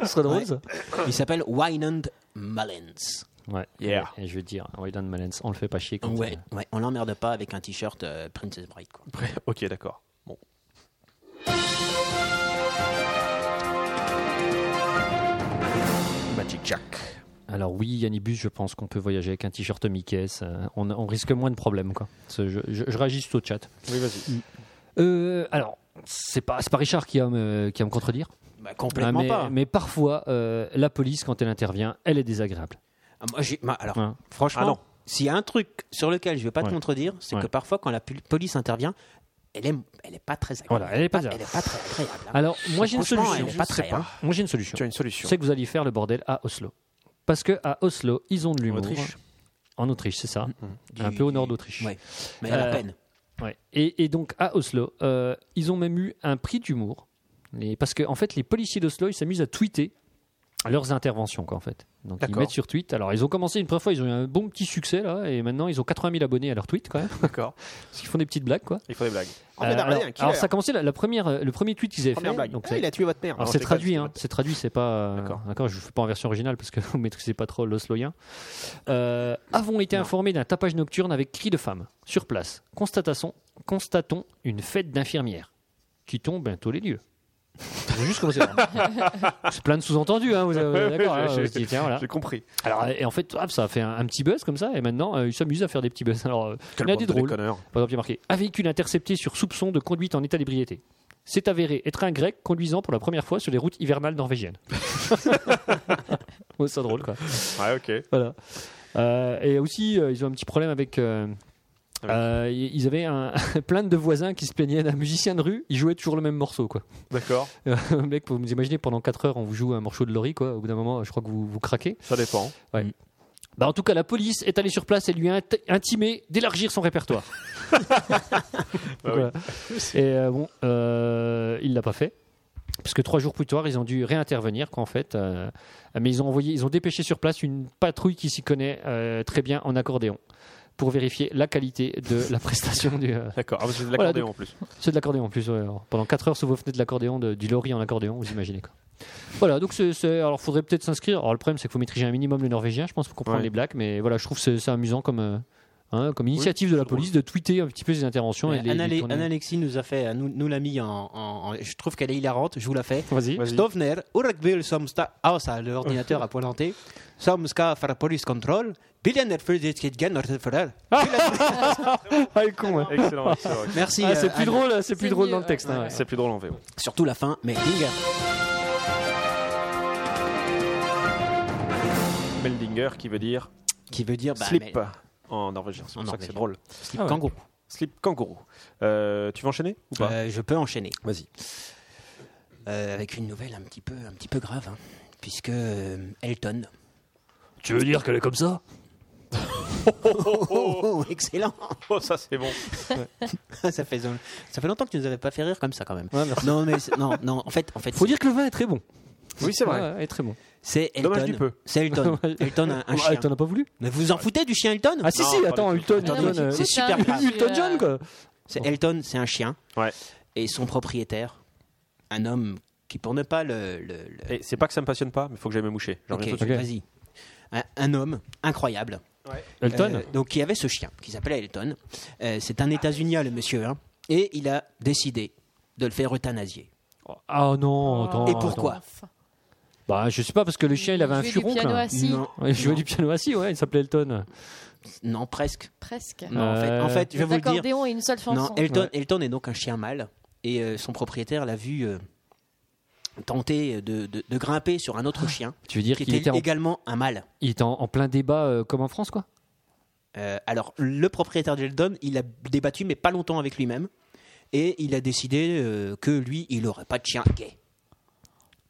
[SPEAKER 4] Ce serait drôle
[SPEAKER 6] Ouais.
[SPEAKER 4] ça.
[SPEAKER 6] Il s'appelle Wynand Mullins.
[SPEAKER 4] Ouais.
[SPEAKER 3] Yeah.
[SPEAKER 4] Et je veux dire, Ryan Malens, on le fait pas chier. Quand
[SPEAKER 6] Ouais, ouais, on l'emmerde pas avec un t-shirt euh, Princess Bride. Quoi.
[SPEAKER 4] Bah,
[SPEAKER 3] Après, ok, d'accord. Bon. Magic Jack.
[SPEAKER 4] Alors oui, Yannibus, je pense qu'on peut voyager avec un t-shirt Mickey. ça- on, on risque moins de problèmes. Quoi. Ce- Je, je- je réagis juste au chat.
[SPEAKER 3] Oui, vas-y.
[SPEAKER 4] Euh, alors, c'est pas, c'est pas Richard qui va me, qui va me contredire.
[SPEAKER 6] Bah, complètement
[SPEAKER 4] Ah, mais,
[SPEAKER 6] pas.
[SPEAKER 4] mais parfois, euh, la police, quand elle intervient, elle est désagréable.
[SPEAKER 6] Ah, moi, j'ai- ma- alors,
[SPEAKER 4] Ouais.
[SPEAKER 6] franchement,
[SPEAKER 3] Ah non.
[SPEAKER 6] s'il y a un truc sur lequel je ne vais pas
[SPEAKER 4] Ouais.
[SPEAKER 6] te contredire, c'est que
[SPEAKER 4] Ouais.
[SPEAKER 6] parfois, quand la pol- police intervient, elle est, elle est pas très agréable.
[SPEAKER 4] Voilà, elle est pas Ah,
[SPEAKER 6] elle
[SPEAKER 4] agréable.
[SPEAKER 6] est pas très agréable. hein.
[SPEAKER 4] Alors, moi j'ai une
[SPEAKER 6] Franchement,
[SPEAKER 4] solution.
[SPEAKER 6] elle est pas très bien.
[SPEAKER 4] Moi j'ai une solution.
[SPEAKER 3] Tu as une solution.
[SPEAKER 4] C'est que vous allez faire le bordel à Oslo. Parce que à Oslo, ils ont de l'humour.
[SPEAKER 3] Autriche.
[SPEAKER 4] En Autriche, c'est ça.
[SPEAKER 6] Du-
[SPEAKER 4] Un peu au
[SPEAKER 6] du-
[SPEAKER 4] nord d'Autriche.
[SPEAKER 6] Ouais. Mais à la
[SPEAKER 4] Euh,
[SPEAKER 6] peine.
[SPEAKER 4] Ouais. Et, et donc à Oslo, euh, ils ont même eu un prix d'humour. Et parce que en fait, les policiers d'Oslo, ils s'amusent à tweeter leurs interventions, quoi, en fait. Donc ils
[SPEAKER 3] D'accord.
[SPEAKER 4] mettent sur tweet. Alors ils ont commencé une première fois, ils ont eu un bon petit succès là, et maintenant ils ont 80 000 abonnés à leur tweet, quand même.
[SPEAKER 3] D'accord.
[SPEAKER 4] Parce qu'ils font des petites blagues, quoi.
[SPEAKER 3] Il faut des blagues.
[SPEAKER 4] Euh, alors, alors, ça a commencé la, la première, euh, le premier tweet qu'ils avaient
[SPEAKER 3] Première
[SPEAKER 4] fait.
[SPEAKER 3] blague.
[SPEAKER 4] donc
[SPEAKER 3] Ah,
[SPEAKER 4] c'est-
[SPEAKER 3] il a tué votre mère.
[SPEAKER 4] alors
[SPEAKER 3] Non,
[SPEAKER 4] c'est
[SPEAKER 3] je déconne,
[SPEAKER 4] traduit,
[SPEAKER 3] c'était
[SPEAKER 4] hein,
[SPEAKER 3] votre-
[SPEAKER 4] c'est traduit, c'est pas. euh,
[SPEAKER 3] D'accord.
[SPEAKER 4] D'accord, je ne fais pas en version originale parce que vous maîtrisez pas trop l'osloyen. Euh, avons été informés d'un tapage nocturne avec cris de femmes sur place. Constatation, constatons une fête d'infirmières. Quittons bientôt les lieux. Ils ont juste commencé. à- C'est plein de sous-entendus, hein, vous avez- d'accord, hein,
[SPEAKER 3] j'ai-
[SPEAKER 4] vous dites, tiens,
[SPEAKER 6] Ah.
[SPEAKER 4] voilà.
[SPEAKER 3] J'ai compris.
[SPEAKER 4] Alors, et en fait, hop, ça a fait un, un petit buzz comme ça, et maintenant, euh, ils s'amusent à faire des petits buzz. Alors, euh, il y en a des drôles. Par exemple, il y a marqué Un véhicule intercepté sur soupçon de conduite en état d'ébriété. C'est avéré être un grec conduisant pour la première fois sur les routes hivernales norvégiennes. ouais, c'est drôle, quoi.
[SPEAKER 3] Ouais, ok.
[SPEAKER 4] Voilà. Euh, et aussi, euh, ils ont un petit problème avec. euh,
[SPEAKER 3] Avec-
[SPEAKER 4] euh, ils ils avaient un, plainte de voisins qui se plaignaient d'un musicien de rue. Il jouait toujours le même morceau, quoi.
[SPEAKER 3] D'accord.
[SPEAKER 4] Euh, mec, vous vous imaginez pendant 4 heures, on vous joue un morceau de Laurie, quoi. Au bout d'un moment, je crois que vous, vous craquez.
[SPEAKER 3] Ça dépend.
[SPEAKER 4] Bah, en tout cas, la police est allée sur place et lui a int- intimé d'élargir son répertoire.
[SPEAKER 3] Bah
[SPEAKER 4] Voilà. Et euh, bon, euh, il l'a pas fait. Parce que trois jours plus tard, ils ont dû réintervenir, quoi, en fait. euh, mais ils ont envoyé, ils ont dépêché sur place une patrouille qui s'y connaît euh, très bien en accordéon pour vérifier la qualité de la prestation du. euh,
[SPEAKER 3] D'accord. Ah, parce que c'est de
[SPEAKER 4] Voilà,
[SPEAKER 3] l'accordéon en plus.
[SPEAKER 4] c'est de l'accordéon en plus. ouais, alors, pendant 4 heures sous vos fenêtres de l'accordéon, de- du lorry en accordéon, vous imaginez quoi. Voilà, donc c'est. c'est- Alors, faudrait peut-être s'inscrire. Alors, le problème, c'est qu'il faut maîtriser un minimum le norvégien, je pense, pour comprendre
[SPEAKER 3] Ouais.
[SPEAKER 4] les blagues. Mais voilà, je trouve que c'est c'est amusant comme. euh, hein, comme initiative de la police de tweeter un petit peu ses interventions et
[SPEAKER 6] Mais
[SPEAKER 4] de les,
[SPEAKER 6] Anna,
[SPEAKER 4] les
[SPEAKER 6] Le-
[SPEAKER 4] tourner.
[SPEAKER 6] Anna Alexis Euh, nous a fait, euh, nous, nous l'a mis en, en- en- Je trouve qu'elle est hilarante, je vous la fais.
[SPEAKER 4] Vas-y.
[SPEAKER 6] Stovner, Urakbil Somsta. Ah, ça, l'ordinateur a pointé. Somska for police control. Billionaire Fredriksgen Orteferer.
[SPEAKER 4] Ah, le con, ouais.
[SPEAKER 3] Excellent, excellent.
[SPEAKER 6] Merci.
[SPEAKER 4] Ah, c'est
[SPEAKER 6] euh,
[SPEAKER 4] plus
[SPEAKER 6] Anna.
[SPEAKER 4] drôle, c'est plus
[SPEAKER 7] C'est
[SPEAKER 4] drôle
[SPEAKER 7] mieux,
[SPEAKER 4] dans le texte.
[SPEAKER 7] ouais,
[SPEAKER 4] hein,
[SPEAKER 7] ouais.
[SPEAKER 4] ouais.
[SPEAKER 3] C'est plus drôle en VO.
[SPEAKER 6] Surtout la fin, mais Dinger.
[SPEAKER 3] Meldinger qui veut dire
[SPEAKER 6] Qui veut dire. Bah,
[SPEAKER 3] slip
[SPEAKER 6] mais-
[SPEAKER 3] en norvégien. C'est
[SPEAKER 6] En
[SPEAKER 3] pour ça que c'est drôle.
[SPEAKER 6] norvégien. slip
[SPEAKER 4] Ah ouais.
[SPEAKER 6] kangourou.
[SPEAKER 3] Slip kangourou. Euh, tu veux enchaîner ou pas
[SPEAKER 6] Euh, je peux enchaîner.
[SPEAKER 3] Vas-y.
[SPEAKER 6] Euh, avec une nouvelle un petit peu, un petit peu grave, hein, puisque euh, Elton.
[SPEAKER 4] Tu veux dire qu'elle est comme ça
[SPEAKER 6] Oh, oh, oh, excellent
[SPEAKER 3] Oh, ça c'est bon.
[SPEAKER 6] ça, fait, zone. ça fait longtemps que tu nous avais pas fait rire comme ça quand même. non, mais c'est- non, non, en fait, en fait
[SPEAKER 4] Faut dire que le vin est très bon.
[SPEAKER 3] Oui, c'est vrai.
[SPEAKER 4] Ouais, ouais, est très bon.
[SPEAKER 6] c'est Elton.
[SPEAKER 3] Dommage du peu.
[SPEAKER 6] C'est Elton.
[SPEAKER 4] Ouais.
[SPEAKER 6] Elton, un, un
[SPEAKER 4] Ah,
[SPEAKER 6] chien.
[SPEAKER 4] t'en as pas voulu
[SPEAKER 6] Mais vous vous en foutez du chien Elton
[SPEAKER 4] Ah si,
[SPEAKER 3] Non,
[SPEAKER 4] si,
[SPEAKER 3] pas
[SPEAKER 4] attends,
[SPEAKER 3] du tout.
[SPEAKER 4] Ulton,
[SPEAKER 7] Ah, non,
[SPEAKER 4] Ulton,
[SPEAKER 7] mais
[SPEAKER 4] euh,
[SPEAKER 7] tu-
[SPEAKER 6] c'est super
[SPEAKER 7] un-
[SPEAKER 6] grave.
[SPEAKER 7] tu-
[SPEAKER 4] Elton
[SPEAKER 7] euh,
[SPEAKER 4] John, quoi.
[SPEAKER 6] C'est Elton, c'est un chien.
[SPEAKER 3] Ouais.
[SPEAKER 6] Et son propriétaire, un homme qui, pour ne pas le. le- le-
[SPEAKER 3] Et c'est pas que ça me passionne pas, mais faut que j'aille me moucher. J'en reviens
[SPEAKER 6] Ok,
[SPEAKER 3] tout de suite.
[SPEAKER 6] vas-y. Un, un homme incroyable.
[SPEAKER 4] Elton
[SPEAKER 6] Euh, donc, qui avait ce chien, qui s'appelait Elton. Euh, c'est un États-Unien, le monsieur. hein. et il a décidé de le faire euthanasier.
[SPEAKER 4] Ah non,
[SPEAKER 7] Ah.
[SPEAKER 4] attends.
[SPEAKER 6] Et pourquoi
[SPEAKER 4] attends. Bah, je sais pas, parce que le chien, il avait un
[SPEAKER 7] Il jouait du
[SPEAKER 4] furoncle.
[SPEAKER 7] piano assis.
[SPEAKER 6] Non,
[SPEAKER 4] Ouais, Il jouait
[SPEAKER 6] Non.
[SPEAKER 4] du piano assis, ouais, il s'appelait Elton.
[SPEAKER 6] non, presque.
[SPEAKER 7] Presque.
[SPEAKER 6] Non,
[SPEAKER 3] Euh,
[SPEAKER 6] en fait, en fait, je vais
[SPEAKER 7] Les
[SPEAKER 6] vous le dire.
[SPEAKER 7] accordéons et une seule chanson.
[SPEAKER 6] Non, Elton, Elton est donc un chien mâle et euh, son propriétaire l'a vu euh, tenter de, de- de grimper sur un autre chien
[SPEAKER 4] Tu veux Ah, dire
[SPEAKER 6] qui
[SPEAKER 4] qu'il
[SPEAKER 6] était
[SPEAKER 4] était, en,
[SPEAKER 6] également un mâle.
[SPEAKER 4] il était en, en plein débat euh, comme en France, quoi
[SPEAKER 6] Euh, alors, le propriétaire d'Elton, il a débattu, mais pas longtemps avec lui-même. Et il a décidé euh, que lui, il n'aurait pas de chien gay.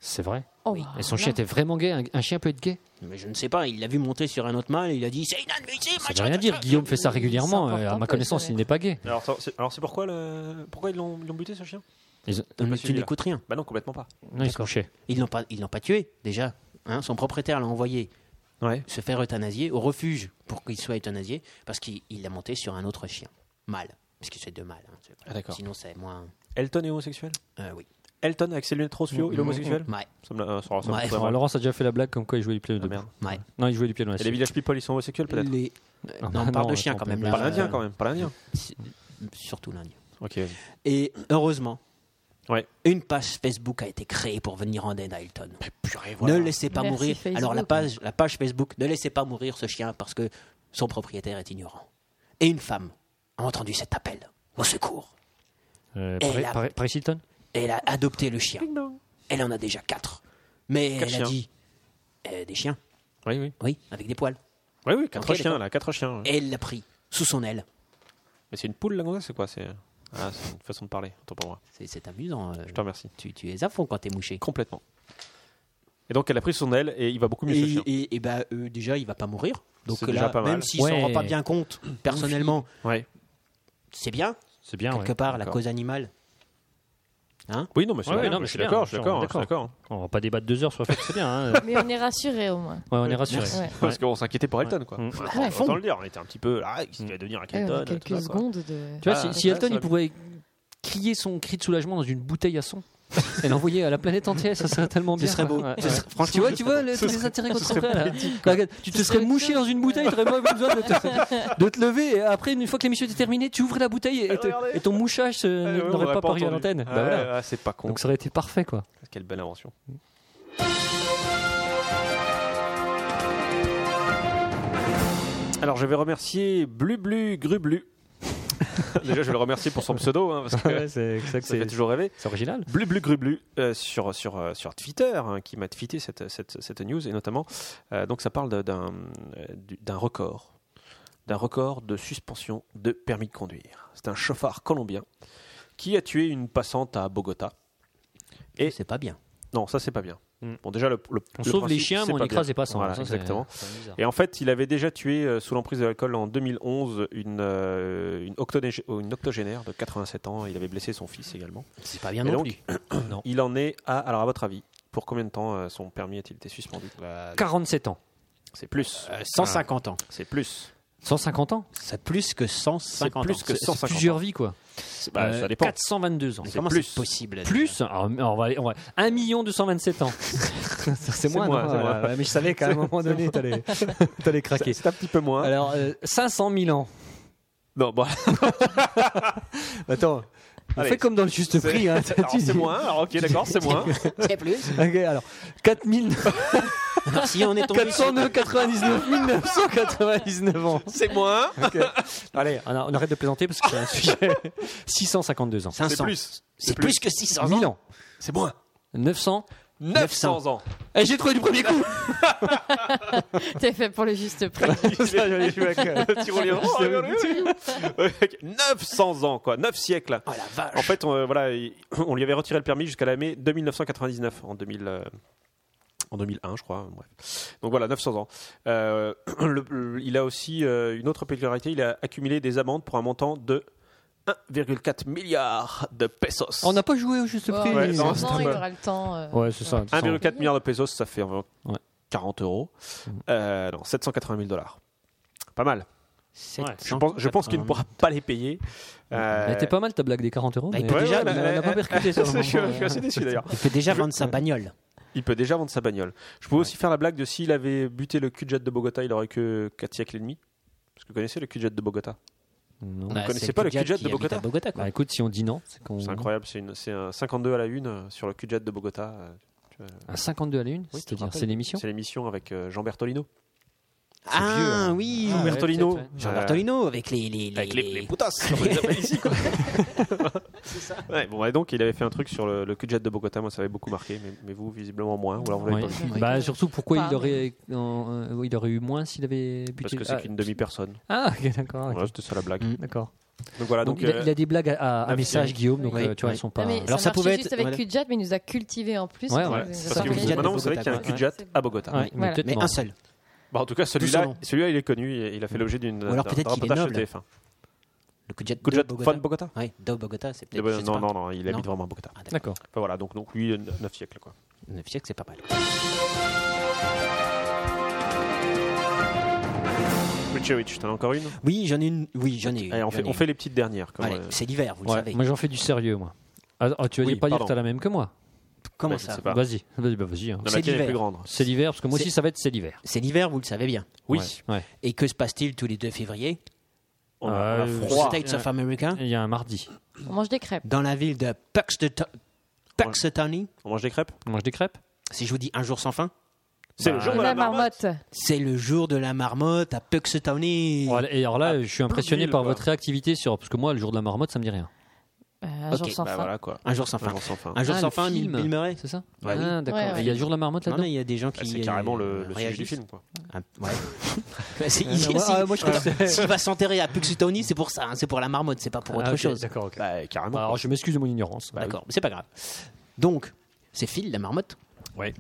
[SPEAKER 4] C'est vrai.
[SPEAKER 7] Oh,
[SPEAKER 4] Et son chien était vraiment gay, un, un chien peut être gay
[SPEAKER 6] Mais je ne sais pas, il l'a vu monter sur un autre mâle et il a dit C'est inadmissible
[SPEAKER 4] Ça veut
[SPEAKER 6] machin,
[SPEAKER 4] rien dire,
[SPEAKER 6] machin.
[SPEAKER 4] Guillaume fait ça régulièrement,
[SPEAKER 7] C'est
[SPEAKER 4] euh, à
[SPEAKER 7] important
[SPEAKER 4] ma
[SPEAKER 7] de
[SPEAKER 4] connaissance,
[SPEAKER 7] savoir.
[SPEAKER 4] il n'est pas gay.
[SPEAKER 3] Alors, attends, c'est- alors c'est pourquoi le... pourquoi ils l'ont ils l'ont buté ce chien
[SPEAKER 4] Ils, ont-
[SPEAKER 6] Mais
[SPEAKER 3] pas
[SPEAKER 6] tu
[SPEAKER 3] suivi, là.
[SPEAKER 6] n'écoutes rien.
[SPEAKER 3] Bah non, complètement pas.
[SPEAKER 4] non, ils se couchaient.
[SPEAKER 6] Ils l'ont pas, ils l'ont pas tué, déjà. Hein, son propriétaire l'a envoyé
[SPEAKER 3] Ouais.
[SPEAKER 6] se faire euthanasier au refuge pour qu'il soit euthanasié parce qu'il il l'a monté sur un autre chien mâle parce que c'est deux mâles hein, c'est-
[SPEAKER 3] Ah, d'accord.
[SPEAKER 6] sinon c'est moins
[SPEAKER 3] Elton est homosexuel
[SPEAKER 6] euh, oui
[SPEAKER 3] Elton avec ses lunettes transfio,
[SPEAKER 4] Mm,
[SPEAKER 3] il est homosexuel
[SPEAKER 6] Ouais,
[SPEAKER 3] Ça me l'a- ça me
[SPEAKER 6] Ouais.
[SPEAKER 3] semble
[SPEAKER 4] Enfin,
[SPEAKER 3] vraiment-
[SPEAKER 4] Laurence a déjà fait la blague comme quoi il jouait du piano de
[SPEAKER 3] Ah, merde.
[SPEAKER 6] ouais.
[SPEAKER 4] Non, il jouait du piano. là,
[SPEAKER 3] Et les village people, ils sont homosexuels peut-être
[SPEAKER 6] Les-
[SPEAKER 4] Ah,
[SPEAKER 6] Non,
[SPEAKER 4] bah
[SPEAKER 6] on parle
[SPEAKER 4] non,
[SPEAKER 6] de chien
[SPEAKER 4] attends,
[SPEAKER 6] quand même.
[SPEAKER 4] on
[SPEAKER 6] là.
[SPEAKER 3] Pas l'indien quand même, pas l'indien.
[SPEAKER 6] Surtout l'indien.
[SPEAKER 3] Ok, vas-y.
[SPEAKER 6] Et heureusement,
[SPEAKER 3] Ouais.
[SPEAKER 6] une page Facebook a c'est créé pour venir en aide à Elton. Ne laissez pas
[SPEAKER 7] Merci
[SPEAKER 6] mourir.
[SPEAKER 7] Facebook.
[SPEAKER 6] Alors la page, la page Facebook, ne laissez pas mourir ce chien parce que son propriétaire est ignorant. Et une femme a entendu cet appel au secours.
[SPEAKER 4] Euh,
[SPEAKER 6] Et
[SPEAKER 4] Paris-
[SPEAKER 6] la-
[SPEAKER 4] Paris- Paris Hilton
[SPEAKER 6] Elle a adopté le chien. Elle en a déjà quatre. Mais
[SPEAKER 3] Quatre
[SPEAKER 6] elle a
[SPEAKER 3] chiens.
[SPEAKER 6] dit euh, des chiens,
[SPEAKER 3] Oui, oui.
[SPEAKER 6] oui, avec des poils.
[SPEAKER 3] Oui, oui, quatre
[SPEAKER 6] Ok,
[SPEAKER 3] chiens
[SPEAKER 6] d'accord.
[SPEAKER 3] là, quatre chiens. ouais.
[SPEAKER 6] Et elle l'a pris sous son aile.
[SPEAKER 3] Mais c'est une poule la gonzesse, c'est quoi C'est ah, c'est une façon de parler, autant pour moi.
[SPEAKER 6] C'est- C'est amusant. euh,
[SPEAKER 3] Je te remercie.
[SPEAKER 6] tu, tu es à fond quand t'es mouché.
[SPEAKER 3] Complètement. Et donc elle a pris son aile et il va beaucoup mieux ce
[SPEAKER 6] Et,
[SPEAKER 3] chien.
[SPEAKER 6] et, et bah, euh, déjà, il va pas mourir. Donc
[SPEAKER 3] C'est
[SPEAKER 6] là,
[SPEAKER 3] déjà pas mal. Mmh.
[SPEAKER 6] même s'il
[SPEAKER 4] Ouais.
[SPEAKER 6] s'en rend pas bien compte, personnellement,
[SPEAKER 3] Ouais.
[SPEAKER 6] c'est bien.
[SPEAKER 4] C'est bien.
[SPEAKER 6] Quelque
[SPEAKER 4] ouais.
[SPEAKER 6] part, la
[SPEAKER 3] d'accord.
[SPEAKER 6] cause animale.
[SPEAKER 3] Oui, non, mais c'est
[SPEAKER 4] Ouais,
[SPEAKER 3] bien,
[SPEAKER 4] ouais, non, mais
[SPEAKER 3] je suis
[SPEAKER 4] c'est bien,
[SPEAKER 3] d'accord, je suis
[SPEAKER 4] genre,
[SPEAKER 3] d'accord, je suis
[SPEAKER 4] d'accord.
[SPEAKER 3] d'accord.
[SPEAKER 4] On va pas débattre deux heures sur le fait que c'est bien. hein.
[SPEAKER 7] Mais on est rassurés au moins.
[SPEAKER 4] Ouais, on est rassuré.
[SPEAKER 7] Ouais.
[SPEAKER 3] Parce qu'on s'inquiétait pour Elton, quoi.
[SPEAKER 4] Mm.
[SPEAKER 3] Voilà,
[SPEAKER 7] Ouais,
[SPEAKER 3] on
[SPEAKER 7] à fond.
[SPEAKER 3] entend le dire, on était un petit peu. Ah, qu'est-ce qu'il va devenir avec
[SPEAKER 7] Ouais, on a
[SPEAKER 3] Elton tout ça,
[SPEAKER 7] quelques
[SPEAKER 3] quoi.
[SPEAKER 7] secondes de.
[SPEAKER 4] Tu vois,
[SPEAKER 3] Ah,
[SPEAKER 4] si, si
[SPEAKER 3] ouais,
[SPEAKER 4] Elton
[SPEAKER 3] ça
[SPEAKER 4] il
[SPEAKER 3] va.
[SPEAKER 4] pouvait crier son cri de soulagement dans une bouteille à son et l'envoyer à la planète entière, ça serait tellement bien.
[SPEAKER 6] Ce serait
[SPEAKER 4] quoi.
[SPEAKER 6] beau.
[SPEAKER 4] Ouais,
[SPEAKER 6] Ce
[SPEAKER 4] ouais.
[SPEAKER 6] serait- franchement,
[SPEAKER 4] tu vois,
[SPEAKER 6] ce
[SPEAKER 4] tu
[SPEAKER 6] serait
[SPEAKER 4] vois
[SPEAKER 6] beau.
[SPEAKER 4] le- tous les intérêts qu'on te ferait, là.
[SPEAKER 7] poétique,
[SPEAKER 4] Là, regarde, tu te serais mouché dans une bouteille, t'aurais pas eu besoin de te, de te lever. Et après, une fois que l'émission était terminée, tu ouvrais la bouteille et, te-
[SPEAKER 3] Ah, regardez.
[SPEAKER 4] et ton mouchage euh,
[SPEAKER 3] Ah, ouais, on
[SPEAKER 4] n'aurait
[SPEAKER 3] aurait
[SPEAKER 4] pas paru à
[SPEAKER 3] entendu.
[SPEAKER 4] l'antenne. Bah,
[SPEAKER 3] Ah,
[SPEAKER 4] voilà.
[SPEAKER 3] ah, c'est pas con.
[SPEAKER 4] Donc ça aurait été parfait, quoi.
[SPEAKER 3] Quelle belle invention. Alors je vais remercier Blublu Grublu. Déjà je vais le remercier pour son pseudo, hein, parce que
[SPEAKER 4] c'est
[SPEAKER 3] ça fait toujours rêver.
[SPEAKER 4] original.
[SPEAKER 3] Blu blu gru blu euh, sur, sur, euh, sur Twitter hein, qui m'a tweeté cette, cette, cette news et notamment euh, donc ça parle de- d'un euh, du- d'un record d'un record de suspension de permis de conduire. C'est un chauffard colombien qui a tué une passante à Bogota. Et-
[SPEAKER 6] C'est pas bien.
[SPEAKER 3] Non, ça c'est pas bien.
[SPEAKER 4] Mm.
[SPEAKER 3] Bon déjà le, le-
[SPEAKER 4] On
[SPEAKER 3] le
[SPEAKER 4] sauve les
[SPEAKER 3] principe,
[SPEAKER 4] chiens,
[SPEAKER 3] c'est
[SPEAKER 4] mais on
[SPEAKER 3] pas
[SPEAKER 4] écrase
[SPEAKER 3] bien.
[SPEAKER 4] les passants.
[SPEAKER 3] Voilà,
[SPEAKER 4] Ça, c'est-
[SPEAKER 3] exactement.
[SPEAKER 4] c'est bizarre.
[SPEAKER 3] Et en fait, il avait déjà tué euh, sous l'emprise de l'alcool en 2011 une, euh, une, octogé- une octogénaire de 87 ans. Il avait blessé son fils également.
[SPEAKER 6] C'est pas bien
[SPEAKER 3] Et
[SPEAKER 6] non
[SPEAKER 3] donc, Euh,
[SPEAKER 6] plus.
[SPEAKER 3] Il en est à. Alors, à votre avis, pour combien de temps euh, son permis a-t-il été suspendu
[SPEAKER 4] 47 ans.
[SPEAKER 3] C'est plus.
[SPEAKER 6] Euh, 150 ans.
[SPEAKER 3] C'est plus.
[SPEAKER 4] 150 ans
[SPEAKER 6] C'est plus que 150
[SPEAKER 3] plus
[SPEAKER 6] ans.
[SPEAKER 3] que
[SPEAKER 6] C'est-
[SPEAKER 3] 100. 150
[SPEAKER 4] Plusieurs vies, quoi.
[SPEAKER 3] Bah,
[SPEAKER 4] Euh,
[SPEAKER 3] ça dépend.
[SPEAKER 4] 422 ans.
[SPEAKER 6] Mais
[SPEAKER 3] C'est
[SPEAKER 6] Comment
[SPEAKER 3] plus.
[SPEAKER 6] c'est possible
[SPEAKER 4] Plus alors, mais on va aller- on va- 1 227 ans. c'est moins,
[SPEAKER 3] moi,
[SPEAKER 4] non
[SPEAKER 3] c'est
[SPEAKER 4] Voilà.
[SPEAKER 3] moi.
[SPEAKER 4] Ouais, Mais je savais qu'à un moment donné, t'allais t'allais craquer.
[SPEAKER 3] C'est un petit peu moins.
[SPEAKER 6] Ah,
[SPEAKER 4] Alors, euh, 500 000 ans.
[SPEAKER 3] Non, bon.
[SPEAKER 4] Attends, on
[SPEAKER 3] Allez,
[SPEAKER 4] fait comme dans le juste prix. Hein,
[SPEAKER 3] Alors,
[SPEAKER 4] Tu
[SPEAKER 3] c'est
[SPEAKER 4] dis-
[SPEAKER 3] moins. Alors, ok, d'accord, c'est moins.
[SPEAKER 6] C'est plus.
[SPEAKER 4] Ok, alors, 4 000
[SPEAKER 6] Alors, si on est tombé sur-
[SPEAKER 4] 499 999 ans.
[SPEAKER 3] C'est moins.
[SPEAKER 4] Allez, on, a- on arrête de plaisanter parce que c'est un sujet. 652 ans.
[SPEAKER 6] 500.
[SPEAKER 3] C'est plus.
[SPEAKER 6] C'est plus que 600 ans.
[SPEAKER 4] 1000 ans.
[SPEAKER 3] C'est moins.
[SPEAKER 4] 900.
[SPEAKER 3] 900 ans.
[SPEAKER 4] Eh, j'ai trouvé du premier coup
[SPEAKER 7] T'es fait pour le juste prix.
[SPEAKER 6] euh,
[SPEAKER 3] Le tyrolien. Oh, regarde. 900 ans, quoi. 9 siècles.
[SPEAKER 6] Oh la vache.
[SPEAKER 3] En fait, on, euh, voilà, il- on lui avait retiré le permis jusqu'à l'année 2999, en 2000, euh, en 2001, je crois. euh, Bref. Donc voilà, 900 ans. Euh, le- le- il a aussi euh, une autre particularité, il a accumulé des amendes pour un montant de 1,4 milliard de pesos.
[SPEAKER 4] On n'a pas joué au juste
[SPEAKER 7] Oh,
[SPEAKER 4] prix.
[SPEAKER 3] Ouais,
[SPEAKER 7] mais
[SPEAKER 3] non,
[SPEAKER 7] sûrement,
[SPEAKER 3] c'est
[SPEAKER 7] il
[SPEAKER 3] pas-
[SPEAKER 7] aura le temps. euh,
[SPEAKER 4] Ouais, c'est ça.
[SPEAKER 7] ouais.
[SPEAKER 3] 1,4 milliard de pesos, ça fait environ
[SPEAKER 4] Ouais.
[SPEAKER 3] 40 euros. Euh, non, 780 000 dollars. Pas mal. Je
[SPEAKER 6] 700.
[SPEAKER 3] pense, je pense qu'il ne pourra pas les payer. Euh,
[SPEAKER 4] Elle était pas mal ta blague des 40 euros.
[SPEAKER 6] Bah, il
[SPEAKER 4] mais-
[SPEAKER 6] peut déjà-
[SPEAKER 4] on
[SPEAKER 3] elle-
[SPEAKER 4] n'a pas
[SPEAKER 3] elle-
[SPEAKER 4] percuté ça.
[SPEAKER 3] je, suis- je suis assez déçu d'ailleurs.
[SPEAKER 6] Il peut déjà vendre
[SPEAKER 3] euh,
[SPEAKER 6] sa bagnole.
[SPEAKER 3] Il peut déjà vendre sa bagnole. Je pouvais aussi faire la blague de s'il avait buté le cul-jet de Bogota, il aurait que 4 siècles et demi. Parce que vous connaissez le cul-jet de Bogota
[SPEAKER 4] Non.
[SPEAKER 6] Bah,
[SPEAKER 3] connaissez
[SPEAKER 6] c'est
[SPEAKER 3] pas le
[SPEAKER 6] Kidjat
[SPEAKER 3] Kidjat
[SPEAKER 6] qui
[SPEAKER 3] de
[SPEAKER 6] habite
[SPEAKER 3] Bogota
[SPEAKER 6] à Bogota quoi.
[SPEAKER 4] Bah, écoute, si on dit non, c'est qu'on.
[SPEAKER 3] C'est incroyable, c'est une- c'est un 52 à la une euh, sur le cul-jet de Bogota. euh,
[SPEAKER 4] Un 52 à la une,
[SPEAKER 3] te
[SPEAKER 4] c'est-à-dire
[SPEAKER 3] rappelles.
[SPEAKER 4] c'est l'émission.
[SPEAKER 3] C'est l'émission avec euh, Jean Bertolino. hein.
[SPEAKER 6] Ah oui.
[SPEAKER 4] Ah, ouais,
[SPEAKER 3] Bertolino.
[SPEAKER 4] peut-être, ouais.
[SPEAKER 6] Jean Bertolino avec les les les,
[SPEAKER 3] Bah, Avec les, les putas, comme on les appelle ici, quoi. Ouais, bon, et donc il avait fait un truc sur le, le cul-jet de Bogota, moi ça avait beaucoup marqué, mais, mais vous visiblement moins. Ou alors vous l'avez
[SPEAKER 4] Ouais.
[SPEAKER 3] pas vu.
[SPEAKER 7] Oui.
[SPEAKER 4] Bah, surtout pourquoi
[SPEAKER 7] Pas,
[SPEAKER 4] il aurait, euh, euh, il aurait eu moins s'il avait buté.
[SPEAKER 3] Parce que c'est
[SPEAKER 4] ah,
[SPEAKER 3] qu'une demi-personne.
[SPEAKER 4] Ah, ok, d'accord. ok,
[SPEAKER 3] Voilà, c'était ça la blague.
[SPEAKER 6] Mm.
[SPEAKER 4] D'accord.
[SPEAKER 3] Donc voilà,
[SPEAKER 4] Donc,
[SPEAKER 3] donc.
[SPEAKER 4] il, a,
[SPEAKER 3] euh,
[SPEAKER 4] il a des blagues à, à- à
[SPEAKER 3] la-
[SPEAKER 4] message, Guillaume, donc
[SPEAKER 6] Oui.
[SPEAKER 4] euh, tu vois,
[SPEAKER 6] Oui.
[SPEAKER 4] elles sont pas.
[SPEAKER 7] Non, mais
[SPEAKER 6] Alors, Ah, ça
[SPEAKER 7] ça, marchait
[SPEAKER 6] pouvait
[SPEAKER 7] juste
[SPEAKER 6] être-
[SPEAKER 7] avec
[SPEAKER 6] voilà.
[SPEAKER 7] Q-Jet, mais il nous a cultivé en plus.
[SPEAKER 4] Ouais, ouais.
[SPEAKER 7] il nous a
[SPEAKER 3] Parce
[SPEAKER 6] Ça
[SPEAKER 3] que
[SPEAKER 7] sorti
[SPEAKER 6] s'appelle
[SPEAKER 3] vous-
[SPEAKER 7] les-
[SPEAKER 3] maintenant, vous
[SPEAKER 6] Bogota,
[SPEAKER 3] savez qu'il y a un
[SPEAKER 6] ouais.
[SPEAKER 3] cul-jet à Bogota.
[SPEAKER 4] Ouais, mais
[SPEAKER 7] Voilà.
[SPEAKER 4] peut-être
[SPEAKER 6] Mais
[SPEAKER 4] moins.
[SPEAKER 6] un seul.
[SPEAKER 3] Bah, en tout cas, celui-là,
[SPEAKER 6] selon.
[SPEAKER 3] celui-là, il est connu. et Il a fait l'objet d'une
[SPEAKER 6] Mm. Ou alors
[SPEAKER 3] d'un-
[SPEAKER 6] peut-être
[SPEAKER 3] d'un
[SPEAKER 6] qu'il est
[SPEAKER 3] reportage
[SPEAKER 6] noble.
[SPEAKER 3] sur TF1.
[SPEAKER 6] Le Kidjat de
[SPEAKER 3] Good job,
[SPEAKER 6] Bogota.
[SPEAKER 3] fan Bogota.
[SPEAKER 6] Ouais, de Bogota,
[SPEAKER 3] Eh
[SPEAKER 6] c'est peut-être.
[SPEAKER 3] ben,
[SPEAKER 6] je sais
[SPEAKER 3] non,
[SPEAKER 6] pas.
[SPEAKER 3] non, non, il habite
[SPEAKER 6] Non. Ah,
[SPEAKER 3] vraiment à Bogota. Enfin,
[SPEAKER 4] D'accord.
[SPEAKER 3] voilà, donc, donc lui, 9 siècles. Quoi.
[SPEAKER 6] Ne sais que c'est pas mal.
[SPEAKER 3] Richovich, t'en as encore une
[SPEAKER 6] Oui, j'en ai une. Oui, j'en ai une.
[SPEAKER 3] Allez, Eh, on,
[SPEAKER 6] j'en
[SPEAKER 3] fait,
[SPEAKER 6] ai
[SPEAKER 3] on
[SPEAKER 6] une.
[SPEAKER 3] fait les petites dernières. comme,
[SPEAKER 6] Allez,
[SPEAKER 3] euh,
[SPEAKER 6] c'est l'hiver, vous
[SPEAKER 4] Ouais,
[SPEAKER 6] le savez.
[SPEAKER 4] Moi, j'en fais du sérieux, moi. Ah, ah, tu vas
[SPEAKER 3] Oui,
[SPEAKER 4] dire- pas dire que
[SPEAKER 3] pardon.
[SPEAKER 4] t'as la même que moi.
[SPEAKER 3] Bah,
[SPEAKER 6] Comment
[SPEAKER 3] je
[SPEAKER 6] ça
[SPEAKER 3] sais pas.
[SPEAKER 4] Vas-y, vas-y, bah, vas-y. hein.
[SPEAKER 3] La
[SPEAKER 6] C'est
[SPEAKER 3] laquelle est
[SPEAKER 6] l'hiver.
[SPEAKER 3] plus grande
[SPEAKER 4] C'est l'hiver, parce que moi
[SPEAKER 6] C'est-
[SPEAKER 4] aussi, ça va être c'est l'hiver.
[SPEAKER 6] C'est l'hiver, vous le savez bien.
[SPEAKER 3] Oui.
[SPEAKER 4] Ouais. Ouais.
[SPEAKER 6] Et que se passe-t-il tous les 2 février
[SPEAKER 3] On a-
[SPEAKER 4] Euh,
[SPEAKER 3] on a froid.
[SPEAKER 4] Trois.
[SPEAKER 6] States of America,
[SPEAKER 4] Il y a un mardi.
[SPEAKER 7] On mange des crêpes.
[SPEAKER 6] dans la ville de Puxto- Puxtony.
[SPEAKER 3] On mange des crêpes
[SPEAKER 4] On mange des crêpes
[SPEAKER 6] Si je vous dis un jour sans fin,
[SPEAKER 3] C'est
[SPEAKER 4] Bah,
[SPEAKER 3] le jour
[SPEAKER 7] Et
[SPEAKER 3] de la marmotte.
[SPEAKER 6] c'est le jour de la marmotte à Puxtony.
[SPEAKER 3] Oh,
[SPEAKER 4] Ouais, Et alors là,
[SPEAKER 3] Ah,
[SPEAKER 4] je suis impressionné
[SPEAKER 3] Bourville,
[SPEAKER 4] par
[SPEAKER 3] quoi.
[SPEAKER 4] votre réactivité sur. Parce que moi, le jour de la marmotte, ça me dit rien.
[SPEAKER 7] Euh, un
[SPEAKER 6] Ok,
[SPEAKER 7] jour sans
[SPEAKER 3] Bah
[SPEAKER 7] fin.
[SPEAKER 3] voilà quoi.
[SPEAKER 6] Un jour sans
[SPEAKER 3] Un
[SPEAKER 6] fin.
[SPEAKER 3] jour sans fin.
[SPEAKER 6] Un jour
[SPEAKER 4] Ah,
[SPEAKER 6] sans
[SPEAKER 4] le
[SPEAKER 6] fin, Bill
[SPEAKER 4] film.
[SPEAKER 6] Bill Murray.
[SPEAKER 4] C'est ça
[SPEAKER 3] Ouais,
[SPEAKER 4] Ah, d'accord.
[SPEAKER 7] Ouais, ouais.
[SPEAKER 4] Et Il y a le jour de la marmotte
[SPEAKER 6] Non, mais
[SPEAKER 4] là-dedans
[SPEAKER 6] il y a des gens
[SPEAKER 3] Bah,
[SPEAKER 6] qui. euh,
[SPEAKER 3] c'est carrément le, le sujet
[SPEAKER 6] réagissent.
[SPEAKER 3] du film quoi.
[SPEAKER 6] Ah, ouais. Bah, c'est-
[SPEAKER 4] Ah,
[SPEAKER 6] si-
[SPEAKER 4] ah, moi, je crois que c'est-
[SPEAKER 6] S'il va s'enterrer à Puxutoni, c'est pour ça, hein, c'est pour la marmotte, c'est pas pour autre
[SPEAKER 4] Ah, ok,
[SPEAKER 6] chose.
[SPEAKER 4] D'accord, ok.
[SPEAKER 3] Bah carrément.
[SPEAKER 4] Bah, alors, je m'excuse de mon ignorance. Bah,
[SPEAKER 3] Bah
[SPEAKER 6] D'accord, mais c'est pas grave. Donc, c'est Phil, la marmotte.
[SPEAKER 3] Ouais.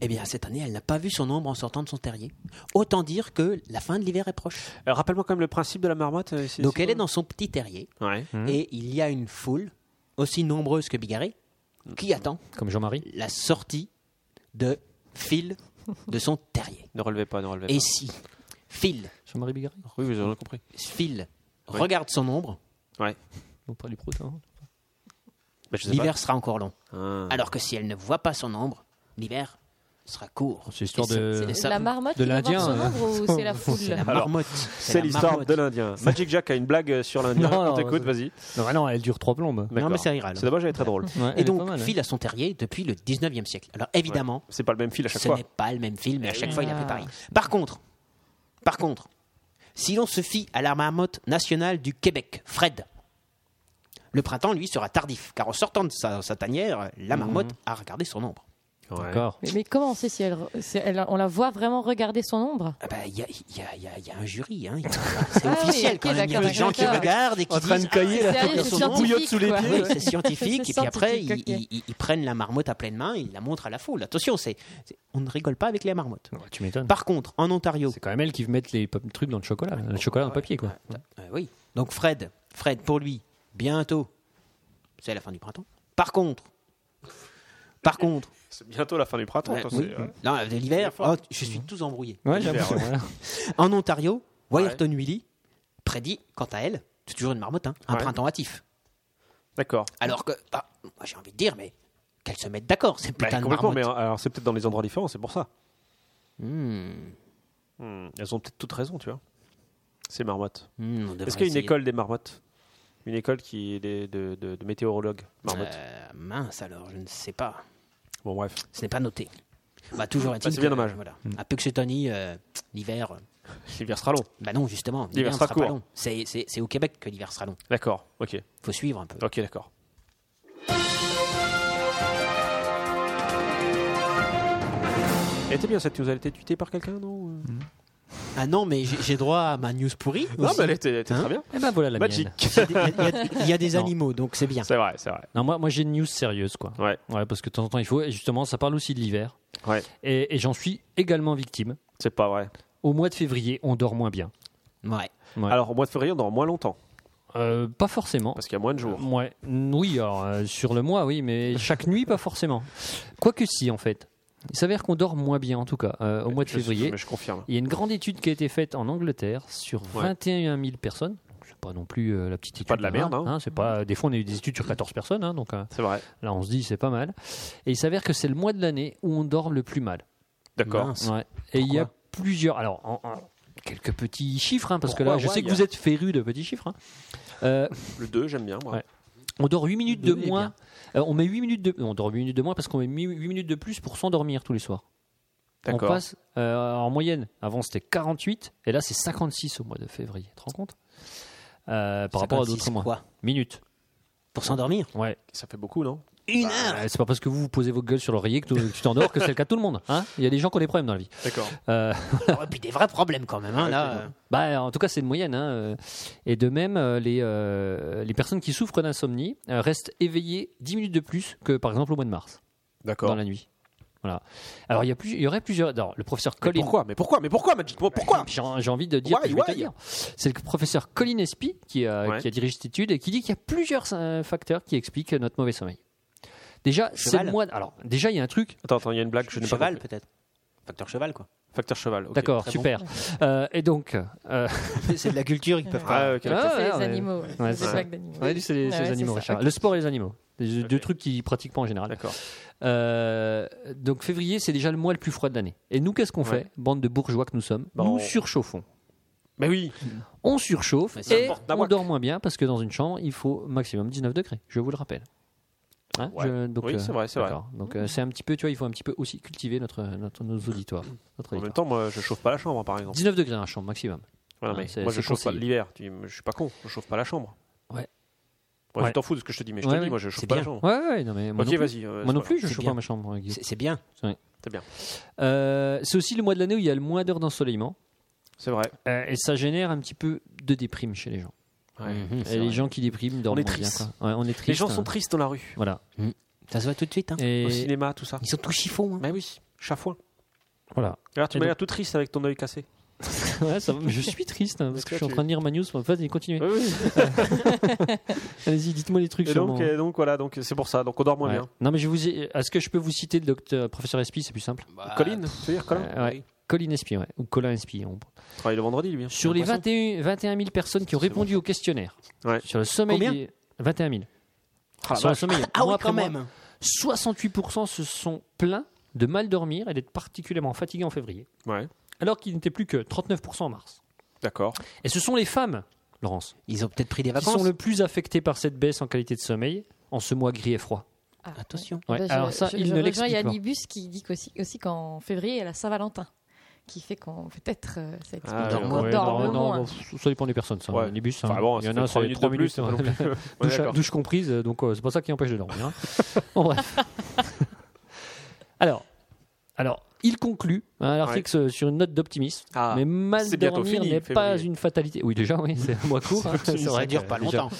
[SPEAKER 6] Eh bien, cette année, elle n'a pas vu son ombre en sortant de son terrier. Autant dire que la fin de l'hiver est proche.
[SPEAKER 3] Euh, Rappelle-moi quand même le principe de la marmotte. euh, c'est-
[SPEAKER 6] Donc,
[SPEAKER 3] c'est
[SPEAKER 6] elle est
[SPEAKER 3] quoi
[SPEAKER 6] dans Hmm. son petit terrier
[SPEAKER 3] Ouais.
[SPEAKER 4] Mhm.
[SPEAKER 6] et il y a une foule, aussi nombreuse que bigarrée, qui attend
[SPEAKER 4] Comme Jean-Marie.
[SPEAKER 6] la sortie de Phil de son terrier.
[SPEAKER 3] Ne relevez pas, ne relevez
[SPEAKER 6] Et
[SPEAKER 3] pas.
[SPEAKER 6] si Phil,
[SPEAKER 4] Jean-Marie Bigarré
[SPEAKER 3] Oui, vous avez compris.
[SPEAKER 6] Phil
[SPEAKER 3] Oui.
[SPEAKER 6] regarde son ombre,
[SPEAKER 4] On parle du
[SPEAKER 3] Bah,
[SPEAKER 4] proton.
[SPEAKER 3] je sais pas.
[SPEAKER 6] l'hiver sera encore long.
[SPEAKER 3] Ah.
[SPEAKER 6] Alors que si elle ne voit pas son ombre, l'hiver sera court.
[SPEAKER 4] C'est l'histoire
[SPEAKER 6] Et ça-
[SPEAKER 4] de-
[SPEAKER 6] c'est-
[SPEAKER 7] C'est
[SPEAKER 6] ça-
[SPEAKER 7] la marmotte
[SPEAKER 4] de
[SPEAKER 7] qui va
[SPEAKER 4] l'Indien,
[SPEAKER 7] voir son
[SPEAKER 4] euh.
[SPEAKER 7] ombre ou c'est la
[SPEAKER 6] C'est la
[SPEAKER 7] foule
[SPEAKER 3] Alors,
[SPEAKER 6] marmotte.
[SPEAKER 3] C'est
[SPEAKER 6] la
[SPEAKER 3] l'histoire
[SPEAKER 6] marmotte.
[SPEAKER 3] de l'Indien. Magic Jack a une blague euh, sur l'Indien.
[SPEAKER 4] Non,
[SPEAKER 3] On t'écoute,
[SPEAKER 4] non,
[SPEAKER 3] vas-y.
[SPEAKER 4] Non, bah non, elle dure trois plombes.
[SPEAKER 6] Non,
[SPEAKER 3] D'accord.
[SPEAKER 6] mais ça ira. alors.
[SPEAKER 3] C'est dommage, elle est très drôle.
[SPEAKER 4] Ouais, elle
[SPEAKER 6] Et
[SPEAKER 4] est
[SPEAKER 6] donc,
[SPEAKER 4] pas mal, hein.
[SPEAKER 6] fil à son terrier depuis le 19e siècle. Alors, évidemment,
[SPEAKER 3] C'est pas le même fil à chaque
[SPEAKER 6] ce
[SPEAKER 3] fois.
[SPEAKER 6] n'est pas le même film, mais à chaque
[SPEAKER 7] oui.
[SPEAKER 6] fois, il a
[SPEAKER 7] Ah.
[SPEAKER 6] fait pareil. Par contre, par contre, si l'on se fie à la marmotte nationale du Québec, Fred, le printemps, lui, sera tardif, car en sortant de sa, sa tanière, la
[SPEAKER 4] Mhm.
[SPEAKER 6] marmotte a regardé son ombre.
[SPEAKER 4] D'accord.
[SPEAKER 7] Mais, mais comment on sait si elle, re- si elle- on la voit vraiment regarder son ombre
[SPEAKER 6] Ah bah, Il y, a, il y a- il y a- il y a un jury, hein. Il y a- c'est
[SPEAKER 7] Ah oui,
[SPEAKER 6] officiel
[SPEAKER 7] ok,
[SPEAKER 6] quand même. Il y a
[SPEAKER 7] d'accord,
[SPEAKER 6] des gens qui
[SPEAKER 7] d'accord.
[SPEAKER 6] regardent et qui
[SPEAKER 4] En train de
[SPEAKER 6] disent,
[SPEAKER 4] cailler,
[SPEAKER 6] ah,
[SPEAKER 4] là.
[SPEAKER 6] elle regarde
[SPEAKER 7] Sérieux,
[SPEAKER 6] son
[SPEAKER 7] c'est
[SPEAKER 6] ombre.
[SPEAKER 7] scientifique,
[SPEAKER 4] sous les
[SPEAKER 7] quoi.
[SPEAKER 6] Oui, c'est scientifique.
[SPEAKER 7] C'est
[SPEAKER 6] et puis après, ils,
[SPEAKER 7] scientifique, ok.
[SPEAKER 6] ils- ils prennent la marmotte à pleine main et ils la montrent à la foule. Attention, c'est, c'est- on ne rigole pas avec les marmottes.
[SPEAKER 4] Ouais, tu m'étonnes.
[SPEAKER 6] Par contre, en Ontario,
[SPEAKER 4] C'est quand même elle qui met les pop- trucs dans le chocolat. Le chocolat dans le papier, quoi.
[SPEAKER 6] euh, oui. Donc Fred, Fred pour lui, bientôt, c'est la fin du printemps. Par contre, par contre,
[SPEAKER 3] C'est bientôt la fin du printemps.
[SPEAKER 6] Ouais,
[SPEAKER 3] quoi,
[SPEAKER 6] oui.
[SPEAKER 3] c'est- euh, ouais.
[SPEAKER 6] Non, de l'hiver, oh, je
[SPEAKER 3] Mhm.
[SPEAKER 6] suis tous embrouillé.
[SPEAKER 4] Ouais,
[SPEAKER 3] j'ai l'impression,
[SPEAKER 6] En Ontario, Wyerton Willy prédit, quant à elle, c'est toujours une marmotte, hein, un
[SPEAKER 3] Ouais.
[SPEAKER 6] printemps hâtif.
[SPEAKER 3] D'accord.
[SPEAKER 6] Alors que, bah, moi j'ai envie de dire, mais qu'elles se mettent d'accord, ces
[SPEAKER 3] Bah,
[SPEAKER 6] putains de
[SPEAKER 3] complètement,
[SPEAKER 6] marmottes.
[SPEAKER 3] mais euh, alors c'est peut-être dans les endroits différents, c'est pour ça.
[SPEAKER 6] Hmm,
[SPEAKER 3] Hmm, Elles ont peut-être toutes raison, tu vois. Ces marmottes.
[SPEAKER 6] hmm, on devrait
[SPEAKER 3] hein. Est-ce qu'il y a une
[SPEAKER 6] essayer.
[SPEAKER 3] école des marmottes Une école qui est des- de, de- de météorologues marmottes.
[SPEAKER 6] Euh, Mince alors, je ne sais pas. Euh.
[SPEAKER 3] Bon, bref.
[SPEAKER 6] Ce n'est pas noté. Bah, toujours est-il
[SPEAKER 3] c'est bien
[SPEAKER 6] que,
[SPEAKER 3] dommage.
[SPEAKER 6] Voilà. À Puxetony, l'hiver. euh,
[SPEAKER 3] L'hiver sera long.
[SPEAKER 6] Bah non, justement.
[SPEAKER 3] L'hiver sera
[SPEAKER 6] ne pas
[SPEAKER 3] court.
[SPEAKER 6] long. C'est- C'est c'est au Québec que l'hiver sera long.
[SPEAKER 3] D'accord, ok.
[SPEAKER 6] faut suivre un peu.
[SPEAKER 3] Ok, d'accord. Elle était bien cette news, elle était tweetée par quelqu'un, non
[SPEAKER 6] Ah non, mais j'ai j'ai droit à ma news pourrie.
[SPEAKER 3] Non,
[SPEAKER 6] aussi.
[SPEAKER 3] mais elle était, elle était
[SPEAKER 6] Hein
[SPEAKER 3] très bien.
[SPEAKER 4] Eh ben voilà la
[SPEAKER 3] Magic.
[SPEAKER 4] mienne.
[SPEAKER 6] Il y a- il y a- il y, a des
[SPEAKER 4] Non.
[SPEAKER 6] animaux, donc c'est bien.
[SPEAKER 3] C'est vrai, c'est vrai.
[SPEAKER 4] Non, moi, moi j'ai une news sérieuse, quoi.
[SPEAKER 3] Ouais.
[SPEAKER 4] Ouais, parce que de temps en temps, il faut. Et justement, ça parle aussi de l'hiver.
[SPEAKER 3] Ouais.
[SPEAKER 4] Et, et j'en suis également victime.
[SPEAKER 3] C'est pas vrai.
[SPEAKER 4] Au mois de février, on dort moins bien.
[SPEAKER 6] Ouais.
[SPEAKER 4] Ouais.
[SPEAKER 3] Alors, au mois de février, on dort moins longtemps,
[SPEAKER 4] Euh, pas forcément.
[SPEAKER 3] parce qu'il y a moins de jours.
[SPEAKER 4] Ouais. Oui, alors, euh, sur le mois, oui, mais chaque nuit, pas forcément. Quoique si, en fait. Il s'avère qu'on dort moins bien, en tout cas, euh, au mois de
[SPEAKER 3] Je-
[SPEAKER 4] février.
[SPEAKER 3] mais je confirme.
[SPEAKER 4] Il y a une grande étude qui a été faite en Angleterre sur
[SPEAKER 3] Ouais.
[SPEAKER 4] 21 000 personnes. Donc, C'est pas non plus euh, la petite étude.
[SPEAKER 3] pas de la merde, hein.
[SPEAKER 4] c'est pas. euh, Des fois, on a eu des études sur 14 personnes, hein, donc euh,
[SPEAKER 3] C'est vrai.
[SPEAKER 4] là, on se dit c'est pas mal. Et il s'avère que c'est le mois de l'année où on dort le plus mal.
[SPEAKER 3] D'accord.
[SPEAKER 6] Mince.
[SPEAKER 4] Ouais. Et il y a plusieurs. Alors, en- en- quelques petits chiffres, hein, parce que
[SPEAKER 3] Pourquoi
[SPEAKER 4] là, je
[SPEAKER 3] Why,
[SPEAKER 4] sais que
[SPEAKER 3] hein
[SPEAKER 4] vous êtes férus de petits chiffres. hein. Euh,
[SPEAKER 3] Le 2, j'aime bien, moi.
[SPEAKER 4] Ouais. on dort 8 minutes de
[SPEAKER 6] Deux, eh
[SPEAKER 4] moins. Euh, on met 8 minutes de. On dort 8 minutes de moins parce qu'on met 8 minutes de plus pour s'endormir tous les soirs. On
[SPEAKER 3] D'accord.
[SPEAKER 4] passe euh, en moyenne. Avant c'était 48 et là c'est 56 au mois de février. Tu te rends compte Euh, Par rapport à
[SPEAKER 6] 56
[SPEAKER 4] d'autres mois.
[SPEAKER 6] quoi
[SPEAKER 4] Minutes.
[SPEAKER 6] Pour s'endormir
[SPEAKER 4] Ouais.
[SPEAKER 3] Ça fait beaucoup, non
[SPEAKER 6] Une
[SPEAKER 3] Ah.
[SPEAKER 4] Euh, c'est pas parce que vous vous posez vos gueules sur l'oreiller que tu- tu t'endors que c'est le cas de tout le monde. hein. Il y a des gens qui ont des problèmes dans la vie.
[SPEAKER 3] D'accord.
[SPEAKER 4] Euh,
[SPEAKER 6] Et puis des vrais problèmes quand même. hein, là, euh.
[SPEAKER 4] Bah, en tout cas, c'est une moyenne. hein, euh. Et de même, euh, les, euh, les personnes qui souffrent d'insomnie euh, restent éveillées 10 minutes de plus que, par exemple, au mois de mars, dans
[SPEAKER 3] D'accord.
[SPEAKER 4] la nuit. Voilà. Alors, il y, a plus, il y aurait plusieurs. Alors, le professeur
[SPEAKER 3] Mais
[SPEAKER 4] Colin.
[SPEAKER 3] pourquoi Mais pourquoi Mais pourquoi, Magic Pourquoi
[SPEAKER 4] J'ai j'ai envie de dire.
[SPEAKER 3] Why,
[SPEAKER 4] je vais te
[SPEAKER 3] why
[SPEAKER 4] dire. C'est le professeur Colin Espy qui, euh,
[SPEAKER 3] Ouais.
[SPEAKER 4] qui a dirigé cette étude et qui dit qu'il y a plusieurs euh, facteurs qui expliquent notre mauvais sommeil. Déjà, c'est
[SPEAKER 6] Cheval.
[SPEAKER 4] le mois. de- Alors, déjà, il y a un truc.
[SPEAKER 3] Attends, attends, il y a une blague que je n'ai pas
[SPEAKER 6] Cheval
[SPEAKER 3] compris.
[SPEAKER 6] peut-être.
[SPEAKER 9] Facteur cheval, quoi.
[SPEAKER 3] Facteur cheval. ok.
[SPEAKER 4] D'accord,
[SPEAKER 9] très bon.
[SPEAKER 4] super. Euh, et donc, euh,
[SPEAKER 9] C'est de la culture, ils peuvent pas.
[SPEAKER 3] Ah, ok,
[SPEAKER 4] Ah,
[SPEAKER 3] d'accord.
[SPEAKER 7] C'est les
[SPEAKER 4] ouais,
[SPEAKER 7] animaux.
[SPEAKER 4] on a
[SPEAKER 7] C'est
[SPEAKER 4] dit
[SPEAKER 7] des
[SPEAKER 4] ça.
[SPEAKER 7] blagues d'animaux.
[SPEAKER 4] on a dit c'est les,
[SPEAKER 7] Ouais,
[SPEAKER 4] c'est les
[SPEAKER 7] c'est
[SPEAKER 4] animaux,
[SPEAKER 7] ça,
[SPEAKER 4] Richard.
[SPEAKER 7] ok.
[SPEAKER 4] Le sport et les animaux. Les Deux
[SPEAKER 3] Ok.
[SPEAKER 4] trucs qu'ils pratiquent pas en général.
[SPEAKER 3] D'accord.
[SPEAKER 4] Euh, donc février, c'est déjà le mois le plus froid de l'année. Et nous, qu'est-ce qu'on
[SPEAKER 3] Ouais.
[SPEAKER 4] fait, bande de bourgeois que nous sommes
[SPEAKER 3] Bah,
[SPEAKER 4] Nous
[SPEAKER 3] on-
[SPEAKER 4] surchauffons.
[SPEAKER 3] Mais oui,
[SPEAKER 4] On surchauffe
[SPEAKER 9] Mais c'est
[SPEAKER 4] et
[SPEAKER 3] n'importe
[SPEAKER 4] on
[SPEAKER 3] quoi.
[SPEAKER 4] dort moins bien parce que dans une chambre, il faut maximum 19 degrés. Je vous le rappelle. Hein,
[SPEAKER 3] Ouais.
[SPEAKER 4] je- donc,
[SPEAKER 3] Oui, c'est vrai, c'est vrai.
[SPEAKER 4] d'accord. Donc euh, c'est un petit peu, tu vois, il faut un petit peu aussi cultiver notre, notre nos auditoires. Notre
[SPEAKER 3] en même
[SPEAKER 4] auditoire.
[SPEAKER 3] temps, moi, je chauffe pas la chambre, par exemple.
[SPEAKER 4] 19 degrés un chambre maximum.
[SPEAKER 3] Voilà,
[SPEAKER 4] Ah,
[SPEAKER 3] mais
[SPEAKER 4] c'est-
[SPEAKER 3] moi, je
[SPEAKER 4] c'est
[SPEAKER 3] chauffe pas
[SPEAKER 4] conseillé.
[SPEAKER 3] l'hiver. Tu- Je suis pas con, je chauffe pas la chambre.
[SPEAKER 4] Ouais.
[SPEAKER 3] Moi,
[SPEAKER 4] Ouais.
[SPEAKER 3] Tu t'en fous de ce que je te dis, mais je
[SPEAKER 4] Ouais,
[SPEAKER 3] te
[SPEAKER 4] ouais.
[SPEAKER 3] dis, moi, je chauffe
[SPEAKER 9] C'est
[SPEAKER 3] pas la
[SPEAKER 9] bien.
[SPEAKER 3] chambre.
[SPEAKER 4] Ouais, ouais, non mais moi
[SPEAKER 3] Ok,
[SPEAKER 4] non plus,
[SPEAKER 3] vas-y. euh,
[SPEAKER 4] moi non
[SPEAKER 3] voilà.
[SPEAKER 4] plus je
[SPEAKER 9] C'est
[SPEAKER 4] chauffe
[SPEAKER 9] bien.
[SPEAKER 4] pas ma chambre. hein, Guillaume.
[SPEAKER 9] C'est c'est bien.
[SPEAKER 3] C'est bien.
[SPEAKER 4] Euh, c'est aussi le mois de l'année où il y a le moins d'heures d'ensoleillement
[SPEAKER 3] C'est vrai.
[SPEAKER 4] euh, et ça génère un petit peu de déprime chez les gens.
[SPEAKER 9] Mhm,
[SPEAKER 4] Et
[SPEAKER 9] c'est
[SPEAKER 4] les
[SPEAKER 9] vrai.
[SPEAKER 4] gens qui dépriment dorment
[SPEAKER 3] est
[SPEAKER 4] moins bien.
[SPEAKER 3] triste.
[SPEAKER 4] quoi. Ouais, on est Mmh. triste.
[SPEAKER 3] Les gens sont
[SPEAKER 4] hein.
[SPEAKER 3] tristes dans la rue,
[SPEAKER 4] Voilà.
[SPEAKER 9] Ça se voit tout de suite. hein.
[SPEAKER 3] au
[SPEAKER 4] Et
[SPEAKER 3] cinéma, tout ça.
[SPEAKER 9] Ils sont tous chiffons. hein.
[SPEAKER 3] Mais oui, chafouin.
[SPEAKER 4] voilà.
[SPEAKER 3] Alors, tu
[SPEAKER 4] Et
[SPEAKER 3] m'as
[SPEAKER 4] donc-
[SPEAKER 3] l'air tout triste avec ton œil cassé.
[SPEAKER 4] Ouais, ça va, mais je suis triste hein, parce
[SPEAKER 3] Parce
[SPEAKER 4] que
[SPEAKER 3] que
[SPEAKER 4] je suis en
[SPEAKER 3] tu-
[SPEAKER 4] train de lire ma news. mais Vas-y, continuez.
[SPEAKER 3] oui.
[SPEAKER 4] Allez-y, dites-moi les trucs.
[SPEAKER 3] Et
[SPEAKER 4] sur
[SPEAKER 3] donc, et donc, voilà, donc euh, c'est pour ça. Donc, on dort moins bien.
[SPEAKER 4] Non, mais je vous. ai- euh, Est-ce que je peux vous citer le docteur, professeur Espy C'est plus simple.
[SPEAKER 9] Bah,
[SPEAKER 3] Colline, tu veux dire Colin
[SPEAKER 4] Euh, ouais. Colin Espy, ouais, ou Colin Espy. on-
[SPEAKER 3] Il travaille le vendredi, lui. hein.
[SPEAKER 4] Sur
[SPEAKER 3] J'ai
[SPEAKER 4] les
[SPEAKER 3] l'impression.
[SPEAKER 4] 21, 21 000 personnes qui ont
[SPEAKER 3] C'est
[SPEAKER 4] répondu au questionnaire,
[SPEAKER 3] Ouais.
[SPEAKER 4] sur le sommeil,
[SPEAKER 9] Combien
[SPEAKER 4] des- 21 000.
[SPEAKER 3] Ah,
[SPEAKER 4] sur le sommeil,
[SPEAKER 9] Ah
[SPEAKER 4] mois
[SPEAKER 9] oui,
[SPEAKER 4] après
[SPEAKER 9] quand
[SPEAKER 4] mois,
[SPEAKER 9] même.
[SPEAKER 4] 68% se sont plaints de mal dormir et d'être particulièrement fatigués en février,
[SPEAKER 3] bah, Ouais,
[SPEAKER 4] alors qu'il n'était plus que 39% en mars.
[SPEAKER 3] d'accord.
[SPEAKER 4] Et ce sont les femmes, Laurence,
[SPEAKER 9] Ils ont peut-être pris des
[SPEAKER 4] qui
[SPEAKER 9] vacances.
[SPEAKER 4] sont le plus affectées par cette baisse en qualité de sommeil en ce mois gris et froid.
[SPEAKER 7] Ah, ouais.
[SPEAKER 9] Attention.
[SPEAKER 4] Ouais,
[SPEAKER 7] Bah, je-
[SPEAKER 4] alors ça,
[SPEAKER 7] je-
[SPEAKER 4] il
[SPEAKER 7] je
[SPEAKER 4] ne
[SPEAKER 7] rejoins
[SPEAKER 4] l'explique pas.
[SPEAKER 7] Yannibus qui dit qu'aussi- aussi, qu'en février, il y a la Saint-Valentin, qui fait qu'on peut-être euh, ça explique.
[SPEAKER 3] Ah,
[SPEAKER 9] Dors
[SPEAKER 7] qu'on
[SPEAKER 9] moins.
[SPEAKER 4] Ouais,
[SPEAKER 7] dort
[SPEAKER 4] non,
[SPEAKER 7] le
[SPEAKER 4] non,
[SPEAKER 7] moins.
[SPEAKER 4] bon, pff, ça dépend des personnes, ça.
[SPEAKER 3] Ouais.
[SPEAKER 4] Les bus,
[SPEAKER 3] Enfin,
[SPEAKER 4] hein.
[SPEAKER 3] bon,
[SPEAKER 4] il y
[SPEAKER 3] ça
[SPEAKER 4] en
[SPEAKER 3] fait
[SPEAKER 4] a,
[SPEAKER 3] trois
[SPEAKER 4] c'est
[SPEAKER 3] minutes de
[SPEAKER 4] 3 minutes.
[SPEAKER 3] plus, non plus. Ouais,
[SPEAKER 4] douche,
[SPEAKER 3] d'accord.
[SPEAKER 4] douche comprise, euh, donc euh, c'est pas ça qui empêche de dormir. hein. Bon, bref. Alors, alors, il conclut hein, l'article euh, sur une note d'optimisme.
[SPEAKER 3] Ah,
[SPEAKER 4] mais mal
[SPEAKER 3] c'est bientôt
[SPEAKER 4] dormir
[SPEAKER 3] fini,
[SPEAKER 4] n'est pas
[SPEAKER 3] février.
[SPEAKER 4] une fatalité. Oui, déjà, oui, c'est un mois court. hein, c'est
[SPEAKER 9] Ça
[SPEAKER 4] vrai
[SPEAKER 9] dure
[SPEAKER 4] que,
[SPEAKER 9] pas
[SPEAKER 4] déjà.
[SPEAKER 9] longtemps.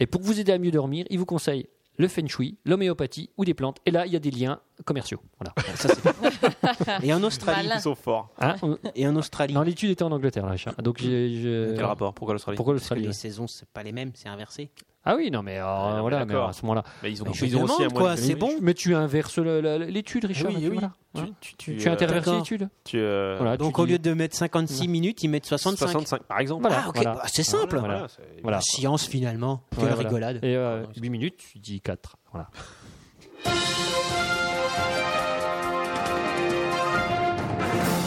[SPEAKER 4] Et pour vous aider à mieux dormir, il vous conseille le feng shui, l'homéopathie ou des plantes. Et là, il y a des liens commerciaux. Voilà.
[SPEAKER 9] Ça, c'est- Et en Australie.
[SPEAKER 7] Malin.
[SPEAKER 3] Ils sont forts.
[SPEAKER 4] Hein on-
[SPEAKER 9] Et en Australie.
[SPEAKER 4] non, l'étude était en Angleterre, là, Richard. Donc, j'ai- je-
[SPEAKER 3] Quel rapport Pourquoi l'Australie
[SPEAKER 4] Pourquoi
[SPEAKER 9] Parce que
[SPEAKER 4] l'Australie
[SPEAKER 9] les saisons, c'est pas les mêmes, c'est inversé.
[SPEAKER 4] Ah oui, non, mais euh,
[SPEAKER 3] non, mais
[SPEAKER 4] voilà, mais
[SPEAKER 3] d'accord.
[SPEAKER 4] à ce moment-là.
[SPEAKER 3] Mais Ils ont
[SPEAKER 9] Mais je
[SPEAKER 3] ils ont aussi
[SPEAKER 9] demande,
[SPEAKER 3] un moyen
[SPEAKER 9] quoi,
[SPEAKER 3] de-
[SPEAKER 9] c'est bon.
[SPEAKER 4] Mais tu inverses le- le- l'étude, Richard.
[SPEAKER 9] Oui,
[SPEAKER 4] et puis
[SPEAKER 9] oui.
[SPEAKER 4] voilà. Hein.
[SPEAKER 3] Tu,
[SPEAKER 4] Tu,
[SPEAKER 3] tu,
[SPEAKER 4] as interversé
[SPEAKER 9] d'accord.
[SPEAKER 4] l'étude
[SPEAKER 3] tu, euh,
[SPEAKER 4] Voilà,
[SPEAKER 9] Donc
[SPEAKER 4] Ah, tu
[SPEAKER 9] au
[SPEAKER 4] dis-
[SPEAKER 9] lieu de mettre 56 minutes, ils mettent 65.
[SPEAKER 3] 65, par exemple.
[SPEAKER 4] Voilà,
[SPEAKER 9] Ah, ok,
[SPEAKER 4] voilà.
[SPEAKER 9] bah, c'est simple.
[SPEAKER 4] Voilà.
[SPEAKER 3] c'est-
[SPEAKER 4] Voilà.
[SPEAKER 9] La science finalement. Quelle
[SPEAKER 4] Ouais, voilà.
[SPEAKER 9] rigolade.
[SPEAKER 4] Et 8 minutes, tu dis 4. Voilà.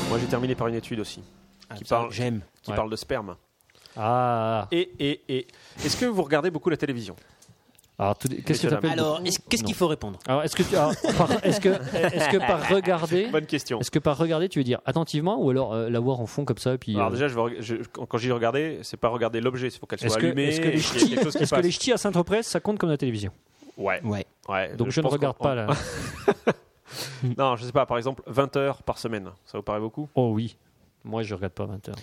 [SPEAKER 3] Moi, j'ai terminé par une étude aussi
[SPEAKER 9] Ah,
[SPEAKER 3] qui
[SPEAKER 9] ça,
[SPEAKER 3] parle-
[SPEAKER 9] J'aime.
[SPEAKER 3] qui
[SPEAKER 4] Ouais.
[SPEAKER 3] parle de sperme.
[SPEAKER 4] Ah
[SPEAKER 3] Et, et, et. Est-ce que vous regardez beaucoup la télévision
[SPEAKER 4] Alors, tout- qu'est-ce que
[SPEAKER 3] Étonnamment.
[SPEAKER 4] tu appelles
[SPEAKER 9] Alors, est-ce- qu'est-ce qu'il faut répondre
[SPEAKER 4] Alors, est-ce que, tu- alors, par- est-ce que, est-ce que par regarder.
[SPEAKER 3] Bonne question.
[SPEAKER 4] Est-ce que par regarder, tu veux dire attentivement ou alors euh, la voir en fond comme ça et puis.
[SPEAKER 3] Alors
[SPEAKER 4] euh,
[SPEAKER 3] déjà, je vais reg- je- quand quand j'y regardais, c'est pas regarder l'objet, il faut qu'elle soit
[SPEAKER 4] est-ce que,
[SPEAKER 3] allumée.
[SPEAKER 4] est-ce que
[SPEAKER 3] et qu'il y
[SPEAKER 4] les
[SPEAKER 3] ait
[SPEAKER 4] ch'tis,
[SPEAKER 3] quelque chose qui
[SPEAKER 4] est-ce que les
[SPEAKER 3] passe.
[SPEAKER 4] ch'tis à Saint-Tropez, ça compte comme la télévision
[SPEAKER 3] Ouais,
[SPEAKER 9] Ouais.
[SPEAKER 3] ouais.
[SPEAKER 4] Donc je ne
[SPEAKER 3] Euh, pense
[SPEAKER 4] regarde
[SPEAKER 3] qu'on-
[SPEAKER 4] pas là.
[SPEAKER 3] Non, je sais pas. Par exemple, 20 heures par semaine, ça vous paraît beaucoup
[SPEAKER 4] Oh oui. Moi, je regarde pas 20h.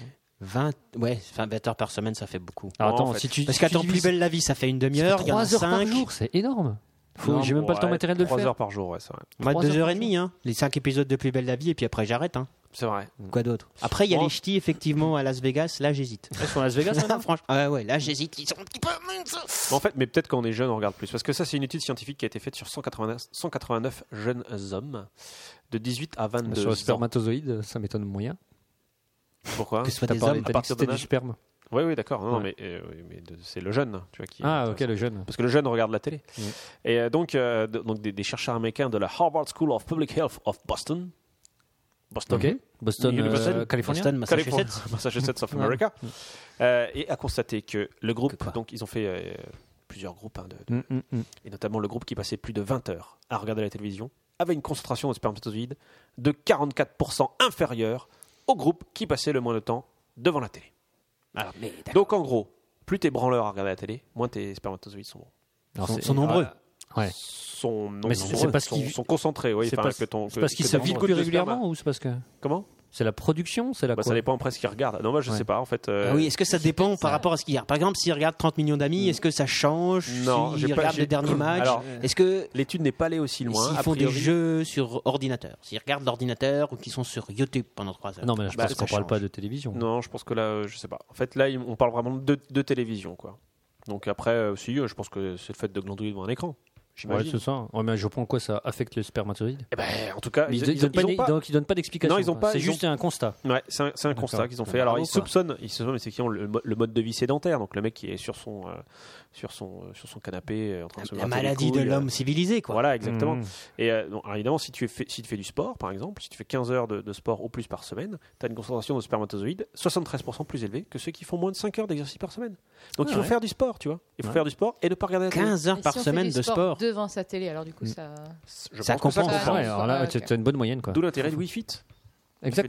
[SPEAKER 9] 20, ouais, 20 heures par semaine, ça fait beaucoup.
[SPEAKER 4] Alors,
[SPEAKER 3] Non,
[SPEAKER 4] attends,
[SPEAKER 3] en fait.
[SPEAKER 4] si tu.
[SPEAKER 9] Parce
[SPEAKER 4] si
[SPEAKER 9] qu'attends,
[SPEAKER 4] tu
[SPEAKER 9] plus
[SPEAKER 4] divises
[SPEAKER 9] belle la vie, ça fait une demi-heure, il y en a
[SPEAKER 4] 3 heures par
[SPEAKER 9] 5.
[SPEAKER 4] jour, c'est énorme. Faut-
[SPEAKER 3] Non,
[SPEAKER 4] J'ai même pas le temps
[SPEAKER 3] ouais,
[SPEAKER 4] matériel de le
[SPEAKER 3] trois
[SPEAKER 4] faire.
[SPEAKER 3] heures par jour, ouais, c'est vrai.
[SPEAKER 9] Moi,
[SPEAKER 4] Trois
[SPEAKER 9] 2
[SPEAKER 4] heures
[SPEAKER 9] heures et
[SPEAKER 4] par
[SPEAKER 9] demie, hein. Les 5 épisodes de Plus belle la vie, et puis après j'arrête. Hein.
[SPEAKER 3] C'est vrai.
[SPEAKER 9] Quoi d'autre Après, il y a
[SPEAKER 3] Bon.
[SPEAKER 9] les ch'tis, effectivement, à Las Vegas, là j'hésite.
[SPEAKER 4] Elles sont à Las Vegas.
[SPEAKER 9] Ah, franchement. Ah ouais, là j'hésite, ils sont un petit peu.
[SPEAKER 3] Mais en fait, mais peut-être quand on est jeune, on regarde plus. Parce que ça, c'est une étude scientifique qui a été faite sur 189, 189 jeunes hommes de 18 à 22
[SPEAKER 4] Sur le
[SPEAKER 3] ans.
[SPEAKER 4] spermatozoïde, ça m'étonne moyen.
[SPEAKER 3] Pourquoi
[SPEAKER 9] Que ce soit
[SPEAKER 4] T'as
[SPEAKER 9] des
[SPEAKER 4] parlé-
[SPEAKER 9] hommes.
[SPEAKER 3] à
[SPEAKER 4] t'as dit que
[SPEAKER 3] partir
[SPEAKER 4] c'était
[SPEAKER 3] de
[SPEAKER 4] du
[SPEAKER 3] là-
[SPEAKER 4] sperme.
[SPEAKER 3] Oui, oui, d'accord. Non, non,
[SPEAKER 4] Ouais.
[SPEAKER 3] mais, euh, oui, mais de- c'est le jeune, tu vois, qui.
[SPEAKER 4] Ah, ok, le jeune.
[SPEAKER 3] Parce que le jeune regarde la télé.
[SPEAKER 9] Mm.
[SPEAKER 4] Oui.
[SPEAKER 3] Et euh, donc, euh, de- donc des, des chercheurs américains de la Harvard School of Public Health of Boston, Boston,
[SPEAKER 4] Ok. Boston,
[SPEAKER 3] Universal,
[SPEAKER 4] euh, Californie.
[SPEAKER 9] Boston,
[SPEAKER 3] Californie,
[SPEAKER 9] Massachusetts.
[SPEAKER 3] Massachusetts of
[SPEAKER 4] Ouais.
[SPEAKER 3] America, euh, et a constaté que le groupe,
[SPEAKER 9] Mm. Que quoi
[SPEAKER 3] donc ils ont fait euh, plusieurs groupes, hein, de- de-
[SPEAKER 4] Mm, mm, mm.
[SPEAKER 3] et notamment le groupe qui passait plus de 20 heures à regarder la télévision, avait une concentration de spermatozoïdes de 44% inférieure au groupe qui passait le moins de temps devant la télé.
[SPEAKER 9] Alors, Ah, mais d'accord.
[SPEAKER 3] Donc en gros, plus t'es branleur à regarder la télé, moins tes spermatozoïdes sont bons.
[SPEAKER 4] Alors,
[SPEAKER 9] Sont-
[SPEAKER 4] c'est-
[SPEAKER 9] sont nombreux.
[SPEAKER 4] Ouais.
[SPEAKER 3] sont non,
[SPEAKER 4] Mais c'est-
[SPEAKER 3] nombreux,
[SPEAKER 4] c'est parce
[SPEAKER 3] sont,
[SPEAKER 4] qu'ils-
[SPEAKER 3] sont concentrés oui
[SPEAKER 4] C'est
[SPEAKER 3] enfin,
[SPEAKER 4] parce-
[SPEAKER 3] que ton
[SPEAKER 4] c'est parce
[SPEAKER 3] que-
[SPEAKER 4] qu'ils
[SPEAKER 3] que
[SPEAKER 4] se
[SPEAKER 3] ta
[SPEAKER 4] vident
[SPEAKER 3] goutte de
[SPEAKER 4] plus
[SPEAKER 3] sperme-
[SPEAKER 4] régulièrement ou c'est parce que
[SPEAKER 3] comment
[SPEAKER 4] c'est la production, c'est la
[SPEAKER 3] bah,
[SPEAKER 4] quoi
[SPEAKER 3] ça dépend après ce qu'ils regardent non moi je
[SPEAKER 4] Ouais.
[SPEAKER 3] sais pas en fait euh,
[SPEAKER 9] Ah oui, est-ce que ça dépend par rapport à ce qu'il y a Par exemple, s'ils regardent 30 millions d'amis, est-ce que ça change
[SPEAKER 3] Non, j'ai
[SPEAKER 9] S'ils
[SPEAKER 3] pas-
[SPEAKER 9] regardent
[SPEAKER 3] j'ai-
[SPEAKER 9] le dernier match
[SPEAKER 3] Alors,
[SPEAKER 9] Est-ce que
[SPEAKER 3] l'étude n'est pas allée aussi loin
[SPEAKER 9] s'ils
[SPEAKER 3] a
[SPEAKER 9] font des
[SPEAKER 3] priori.
[SPEAKER 9] jeux sur ordinateur, s'ils regardent l'ordinateur ou qu'ils sont sur YouTube pendant 3 heures
[SPEAKER 4] Non, mais là, je
[SPEAKER 3] Bah,
[SPEAKER 4] pense qu'on
[SPEAKER 9] ça
[SPEAKER 4] parle
[SPEAKER 9] change.
[SPEAKER 4] pas de télévision.
[SPEAKER 3] non je pense que là euh, je sais pas en fait là il- on parle vraiment de, de télévision quoi donc après euh, si euh, je pense que c'est le fait de glandouiller devant un écran
[SPEAKER 4] Ouais,
[SPEAKER 3] j'imagine.
[SPEAKER 4] c'est ça. Ouais, mais je prends quoi ça affecte le spermatozoïde
[SPEAKER 3] Eh ben, en tout cas,
[SPEAKER 4] ils,
[SPEAKER 3] ils,
[SPEAKER 4] ne
[SPEAKER 3] ils- ils ont pas-
[SPEAKER 4] Donc ils donnent pas d'explication.
[SPEAKER 3] Non, ils ont
[SPEAKER 4] quoi.
[SPEAKER 3] pas-
[SPEAKER 4] C'est
[SPEAKER 3] ils
[SPEAKER 4] juste un constat.
[SPEAKER 3] Ouais, c'est un, c'est un constat qu'ils ont fait. Alors
[SPEAKER 4] Bravo,
[SPEAKER 3] ils
[SPEAKER 4] quoi.
[SPEAKER 3] soupçonnent, ils soupçonnent, mais c'est qui ont le, mo- le mode de vie sédentaire. Donc le mec qui est sur son, euh, sur son, euh, sur son canapé euh, en train de se
[SPEAKER 9] La,
[SPEAKER 3] gratter les
[SPEAKER 9] maladie de
[SPEAKER 3] couilles, euh,
[SPEAKER 9] l'homme civilisé, quoi.
[SPEAKER 3] Voilà, exactement.
[SPEAKER 4] Mm.
[SPEAKER 3] Et euh, bon, alors, évidemment, si tu, es fait- si tu fais du sport, par exemple, si tu fais 15 heures de, de sport au plus par semaine, tu as une concentration de spermatozoïdes 73% plus élevée que ceux qui font moins de 5 heures d'exercice par semaine. Donc
[SPEAKER 4] Ah
[SPEAKER 3] il faut
[SPEAKER 4] ouais.
[SPEAKER 3] faire du sport, tu vois. Il faut
[SPEAKER 4] Ouais.
[SPEAKER 3] faire du sport et ne pas regarder la télé.
[SPEAKER 9] 15 heures
[SPEAKER 7] Et
[SPEAKER 9] par
[SPEAKER 7] si on fait
[SPEAKER 9] semaine
[SPEAKER 7] du
[SPEAKER 9] de sport.
[SPEAKER 7] Devant sa télé, alors
[SPEAKER 4] Mm.
[SPEAKER 7] du coup, ça.
[SPEAKER 4] Ah,
[SPEAKER 3] Je
[SPEAKER 9] Ça
[SPEAKER 3] pense que
[SPEAKER 9] compense.
[SPEAKER 3] compense.
[SPEAKER 4] Ouais, alors là,
[SPEAKER 7] Ah,
[SPEAKER 4] tu
[SPEAKER 7] ok.
[SPEAKER 4] as une bonne moyenne, quoi.
[SPEAKER 3] D'où l'intérêt de Wii Fit.
[SPEAKER 4] Exactement.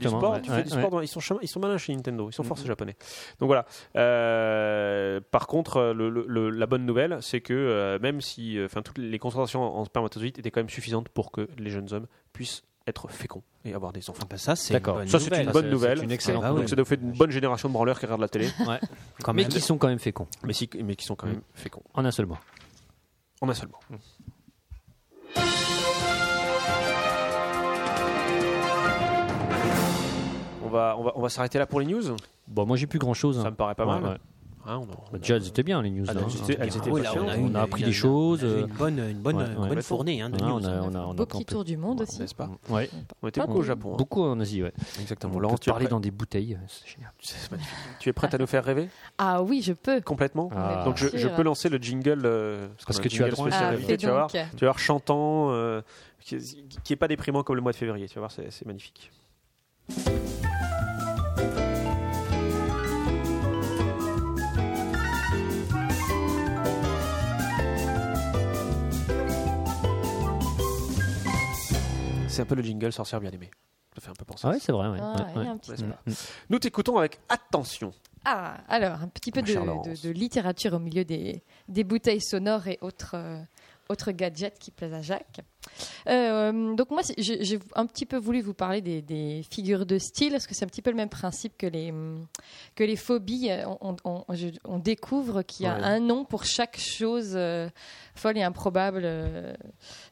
[SPEAKER 3] Tu fais du sport, tu fais
[SPEAKER 4] ouais,
[SPEAKER 3] du
[SPEAKER 4] ouais,
[SPEAKER 3] sport
[SPEAKER 4] ouais. Mmh.
[SPEAKER 3] dans- ils, sont chemin- ils sont malins chez Nintendo, ils sont forts ces japonais. Donc voilà. Euh, par contre, euh, le- le- le- la bonne nouvelle, c'est que euh, même si euh, enfin, toutes les concentrations en spermatozoïdes étaient quand même suffisantes pour que les jeunes hommes puissent être féconds et avoir des enfants.
[SPEAKER 9] Ah bah ça, c'est une
[SPEAKER 4] D'accord.
[SPEAKER 9] bonne
[SPEAKER 3] Ça, c'est
[SPEAKER 9] nouvelle.
[SPEAKER 3] une bonne
[SPEAKER 4] c'est
[SPEAKER 3] nouvelle.
[SPEAKER 4] une excellente
[SPEAKER 9] Ah bah ouais.
[SPEAKER 3] Donc ça nous fait une bonne génération de branleurs qui regardent la télé,
[SPEAKER 4] Ouais.
[SPEAKER 9] Quand
[SPEAKER 4] mais
[SPEAKER 9] même.
[SPEAKER 4] qui sont quand même féconds.
[SPEAKER 3] mais, si- mais qui sont quand même
[SPEAKER 9] Mm.
[SPEAKER 3] féconds.
[SPEAKER 4] En un seul mot.
[SPEAKER 3] En un seul mot. On va, on va, on va s'arrêter là pour les news.
[SPEAKER 4] Bon, moi, j'ai plus grand chose.
[SPEAKER 3] Ça me paraît pas mal. Hein, on en- on a-
[SPEAKER 4] Déjà, elles étaient bien, les news.
[SPEAKER 3] Ah,
[SPEAKER 4] là,
[SPEAKER 3] elles
[SPEAKER 4] hein.
[SPEAKER 3] étaient- elles
[SPEAKER 9] Ah
[SPEAKER 3] étaient
[SPEAKER 9] ouais, là,
[SPEAKER 3] patientes.
[SPEAKER 9] a
[SPEAKER 4] on,
[SPEAKER 9] eu une-
[SPEAKER 4] a appris
[SPEAKER 9] une-
[SPEAKER 4] des choses.
[SPEAKER 9] on a eu
[SPEAKER 4] euh,
[SPEAKER 9] Une bonne, une bonne,
[SPEAKER 4] ouais,
[SPEAKER 9] une
[SPEAKER 4] ouais.
[SPEAKER 9] bonne fournée hein, de
[SPEAKER 4] ouais,
[SPEAKER 9] news.
[SPEAKER 4] on a, on a, on a
[SPEAKER 7] Beau
[SPEAKER 4] campé.
[SPEAKER 7] petit tour du monde
[SPEAKER 3] Ouais,
[SPEAKER 7] aussi.
[SPEAKER 3] n'est-ce pas
[SPEAKER 4] Ouais.
[SPEAKER 3] On
[SPEAKER 9] Ah,
[SPEAKER 3] était beaucoup au Japon. hein.
[SPEAKER 4] Beaucoup en Asie, ouais.
[SPEAKER 3] Exactement.
[SPEAKER 4] On
[SPEAKER 3] Laurent,
[SPEAKER 4] Laurent,
[SPEAKER 3] tu es,
[SPEAKER 4] parler
[SPEAKER 3] prêt,
[SPEAKER 4] dans des bouteilles. C'est génial.
[SPEAKER 3] tu es prête à nous faire rêver
[SPEAKER 7] Ah oui, je peux.
[SPEAKER 3] complètement
[SPEAKER 4] Ah.
[SPEAKER 3] Donc je,
[SPEAKER 7] Bien
[SPEAKER 3] je
[SPEAKER 7] sûr.
[SPEAKER 3] peux lancer le jingle euh,
[SPEAKER 4] Parce
[SPEAKER 3] qu'on a un
[SPEAKER 4] que tu as
[SPEAKER 3] jingle
[SPEAKER 4] droit à un
[SPEAKER 3] spécial
[SPEAKER 7] Ah,
[SPEAKER 4] Merci,
[SPEAKER 3] invité,
[SPEAKER 7] fais
[SPEAKER 3] tu vas voir,
[SPEAKER 7] donc.
[SPEAKER 3] tu vas voir chantant, euh, qui qui est pas déprimant comme le mois de février. Tu vas voir, c'est c'est magnifique. C'est un peu le jingle sorcière bien aimée. Ça fait un peu penser.
[SPEAKER 4] Ah ouais, c'est vrai. Ouais.
[SPEAKER 7] Ah,
[SPEAKER 4] ouais,
[SPEAKER 7] il y a
[SPEAKER 4] ouais.
[SPEAKER 7] un petit-
[SPEAKER 3] N'est-ce pas Nous t'écoutons avec attention.
[SPEAKER 7] Ah, alors, un petit peu
[SPEAKER 3] Mon
[SPEAKER 7] de,
[SPEAKER 3] cher Laurence.
[SPEAKER 7] de- de littérature au milieu des, des bouteilles sonores et autres, euh, autres gadgets qui plaisent à Jacques. Euh, donc moi, c'est- j'ai j'ai un petit peu voulu vous parler des, des figures de style, parce que c'est un petit peu le même principe que les, hum, que les phobies. Euh, On, on- on- je- on découvre qu'il y a
[SPEAKER 3] Ouais.
[SPEAKER 7] un nom pour chaque chose euh, folle et improbable. euh,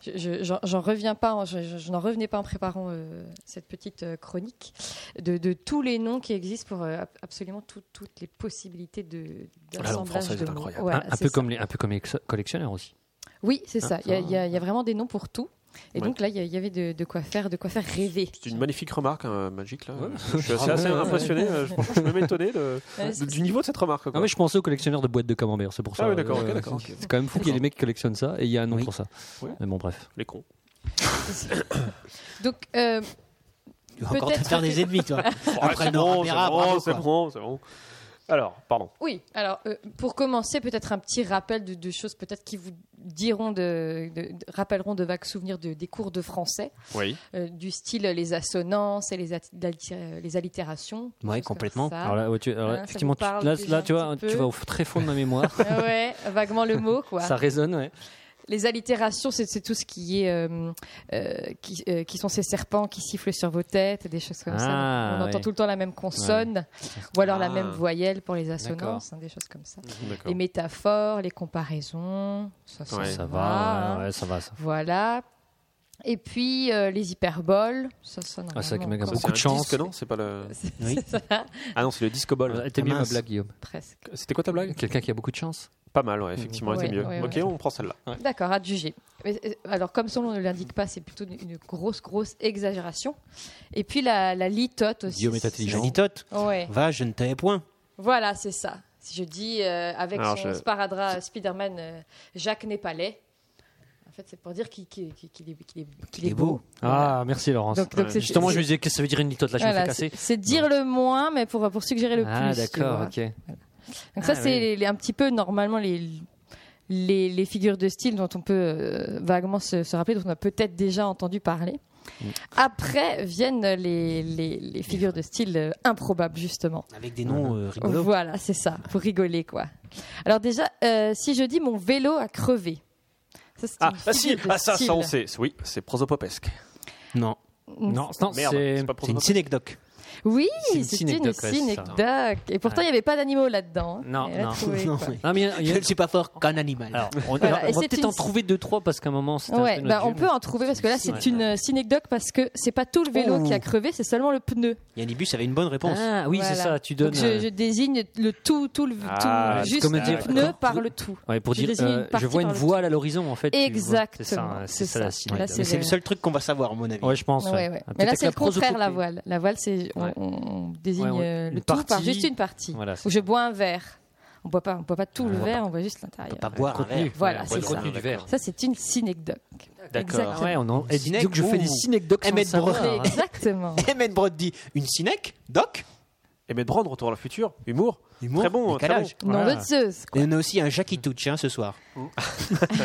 [SPEAKER 7] je- je- J'en j'en reviens pas, en- je, je- je n'en revenais pas en préparant euh, cette petite euh, chronique de, de tous les noms qui existent pour euh, ab- absolument tout- toutes les possibilités
[SPEAKER 4] Ah,
[SPEAKER 7] de
[SPEAKER 3] La langue
[SPEAKER 7] d'assemblage
[SPEAKER 3] française
[SPEAKER 7] de
[SPEAKER 3] est
[SPEAKER 7] mots.
[SPEAKER 3] incroyable.
[SPEAKER 7] Voilà,
[SPEAKER 4] un, un
[SPEAKER 7] c'est
[SPEAKER 4] peu
[SPEAKER 7] ça.
[SPEAKER 4] comme les, un peu comme les ex- collectionneurs aussi.
[SPEAKER 7] Oui, c'est
[SPEAKER 4] Ah,
[SPEAKER 7] ça. Il y,
[SPEAKER 4] ça-
[SPEAKER 7] a- il y a- il y a vraiment des noms pour tout. Et
[SPEAKER 3] Ouais.
[SPEAKER 7] donc là, il y a- il y avait de, de quoi faire, de quoi faire rêver.
[SPEAKER 3] C'est une magnifique remarque, hein, Magic. Là.
[SPEAKER 4] Ouais.
[SPEAKER 3] Je suis assez, assez impressionné. euh, Je, je même étonné de-
[SPEAKER 7] Ouais,
[SPEAKER 3] de-
[SPEAKER 7] c'est-
[SPEAKER 3] du niveau de cette remarque. quoi.
[SPEAKER 4] Non, mais je pensais aux collectionneurs de boîtes de camembert, c'est pour ça.
[SPEAKER 3] Ah oui, d'accord, ok,
[SPEAKER 4] euh,
[SPEAKER 3] d'accord, ok.
[SPEAKER 4] C'est quand même fou qu'il y ait des mecs qui collectionnent ça et il y a un nom
[SPEAKER 9] Oui.
[SPEAKER 4] pour ça.
[SPEAKER 3] Oui.
[SPEAKER 4] Mais bon, bref.
[SPEAKER 3] Les cons.
[SPEAKER 7] donc euh,
[SPEAKER 9] Tu vas encore te
[SPEAKER 7] Peut-être
[SPEAKER 9] faire
[SPEAKER 7] que-
[SPEAKER 9] des ennemis, toi.
[SPEAKER 3] Ah, c'est
[SPEAKER 9] Après Nora
[SPEAKER 3] bon, c'est
[SPEAKER 9] Vera,
[SPEAKER 3] bon,
[SPEAKER 9] bravo,
[SPEAKER 3] c'est
[SPEAKER 9] quoi.
[SPEAKER 3] bon, c'est bon. Alors, pardon.
[SPEAKER 7] Oui, alors euh, pour commencer, peut-être un petit rappel de, de choses peut-être qui vous diront de, de- de- rappelleront de vagues souvenirs de, des cours de français,
[SPEAKER 3] Oui.
[SPEAKER 7] euh, du style les assonances et les, at- d'alli- les allitérations. des
[SPEAKER 9] Ouais,
[SPEAKER 7] choses comme
[SPEAKER 9] complètement.
[SPEAKER 7] ça.
[SPEAKER 4] Alors là, ouais, tu, alors là,
[SPEAKER 7] Ah, ça
[SPEAKER 4] effectivement,
[SPEAKER 7] vous
[SPEAKER 4] tu,
[SPEAKER 7] parle
[SPEAKER 4] là,
[SPEAKER 7] déjà
[SPEAKER 4] là,
[SPEAKER 7] un
[SPEAKER 4] tu vois,
[SPEAKER 7] petit
[SPEAKER 4] tu
[SPEAKER 7] peu.
[SPEAKER 4] vas au f- très fond de ma mémoire.
[SPEAKER 7] ah ouais, vaguement le mot quoi.
[SPEAKER 4] ça résonne, ouais.
[SPEAKER 7] Les allitérations, c'est c'est tout ce qui est euh, euh, qui, euh, qui sont ces serpents qui sifflent sur vos têtes, des choses comme
[SPEAKER 4] Ah,
[SPEAKER 7] ça. On
[SPEAKER 4] ouais.
[SPEAKER 7] entend tout le temps la même consonne ou alors la
[SPEAKER 3] Ah.
[SPEAKER 7] même voyelle pour les assonances, hein, des choses comme ça.
[SPEAKER 3] D'accord.
[SPEAKER 7] Les métaphores, les comparaisons, ça, ça,
[SPEAKER 3] Ouais.
[SPEAKER 4] Ça
[SPEAKER 7] va,
[SPEAKER 4] va,
[SPEAKER 7] hein.
[SPEAKER 4] ouais, ouais, ça va. Ça.
[SPEAKER 7] Voilà. Et puis euh, les hyperboles, ça sonne.
[SPEAKER 4] Ah, ça, mec,
[SPEAKER 3] Ça,
[SPEAKER 4] beaucoup
[SPEAKER 3] c'est
[SPEAKER 4] de
[SPEAKER 3] un
[SPEAKER 4] chance.
[SPEAKER 3] disque, non C'est pas le.
[SPEAKER 9] Oui.
[SPEAKER 3] Ah non, c'est le disco ball.
[SPEAKER 4] Voilà, T'as
[SPEAKER 9] Ah,
[SPEAKER 4] bien ma
[SPEAKER 9] mince.
[SPEAKER 4] blague, Guillaume.
[SPEAKER 7] presque.
[SPEAKER 3] C'était quoi ta blague
[SPEAKER 4] Quelqu'un qui a beaucoup de chance.
[SPEAKER 3] Pas mal, ouais, effectivement,
[SPEAKER 7] Ouais,
[SPEAKER 3] c'est mieux.
[SPEAKER 7] ouais,
[SPEAKER 3] ok,
[SPEAKER 7] ouais.
[SPEAKER 3] on prend celle-là.
[SPEAKER 7] D'accord, adjugé. Mais, euh, Alors, comme son nom ne l'indique pas, c'est plutôt une une grosse, grosse exagération. Et puis la, la litote aussi.
[SPEAKER 4] Guillaume est intelligent.
[SPEAKER 9] Johnny Todd,
[SPEAKER 7] c'est- Ouais.
[SPEAKER 9] va, je ne t'avais point.
[SPEAKER 7] Voilà, c'est ça. Si je dis euh, avec
[SPEAKER 3] Alors,
[SPEAKER 7] son
[SPEAKER 3] je-
[SPEAKER 7] sparadrap Spider-Man, euh, Jacques Népalais. En fait, c'est pour dire qu'il qu'il- qu'il- qu'il est, qu'il est- qu'il est beau.
[SPEAKER 4] Ah, merci, Laurence.
[SPEAKER 7] Donc, donc
[SPEAKER 3] Ouais.
[SPEAKER 7] c'est-
[SPEAKER 4] Justement, je me disais, qu'est-ce que ça veut dire une litote Là, je me
[SPEAKER 7] voilà,
[SPEAKER 4] fais casser.
[SPEAKER 7] c'est c'est dire le moins, mais pour, pour suggérer le
[SPEAKER 4] Ah,
[SPEAKER 7] plus. tu vois.
[SPEAKER 4] d'accord, ok. Ah,
[SPEAKER 7] Donc ça, c'est
[SPEAKER 4] oui.
[SPEAKER 7] les- les- un petit peu normalement les, les, les figures de style dont on peut euh, vaguement se, se rappeler, dont on a peut-être déjà entendu parler.
[SPEAKER 4] Mm.
[SPEAKER 7] Après viennent les, les, les figures de style euh, improbables, justement.
[SPEAKER 9] Avec des noms euh, rigolos.
[SPEAKER 7] Voilà, c'est ça, pour rigoler, quoi. Alors déjà, euh, si je dis mon vélo a crevé. Ça, c'est
[SPEAKER 3] Ah,
[SPEAKER 7] une
[SPEAKER 3] ah
[SPEAKER 4] bah
[SPEAKER 3] si,
[SPEAKER 7] figure de
[SPEAKER 3] ah, ça,
[SPEAKER 7] style.
[SPEAKER 3] ça, on sait. Oui, c'est prosopopesque.
[SPEAKER 9] Non,
[SPEAKER 4] Non, non
[SPEAKER 3] Merde, c'est
[SPEAKER 4] c'est
[SPEAKER 3] pas
[SPEAKER 9] c'est une
[SPEAKER 3] prosopopesque.
[SPEAKER 9] synecdoque.
[SPEAKER 7] Oui,
[SPEAKER 4] C'est une
[SPEAKER 7] c'est une
[SPEAKER 4] synecdoque, ouais, c'est ça.
[SPEAKER 7] synecdoque. Et pourtant, il
[SPEAKER 4] Ouais.
[SPEAKER 7] n'y avait pas d'animaux là-dedans. hein.
[SPEAKER 4] Non,
[SPEAKER 7] Elle a
[SPEAKER 4] non.
[SPEAKER 7] trouvé,
[SPEAKER 9] Non,
[SPEAKER 7] quoi.
[SPEAKER 9] mais-
[SPEAKER 4] Non, mais il y a- il y a-
[SPEAKER 9] Je ne suis pas fort qu'un animal.
[SPEAKER 4] Alors, on,
[SPEAKER 7] Voilà,
[SPEAKER 4] alors, on
[SPEAKER 7] et
[SPEAKER 4] va
[SPEAKER 7] c'est
[SPEAKER 4] peut-être
[SPEAKER 7] une-
[SPEAKER 4] en trouver deux trois parce qu'à un moment c'était un
[SPEAKER 7] Ouais,
[SPEAKER 4] peu notre
[SPEAKER 7] bah, on
[SPEAKER 4] gueule.
[SPEAKER 7] peut en trouver parce que là, c'est
[SPEAKER 4] Ouais.
[SPEAKER 7] une euh, synecdoque parce que c'est pas tout le vélo
[SPEAKER 4] Ouh.
[SPEAKER 7] qui a crevé, c'est seulement le pneu.
[SPEAKER 9] Yannibus avait une bonne réponse.
[SPEAKER 4] Ah oui, c'est
[SPEAKER 7] Voilà.
[SPEAKER 4] ça. Tu donnes.
[SPEAKER 7] Donc je, je désigne le tout, tout le tout,
[SPEAKER 3] Ah,
[SPEAKER 4] c'est
[SPEAKER 7] juste
[SPEAKER 4] comme
[SPEAKER 7] le
[SPEAKER 4] dire-
[SPEAKER 7] pneu
[SPEAKER 4] quand-
[SPEAKER 7] par le tout.
[SPEAKER 4] euh, ouais, pour
[SPEAKER 7] je
[SPEAKER 4] dire,
[SPEAKER 7] désigne une
[SPEAKER 4] euh, je
[SPEAKER 7] partie
[SPEAKER 4] vois une
[SPEAKER 7] par le
[SPEAKER 4] voile à l'horizon en fait. tu vois. C'est ça,
[SPEAKER 7] Exactement.
[SPEAKER 4] hein, c'est ça la cible.
[SPEAKER 7] Là,
[SPEAKER 9] Mais
[SPEAKER 7] c'est
[SPEAKER 9] c'est
[SPEAKER 7] le-
[SPEAKER 9] le seul truc qu'on va savoir, à mon avis.
[SPEAKER 4] Ouais, je pense.
[SPEAKER 7] Ouais,
[SPEAKER 4] ouais.
[SPEAKER 7] ouais.
[SPEAKER 4] Ah,
[SPEAKER 7] Mais
[SPEAKER 4] peut-être
[SPEAKER 7] là,
[SPEAKER 4] avec
[SPEAKER 7] c'est le contraire, la
[SPEAKER 4] prosopopée.
[SPEAKER 7] voile. La voile, c'est on,
[SPEAKER 4] Ouais.
[SPEAKER 7] on- on désigne
[SPEAKER 4] Ouais, on-
[SPEAKER 7] euh,
[SPEAKER 4] une
[SPEAKER 7] le tout par
[SPEAKER 4] partie.
[SPEAKER 7] juste une partie.
[SPEAKER 4] Voilà, c'est
[SPEAKER 7] Ou je bois un verre. On boit pas, on boit pas tout le
[SPEAKER 4] On boit
[SPEAKER 7] verre, on boit juste l'intérieur.
[SPEAKER 9] Pas boire un verre.
[SPEAKER 7] Voilà,
[SPEAKER 4] Ouais,
[SPEAKER 7] c'est
[SPEAKER 4] le
[SPEAKER 7] ça.
[SPEAKER 4] contenu du verre.
[SPEAKER 7] Ça, c'est une synecdoque.
[SPEAKER 4] D'accord.
[SPEAKER 7] Exactement.
[SPEAKER 4] Ouais, on en... et dis
[SPEAKER 9] Synec-
[SPEAKER 4] donc, je fais des
[SPEAKER 9] Ouh.
[SPEAKER 4] synecdoques sans
[SPEAKER 9] Emmett
[SPEAKER 4] savoir.
[SPEAKER 9] Brown.
[SPEAKER 4] hein.
[SPEAKER 7] Exactement.
[SPEAKER 9] Emmett Broad dit une Cinec Doc
[SPEAKER 3] Et Matt Brand, Retour à le futur, humour.
[SPEAKER 9] Humour,
[SPEAKER 3] très bon, très bon.
[SPEAKER 9] décalage.
[SPEAKER 7] Nom
[SPEAKER 4] Voilà.
[SPEAKER 7] de Zeus.
[SPEAKER 9] Et on a aussi un Jackie Touch hein, ce soir.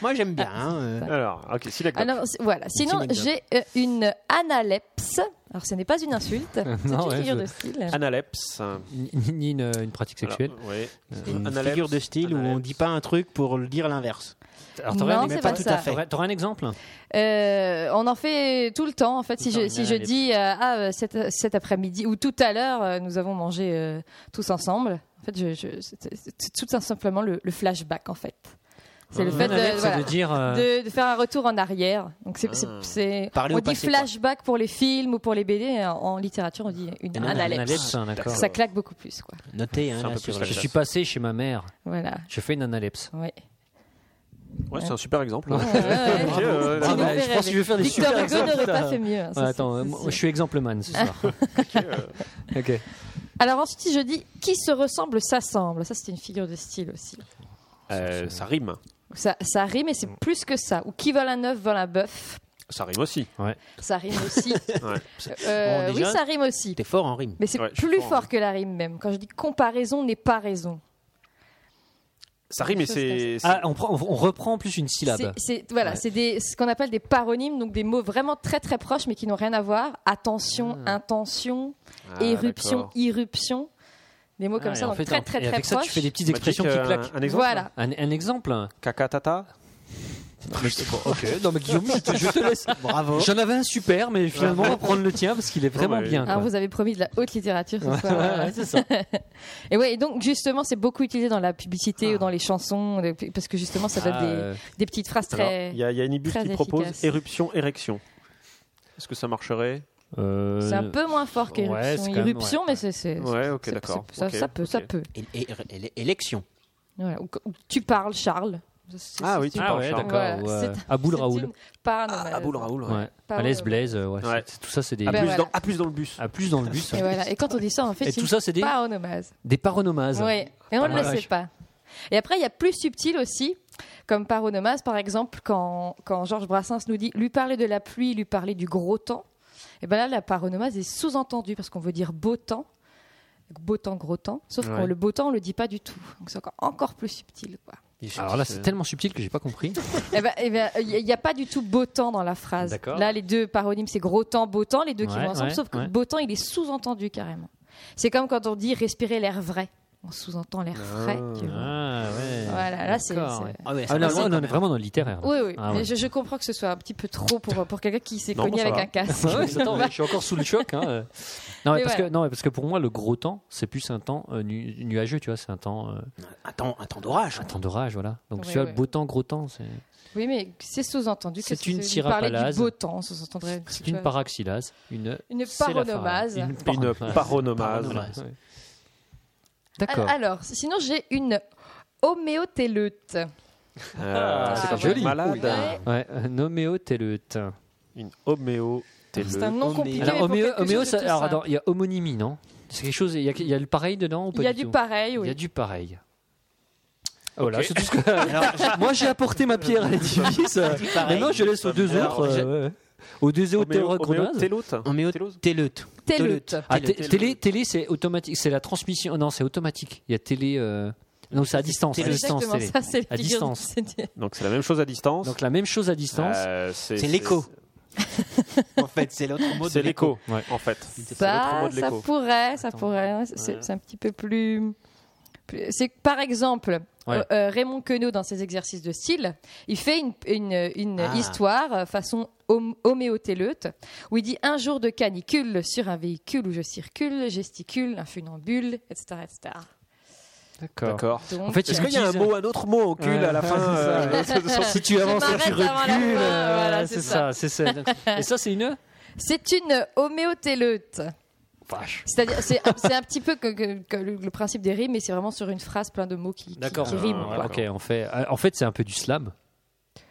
[SPEAKER 9] Moi j'aime bien. hein, euh,
[SPEAKER 3] Alors, ok, si la
[SPEAKER 7] Alors, Ah c'est- voilà. Sinon,
[SPEAKER 9] anecdote.
[SPEAKER 7] j'ai euh, une analepse. Alors, ce n'est pas une insulte, c'est une
[SPEAKER 4] ouais,
[SPEAKER 7] figure
[SPEAKER 4] je-
[SPEAKER 7] de style.
[SPEAKER 3] Analepse. hein.
[SPEAKER 4] Ni- Ni ni une, une pratique sexuelle.
[SPEAKER 3] Alors, ouais.
[SPEAKER 9] une
[SPEAKER 3] Analepse,
[SPEAKER 9] figure de style où on
[SPEAKER 3] analepse.
[SPEAKER 9] dit pas un truc pour le dire l'inverse.
[SPEAKER 4] Alors,
[SPEAKER 7] Non,
[SPEAKER 4] t'aurais un-
[SPEAKER 7] c'est
[SPEAKER 4] mais
[SPEAKER 7] pas
[SPEAKER 4] tout
[SPEAKER 7] ça.
[SPEAKER 4] à fait. T'aurais- T'aurais un exemple
[SPEAKER 7] Euh, on en fait tout le temps, en fait. Si
[SPEAKER 4] Tout le
[SPEAKER 7] je,
[SPEAKER 4] temps,
[SPEAKER 7] si
[SPEAKER 4] une
[SPEAKER 7] je
[SPEAKER 4] analepse.
[SPEAKER 7] dis, euh, ah, euh, cet, cet après-midi, ou tout à l'heure, euh, nous avons mangé euh, tous ensemble. En fait, je, je- c'est- c'est tout simplement le, le flashback, en fait. C'est le
[SPEAKER 4] Un
[SPEAKER 7] fait de,
[SPEAKER 4] analepse, ça
[SPEAKER 7] voilà,
[SPEAKER 4] veut dire. euh,
[SPEAKER 7] de- de faire un retour en arrière. Donc, c'est, c'est- c'est-
[SPEAKER 9] Parler
[SPEAKER 7] on
[SPEAKER 9] au
[SPEAKER 7] dit
[SPEAKER 9] passé, quoi.
[SPEAKER 7] flashback pour les films ou pour les BD. et En, en littérature, on dit une
[SPEAKER 4] un analepse,
[SPEAKER 7] analepse.
[SPEAKER 4] hein, d'accord.
[SPEAKER 7] Ça claque beaucoup plus, quoi.
[SPEAKER 9] Notez hein,
[SPEAKER 3] C'est un
[SPEAKER 9] là,
[SPEAKER 3] peu plus
[SPEAKER 9] sur
[SPEAKER 4] Je
[SPEAKER 9] le-
[SPEAKER 4] suis passé chez ma mère.
[SPEAKER 7] Voilà.
[SPEAKER 4] Je fais une analepse.
[SPEAKER 7] Ouais.
[SPEAKER 3] Ouais, c'est un super exemple. hein.
[SPEAKER 7] Ouais, ouais.
[SPEAKER 3] Ok, euh,
[SPEAKER 7] Tu
[SPEAKER 4] Ah
[SPEAKER 7] nous
[SPEAKER 4] bah,
[SPEAKER 7] fais
[SPEAKER 4] je pense
[SPEAKER 7] rêver.
[SPEAKER 4] qu'il veut faire des
[SPEAKER 7] Victor
[SPEAKER 4] super
[SPEAKER 7] Hugo
[SPEAKER 4] exemples,
[SPEAKER 7] n'aurait
[SPEAKER 4] ça.
[SPEAKER 7] pas fait mieux. hein, ça,
[SPEAKER 4] Ouais,
[SPEAKER 7] c'est-
[SPEAKER 4] attends, euh,
[SPEAKER 7] c'est
[SPEAKER 4] moi,
[SPEAKER 7] sûr.
[SPEAKER 4] je suis exempleman ce soir. ok.
[SPEAKER 7] Alors ensuite, je dis qui se ressemble s'assemble. Ça, c'est une figure de style aussi.
[SPEAKER 3] Euh, ça rime.
[SPEAKER 7] Ça, ça rime, mais c'est plus que ça. Ou qui vole un œuf vole un bœuf.
[SPEAKER 3] Ça rime aussi.
[SPEAKER 7] Ça rime aussi. Euh,
[SPEAKER 9] Bon,
[SPEAKER 7] oui,
[SPEAKER 9] déjà,
[SPEAKER 7] ça rime aussi.
[SPEAKER 9] T'es fort en rime.
[SPEAKER 7] Mais c'est
[SPEAKER 3] Ouais, je
[SPEAKER 7] plus
[SPEAKER 3] comprends,
[SPEAKER 4] hein.
[SPEAKER 7] fort que la rime même. Quand je dis comparaison n'est pas raison.
[SPEAKER 3] Ça rime et
[SPEAKER 7] Quelque
[SPEAKER 3] c'est.
[SPEAKER 7] chose
[SPEAKER 4] Ah, on, prend- on reprend en plus une
[SPEAKER 7] C'est-
[SPEAKER 4] syllabe.
[SPEAKER 7] C'est voilà,
[SPEAKER 4] Ouais.
[SPEAKER 7] c'est des ce qu'on appelle des paronymes, donc des mots vraiment très très proches mais qui n'ont rien à voir. Attention, intention,
[SPEAKER 3] Ah,
[SPEAKER 7] éruption,
[SPEAKER 3] d'accord.
[SPEAKER 7] irruption, des mots comme
[SPEAKER 4] Ah, et
[SPEAKER 7] ça,
[SPEAKER 4] en
[SPEAKER 7] donc
[SPEAKER 4] fait,
[SPEAKER 7] très
[SPEAKER 4] en-
[SPEAKER 7] très
[SPEAKER 4] et
[SPEAKER 7] très
[SPEAKER 4] avec ça,
[SPEAKER 7] proches.
[SPEAKER 4] tu fais des petites
[SPEAKER 3] Bah,
[SPEAKER 4] expressions
[SPEAKER 3] tu
[SPEAKER 4] qui
[SPEAKER 3] sais qu'un-
[SPEAKER 4] claquent.
[SPEAKER 3] Un exemple
[SPEAKER 7] voilà.
[SPEAKER 4] euh, Un, un exemple
[SPEAKER 3] Cacatata
[SPEAKER 4] Ok, non mais Guillaume, je te, je te laisse.
[SPEAKER 9] Bravo.
[SPEAKER 4] J'en avais un super, mais finalement, on va prendre le tien parce qu'il est vraiment
[SPEAKER 3] Non, mais-
[SPEAKER 4] bien.
[SPEAKER 7] Hein,
[SPEAKER 4] quoi.
[SPEAKER 7] vous avez promis de la haute littérature ce soir.
[SPEAKER 4] Ouais, ouais, c'est ça.
[SPEAKER 7] Et ouais, et donc justement, c'est beaucoup utilisé dans la publicité
[SPEAKER 4] Ah.
[SPEAKER 7] ou dans les chansons, de- parce que justement, ça donne
[SPEAKER 4] Ah,
[SPEAKER 7] des,
[SPEAKER 4] euh,
[SPEAKER 7] des petites phrases
[SPEAKER 3] Alors,
[SPEAKER 7] très.
[SPEAKER 3] Il y a, il y a Anibus
[SPEAKER 7] très
[SPEAKER 3] qui propose
[SPEAKER 7] efficace.
[SPEAKER 3] éruption, érection. Est-ce que ça marcherait
[SPEAKER 4] euh,
[SPEAKER 7] C'est un peu moins fort
[SPEAKER 4] ouais,
[SPEAKER 7] qu'éruption.
[SPEAKER 4] c'est quand même-
[SPEAKER 7] Éruption,
[SPEAKER 4] ouais.
[SPEAKER 7] mais c'est. c'est-
[SPEAKER 3] Ouais, ok,
[SPEAKER 7] c'est-
[SPEAKER 3] d'accord.
[SPEAKER 7] c'est- Ça,
[SPEAKER 3] Ok,
[SPEAKER 7] ça peut, ça
[SPEAKER 3] ok.
[SPEAKER 7] peut.
[SPEAKER 9] Et- et- et- et- Élection.
[SPEAKER 7] Voilà. Ou, que- ou tu parles, Charles. Ça, c'est-
[SPEAKER 3] Ah
[SPEAKER 7] c'est
[SPEAKER 3] oui, tu
[SPEAKER 7] une-
[SPEAKER 4] Ah
[SPEAKER 3] parles,
[SPEAKER 4] ouais,
[SPEAKER 3] Charles.
[SPEAKER 4] d'accord.
[SPEAKER 7] Voilà,
[SPEAKER 4] ouais.
[SPEAKER 7] c'est-
[SPEAKER 4] À boule
[SPEAKER 7] c'est
[SPEAKER 4] Raoul.
[SPEAKER 7] une
[SPEAKER 3] Ah,
[SPEAKER 7] parle, malheureusement.
[SPEAKER 3] à boule Raoul, ouais.
[SPEAKER 4] Ouais.
[SPEAKER 7] Pardon.
[SPEAKER 4] À l'aise Blaise, euh, ouais, bah,
[SPEAKER 3] Ouais.
[SPEAKER 4] c'est- c'est- tout ça, c'est des.
[SPEAKER 3] À,
[SPEAKER 7] Ben
[SPEAKER 3] plus
[SPEAKER 7] voilà.
[SPEAKER 3] dans, à plus dans le bus.
[SPEAKER 4] À plus dans le bus.
[SPEAKER 7] Et voilà. Et quand on dit ça, en fait,
[SPEAKER 4] Et
[SPEAKER 7] c'est
[SPEAKER 4] tout ça, c'est des
[SPEAKER 7] pas onomase.
[SPEAKER 4] des paronomases.
[SPEAKER 7] Oui, et on
[SPEAKER 4] Ah,
[SPEAKER 7] ne le
[SPEAKER 4] vache.
[SPEAKER 7] sait pas. Et après, il y a plus subtil aussi, comme paronomase, par exemple, quand, quand Georges Brassens nous dit lui parler de la pluie, lui parler du gros temps. Et bien là, la paronomase est sous-entendue parce qu'on veut dire beau temps, beau temps, gros temps. Sauf
[SPEAKER 3] Ouais.
[SPEAKER 7] que le beau temps, on le dit pas du tout. Donc c'est encore, encore plus subtil. Quoi.
[SPEAKER 4] Alors là, c'est tellement subtil que j'ai pas compris.
[SPEAKER 7] Eh ben- eh ben, il n'y a pas du tout beau temps dans la phrase.
[SPEAKER 4] D'accord.
[SPEAKER 7] Là, les deux paronymes, c'est gros temps, beau temps, les deux qui
[SPEAKER 4] Ouais,
[SPEAKER 7] vont ensemble,
[SPEAKER 4] ouais,
[SPEAKER 7] sauf que
[SPEAKER 4] ouais.
[SPEAKER 7] beau temps, il est sous-entendu carrément. C'est comme quand on dit respirer l'air vrai. On sous-entend l'air frais. tu vois.
[SPEAKER 4] Ah ouais.
[SPEAKER 7] Voilà, là, c'est-
[SPEAKER 4] D'accord,
[SPEAKER 7] c'est-
[SPEAKER 4] ouais.
[SPEAKER 9] Ah ouais, ça
[SPEAKER 4] Ah, là,
[SPEAKER 9] passe
[SPEAKER 4] là,
[SPEAKER 9] quand
[SPEAKER 4] on est
[SPEAKER 9] même.
[SPEAKER 4] vraiment dans le littéraire. là.
[SPEAKER 7] Oui, oui.
[SPEAKER 4] Ah
[SPEAKER 7] mais
[SPEAKER 4] ouais.
[SPEAKER 7] je, je comprends que ce soit un petit peu trop pour, euh, pour quelqu'un qui s'est
[SPEAKER 3] Non,
[SPEAKER 7] cogné
[SPEAKER 3] ça
[SPEAKER 7] avec
[SPEAKER 3] va.
[SPEAKER 7] un casque.
[SPEAKER 4] Ah ouais, attends, je suis encore sous le choc. hein, euh. Non, mais
[SPEAKER 7] Mais
[SPEAKER 4] parce
[SPEAKER 7] voilà.
[SPEAKER 4] que, non, mais parce que pour moi, le gros temps, c'est plus un temps euh, nu- nuageux, tu vois, c'est un temps, euh,
[SPEAKER 9] Un temps, un temps d'orage.
[SPEAKER 4] un temps d'orage, voilà. Donc,
[SPEAKER 7] Ouais,
[SPEAKER 4] tu vois, le
[SPEAKER 7] ouais.
[SPEAKER 4] beau temps, gros temps, c'est
[SPEAKER 7] Oui, mais c'est sous-entendu que
[SPEAKER 4] C'est une
[SPEAKER 7] si vous parlez
[SPEAKER 4] syrapalase.
[SPEAKER 7] du beau temps, on se entendrait.
[SPEAKER 4] c'est une paraxylase, une,
[SPEAKER 7] Une
[SPEAKER 4] c'est la
[SPEAKER 7] paronomase.
[SPEAKER 4] phara-
[SPEAKER 3] Une
[SPEAKER 4] paronomase.
[SPEAKER 3] paronomase.
[SPEAKER 4] Ouais. D'accord.
[SPEAKER 7] Alors, sinon, j'ai une homéotéleute.
[SPEAKER 3] Ah,
[SPEAKER 7] c'est
[SPEAKER 3] c'est
[SPEAKER 7] pas
[SPEAKER 3] pas
[SPEAKER 7] joli.
[SPEAKER 3] Malade.
[SPEAKER 7] Ouais.
[SPEAKER 4] Ouais, euh, noméo téleute.
[SPEAKER 3] Une homéo.
[SPEAKER 7] C'est un nom compliqué.
[SPEAKER 4] Alors,
[SPEAKER 7] pour
[SPEAKER 4] homéo,
[SPEAKER 7] quelque
[SPEAKER 4] homéo,
[SPEAKER 7] chose de
[SPEAKER 4] ça-
[SPEAKER 7] tout
[SPEAKER 4] alors,
[SPEAKER 7] simple.
[SPEAKER 4] attends, il y a homonymie, non C'est quelque chose, il y, a- il y a le pareil dedans ou pas
[SPEAKER 7] Il y a
[SPEAKER 4] du
[SPEAKER 7] du
[SPEAKER 4] tout
[SPEAKER 7] pareil,
[SPEAKER 4] Il y a
[SPEAKER 7] oui.
[SPEAKER 4] du pareil. Voilà, c'est tout ce que. moi, j'ai apporté ma pierre à l'édifice. Maintenant, je laisse aux deux
[SPEAKER 3] Alors,
[SPEAKER 4] autres. euh, ouais. Aux deux autres téléroconaises.
[SPEAKER 3] Télote.
[SPEAKER 9] Homéo téleute.
[SPEAKER 7] Téleute.
[SPEAKER 4] Ah, té- télé, télé, c'est automatique. C'est la transmission. Non, c'est automatique. Il y a télé. euh, Non, c'est à distance. À distance,
[SPEAKER 7] Exactement,
[SPEAKER 4] télé.
[SPEAKER 7] ça, c'est
[SPEAKER 4] À
[SPEAKER 7] les figures de-
[SPEAKER 4] distance.
[SPEAKER 7] c'est-
[SPEAKER 3] Donc c'est la même chose à distance.
[SPEAKER 4] Donc la même chose à distance.
[SPEAKER 3] Euh,
[SPEAKER 9] C'est l'écho. En fait, c'est l'autre mot de
[SPEAKER 3] C'est
[SPEAKER 9] l'écho.
[SPEAKER 3] l'écho, en fait. C'est l'autre
[SPEAKER 7] Ça,
[SPEAKER 3] mot de
[SPEAKER 7] Bah, ça
[SPEAKER 3] l'écho.
[SPEAKER 7] pourrait, hein, ça
[SPEAKER 4] Attends.
[SPEAKER 7] pourrait. C'est c'est un petit peu plus C'est que, par exemple.
[SPEAKER 4] Ouais.
[SPEAKER 7] euh, euh, Raymond Queneau, dans ses exercices de style, il fait une, une- une
[SPEAKER 9] Ah.
[SPEAKER 7] histoire euh, façon hom- homéotéleute, où il dit un jour de canicule sur un véhicule où je circule, gesticule, un funambule, etc. etc.
[SPEAKER 4] D'accord.
[SPEAKER 3] D'accord.
[SPEAKER 7] Donc, euh,
[SPEAKER 4] En fait,
[SPEAKER 3] Est-ce qu'il y a un
[SPEAKER 4] utilise-
[SPEAKER 3] mot, un autre mot au cul
[SPEAKER 4] Ouais,
[SPEAKER 3] à la
[SPEAKER 4] ouais,
[SPEAKER 3] fin
[SPEAKER 4] c'est ça.
[SPEAKER 3] euh,
[SPEAKER 4] Si tu avances,
[SPEAKER 7] m'arrête
[SPEAKER 4] tu recules.
[SPEAKER 7] avant la fin,
[SPEAKER 4] euh,
[SPEAKER 7] voilà, c'est
[SPEAKER 4] c'est ça, c'est ça. Et ça, c'est une
[SPEAKER 7] c'est une homéotéleute.
[SPEAKER 4] vache.
[SPEAKER 7] C'est-à-dire, c'est un, c'est un petit peu que, que- que le, le principe des rimes, mais c'est vraiment sur une phrase plein de mots qui, qui,
[SPEAKER 4] D'accord.
[SPEAKER 7] qui riment.
[SPEAKER 4] Ouais,
[SPEAKER 7] quoi.
[SPEAKER 4] ok, on fait. euh, En fait, c'est un peu du slam.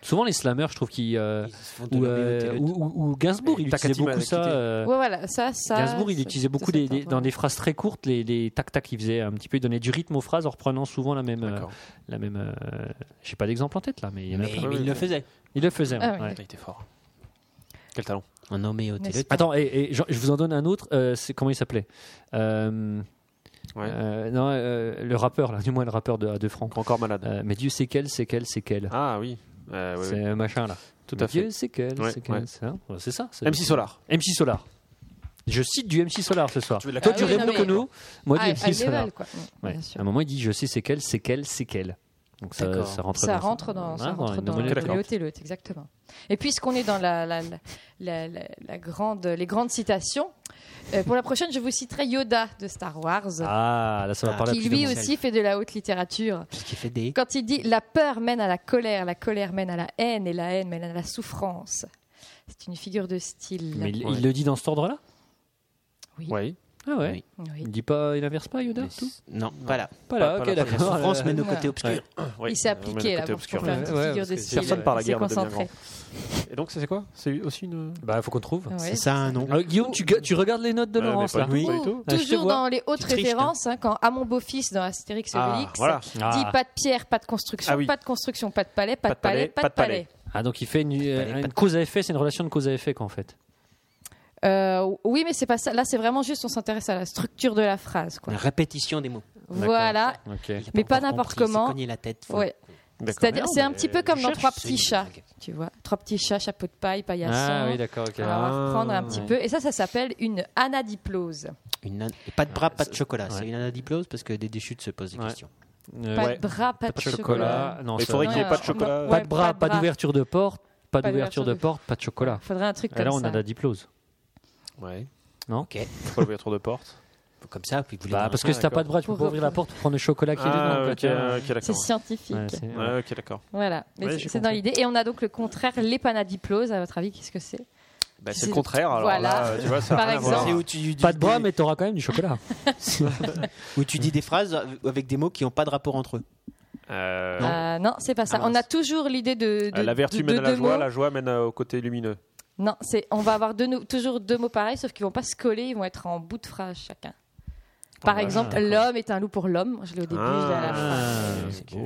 [SPEAKER 4] Souvent, les slammers, je trouve qu'ils euh, ou, euh, ou, ou- ou Gainsbourg,
[SPEAKER 3] Et
[SPEAKER 4] il utilisait
[SPEAKER 3] Takati m'a
[SPEAKER 4] beaucoup ça.
[SPEAKER 3] quitté.
[SPEAKER 4] euh,
[SPEAKER 7] Ouais, voilà, ça, ça.
[SPEAKER 4] Gainsbourg, il
[SPEAKER 7] ça-
[SPEAKER 4] utilisait
[SPEAKER 7] ça
[SPEAKER 4] beaucoup des,
[SPEAKER 7] s'entend,
[SPEAKER 4] des- dans
[SPEAKER 7] ouais.
[SPEAKER 4] des phrases très courtes les, les tac tac qu'il faisait un petit peu. Il donnait du rythme aux phrases en reprenant souvent la même. euh,
[SPEAKER 3] D'accord.
[SPEAKER 4] la même. euh, J'ai pas d'exemple en tête là, mais il y en a
[SPEAKER 9] Mais,
[SPEAKER 4] plein.
[SPEAKER 9] mais il le faisait.
[SPEAKER 4] Il le faisait.
[SPEAKER 7] Ah
[SPEAKER 4] ouais.
[SPEAKER 7] ouais.
[SPEAKER 4] Ouais.
[SPEAKER 3] Il était fort. Quel talent.
[SPEAKER 9] Un homéotéleute.
[SPEAKER 4] Attends, et, et je, je vous en donne un autre. euh, c'est comment il s'appelait Euh,
[SPEAKER 3] Ouais.
[SPEAKER 4] euh, Non, euh, le rappeur là, du moins le rappeur de à deux francs.
[SPEAKER 3] Encore malade.
[SPEAKER 4] Euh, mais Dieu sait quel, c'est quel, c'est quel.
[SPEAKER 3] Ah oui. Euh, ouais,
[SPEAKER 4] c'est
[SPEAKER 3] ouais.
[SPEAKER 4] un machin là.
[SPEAKER 3] Tout
[SPEAKER 4] Mais
[SPEAKER 3] à fait.
[SPEAKER 4] Dieu sait quel,
[SPEAKER 3] Ouais,
[SPEAKER 4] c'est quel,
[SPEAKER 3] ouais.
[SPEAKER 4] c'est- hein, ouais, c'est ça. c'est-
[SPEAKER 3] MC Solar.
[SPEAKER 4] MC Solar. Je cite du MC Solar ce soir.
[SPEAKER 3] veux de la
[SPEAKER 4] Toi,
[SPEAKER 7] Ah
[SPEAKER 4] tu
[SPEAKER 7] oui,
[SPEAKER 4] Raymond
[SPEAKER 7] non, mais-
[SPEAKER 4] Queneau, moi,
[SPEAKER 7] Ah,
[SPEAKER 4] du MC
[SPEAKER 7] high
[SPEAKER 4] Solar.
[SPEAKER 7] level, quoi.
[SPEAKER 4] Ouais.
[SPEAKER 7] Bien
[SPEAKER 4] À
[SPEAKER 7] sûr.
[SPEAKER 4] un moment, il dit je sais c'est quel, c'est quel, c'est quel. Donc ça,
[SPEAKER 9] D'accord.
[SPEAKER 4] ça rentre
[SPEAKER 7] Ça
[SPEAKER 4] dans
[SPEAKER 7] rentre dans, ça
[SPEAKER 4] Ouais,
[SPEAKER 7] rentre
[SPEAKER 4] une
[SPEAKER 7] dans
[SPEAKER 4] monnaie.
[SPEAKER 3] le- d'accord.
[SPEAKER 7] l'homéotéleute, exactement. Et puisqu'on est dans la, la, la- la- la- la grande, les grandes citations, euh, pour la prochaine, je vous citerai Yoda de Star Wars,
[SPEAKER 4] Ah, là, ça va
[SPEAKER 9] Ah.
[SPEAKER 4] parler à
[SPEAKER 7] qui
[SPEAKER 4] plus de
[SPEAKER 7] lui
[SPEAKER 4] monde.
[SPEAKER 7] aussi fait de la haute littérature.
[SPEAKER 9] Parce qu'il fait des.
[SPEAKER 7] Quand il dit la peur mène à la colère, la colère mène à la haine et la haine mène à la souffrance. C'est une figure de style.
[SPEAKER 4] Mais il,
[SPEAKER 3] Ouais.
[SPEAKER 4] il le dit dans cet ordre-là
[SPEAKER 3] Oui.
[SPEAKER 4] Ah ouais.
[SPEAKER 9] Oui.
[SPEAKER 7] Oui.
[SPEAKER 4] Il dit pas, il inverse pas Yoda
[SPEAKER 9] Mais
[SPEAKER 4] tout
[SPEAKER 9] c'est- Non, pas là.
[SPEAKER 4] Pas
[SPEAKER 3] pas
[SPEAKER 4] là, ok,
[SPEAKER 3] la
[SPEAKER 9] La
[SPEAKER 4] d'accord.
[SPEAKER 9] souffrance
[SPEAKER 4] Euh,
[SPEAKER 9] mène au
[SPEAKER 7] Ouais.
[SPEAKER 9] côté obscur.
[SPEAKER 3] Ouais.
[SPEAKER 7] il s'est
[SPEAKER 3] Euh,
[SPEAKER 7] appliqué
[SPEAKER 3] le
[SPEAKER 7] là
[SPEAKER 3] côté
[SPEAKER 7] pour
[SPEAKER 3] obscur.
[SPEAKER 7] faire une
[SPEAKER 4] Ouais,
[SPEAKER 7] petite
[SPEAKER 4] ouais,
[SPEAKER 7] figure
[SPEAKER 4] parce
[SPEAKER 7] de
[SPEAKER 4] que
[SPEAKER 7] style.
[SPEAKER 3] personne par la
[SPEAKER 7] C'est
[SPEAKER 3] guerre ne devient
[SPEAKER 7] concentré.
[SPEAKER 3] Et donc, ça c'est quoi C'est aussi une.
[SPEAKER 4] Bah, faut qu'on trouve.
[SPEAKER 7] Ouais.
[SPEAKER 9] C'est ça un nom.
[SPEAKER 4] Alors, Guillaume, tu, tu regardes les notes de
[SPEAKER 3] Ouais,
[SPEAKER 4] Laurence
[SPEAKER 3] mais
[SPEAKER 4] là
[SPEAKER 3] pas du tout, pas du tout.
[SPEAKER 7] Ouh,
[SPEAKER 4] Ah, je te
[SPEAKER 7] toujours
[SPEAKER 4] vois.
[SPEAKER 7] dans les hautes
[SPEAKER 9] Tu triches,
[SPEAKER 7] références, hein, quand à mon beau-fils dans Astérix et
[SPEAKER 3] Ah,
[SPEAKER 7] Obélix,
[SPEAKER 3] voilà.
[SPEAKER 7] dit
[SPEAKER 4] Ah.
[SPEAKER 7] pas de pierre, pas de construction,
[SPEAKER 3] Ah oui.
[SPEAKER 7] pas de construction, pas de palais, pas, de palais, pas de palais.
[SPEAKER 4] Ah, donc il fait une,
[SPEAKER 9] Palais,
[SPEAKER 4] une
[SPEAKER 9] palais.
[SPEAKER 4] cause à effet, c'est une relation de cause à effet quoi, en fait.
[SPEAKER 7] Euh, oui, mais c'est pas ça. Là, c'est vraiment juste, on s'intéresse à la structure de la phrase, quoi.
[SPEAKER 4] Ah,
[SPEAKER 9] Une répétition des mots.
[SPEAKER 7] Voilà.
[SPEAKER 4] Ok.
[SPEAKER 9] Il a
[SPEAKER 7] Mais pas
[SPEAKER 9] encore
[SPEAKER 7] n'importe
[SPEAKER 9] compris, il s'est
[SPEAKER 7] comment.
[SPEAKER 9] cogné la tête. faut-
[SPEAKER 7] Ouais.
[SPEAKER 3] D'accord.
[SPEAKER 7] C'est-à-dire,
[SPEAKER 4] Mais non,
[SPEAKER 7] c'est un
[SPEAKER 4] mais
[SPEAKER 7] petit peu comme
[SPEAKER 4] je
[SPEAKER 7] dans
[SPEAKER 4] cherche,
[SPEAKER 7] trois
[SPEAKER 4] c'est
[SPEAKER 7] petits
[SPEAKER 4] une
[SPEAKER 7] chats, tu vois. Trois petits chats, chapeau de paille, paillasson.
[SPEAKER 4] Ah oui, d'accord, ok.
[SPEAKER 7] Alors, on va reprendre un petit
[SPEAKER 4] ouais.
[SPEAKER 7] peu. Et ça, ça s'appelle une anadiplose.
[SPEAKER 9] Une nan- et pas de bras, pas de chocolat.
[SPEAKER 4] ouais.
[SPEAKER 9] C'est une anadiplose parce que des déchutes se posent des
[SPEAKER 4] Ouais.
[SPEAKER 9] questions.
[SPEAKER 4] Euh,
[SPEAKER 7] Pas
[SPEAKER 4] ouais.
[SPEAKER 7] de bras, pas, de chocolat.
[SPEAKER 4] Non,
[SPEAKER 3] Mais il
[SPEAKER 4] ça-
[SPEAKER 3] faudrait
[SPEAKER 7] Non,
[SPEAKER 3] qu'il n'y ait pas de
[SPEAKER 7] euh,
[SPEAKER 3] chocolat.
[SPEAKER 7] non,
[SPEAKER 4] Pas
[SPEAKER 7] ouais,
[SPEAKER 4] de bras, pas
[SPEAKER 7] bras.
[SPEAKER 4] d'ouverture de porte, pas
[SPEAKER 7] Pas
[SPEAKER 4] d'ouverture
[SPEAKER 7] d'ouverture
[SPEAKER 4] de
[SPEAKER 7] de-
[SPEAKER 4] porte, pas de chocolat.
[SPEAKER 7] Faudrait un truc
[SPEAKER 4] Et
[SPEAKER 7] comme
[SPEAKER 4] là, on
[SPEAKER 7] ça.
[SPEAKER 4] a la diplose.
[SPEAKER 3] Ouais.
[SPEAKER 4] Non
[SPEAKER 9] Ok.
[SPEAKER 3] Pourquoi l'ouverture de porte
[SPEAKER 9] Comme ça, puis vous
[SPEAKER 4] Bah, parce que si t'as
[SPEAKER 3] d'accord.
[SPEAKER 4] pas de bras, tu peux
[SPEAKER 7] Pour
[SPEAKER 4] pas ouvrir la
[SPEAKER 7] reprendre.
[SPEAKER 4] porte pour prendre le chocolat qui est
[SPEAKER 3] Ah,
[SPEAKER 4] dedans.
[SPEAKER 3] ok,
[SPEAKER 4] quoi,
[SPEAKER 3] ok,
[SPEAKER 7] C'est
[SPEAKER 3] d'accord.
[SPEAKER 7] scientifique.
[SPEAKER 4] Ouais, c'est-
[SPEAKER 3] Ouais, ok, d'accord.
[SPEAKER 7] Voilà, mais
[SPEAKER 3] Ouais,
[SPEAKER 7] c'est-
[SPEAKER 3] j'ai
[SPEAKER 7] c'est dans
[SPEAKER 3] compris.
[SPEAKER 7] l'idée. Et on a donc le contraire, l'épanadiplose, à votre avis, qu'est-ce que c'est
[SPEAKER 3] Bah,
[SPEAKER 7] C'est
[SPEAKER 3] c'est le
[SPEAKER 7] le-
[SPEAKER 3] contraire. Alors
[SPEAKER 7] Voilà.
[SPEAKER 3] là, euh, tu vois, ça a
[SPEAKER 7] Par
[SPEAKER 3] rien à voir.
[SPEAKER 7] exemple.
[SPEAKER 9] où tu,
[SPEAKER 4] Pas de bras, mais t'auras quand même du chocolat.
[SPEAKER 3] Ah,
[SPEAKER 9] où tu dis des phrases avec des mots qui n'ont pas de rapport entre eux.
[SPEAKER 3] Euh,
[SPEAKER 7] Euh, Non, c'est pas ça.
[SPEAKER 9] Ah,
[SPEAKER 7] on a
[SPEAKER 9] mince.
[SPEAKER 7] toujours l'idée de, de-
[SPEAKER 3] la vertu
[SPEAKER 7] de-
[SPEAKER 3] mène
[SPEAKER 7] de
[SPEAKER 3] à la
[SPEAKER 7] deux
[SPEAKER 3] joie,
[SPEAKER 7] mots.
[SPEAKER 3] la joie mène euh, au côté lumineux.
[SPEAKER 7] Non, c'est on va avoir deux no- toujours deux mots pareils, sauf qu'ils vont pas se coller, ils vont être en bout de phrase chacun. Par
[SPEAKER 4] Ah,
[SPEAKER 7] exemple,
[SPEAKER 4] d'accord.
[SPEAKER 7] l'homme est un loup pour l'homme. Je l'ai au début, je l'ai à la fin.
[SPEAKER 4] Ah,
[SPEAKER 3] c'est
[SPEAKER 4] beau.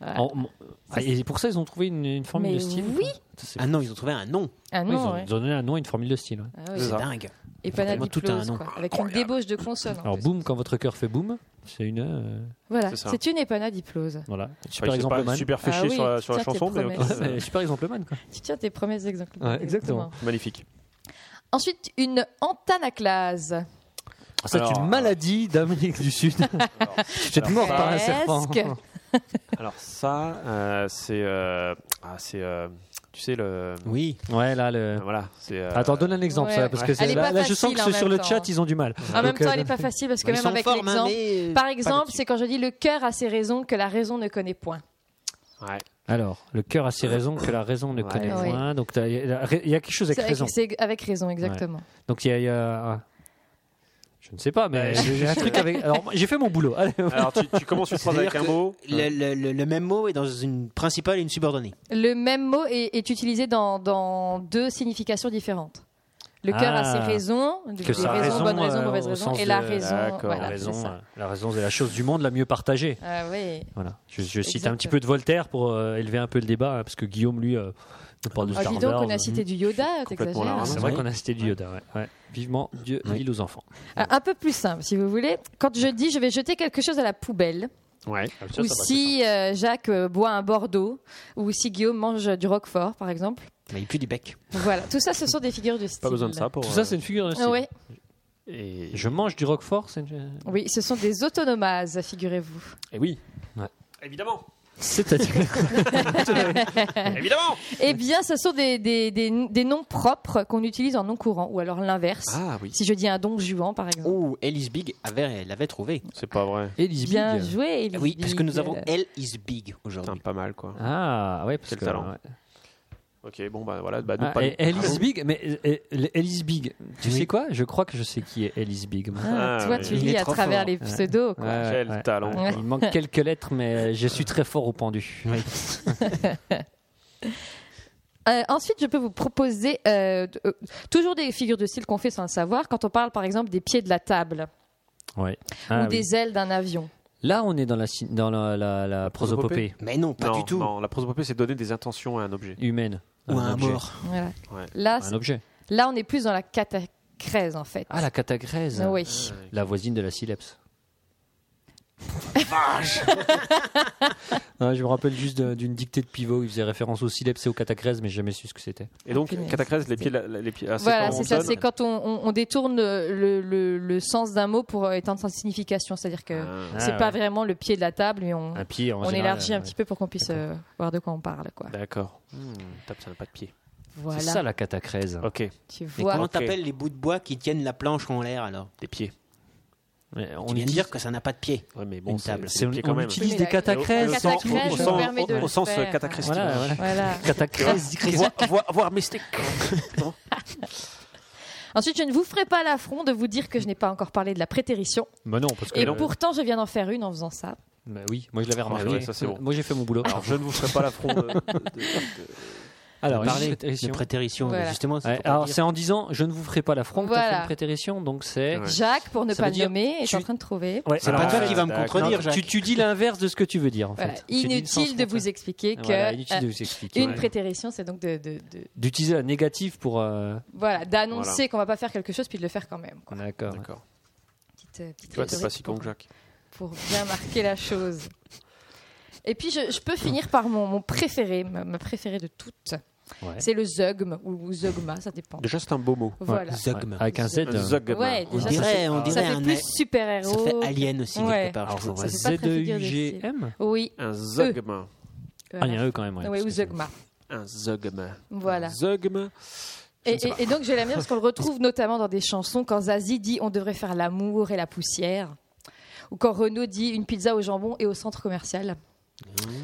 [SPEAKER 7] Voilà.
[SPEAKER 4] En- mon- ah, et pour ça, ils ont trouvé une, une formule
[SPEAKER 7] Mais
[SPEAKER 4] de style.
[SPEAKER 7] oui.
[SPEAKER 4] quoi. Ça, c'est-
[SPEAKER 9] Ah non, ils ont trouvé un nom.
[SPEAKER 7] Ah
[SPEAKER 4] Ouais, ils,
[SPEAKER 7] non,
[SPEAKER 4] ont,
[SPEAKER 7] ouais.
[SPEAKER 4] ils ont donné un nom et une formule de style. ouais.
[SPEAKER 7] Ah
[SPEAKER 9] C'est
[SPEAKER 7] oui.
[SPEAKER 3] ça.
[SPEAKER 9] dingue.
[SPEAKER 7] Épanadiplose,
[SPEAKER 9] Tout a un nom.
[SPEAKER 7] quoi, avec une débauche de consonne. en
[SPEAKER 4] Alors,
[SPEAKER 7] plus.
[SPEAKER 4] boum, quand votre cœur fait boum, c'est une. euh,
[SPEAKER 7] Voilà,
[SPEAKER 3] C'est ça.
[SPEAKER 7] c'est une épanadiplose.
[SPEAKER 4] voilà.
[SPEAKER 3] Enfin,
[SPEAKER 4] Super
[SPEAKER 3] ils sont pas
[SPEAKER 4] exemple man.
[SPEAKER 3] Super
[SPEAKER 7] Ah
[SPEAKER 3] fiché
[SPEAKER 7] oui,
[SPEAKER 3] sur la, sur la
[SPEAKER 7] tiens tes
[SPEAKER 3] chanson, mais ok,
[SPEAKER 7] promesses.
[SPEAKER 3] c'est
[SPEAKER 4] Ouais, super exemple man, quoi.
[SPEAKER 7] Tu tiens tes premiers exemples.
[SPEAKER 4] Ouais, exactement.
[SPEAKER 3] magnifique.
[SPEAKER 7] Ensuite, une antanaclase.
[SPEAKER 4] Ah, C'est
[SPEAKER 3] Alors,
[SPEAKER 4] une maladie d'Amérique du Sud. J'ai été mort par Oh, un serpent.
[SPEAKER 7] Presque.
[SPEAKER 3] Alors ça, euh, c'est, euh, ah, c'est, euh, tu sais le,
[SPEAKER 9] Oui.
[SPEAKER 4] Ouais, là, le.
[SPEAKER 3] voilà, c'est. euh,
[SPEAKER 4] Attends, donne un exemple,
[SPEAKER 7] ouais.
[SPEAKER 4] ça, parce que
[SPEAKER 7] Elle
[SPEAKER 4] c'est-
[SPEAKER 7] est
[SPEAKER 4] là,
[SPEAKER 7] pas
[SPEAKER 4] là, je sens
[SPEAKER 7] facile
[SPEAKER 4] que
[SPEAKER 7] en
[SPEAKER 4] ce-
[SPEAKER 7] même
[SPEAKER 4] sur le
[SPEAKER 7] temps,
[SPEAKER 4] chat,
[SPEAKER 7] hein.
[SPEAKER 4] ils ont du mal.
[SPEAKER 7] En même
[SPEAKER 4] Donc, euh,
[SPEAKER 7] temps, elle n'est pas facile parce que
[SPEAKER 9] Ils
[SPEAKER 7] même
[SPEAKER 9] sont
[SPEAKER 7] avec
[SPEAKER 9] forts, hein,
[SPEAKER 7] l'exemple.
[SPEAKER 9] mais, euh,
[SPEAKER 7] Par
[SPEAKER 9] pas
[SPEAKER 7] exemple,
[SPEAKER 9] là-dessus.
[SPEAKER 7] c'est quand je dis le cœur a ses raisons que la raison ne connaît point.
[SPEAKER 3] Ouais.
[SPEAKER 4] Alors, le cœur a ses raisons que la raison ne
[SPEAKER 3] Ouais.
[SPEAKER 4] connaît
[SPEAKER 7] Ouais.
[SPEAKER 4] point. Donc, t'as- il y a il y a quelque chose
[SPEAKER 7] C'est
[SPEAKER 4] avec raison.
[SPEAKER 7] c'est avec raison, exactement.
[SPEAKER 4] Donc il y a, il y a- je ne sais pas, mais
[SPEAKER 3] Ouais,
[SPEAKER 4] j'ai- j'ai un truc avec. Alors moi, j'ai fait mon boulot. Allez.
[SPEAKER 3] Alors tu, tu commences une phrase avec un
[SPEAKER 9] C'est-à-dire
[SPEAKER 3] mot.
[SPEAKER 9] que Le, le- le- le même mot est dans une principale et une subordonnée.
[SPEAKER 7] Le même mot est, est utilisé dans, dans deux significations différentes. Le cœur a
[SPEAKER 4] Ah.
[SPEAKER 7] ses raisons, des
[SPEAKER 4] Que
[SPEAKER 7] des
[SPEAKER 4] sa
[SPEAKER 7] raisons,
[SPEAKER 4] raison,
[SPEAKER 7] bonnes raisons,
[SPEAKER 4] euh,
[SPEAKER 7] mauvaises
[SPEAKER 4] au
[SPEAKER 7] raisons,
[SPEAKER 4] sens
[SPEAKER 7] et la
[SPEAKER 4] de-
[SPEAKER 7] raison.
[SPEAKER 3] D'accord,
[SPEAKER 7] voilà,
[SPEAKER 4] la
[SPEAKER 7] c'est
[SPEAKER 4] raison,
[SPEAKER 7] ça.
[SPEAKER 4] euh, la raison, c'est la chose du monde la mieux partagée.
[SPEAKER 7] Ah oui.
[SPEAKER 4] Voilà. Je, je cite
[SPEAKER 7] Exactement.
[SPEAKER 4] un petit peu de Voltaire pour euh, élever un peu le débat, hein, parce que Guillaume lui euh, nous parle de
[SPEAKER 7] Ah,
[SPEAKER 4] Star
[SPEAKER 7] dis donc,
[SPEAKER 4] Wars. euh,
[SPEAKER 7] on a cité du Yoda,
[SPEAKER 3] complètement là,
[SPEAKER 7] t'exagères.
[SPEAKER 4] C'est
[SPEAKER 3] hein.
[SPEAKER 4] vrai
[SPEAKER 9] Oui.
[SPEAKER 4] qu'on a cité du Yoda. ouais. Ouais. Vivement Dieu l'île aux enfants.
[SPEAKER 7] Ah, Un peu plus simple, si vous voulez. Quand je dis je vais jeter quelque chose à la poubelle,
[SPEAKER 3] Ouais.
[SPEAKER 7] ou si euh, Jacques euh, boit un Bordeaux, ou si Guillaume mange du Roquefort, par exemple.
[SPEAKER 9] Mais il pue du bec.
[SPEAKER 7] Voilà, tout ça, ce sont des figures de style.
[SPEAKER 3] Pas besoin de ça pour.
[SPEAKER 4] Tout
[SPEAKER 3] euh,
[SPEAKER 4] ça, c'est une figure de style.
[SPEAKER 7] Ah Ouais.
[SPEAKER 3] Et,
[SPEAKER 4] Je mange du roquefort, c'est...
[SPEAKER 7] Oui, ce sont des autonomases, figurez-vous.
[SPEAKER 4] Eh
[SPEAKER 3] et oui.
[SPEAKER 4] Ouais.
[SPEAKER 3] Évidemment.
[SPEAKER 4] C'est-à-dire...
[SPEAKER 3] Évidemment.
[SPEAKER 7] Eh bien, ce sont des, des, des, des noms propres qu'on utilise en nom courant, ou alors l'inverse.
[SPEAKER 3] Ah oui.
[SPEAKER 7] Si je dis un don juan, par exemple.
[SPEAKER 6] Oh, Ellis Big avait, l'avait trouvé.
[SPEAKER 3] C'est pas vrai.
[SPEAKER 4] Élise
[SPEAKER 7] Bien
[SPEAKER 4] Big.
[SPEAKER 7] joué, Ah, Elise
[SPEAKER 6] Ah Oui, parce que nous
[SPEAKER 7] Big.
[SPEAKER 6] avons Elle is Big
[SPEAKER 3] Putain,
[SPEAKER 6] aujourd'hui.
[SPEAKER 3] pas mal quoi.
[SPEAKER 4] Ah, ouais, parce
[SPEAKER 3] Quel
[SPEAKER 4] que...
[SPEAKER 3] talent.
[SPEAKER 4] ouais.
[SPEAKER 3] Ok, bon bah voilà. Bah, nous,
[SPEAKER 4] Ah,
[SPEAKER 3] pas
[SPEAKER 4] et
[SPEAKER 3] nous.
[SPEAKER 4] Alice Big, mais euh, euh, l- Alice Big, tu sais quoi Je crois que je sais qui est Alice Big. moi.
[SPEAKER 7] Ah,
[SPEAKER 3] Ah,
[SPEAKER 7] toi,
[SPEAKER 3] oui.
[SPEAKER 7] tu
[SPEAKER 6] Il
[SPEAKER 7] lis
[SPEAKER 6] est
[SPEAKER 7] à
[SPEAKER 6] trop
[SPEAKER 7] travers
[SPEAKER 6] fort.
[SPEAKER 7] les pseudos. quoi.
[SPEAKER 4] Ouais,
[SPEAKER 3] Quel
[SPEAKER 4] ouais.
[SPEAKER 3] talent.
[SPEAKER 7] Ouais.
[SPEAKER 4] Il manque quelques lettres, mais je suis très fort au pendu.
[SPEAKER 7] Euh, ensuite, je peux vous proposer euh, d- euh, toujours des figures de style qu'on fait sans le savoir. Quand on parle, par exemple, des pieds de la table
[SPEAKER 4] Ouais.
[SPEAKER 7] ou
[SPEAKER 4] Ah, oui.
[SPEAKER 7] des ailes d'un avion.
[SPEAKER 4] Là, on est dans la, ci- dans la, la- la prosopopée
[SPEAKER 6] Mais non, pas
[SPEAKER 3] non,
[SPEAKER 6] du tout.
[SPEAKER 3] Non, la prosopopée, c'est donner des intentions à un objet.
[SPEAKER 4] humaine.
[SPEAKER 6] Ou un
[SPEAKER 4] objet.
[SPEAKER 6] mort.
[SPEAKER 7] Voilà.
[SPEAKER 3] Ouais.
[SPEAKER 7] Là,
[SPEAKER 4] Un objet.
[SPEAKER 7] c'est- là, on est plus dans la catacrèse, en fait.
[SPEAKER 4] Ah, la catagrèse.
[SPEAKER 7] Oui.
[SPEAKER 4] La voisine de la Sileps. Vache Je me rappelle juste d'un- d'une dictée de pivot. Il faisait référence au Sileps et au catagrèse, mais j'ai jamais su ce que c'était.
[SPEAKER 3] Et donc,
[SPEAKER 7] Punaise.
[SPEAKER 3] catacrèse, les pieds, la- la- les pieds. ah,
[SPEAKER 7] Voilà,
[SPEAKER 3] quand on
[SPEAKER 7] c'est ça.
[SPEAKER 3] donne-
[SPEAKER 7] C'est quand on, on- on détourne le, le- le sens d'un mot pour euh, étendre sa signification. C'est-à-dire que
[SPEAKER 3] Ah,
[SPEAKER 7] c'est
[SPEAKER 4] Ah,
[SPEAKER 7] pas
[SPEAKER 4] ouais.
[SPEAKER 7] vraiment le pied de la table, mais on,
[SPEAKER 4] Un pied en
[SPEAKER 7] on
[SPEAKER 4] général,
[SPEAKER 7] élargit un
[SPEAKER 4] ouais.
[SPEAKER 7] petit peu pour qu'on puisse euh, voir de quoi on parle. Quoi.
[SPEAKER 3] D'accord. Hmm, tape, ça n'a pas de pied.
[SPEAKER 7] Voilà.
[SPEAKER 4] C'est ça la catacrèse.
[SPEAKER 3] Ok,
[SPEAKER 7] Tu
[SPEAKER 6] Mais
[SPEAKER 7] vois.
[SPEAKER 6] comment
[SPEAKER 3] Ok.
[SPEAKER 6] t'appelles les bouts de bois qui tiennent la planche en l'air alors
[SPEAKER 3] des pieds.
[SPEAKER 4] Mais on
[SPEAKER 6] On vient de
[SPEAKER 4] utilise-
[SPEAKER 6] dire que ça n'a pas de pied.
[SPEAKER 3] Ouais, mais
[SPEAKER 4] Une
[SPEAKER 3] bon, c'est
[SPEAKER 4] table.
[SPEAKER 3] c'est des
[SPEAKER 4] C'est-
[SPEAKER 3] pieds
[SPEAKER 4] on
[SPEAKER 3] quand même.
[SPEAKER 4] utilise- des catacrèses.
[SPEAKER 3] Au
[SPEAKER 7] La
[SPEAKER 3] sens-
[SPEAKER 7] catacrèse,
[SPEAKER 3] au
[SPEAKER 7] je
[SPEAKER 3] sens-
[SPEAKER 7] me permets de
[SPEAKER 3] au
[SPEAKER 7] le
[SPEAKER 3] sens
[SPEAKER 7] faire.
[SPEAKER 3] catacrèse.
[SPEAKER 4] Voilà, voilà.
[SPEAKER 7] Voilà.
[SPEAKER 4] Catacrèse.
[SPEAKER 3] Voir mes steaks.
[SPEAKER 7] Ensuite, je ne vous ferai pas l'affront de vous dire que je n'ai pas encore parlé de la prétérition.
[SPEAKER 4] Mais non, parce que.
[SPEAKER 7] Et
[SPEAKER 4] non.
[SPEAKER 7] pourtant, je viens d'en faire une en faisant ça.
[SPEAKER 4] Bah oui, moi je l'avais remarqué.
[SPEAKER 3] ouais, ça, c'est bon.
[SPEAKER 4] Moi j'ai fait mon boulot.
[SPEAKER 3] Alors, je ne vous ferai pas l'affront de, de- de- de-
[SPEAKER 4] Alors,
[SPEAKER 6] Parler
[SPEAKER 4] une
[SPEAKER 6] de
[SPEAKER 4] prétérition.
[SPEAKER 6] prétérition,
[SPEAKER 7] Voilà.
[SPEAKER 6] justement.
[SPEAKER 4] Ouais,
[SPEAKER 6] c'est pour
[SPEAKER 4] alors
[SPEAKER 6] dire-
[SPEAKER 4] c'est en disant je ne vous ferai pas l'affront que t'as
[SPEAKER 7] Voilà.
[SPEAKER 4] fait une prétérition, donc c'est.
[SPEAKER 3] Ouais.
[SPEAKER 7] Jacques, pour ne
[SPEAKER 4] Ça
[SPEAKER 7] pas
[SPEAKER 4] veut
[SPEAKER 7] le
[SPEAKER 4] dire
[SPEAKER 7] nommer, est
[SPEAKER 4] tu-
[SPEAKER 7] en train de trouver.
[SPEAKER 4] Ouais,
[SPEAKER 6] C'est
[SPEAKER 4] alors,
[SPEAKER 6] pas
[SPEAKER 4] en
[SPEAKER 6] toi
[SPEAKER 4] fait,
[SPEAKER 6] qui vas me
[SPEAKER 3] d'accord.
[SPEAKER 6] contredire,
[SPEAKER 4] non,
[SPEAKER 6] Jacques.
[SPEAKER 4] tu, tu dis l'inverse de ce que tu veux dire en
[SPEAKER 7] Voilà.
[SPEAKER 4] fait. Tu dis le sens
[SPEAKER 7] Inutile de vous
[SPEAKER 4] contraire.
[SPEAKER 7] expliquer que
[SPEAKER 4] Voilà, inutile de
[SPEAKER 7] euh,
[SPEAKER 4] vous expliquer.
[SPEAKER 7] une
[SPEAKER 4] ouais.
[SPEAKER 7] prétérition, c'est donc de, de- de-
[SPEAKER 4] D'utiliser la négative pour. euh,
[SPEAKER 7] voilà, d'annoncer qu'on va pas faire quelque chose puis de le faire quand même. quoi.
[SPEAKER 4] D'accord.
[SPEAKER 3] D'accord.
[SPEAKER 7] Petite, euh, petite
[SPEAKER 3] Tu vois, t'es
[SPEAKER 7] rhétorique
[SPEAKER 3] pas si con
[SPEAKER 7] pour-
[SPEAKER 3] que Jacques.
[SPEAKER 7] pour bien marquer la chose. Et puis, je, je peux finir par mon, mon préféré, ma, ma préférée de toutes.
[SPEAKER 4] Ouais.
[SPEAKER 7] C'est le zeugme ou zeugma, ça dépend.
[SPEAKER 3] Déjà, c'est un beau mot.
[SPEAKER 7] Voilà.
[SPEAKER 6] Zogma.
[SPEAKER 4] Ouais, Avec un Z.
[SPEAKER 7] Un
[SPEAKER 4] euh,
[SPEAKER 3] Zogma.
[SPEAKER 7] Ouais,
[SPEAKER 6] On
[SPEAKER 7] déjà,
[SPEAKER 6] dirait, on
[SPEAKER 3] ça fait-
[SPEAKER 7] Ça
[SPEAKER 6] dirait
[SPEAKER 7] fait
[SPEAKER 6] un
[SPEAKER 7] plus
[SPEAKER 6] ça fait
[SPEAKER 7] super-héros.
[SPEAKER 6] alien aussi
[SPEAKER 7] Ouais.
[SPEAKER 6] quelque part. je trouve.
[SPEAKER 7] ça fait pas très
[SPEAKER 4] E
[SPEAKER 7] figure de style.
[SPEAKER 4] Z-E-U-G-M
[SPEAKER 7] Oui.
[SPEAKER 3] Un zogma.
[SPEAKER 4] Ah, il y
[SPEAKER 7] voilà.
[SPEAKER 4] a un E quand même. ouais, parce
[SPEAKER 7] Ouais, ou
[SPEAKER 4] que c'est-
[SPEAKER 7] zeugma.
[SPEAKER 3] Un zogma.
[SPEAKER 7] Voilà.
[SPEAKER 3] Un Zogma. Je
[SPEAKER 7] Et,
[SPEAKER 3] ne sais
[SPEAKER 7] et- et donc, je l'aime bien parce qu'on le retrouve notamment dans des chansons quand Zazie dit on devrait faire l'amour et la poussière. Ou quand Renaud dit une pizza au jambon et au centre commercial.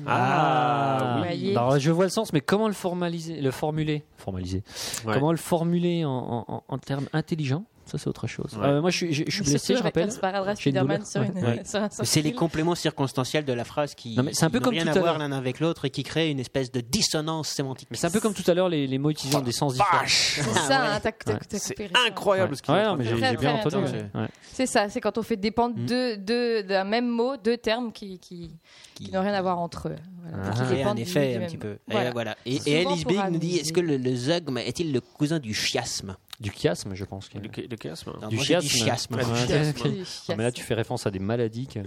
[SPEAKER 3] Ah,
[SPEAKER 7] oui. Voyez.
[SPEAKER 4] Alors je vois le sens, mais comment le formaliser, le formuler, formaliser.
[SPEAKER 3] Ouais.
[SPEAKER 4] Comment le formuler en, en- en- en termes intelligents Ça c'est autre chose.
[SPEAKER 3] Ouais.
[SPEAKER 4] Euh, moi je suis, je, je suis
[SPEAKER 7] C'est
[SPEAKER 4] blessé, je
[SPEAKER 7] toujours avec
[SPEAKER 4] rappelle.
[SPEAKER 7] un sparadrap
[SPEAKER 4] J'ai une
[SPEAKER 7] Spider-Man
[SPEAKER 4] douleur.
[SPEAKER 7] sur, une-
[SPEAKER 4] Ouais.
[SPEAKER 7] sur un
[SPEAKER 6] Mais C'est les
[SPEAKER 7] sourcil.
[SPEAKER 6] compléments circonstanciels de la phrase qui
[SPEAKER 4] Non, mais c'est un peu
[SPEAKER 6] qui n'ont
[SPEAKER 4] comme
[SPEAKER 6] rien
[SPEAKER 4] tout
[SPEAKER 6] à
[SPEAKER 4] à
[SPEAKER 6] voir
[SPEAKER 4] l'heure.
[SPEAKER 6] l'un avec l'autre et qui créent une espèce de dissonance sémantique.
[SPEAKER 4] Mais c'est un peu comme tout à l'heure les, les mots utilisant des sens différents.
[SPEAKER 7] C'est ça, hein, t'as- t'as- t'as
[SPEAKER 3] C'est
[SPEAKER 7] coupé récemment.
[SPEAKER 3] incroyable
[SPEAKER 4] Ouais.
[SPEAKER 3] ce qu'il
[SPEAKER 4] Ouais,
[SPEAKER 3] est en
[SPEAKER 4] non, mais
[SPEAKER 3] train de
[SPEAKER 4] j'ai
[SPEAKER 3] faire.
[SPEAKER 4] j'ai bien
[SPEAKER 7] Très, très
[SPEAKER 4] entendu.
[SPEAKER 3] intéressant.
[SPEAKER 4] ouais. Ouais.
[SPEAKER 7] C'est ça, c'est quand on fait dépendre deux, deux- d'un même mot, deux termes qui, qui, qui n'ont rien à voir entre eux. Voilà,
[SPEAKER 4] Ah.
[SPEAKER 7] pour
[SPEAKER 6] Qui
[SPEAKER 7] qu'ils
[SPEAKER 6] créent un
[SPEAKER 7] dépendent du-
[SPEAKER 6] effet
[SPEAKER 7] du
[SPEAKER 6] un
[SPEAKER 7] même
[SPEAKER 6] petit
[SPEAKER 7] mot.
[SPEAKER 6] peu. Eh, Et
[SPEAKER 7] Voilà.
[SPEAKER 6] voilà. Et,
[SPEAKER 7] Souvent
[SPEAKER 6] et Alice
[SPEAKER 7] pour
[SPEAKER 6] Big nous dit
[SPEAKER 7] amuser.
[SPEAKER 6] est-ce que le, le zogme est-il le cousin du chiasme
[SPEAKER 4] Du chiasme, je pense. qu'il y a.
[SPEAKER 3] Le, le chiasme.
[SPEAKER 6] Non,
[SPEAKER 4] Du
[SPEAKER 6] moi, j'ai dit
[SPEAKER 4] chiasme.
[SPEAKER 6] chiasme.
[SPEAKER 4] Ouais.
[SPEAKER 7] Chiasme.
[SPEAKER 4] Non, mais là, tu fais référence à des maladies. que-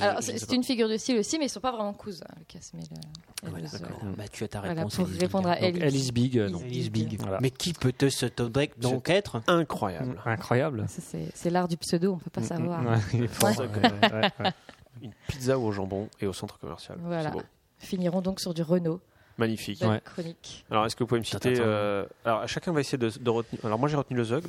[SPEAKER 7] Alors, c'est c'est une figure de style aussi, mais ils sont pas vraiment cousins, le euh, casme et le- et le
[SPEAKER 6] Voilà,
[SPEAKER 7] Zeug.
[SPEAKER 6] d'accord. Bah, tu as ta
[SPEAKER 7] Voilà,
[SPEAKER 6] réponse.
[SPEAKER 7] pour
[SPEAKER 6] Alice Big.
[SPEAKER 7] répondre à
[SPEAKER 4] Donc, Alice
[SPEAKER 7] Alice.
[SPEAKER 4] Big, euh, non.
[SPEAKER 7] Alice
[SPEAKER 6] Alice
[SPEAKER 7] Big.
[SPEAKER 6] Big.
[SPEAKER 4] Voilà.
[SPEAKER 6] Mais qui peut te se donc être
[SPEAKER 3] Incroyable.
[SPEAKER 4] Incroyable. Mm,
[SPEAKER 7] Ça, C'est c'est l'art du pseudo, on peut pas savoir.
[SPEAKER 4] Ouais, il est fort.
[SPEAKER 3] Ouais.
[SPEAKER 4] Ouais, ouais.
[SPEAKER 3] Une pizza au jambon et au centre commercial.
[SPEAKER 7] Voilà.
[SPEAKER 3] C'est beau.
[SPEAKER 7] Finirons donc sur du Renault,
[SPEAKER 3] Magnifique.
[SPEAKER 7] la
[SPEAKER 4] Ouais.
[SPEAKER 7] chronique.
[SPEAKER 3] Alors, est-ce que vous pouvez me
[SPEAKER 6] Attends,
[SPEAKER 3] citer
[SPEAKER 6] attends.
[SPEAKER 3] euh, Alors, à chacun va essayer de, de retenir. Alors, moi, j'ai retenu le Zog.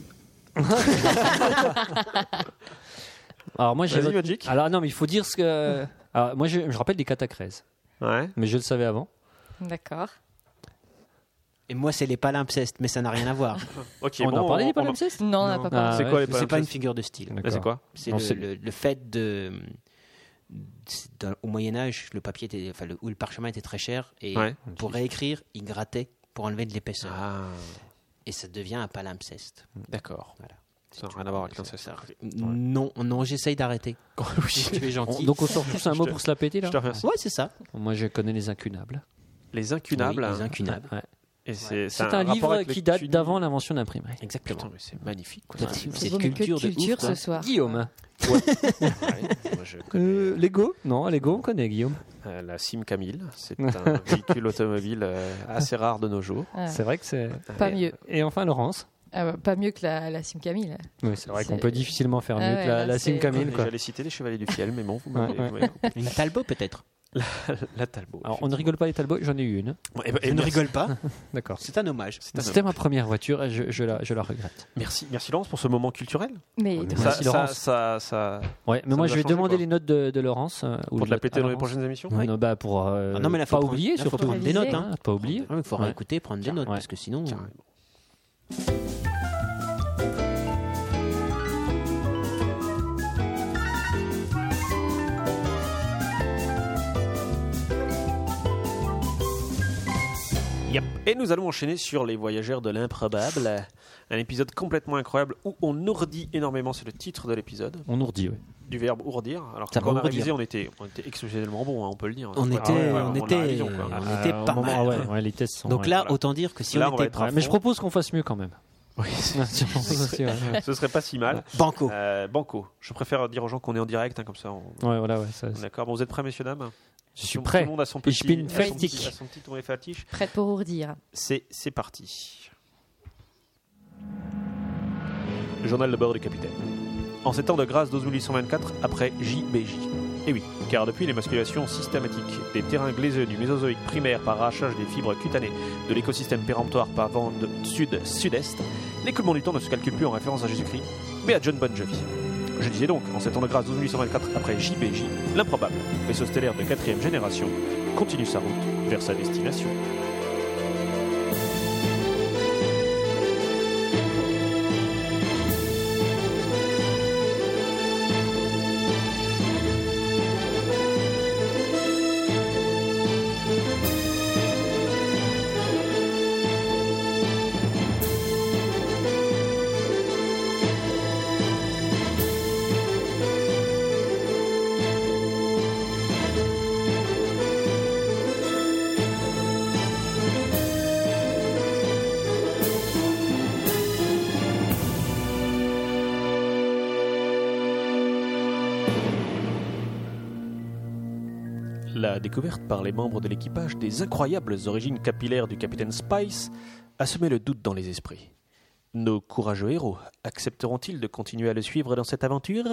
[SPEAKER 4] Alors moi j'ai
[SPEAKER 3] Vas-y,
[SPEAKER 4] retenu-
[SPEAKER 3] Magic.
[SPEAKER 4] Alors non mais il faut dire ce que Alors, moi je, je rappelle des catacrèses
[SPEAKER 3] Ouais.
[SPEAKER 4] mais je le savais avant.
[SPEAKER 7] D'accord.
[SPEAKER 6] Et moi, c'est les palimpsestes, mais ça n'a rien à voir.
[SPEAKER 3] Ok.
[SPEAKER 4] on
[SPEAKER 3] bon,
[SPEAKER 4] en parlait des
[SPEAKER 3] on- on-
[SPEAKER 4] palimpsestes
[SPEAKER 7] Non, on n'a pas parlé.
[SPEAKER 4] Ah,
[SPEAKER 3] C'est
[SPEAKER 4] ouais.
[SPEAKER 3] quoi les
[SPEAKER 6] c'est pas une
[SPEAKER 3] palimpsestes
[SPEAKER 6] figure de style.
[SPEAKER 3] Bah, C'est quoi
[SPEAKER 6] C'est
[SPEAKER 4] Non,
[SPEAKER 6] le,
[SPEAKER 4] c'est-
[SPEAKER 6] le- le fait de. c'est dans- au Moyen Âge, le papier était, enfin, le, ou le parchemin était très cher et
[SPEAKER 3] Ouais.
[SPEAKER 6] pour réécrire, il grattait pour enlever de l'épaisseur
[SPEAKER 3] Ah,
[SPEAKER 6] et ça devient un palimpseste.
[SPEAKER 3] d'accord.
[SPEAKER 6] Voilà.
[SPEAKER 3] Ça n'a rien à voir avec l'inceste.
[SPEAKER 6] Ça- Non, non, j'essaye d'arrêter.
[SPEAKER 3] Oui.
[SPEAKER 6] Tu es
[SPEAKER 4] On-
[SPEAKER 6] gentil.
[SPEAKER 4] donc on sort tous un
[SPEAKER 3] Je
[SPEAKER 4] mot
[SPEAKER 3] te-
[SPEAKER 4] pour se la péter
[SPEAKER 3] Je
[SPEAKER 4] là.
[SPEAKER 3] te remercie.
[SPEAKER 6] Ouais, c'est ça.
[SPEAKER 4] Moi je connais les incunables.
[SPEAKER 3] Les incunables.
[SPEAKER 6] Oui, les incunables.
[SPEAKER 4] Ouais.
[SPEAKER 3] Et c'est
[SPEAKER 4] C'est
[SPEAKER 3] ça a
[SPEAKER 4] un
[SPEAKER 3] rapport
[SPEAKER 4] livre
[SPEAKER 3] avec les
[SPEAKER 4] qui date
[SPEAKER 3] cunis.
[SPEAKER 4] d'avant l'invention de l'imprimerie.
[SPEAKER 6] Exactement.
[SPEAKER 3] Putain, mais c'est magnifique. Quoi.
[SPEAKER 4] Ouais.
[SPEAKER 6] C'est-
[SPEAKER 7] Vous
[SPEAKER 6] C'est
[SPEAKER 7] avez que de
[SPEAKER 6] culture de
[SPEAKER 7] culture
[SPEAKER 6] ouf. quoi.
[SPEAKER 7] ce soir.
[SPEAKER 4] hein. Guillaume.
[SPEAKER 3] Ouais, moi, je connais, euh,
[SPEAKER 4] Lego Non, Lego on connaît Guillaume.
[SPEAKER 3] euh, la Sim Camille. C'est un véhicule automobile euh, assez rare de nos jours.
[SPEAKER 7] Ah,
[SPEAKER 4] C'est vrai que c'est
[SPEAKER 7] Pas mieux.
[SPEAKER 4] Et enfin Laurence.
[SPEAKER 7] Ah bah, pas mieux que la, la Sim Camille. là.
[SPEAKER 4] Oui, c'est vrai qu'on
[SPEAKER 7] C'est-
[SPEAKER 4] peut difficilement faire
[SPEAKER 7] Ah
[SPEAKER 4] mieux
[SPEAKER 7] ouais,
[SPEAKER 4] que la,
[SPEAKER 7] là,
[SPEAKER 4] la Sim
[SPEAKER 7] c'est-
[SPEAKER 4] Camille. quoi.
[SPEAKER 3] J'allais citer les chevaliers du fiel, mais bon, vous
[SPEAKER 4] Ouais,
[SPEAKER 3] m'avez
[SPEAKER 4] ouais.
[SPEAKER 3] vous m'avez coupé.
[SPEAKER 6] Une Talbot peut-être.
[SPEAKER 3] La Talbot.
[SPEAKER 4] Alors, on ne rigole pas les Talbot, j'en ai eu une.
[SPEAKER 3] effectivement. Eh ben, eh,
[SPEAKER 6] Je ne
[SPEAKER 3] merci-
[SPEAKER 6] rigole pas,
[SPEAKER 4] D'accord.
[SPEAKER 6] c'est un hommage.
[SPEAKER 3] un
[SPEAKER 4] C'était ma première voiture et je, je la, je la regrette.
[SPEAKER 3] Merci, merci Laurence pour ce moment culturel.
[SPEAKER 7] Mais
[SPEAKER 4] Ouais, mais-
[SPEAKER 3] Ça-
[SPEAKER 4] Merci,
[SPEAKER 3] ça-
[SPEAKER 4] Laurence.
[SPEAKER 3] ça- ça-
[SPEAKER 4] Ouais, mais
[SPEAKER 3] Ça
[SPEAKER 4] moi
[SPEAKER 3] nous a
[SPEAKER 4] je vais
[SPEAKER 3] changé,
[SPEAKER 4] demander
[SPEAKER 3] quoi.
[SPEAKER 4] les notes de, de Laurence. euh,
[SPEAKER 3] pour
[SPEAKER 4] ou de
[SPEAKER 3] te la
[SPEAKER 4] l'autre-
[SPEAKER 3] péter
[SPEAKER 4] à
[SPEAKER 3] dans les
[SPEAKER 4] Laurence.
[SPEAKER 3] prochaines émissions
[SPEAKER 4] Ouais. Non, bah pour euh,
[SPEAKER 6] Ah non, mais là, faut
[SPEAKER 4] pas
[SPEAKER 6] prendre-
[SPEAKER 4] oublier
[SPEAKER 6] là, faut
[SPEAKER 4] surtout.
[SPEAKER 6] prendre
[SPEAKER 7] des notes, hein.
[SPEAKER 4] Hein, Pas oublier.
[SPEAKER 6] Il faut
[SPEAKER 4] Ouais.
[SPEAKER 6] réécouter, prendre des notes,
[SPEAKER 4] Ouais.
[SPEAKER 6] parce que sinon. euh,
[SPEAKER 3] Yep. Et nous allons enchaîner sur Les Voyageurs de l'improbable, euh, un épisode complètement incroyable où on ourdit énormément, c'est le titre de l'épisode,
[SPEAKER 4] On nous redit, ouais.
[SPEAKER 3] du verbe ourdir. Alors que
[SPEAKER 6] Ça
[SPEAKER 3] quand
[SPEAKER 6] va
[SPEAKER 3] on a
[SPEAKER 6] ourdir.
[SPEAKER 3] révisé, on était, on était exceptionnellement bon, hein, on peut le dire.
[SPEAKER 6] On
[SPEAKER 3] Ouais,
[SPEAKER 6] était-
[SPEAKER 3] ouais, ouais,
[SPEAKER 6] on
[SPEAKER 3] on a
[SPEAKER 6] était- euh,
[SPEAKER 3] révision, quoi.
[SPEAKER 6] on
[SPEAKER 4] Ah,
[SPEAKER 6] était
[SPEAKER 4] au
[SPEAKER 6] pas
[SPEAKER 4] moment-
[SPEAKER 6] mal.
[SPEAKER 4] ouais, ouais, les tests sont.
[SPEAKER 6] Donc
[SPEAKER 4] ouais,
[SPEAKER 6] là,
[SPEAKER 3] voilà.
[SPEAKER 6] autant dire que si
[SPEAKER 3] Là,
[SPEAKER 6] on
[SPEAKER 3] on va
[SPEAKER 6] était
[SPEAKER 3] être à
[SPEAKER 4] Ouais, mais je
[SPEAKER 3] fond.
[SPEAKER 4] propose qu'on fasse mieux quand même.
[SPEAKER 3] Oui,
[SPEAKER 4] Je pense aussi, ouais, ouais.
[SPEAKER 3] ce serait pas si mal.
[SPEAKER 6] banco.
[SPEAKER 3] Euh, banco. Je préfère dire aux gens qu'on est en direct, hein, comme ça. On...
[SPEAKER 4] Ouais, voilà, ouais, ça-
[SPEAKER 3] on est D'accord. Bon, vous êtes prêts, messieurs dames
[SPEAKER 4] je suis
[SPEAKER 3] Tout-
[SPEAKER 4] prêt.
[SPEAKER 3] Tout le monde a son
[SPEAKER 4] Et
[SPEAKER 3] petit.
[SPEAKER 4] je fais une
[SPEAKER 3] à son
[SPEAKER 4] fatigue.
[SPEAKER 3] petit- à son petit tourné fatiche.
[SPEAKER 7] prête pour ourdir.
[SPEAKER 3] C'est, c'est parti. Journal de bord du capitaine. En ces temps de grâce 12824 après JBJ. Et Eh oui, car depuis l'émasculation systématique des terrains glaiseux du Mésozoïque primaire par arrachage des fibres cutanées de l'écosystème péremptoire par vent de sud-sud-est, l'écoulement du temps ne se calcule plus en référence à Jésus-Christ, mais à John Bon Jovi. Je disais donc, en ces temps de grâce 12824 après JBJ, l'improbable vaisseau stellaire de quatrième génération continue sa route vers sa destination. La découverte par les membres de l'équipage des incroyables origines capillaires du capitaine Spice a semé le doute dans les esprits. Nos courageux héros accepteront-ils de continuer à le suivre dans cette aventure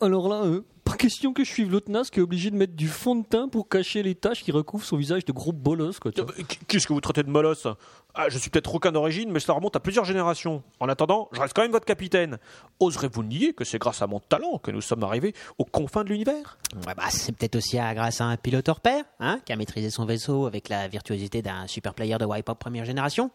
[SPEAKER 4] Alors là, euh, pas question que je suive l'autre nas qui est obligé de mettre du fond de teint pour cacher les taches qui recouvrent son visage de gros bolos. Quoi, tu vois.
[SPEAKER 3] Euh, Qu'est-ce que vous traitez de molosse ah, Je suis peut-être aucun d'origine, mais cela remonte à plusieurs générations. En attendant, je reste quand même votre capitaine. Oserez-vous nier que c'est grâce à mon talent que nous sommes arrivés aux confins de l'univers
[SPEAKER 6] Ouais, bah, c'est peut-être aussi à- grâce à un pilote hors pair, hein, qui a maîtrisé son vaisseau avec la virtuosité d'un super player de Wipeout première génération.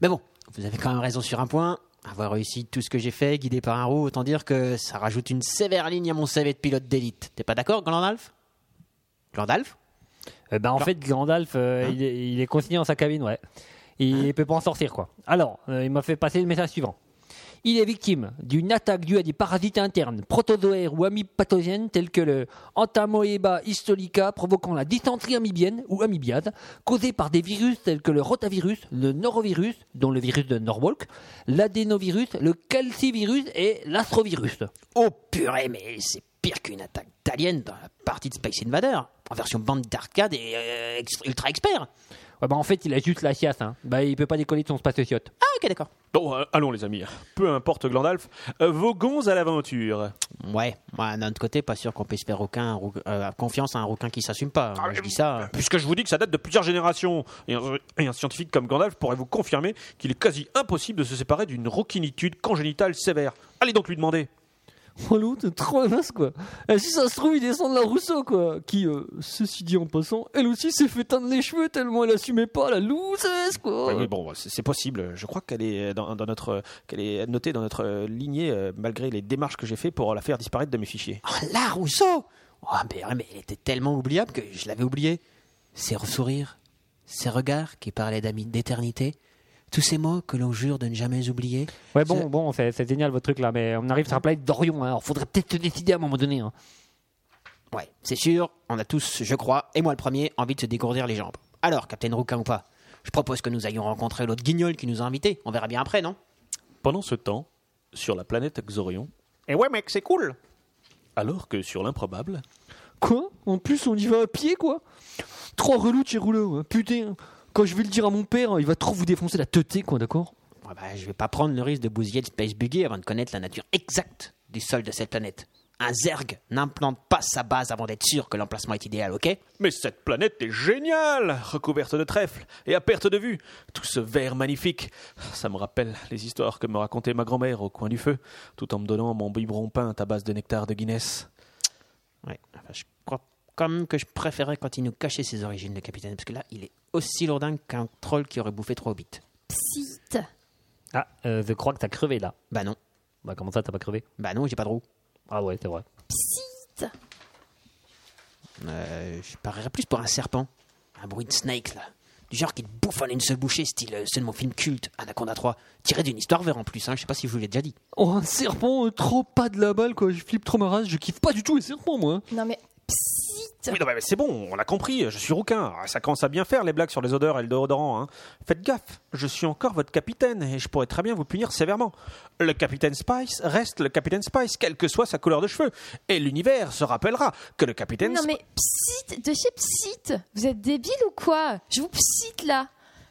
[SPEAKER 6] Mais bon, vous avez quand même raison sur un point. Avoir réussi tout ce que j'ai fait, guidé par un roux, autant dire que ça rajoute une sévère ligne à mon CV de pilote d'élite. T'es pas d'accord, Glandalf Glandalf
[SPEAKER 4] Eh ben, en fait, Gandalf, euh, il, est, il est consigné dans sa cabine, ouais. Il ne peut pas en sortir, quoi. Alors, euh, il m'a fait passer le message suivant. Il est victime d'une attaque due à des parasites internes, protozoaires ou amibpathogènes tels que le Entamoeba histolica provoquant la dysenterie amibienne ou amibiase, causée par des virus tels que le rotavirus, le norovirus, dont le virus de Norwalk, l'adénovirus, le calcivirus et l'astrovirus.
[SPEAKER 6] Oh purée, mais c'est pire qu'une attaque d'alien dans la partie de Space Invader, en version bande d'arcade et euh, ex- ultra expert.
[SPEAKER 4] Ouais, bah, en fait, il a juste la chiasse. Hein. Bah, il peut pas décoller de son spatiote.
[SPEAKER 6] Ah ok, d'accord.
[SPEAKER 3] Bon, euh, allons les amis, peu importe Glandalf, euh, voguons à l'aventure.
[SPEAKER 6] Ouais, moi, d'un autre côté, pas sûr qu'on puisse faire aucun rou- euh, confiance à un rouquin qui s'assume pas. Moi, je dis ça.
[SPEAKER 3] Puisque je vous dis que ça date de plusieurs générations, et un, et un scientifique comme Gandalf pourrait vous confirmer qu'il est quasi impossible de se séparer d'une rouquinitude congénitale sévère. Allez donc lui demander.
[SPEAKER 4] Oh l'autre, c'est trop mince quoi. Et si ça se trouve, il descend de la Rousseau quoi. Qui, euh, ceci dit en passant, elle aussi s'est fait teindre les cheveux tellement elle assumait pas la lousesse quoi.
[SPEAKER 3] Ouais, mais bon, c'est c'est possible. Je crois qu'elle est dans, dans notre, euh, qu'elle est notée dans notre euh, lignée euh, malgré les démarches que j'ai fait pour la faire disparaître de mes fichiers.
[SPEAKER 6] Oh là, Rousseau Oh, mais, mais il était tellement oubliable que je l'avais oublié. Ses sourires, ses regards qui parlaient d'ami- d'éternité, tous ces mots que l'on jure de ne jamais oublier.
[SPEAKER 4] Ouais
[SPEAKER 6] bon, C'est-
[SPEAKER 4] bon, c'est génial votre truc là, mais on arrive à se rappeler d'Orion. Alors faudrait peut-être se décider à un moment donné. hein.
[SPEAKER 6] Ouais, c'est sûr, on a tous, je crois, et moi le premier, envie de se dégourdir les jambes. Alors, Capitaine Rouquin ou pas je propose que nous ayons rencontré l'autre guignol qui nous a invités. On verra bien après, non
[SPEAKER 3] Pendant ce temps, sur la planète Xorion,
[SPEAKER 6] Eh ouais, mec, c'est cool
[SPEAKER 3] alors que sur l'improbable,
[SPEAKER 4] Quoi En plus, on y va à pied quoi. Trois relous de chez Rouleau. hein. Putain, quand je vais le dire à mon père, il va trop vous défoncer la teuté quoi, d'accord
[SPEAKER 6] Ah bah, je vais pas prendre le risque de bousiller le Space Buggy avant de connaître la nature exacte du sol de cette planète. Un Zerg n'implante pas sa base avant d'être sûr que l'emplacement est idéal, ok
[SPEAKER 3] Mais cette planète est géniale, recouverte de trèfles et à perte de vue. Tout ce vert magnifique, ça me rappelle les histoires que me racontait ma grand-mère au coin du feu, tout en me donnant mon biberon peint à base de nectar de Guinness.
[SPEAKER 6] Ouais, enfin, je crois quand même que je préférais quand il nous cachait ses origines, le capitaine, parce que là, il est aussi lourdingue qu'un troll qui aurait bouffé trois hobbits.
[SPEAKER 7] Psst.
[SPEAKER 4] Ah, euh, je crois que t'as crevé là.
[SPEAKER 6] Bah non,
[SPEAKER 4] Bah, comment ça, t'as pas crevé
[SPEAKER 6] bah non, j'ai pas de roue.
[SPEAKER 4] Ah ouais, c'est vrai.
[SPEAKER 7] Psst.
[SPEAKER 6] Euh, je parierais plus pour un serpent. Un bruit de snake, là. Du genre qui te bouffe en une seule bouchée, style euh, c'est de mon film culte, Anaconda 3, tiré d'une histoire vraie en plus, hein, je sais pas si je vous l'ai déjà dit.
[SPEAKER 4] Oh, un serpent euh, trop pas de la balle, quoi. Je flippe trop ma race, je kiffe pas du tout les serpents, moi. hein.
[SPEAKER 7] Non mais psst.
[SPEAKER 3] Oui, non, mais c'est bon, on l'a compris, je suis rouquin. Ah, Ça commence à bien faire les blagues sur les odeurs et le déodorant. hein. Faites gaffe, je suis encore votre capitaine et je pourrais très bien vous punir sévèrement. Le capitaine Spice reste le capitaine Spice, quelle que soit sa couleur de cheveux. Et l'univers se rappellera que le capitaine
[SPEAKER 7] Non mais psite de chez psite. Vous êtes débile ou quoi Je vous psite là.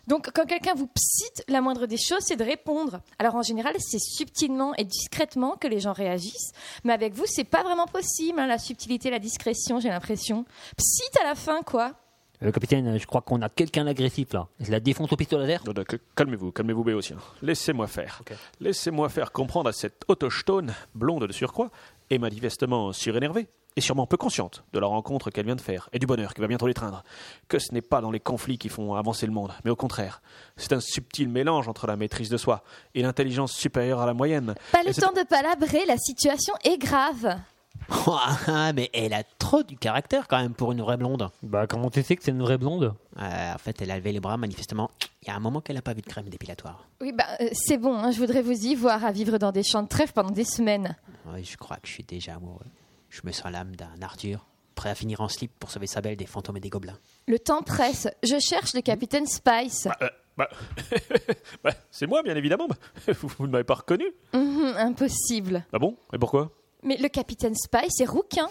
[SPEAKER 7] Donc quand quelqu'un vous psite, la moindre des choses, c'est de répondre. Alors en général, c'est subtilement et discrètement que les gens réagissent, mais avec vous, c'est pas vraiment possible hein, la subtilité, la discrétion, j'ai l'impression. Psite à la fin quoi.
[SPEAKER 4] Le capitaine, euh, je crois qu'on a quelqu'un d'agressif là. Je la défonce au pistolet laser.
[SPEAKER 3] Non, non, que- calmez-vous, calmez-vous, Béotien. Laissez-moi faire. Laissez-moi faire comprendre à cette autochtone, blonde de surcroît, et manifestement surénervée, et sûrement peu consciente de la rencontre qu'elle vient de faire, et du bonheur qui va bientôt l'étreindre, que ce n'est pas dans les conflits qui font avancer le monde, mais au contraire, c'est un subtil mélange entre la maîtrise de soi et l'intelligence supérieure à la moyenne.
[SPEAKER 7] Pas le
[SPEAKER 3] Et c'est-
[SPEAKER 7] temps de palabrer, la situation est grave.
[SPEAKER 6] Ah, mais elle a trop du caractère quand même pour une vraie blonde.
[SPEAKER 4] Bah, comment tu sais que c'est une vraie blonde
[SPEAKER 6] Euh, en fait, elle a levé les bras, manifestement. Il y a un moment qu'elle a pas vu de crème dépilatoire.
[SPEAKER 7] Oui bah euh, c'est bon, hein, je voudrais vous y voir à vivre dans des champs de trèfle pendant des semaines.
[SPEAKER 6] Ouais, je crois que je suis déjà amoureux. Je me sens l'âme d'un Arthur, prêt à finir en slip pour sauver sa belle des fantômes et des gobelins.
[SPEAKER 7] Le temps presse. Je cherche le capitaine Spice.
[SPEAKER 3] Euh, bah, bah, c'est moi, bien évidemment. Vous, vous ne m'avez pas reconnu
[SPEAKER 7] Mhm, impossible.
[SPEAKER 3] Ah bon Et pourquoi
[SPEAKER 7] Mais le capitaine Spice est hein. rouquin.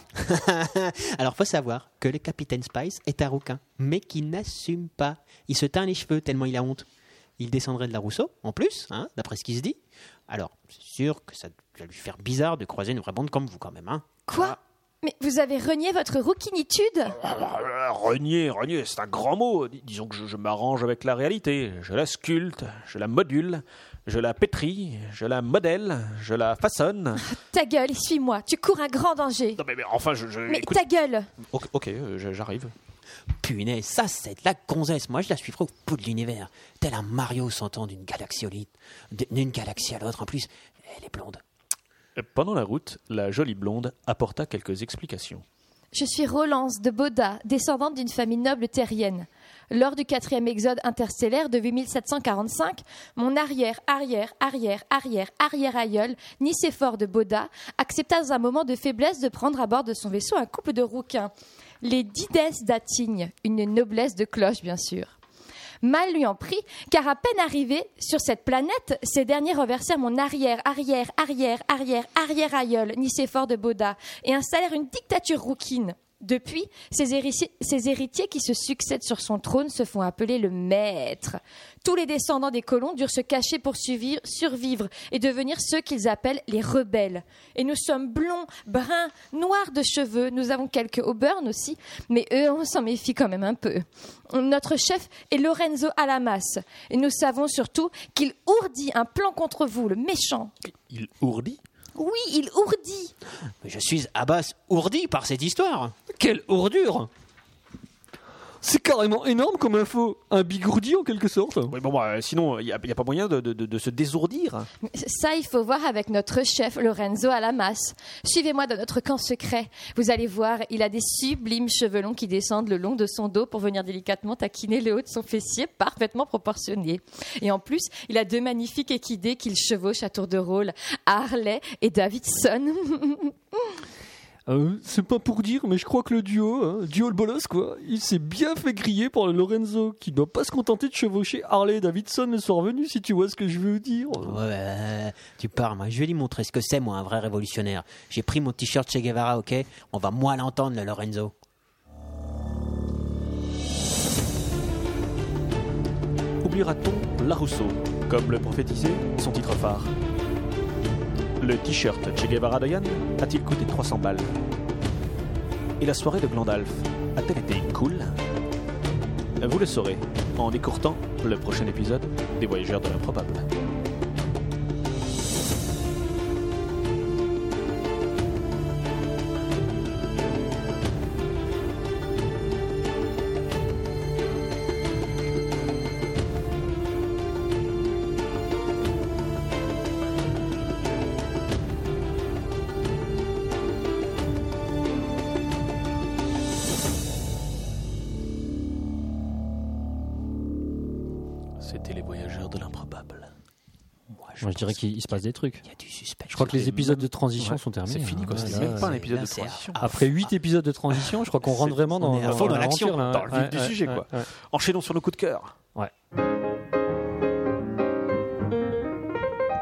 [SPEAKER 6] Alors, faut savoir que le capitaine Spice est un rouquin, mais qui n'assume pas. Il se teint les cheveux tellement il a honte. Il descendrait de la Rousseau, en plus, hein, d'après ce qui se dit. Alors, c'est sûr que ça va lui faire bizarre de croiser une vraie bande comme vous, quand même. Hein.
[SPEAKER 7] Quoi Mais vous avez renié votre rouquinitude
[SPEAKER 3] Ah, Renier, renier, c'est un grand mot. Dis- Disons que je, je m'arrange avec la réalité. Je la sculpte, je la module, je la pétris, je la modèle, je la façonne.
[SPEAKER 7] Ta gueule, suis-moi, tu cours un grand danger.
[SPEAKER 3] Non Ah, mais, mais enfin, je... je-
[SPEAKER 7] Mais
[SPEAKER 3] écoute-
[SPEAKER 7] ta gueule
[SPEAKER 3] Ok, ok, euh, je- j'arrive.
[SPEAKER 6] Punaise, ça, c'est de la gonzesse. Moi, je la suivrai au bout de l'univers. Tel un Mario s'entend d'une galaxie au lit- d- d'une galaxie à l'autre. En plus, elle est blonde.
[SPEAKER 3] Euh, Pendant la route, la jolie blonde apporta quelques explications.
[SPEAKER 7] Je suis Rolance de Boda, descendante d'une famille noble terrienne. Lors du quatrième exode interstellaire de 8745, mon arrière, arrière, arrière, arrière, arrière aïeul, Nicéphore de Boda, accepta dans un moment de faiblesse de prendre à bord de son vaisseau un couple de rouquins, les Dides d'Atigne, une noblesse de cloche bien sûr. Mal lui en prit, car à peine arrivé sur cette planète, ces derniers renversèrent mon arrière, arrière, arrière, arrière, arrière aïeul, Nicéphore de Boda, et installèrent une dictature rouquine. Depuis, ces, hérissi- ces héritiers qui se succèdent sur son trône se font appeler le maître. Tous les descendants des colons durent se cacher pour survivre, survivre et devenir ceux qu'ils appellent les rebelles. Et nous sommes blonds, bruns, noirs de cheveux, nous avons quelques auburnes aussi, mais eux, on s'en méfie quand même un peu. Notre chef est Lorenzo Alamas, et nous savons surtout qu'il ourdit un plan contre vous, le méchant.
[SPEAKER 3] Il ourdit
[SPEAKER 7] Oui, il ourdit
[SPEAKER 6] Mais je suis Abbas ourdi par cette histoire.
[SPEAKER 4] Quelle ordure C'est carrément énorme comme info. Un bigourdi en quelque sorte.
[SPEAKER 3] Oui, bon, bah, euh, sinon, il n'y a, y a pas moyen de, de- de- de se désourdir.
[SPEAKER 7] Ça, il faut voir avec notre chef Lorenzo Alamas. Suivez-moi dans notre camp secret. Vous allez voir, il a des sublimes cheveux longs qui descendent le long de son dos pour venir délicatement taquiner le haut de son fessier parfaitement proportionné. Et en plus, il a deux magnifiques équidés qu'il chevauche à tour de rôle, Harley et Davidson.
[SPEAKER 4] Euh, c'est pas pour dire, mais je crois que le duo, hein, duo le bolos quoi, il s'est bien fait griller par le Lorenzo, qui doit pas se contenter de chevaucher Harley et Davidson le soir venu, si tu vois ce que je veux dire.
[SPEAKER 6] Ouais, euh, tu parles, moi. Je vais lui montrer ce que c'est, moi, un vrai révolutionnaire. J'ai pris mon t-shirt Che Guevara, ok On va moins l'entendre, le Lorenzo.
[SPEAKER 3] Oups, publiera-t-on Larousseau, comme le prophétisait son titre phare Le t-shirt Che Guevara de Yann a-t-il coûté 300 balles Et la soirée de Glandalf a-t-elle été cool Vous le saurez en décourtant le prochain épisode des Voyageurs de l'improbable. C'était les Voyageurs de l'improbable.
[SPEAKER 4] Moi, je dirais qu'il il se passe des trucs.
[SPEAKER 6] Il y a du suspect.
[SPEAKER 4] Je crois que les épisodes de transition
[SPEAKER 3] Ouais,
[SPEAKER 4] sont terminés.
[SPEAKER 3] C'est fini,
[SPEAKER 4] hein.
[SPEAKER 3] quoi.
[SPEAKER 4] Ouais,
[SPEAKER 3] C'était
[SPEAKER 4] là,
[SPEAKER 3] même pas un
[SPEAKER 4] euh,
[SPEAKER 3] épisode de
[SPEAKER 6] c'est-
[SPEAKER 3] transition.
[SPEAKER 4] Après 8 épisodes de transition, je crois qu'on rentre vraiment dans,
[SPEAKER 6] on est à fond dans l'action,
[SPEAKER 4] l'aventure, là. hein.
[SPEAKER 3] dans le vif du sujet, quoi.
[SPEAKER 4] ouais.
[SPEAKER 3] Enchaînons sur nos coups de cœur.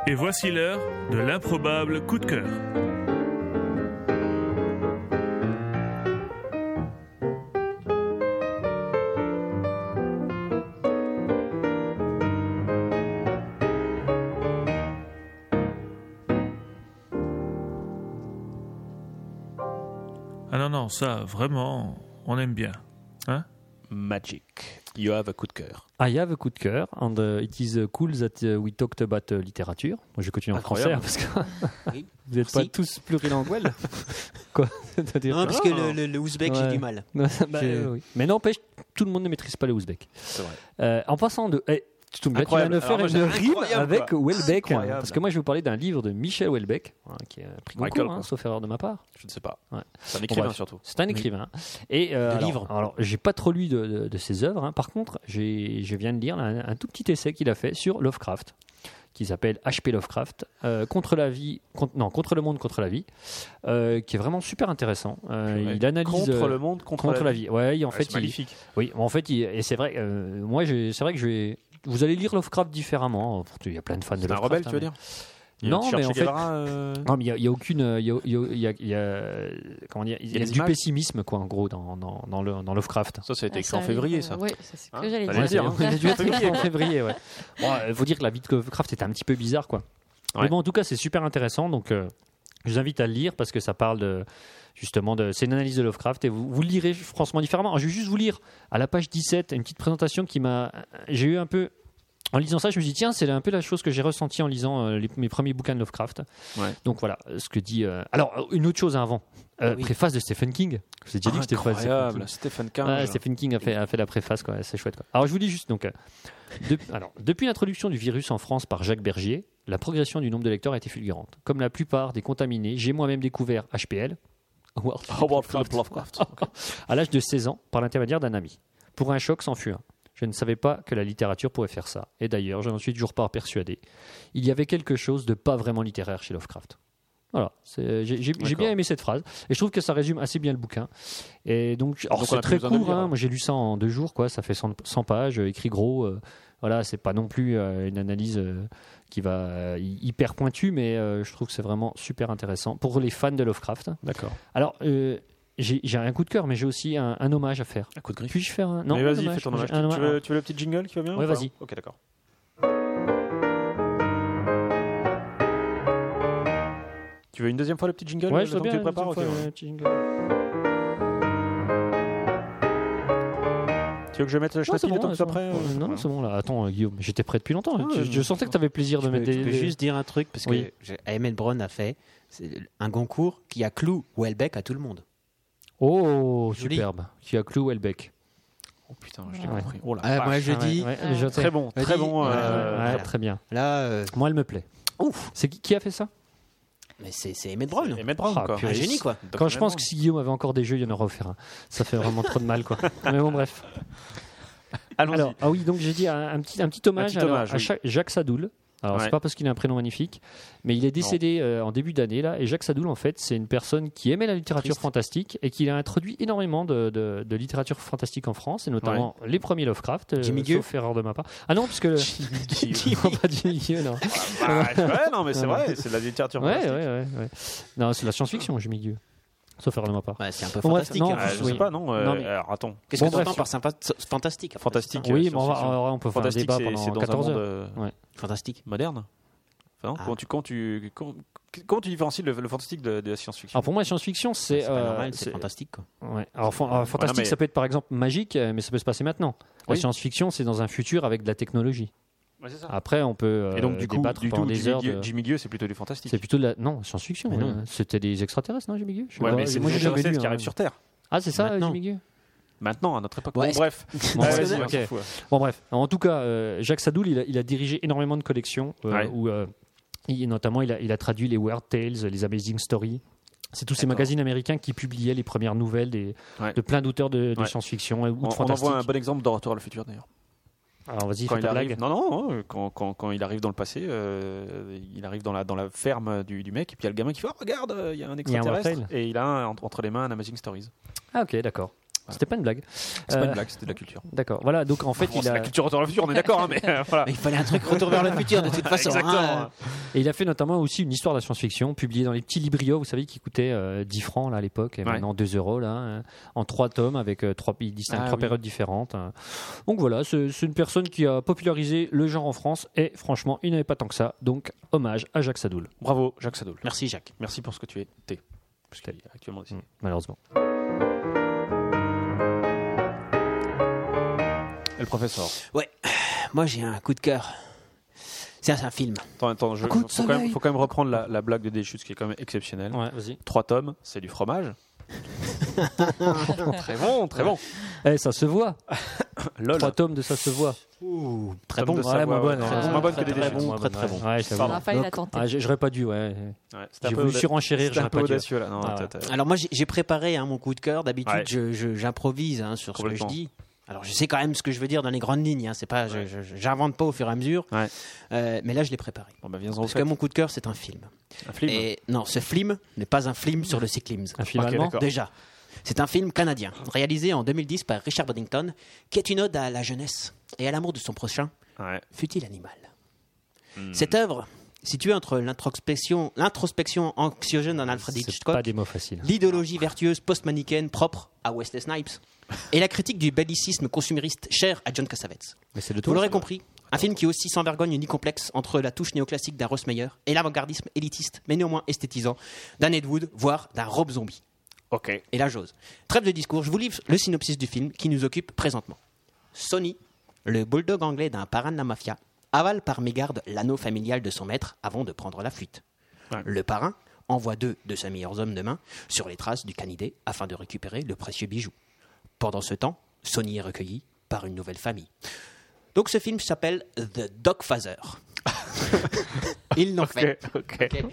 [SPEAKER 5] Et voici l'heure de l'improbable coup de cœur. Ah non, non, ça, vraiment, on aime bien. Hein
[SPEAKER 3] Magic. You have a coup de cœur.
[SPEAKER 4] I have a coup de cœur, and uh, it is uh, cool that uh, we talked about uh, littérature. Moi, je continue en
[SPEAKER 3] Incroyable.
[SPEAKER 4] français hein, parce que
[SPEAKER 6] Oui,
[SPEAKER 4] vous n'êtes pas
[SPEAKER 6] merci.
[SPEAKER 4] tous plurilinguels. quoi C'est-à-dire
[SPEAKER 3] Hein
[SPEAKER 6] Non,
[SPEAKER 4] que-
[SPEAKER 6] parce que le, le, le ouzbek,
[SPEAKER 4] Ouais.
[SPEAKER 6] j'ai du mal.
[SPEAKER 4] Non, ça, bah,
[SPEAKER 6] Je-
[SPEAKER 4] euh, oui. Mais n'empêche, tout le monde ne maîtrise pas le ouzbek.
[SPEAKER 3] C'est vrai.
[SPEAKER 4] Euh, en passant de. eh, tu te tu viens
[SPEAKER 3] Incroyable.
[SPEAKER 4] de faire
[SPEAKER 3] Alors moi,
[SPEAKER 4] une
[SPEAKER 3] j'ai-
[SPEAKER 4] rime
[SPEAKER 3] incroyable,
[SPEAKER 4] avec
[SPEAKER 3] quoi.
[SPEAKER 4] Welbeck. hein,
[SPEAKER 3] Incroyable.
[SPEAKER 4] parce que moi, je vais vous parler d'un livre de Michel Welbeck, hein, qui a pris
[SPEAKER 3] Michael,
[SPEAKER 4] concours, hein,
[SPEAKER 3] quoi.
[SPEAKER 4] sauf erreur de ma part.
[SPEAKER 3] Je ne sais pas.
[SPEAKER 4] Ouais.
[SPEAKER 3] C'est un écrivain
[SPEAKER 4] bref.
[SPEAKER 3] surtout.
[SPEAKER 4] C'est un écrivain. Et euh,
[SPEAKER 6] De
[SPEAKER 4] alors,
[SPEAKER 6] livres.
[SPEAKER 4] Alors, j'ai pas trop lu de, de- de ses œuvres. hein. Par contre, j'ai- je viens de lire un, un tout petit essai qu'il a fait sur Lovecraft, qui s'appelle H.P. Lovecraft, euh, contre la vie, contre, non, contre le monde, contre la vie, euh, qui est vraiment super intéressant. Euh,
[SPEAKER 3] Purée.
[SPEAKER 4] il analyse
[SPEAKER 3] Ah Contre
[SPEAKER 4] euh,
[SPEAKER 3] le monde, contre,
[SPEAKER 4] contre la vie. Ouais, il- en
[SPEAKER 3] Ouais,
[SPEAKER 4] fait,
[SPEAKER 3] c'est
[SPEAKER 4] il-
[SPEAKER 3] magnifique.
[SPEAKER 4] oui, en fait, il- et c'est vrai. euh, moi, j'ai- c'est vrai que je vais. Vous allez lire Lovecraft différemment. hein. Il y a plein de fans de
[SPEAKER 3] C'est un
[SPEAKER 4] Lovecraft.
[SPEAKER 3] rebelle,
[SPEAKER 4] hein,
[SPEAKER 3] tu veux dire
[SPEAKER 4] mais- Non, mais en fait, non, mais il n'y a, aucune. euh, Il y a, il y a- il y a- il y a, euh, Comment dire Il y
[SPEAKER 3] Il y
[SPEAKER 4] a
[SPEAKER 3] a
[SPEAKER 4] du
[SPEAKER 3] des images.
[SPEAKER 4] pessimisme, quoi, en gros, dans, dans, dans, le, dans Lovecraft.
[SPEAKER 3] Ça, ça a été
[SPEAKER 7] Ah,
[SPEAKER 3] écrit en
[SPEAKER 7] un
[SPEAKER 3] février,
[SPEAKER 7] livre,
[SPEAKER 3] ça.
[SPEAKER 7] euh, Oui, c'est ce que
[SPEAKER 4] Ah,
[SPEAKER 3] Hein
[SPEAKER 7] j'allais
[SPEAKER 3] Fallait
[SPEAKER 7] dire.
[SPEAKER 3] le dire, hein.
[SPEAKER 4] Il a dû être écrit en février, ouais. Bon, euh, faut dire que la vie de Lovecraft était un petit peu bizarre, quoi.
[SPEAKER 3] Ouais.
[SPEAKER 4] Mais bon, en tout cas, c'est super intéressant, donc euh, je vous invite à le lire parce que ça parle de. Justement, de, c'est une analyse de Lovecraft et vous, vous le lirez franchement différemment. Alors, je vais juste vous lire à la page 17 une petite présentation qui m'a. J'ai eu un peu. En lisant ça, je me suis dit, tiens, c'est un peu la chose que j'ai ressentie en lisant euh, les- mes premiers bouquins de Lovecraft.
[SPEAKER 3] Ouais.
[SPEAKER 4] Donc voilà euh, ce que dit. euh, Alors, euh, une autre chose hein, avant. Euh,
[SPEAKER 6] Oui.
[SPEAKER 4] Préface de Stephen King. Je vous ai déjà dit que c'était préface de
[SPEAKER 3] Ah, Incroyable, Stephen
[SPEAKER 4] Stephen King.
[SPEAKER 3] King.
[SPEAKER 4] Ouais, Stephen King a fait, a fait la préface, quoi. c'est chouette. Quoi. Alors je vous dis juste, donc, euh, de- alors, depuis l'introduction du virus en France par Jacques Bergier, la progression du nombre de lecteurs a été fulgurante. Comme la plupart des contaminés, j'ai moi-même découvert HPL, World
[SPEAKER 3] Howard Philip Lovecraft.
[SPEAKER 4] à l'âge de 16 ans par l'intermédiaire d'un ami. Pour un choc, s'en fut un. Je ne savais pas que la littérature pouvait faire ça. Et d'ailleurs, je n'en suis toujours pas persuadé. Il y avait quelque chose de pas vraiment littéraire chez Lovecraft. Voilà, C'est- j'ai j'ai- j'ai bien aimé cette phrase. Et je trouve que ça résume assez bien le bouquin. Et donc, alors,
[SPEAKER 3] Donc, on
[SPEAKER 4] c'est
[SPEAKER 3] a plus
[SPEAKER 4] très
[SPEAKER 3] besoin de le
[SPEAKER 4] court.
[SPEAKER 3] lire,
[SPEAKER 4] hein.
[SPEAKER 3] ouais.
[SPEAKER 4] Moi, j'ai lu ça en deux jours. Quoi. Ça fait 100, 100 pages, euh, écrit gros. euh, voilà, c'est pas non plus euh, une analyse euh, qui va euh, hy- hyper pointue, mais euh, je trouve que c'est vraiment super intéressant pour les fans de Lovecraft.
[SPEAKER 3] D'accord.
[SPEAKER 4] Alors, euh, j'ai j'ai un coup de cœur, mais j'ai aussi un, un hommage à faire.
[SPEAKER 3] Un coup de griffe.
[SPEAKER 4] Puis-je faire un.
[SPEAKER 3] Mais
[SPEAKER 4] un
[SPEAKER 3] vas-y, fais ton hommage.
[SPEAKER 4] J'ai un
[SPEAKER 3] Tu veux, tu veux le petit jingle qui va bien
[SPEAKER 4] Ouais,
[SPEAKER 3] ou pas
[SPEAKER 4] vas-y.
[SPEAKER 3] Ok, d'accord. Tu veux une deuxième fois le petit jingle
[SPEAKER 4] Ouais,
[SPEAKER 3] le
[SPEAKER 4] je veux
[SPEAKER 3] temps
[SPEAKER 4] bien.
[SPEAKER 3] que tu
[SPEAKER 4] une
[SPEAKER 3] le prépares,
[SPEAKER 4] deuxième
[SPEAKER 3] ok,
[SPEAKER 4] fois,
[SPEAKER 3] ouais.
[SPEAKER 4] euh, jingle. Non,
[SPEAKER 3] Tu veux que je mette le
[SPEAKER 4] euh, c'est
[SPEAKER 3] chapitre
[SPEAKER 4] bon,
[SPEAKER 3] le temps que
[SPEAKER 4] là,
[SPEAKER 3] tu sois
[SPEAKER 4] c'est
[SPEAKER 3] prêt
[SPEAKER 4] bon.
[SPEAKER 3] euh,
[SPEAKER 4] hein, Non, non, c'est bon, là. Attends, euh, Guillaume, j'étais prêt depuis longtemps. hein.
[SPEAKER 6] Ouais,
[SPEAKER 4] Je-
[SPEAKER 6] ouais,
[SPEAKER 4] je sentais que tu avais plaisir de
[SPEAKER 6] Je peux,
[SPEAKER 4] mettre des.
[SPEAKER 6] je peux
[SPEAKER 4] des-
[SPEAKER 6] juste dire un truc parce
[SPEAKER 4] Oui.
[SPEAKER 6] que je- Ahmed Brown a fait c'est un concours qui a clou Welbeck à tout le monde.
[SPEAKER 4] Oh,
[SPEAKER 6] Joli.
[SPEAKER 4] superbe. Qui a clou Welbeck.
[SPEAKER 3] Oh putain, je l'ai
[SPEAKER 4] Ouais.
[SPEAKER 3] compris. Oh la
[SPEAKER 6] Ah, moi
[SPEAKER 3] vache.
[SPEAKER 6] je
[SPEAKER 4] Ah ouais,
[SPEAKER 6] dis
[SPEAKER 4] ouais, je sais.
[SPEAKER 3] Très bon,
[SPEAKER 6] Vas-y.
[SPEAKER 3] très bon.
[SPEAKER 6] Ouais,
[SPEAKER 3] euh,
[SPEAKER 4] Ouais,
[SPEAKER 6] voilà.
[SPEAKER 4] Très bien.
[SPEAKER 6] là, euh,
[SPEAKER 4] Moi, elle me plaît.
[SPEAKER 6] ouf,
[SPEAKER 4] C'est qui, qui a fait ça
[SPEAKER 6] mais c'est c'est Ahmed Brown,
[SPEAKER 3] Et mettre Brown,
[SPEAKER 4] Ah,
[SPEAKER 3] quoi.
[SPEAKER 6] un
[SPEAKER 4] purée.
[SPEAKER 6] génie quoi.
[SPEAKER 4] Quand je pense que si Guillaume avait encore des jeux, il y en aurait offert un. Ça fait vraiment trop de mal, quoi. Mais bon, bref.
[SPEAKER 3] Allons-y.
[SPEAKER 4] Alors, ah oui, donc j'ai dit un, un petit, un petit hommage,
[SPEAKER 3] petit
[SPEAKER 4] alors,
[SPEAKER 3] hommage,
[SPEAKER 4] à
[SPEAKER 3] oui.
[SPEAKER 4] Cha- Jacques Sadoul. Alors, c'est
[SPEAKER 3] Ouais.
[SPEAKER 4] pas parce qu'il a un prénom magnifique, mais il est décédé euh, en début d'année, là. Et Jacques Sadoul, en fait, c'est une personne qui aimait la littérature
[SPEAKER 6] Triste.
[SPEAKER 4] fantastique et qui a introduit énormément de, de- de littérature fantastique en France, et notamment les premiers Lovecraft. euh,
[SPEAKER 6] Jimmy Gueux.
[SPEAKER 4] Sauf erreur de ma part. Ah non, parce que.
[SPEAKER 3] Jimmy
[SPEAKER 4] Non, pas Jimmy Gueux, non.
[SPEAKER 3] Ah, ouais, non, mais c'est vrai, c'est de la littérature.
[SPEAKER 4] Ouais, ouais,
[SPEAKER 3] plastique.
[SPEAKER 4] ouais, ouais. Non, c'est de la science-fiction, Jimmy Gueux. Sauf faire de ma part.
[SPEAKER 6] Ouais, c'est un peu
[SPEAKER 4] Bon, bref,
[SPEAKER 6] fantastique.
[SPEAKER 4] non,
[SPEAKER 6] hein.
[SPEAKER 3] Ah, je
[SPEAKER 4] oui.
[SPEAKER 3] sais pas, non. euh,
[SPEAKER 4] Non, mais-
[SPEAKER 3] Alors, attends.
[SPEAKER 6] Qu'est-ce
[SPEAKER 4] bon,
[SPEAKER 6] que tu entends
[SPEAKER 4] bref.
[SPEAKER 6] par sympa- fantastique après,
[SPEAKER 3] Fantastique.
[SPEAKER 6] c'est ça
[SPEAKER 4] Oui,
[SPEAKER 3] euh,
[SPEAKER 4] mais on, va-
[SPEAKER 3] science-fiction.
[SPEAKER 4] on peut faire un
[SPEAKER 3] Fantastique,
[SPEAKER 4] débat
[SPEAKER 3] c'est c'est
[SPEAKER 4] pendant
[SPEAKER 3] dans un
[SPEAKER 4] 14
[SPEAKER 3] monde
[SPEAKER 4] heures.
[SPEAKER 3] euh,
[SPEAKER 6] Fantastique.
[SPEAKER 3] moderne. Enfin, non,
[SPEAKER 6] Ah.
[SPEAKER 3] Comment tu comment tu comment, comment tu différencies le, le fantastique de, de la science-fiction
[SPEAKER 4] Alors pour moi, la science-fiction, c'est.
[SPEAKER 6] C'est pas
[SPEAKER 4] euh,
[SPEAKER 6] normal,
[SPEAKER 4] c'est-
[SPEAKER 6] c'est fantastique. quoi.
[SPEAKER 4] Ouais. Alors, fan- alors, fantastique,
[SPEAKER 3] mais-
[SPEAKER 4] ça peut être par exemple magique, euh, mais ça peut se passer maintenant. La
[SPEAKER 3] Oui.
[SPEAKER 4] science-fiction, c'est dans un futur avec de la technologie.
[SPEAKER 3] Ouais, c'est ça.
[SPEAKER 4] Après, on peut euh,
[SPEAKER 3] Et donc du coup,
[SPEAKER 4] débattre
[SPEAKER 3] du,
[SPEAKER 4] pendant
[SPEAKER 3] tout,
[SPEAKER 4] des
[SPEAKER 3] Jimmy
[SPEAKER 4] heures. de-
[SPEAKER 3] Gu- Jimmy Gu, c'est plutôt du fantastique.
[SPEAKER 4] C'est plutôt de la non science-fiction.
[SPEAKER 6] Mais
[SPEAKER 4] ouais.
[SPEAKER 6] non.
[SPEAKER 4] C'était des extraterrestres, non, Jimmy Gueux Je sais
[SPEAKER 3] Ouais,
[SPEAKER 4] pas.
[SPEAKER 3] mais c'est
[SPEAKER 4] Moi, j'ai
[SPEAKER 3] des
[SPEAKER 4] jamais lu.
[SPEAKER 3] extraterrestres qui
[SPEAKER 4] hein.
[SPEAKER 3] arrivent sur Terre.
[SPEAKER 4] Ah, c'est ça,
[SPEAKER 6] Maintenant.
[SPEAKER 4] Jimmy Gueux
[SPEAKER 3] Maintenant, à notre époque. Bon,
[SPEAKER 6] Ouais, est-ce-
[SPEAKER 3] bref.
[SPEAKER 4] Bon,
[SPEAKER 3] Ouais,
[SPEAKER 4] bref,
[SPEAKER 3] vas-y, hein. on
[SPEAKER 4] ok.
[SPEAKER 3] s'en fout.
[SPEAKER 4] Bon, bref. En tout cas, euh, Jacques Sadoul, il a, il a dirigé énormément de collections euh,
[SPEAKER 3] Ouais.
[SPEAKER 4] où, euh, il- notamment, il a, il a traduit les Weird Tales, les Amazing Stories. C'est tous ces magazines américains qui publiaient les premières nouvelles des-
[SPEAKER 3] Ouais.
[SPEAKER 4] de plein d'auteurs de, de
[SPEAKER 3] Ouais.
[SPEAKER 4] science-fiction euh, ou de
[SPEAKER 3] On, on
[SPEAKER 4] fantastique.
[SPEAKER 3] envoie un bon exemple dans Retour à le futur d'ailleurs.
[SPEAKER 4] Alors vas-y,
[SPEAKER 3] Quand
[SPEAKER 4] fais
[SPEAKER 3] il
[SPEAKER 4] ta
[SPEAKER 3] arrive,
[SPEAKER 4] blague.
[SPEAKER 3] non, non, hein, quand, quand- quand il arrive dans le passé, euh, il arrive dans la, dans la ferme du, du mec, et puis il y a le gamin qui fait Ah, Regarde, euh, il y a un
[SPEAKER 4] y a un
[SPEAKER 3] extraterrestre,
[SPEAKER 4] reptile.
[SPEAKER 3] et il a un- entre, entre les mains un Amazing Stories.
[SPEAKER 4] Ah ok, d'accord. C'était pas une blague.
[SPEAKER 3] C'est pas
[SPEAKER 4] Euh,
[SPEAKER 3] une blague, c'était de la culture.
[SPEAKER 4] D'accord. Voilà, donc en fait,
[SPEAKER 3] Bon,
[SPEAKER 4] il
[SPEAKER 3] c'est
[SPEAKER 4] a...
[SPEAKER 3] la culture Retour à le futur, on est d'accord, hein, mais euh, voilà.
[SPEAKER 6] Mais il fallait un truc retour vers le futur de toute façon. hein.
[SPEAKER 3] Exactement.
[SPEAKER 4] Et il a fait notamment aussi une histoire de la science-fiction publiée dans les petits librios, vous savez, qui coûtaient euh, 10 francs là, à l'époque, et
[SPEAKER 3] Ouais.
[SPEAKER 4] maintenant 2 euros, là, hein, en trois tomes, avec euh, trois, il distingue
[SPEAKER 3] Ah,
[SPEAKER 4] trois
[SPEAKER 3] oui.
[SPEAKER 4] périodes différentes. hein. Donc voilà, c'est c'est une personne qui a popularisé le genre en France, et franchement, il n'avait pas tant que ça, donc hommage à Jacques Sadoul,
[SPEAKER 3] Bravo, Jacques Sadoul.
[SPEAKER 6] Merci Jacques.
[SPEAKER 3] Merci pour ce que tu es, t'es. Parce qu'il est actuellement décédé.
[SPEAKER 4] malheureusement.
[SPEAKER 3] Et le professeur.
[SPEAKER 6] Moi j'ai un coup de cœur. C'est un, c'est un film.
[SPEAKER 3] Attends, attends, je,
[SPEAKER 6] Un coup de
[SPEAKER 3] faut, quand même,
[SPEAKER 6] soleil.
[SPEAKER 3] faut quand même reprendre la, la blague de Deschutes qui est quand même exceptionnelle.
[SPEAKER 4] Ouais, vas-y.
[SPEAKER 3] Trois tomes, c'est du fromage. très bon, très bon.
[SPEAKER 4] Eh, ça se voit,
[SPEAKER 3] Lol.
[SPEAKER 4] trois tomes de ça se voit.
[SPEAKER 6] Très
[SPEAKER 3] Tome
[SPEAKER 6] bon.
[SPEAKER 3] de
[SPEAKER 4] Ouais,
[SPEAKER 3] Savoie,
[SPEAKER 4] moins
[SPEAKER 3] ouais.
[SPEAKER 4] bonne,
[SPEAKER 3] Très-
[SPEAKER 4] ouais.
[SPEAKER 3] c'est moins bonne que
[SPEAKER 6] Très,
[SPEAKER 3] des
[SPEAKER 6] très
[SPEAKER 3] Deschutes.
[SPEAKER 6] bon, très très bon.
[SPEAKER 4] Ouais, je
[SPEAKER 3] Pardon.
[SPEAKER 4] t'avoue.
[SPEAKER 7] Raphaël l'a tenté.
[SPEAKER 4] Ah, j'ai- j'aurais pas dû, ouais.
[SPEAKER 3] Ouais, c'était un
[SPEAKER 4] J'ai
[SPEAKER 3] peu
[SPEAKER 4] voulu
[SPEAKER 3] audacieux.
[SPEAKER 4] surenchérir,
[SPEAKER 3] C'était un
[SPEAKER 4] j'aurais
[SPEAKER 3] peu
[SPEAKER 4] pas dû.
[SPEAKER 3] audacieux là. Non,
[SPEAKER 4] Ah ouais.
[SPEAKER 3] t'as- t'as-
[SPEAKER 6] Alors moi j'ai- j'ai préparé hein, mon coup de cœur. D'habitude
[SPEAKER 3] Ouais.
[SPEAKER 6] je- je- j'improvise hein, sur ce que je
[SPEAKER 3] Complètement.
[SPEAKER 6] dis. Alors je sais quand même ce que je veux dire dans les grandes lignes. hein. C'est pas, je- je- je- j'invente pas au fur et à mesure.
[SPEAKER 3] Ouais.
[SPEAKER 6] Euh, mais là je l'ai préparé.
[SPEAKER 3] Bon, bah, viens-en au
[SPEAKER 6] Parce
[SPEAKER 3] fait.
[SPEAKER 6] que mon coup de cœur c'est un film.
[SPEAKER 3] Un film.
[SPEAKER 6] Et non, ce film n'est pas un film sur le cyclisme.
[SPEAKER 4] Un film
[SPEAKER 3] Ok,
[SPEAKER 4] allemand
[SPEAKER 3] d'accord.
[SPEAKER 6] Déjà. C'est un film canadien, réalisé en 2010 par Richard Boddington, qui est une ode à la jeunesse et à l'amour de son prochain,
[SPEAKER 3] hein. Ouais.
[SPEAKER 6] fut-il animal.
[SPEAKER 3] Hmm.
[SPEAKER 6] Cette œuvre, située entre l'introspection l'introspection anxiogène d'un Alfred
[SPEAKER 4] C'est pas
[SPEAKER 6] Hitchcock,
[SPEAKER 4] des mots faciles.
[SPEAKER 6] l'idéologie vertueuse post-manichéenne propre à Wesley Snipes, et la critique du bellicisme consumériste cher à John Cassavetes.
[SPEAKER 4] Mais c'est de
[SPEAKER 6] Vous
[SPEAKER 4] toi.
[SPEAKER 6] l'aurez compris, un film qui est aussi sans vergogne ni complexe entre la touche néoclassique d'un Ross Meyer et l'avant-gardisme élitiste, mais néanmoins esthétisant, d'un Ed Wood, voire d'un Rob Zombie.
[SPEAKER 3] Ok.
[SPEAKER 6] Et la chose. Trêve de discours, je vous livre le synopsis du film qui nous occupe présentement. Sonny, le bulldog anglais d'un parrain de la mafia, avale par mégarde l'anneau familial de son maître avant de prendre la fuite.
[SPEAKER 3] Ouais.
[SPEAKER 6] Le parrain envoie deux de ses meilleurs hommes de main sur les traces du canidé afin de récupérer le précieux bijou. Pendant ce temps, Sonny est recueilli par une nouvelle famille. Donc ce film s'appelle The Dogfather. Ils l'ont fait.
[SPEAKER 3] ok.
[SPEAKER 6] Ok.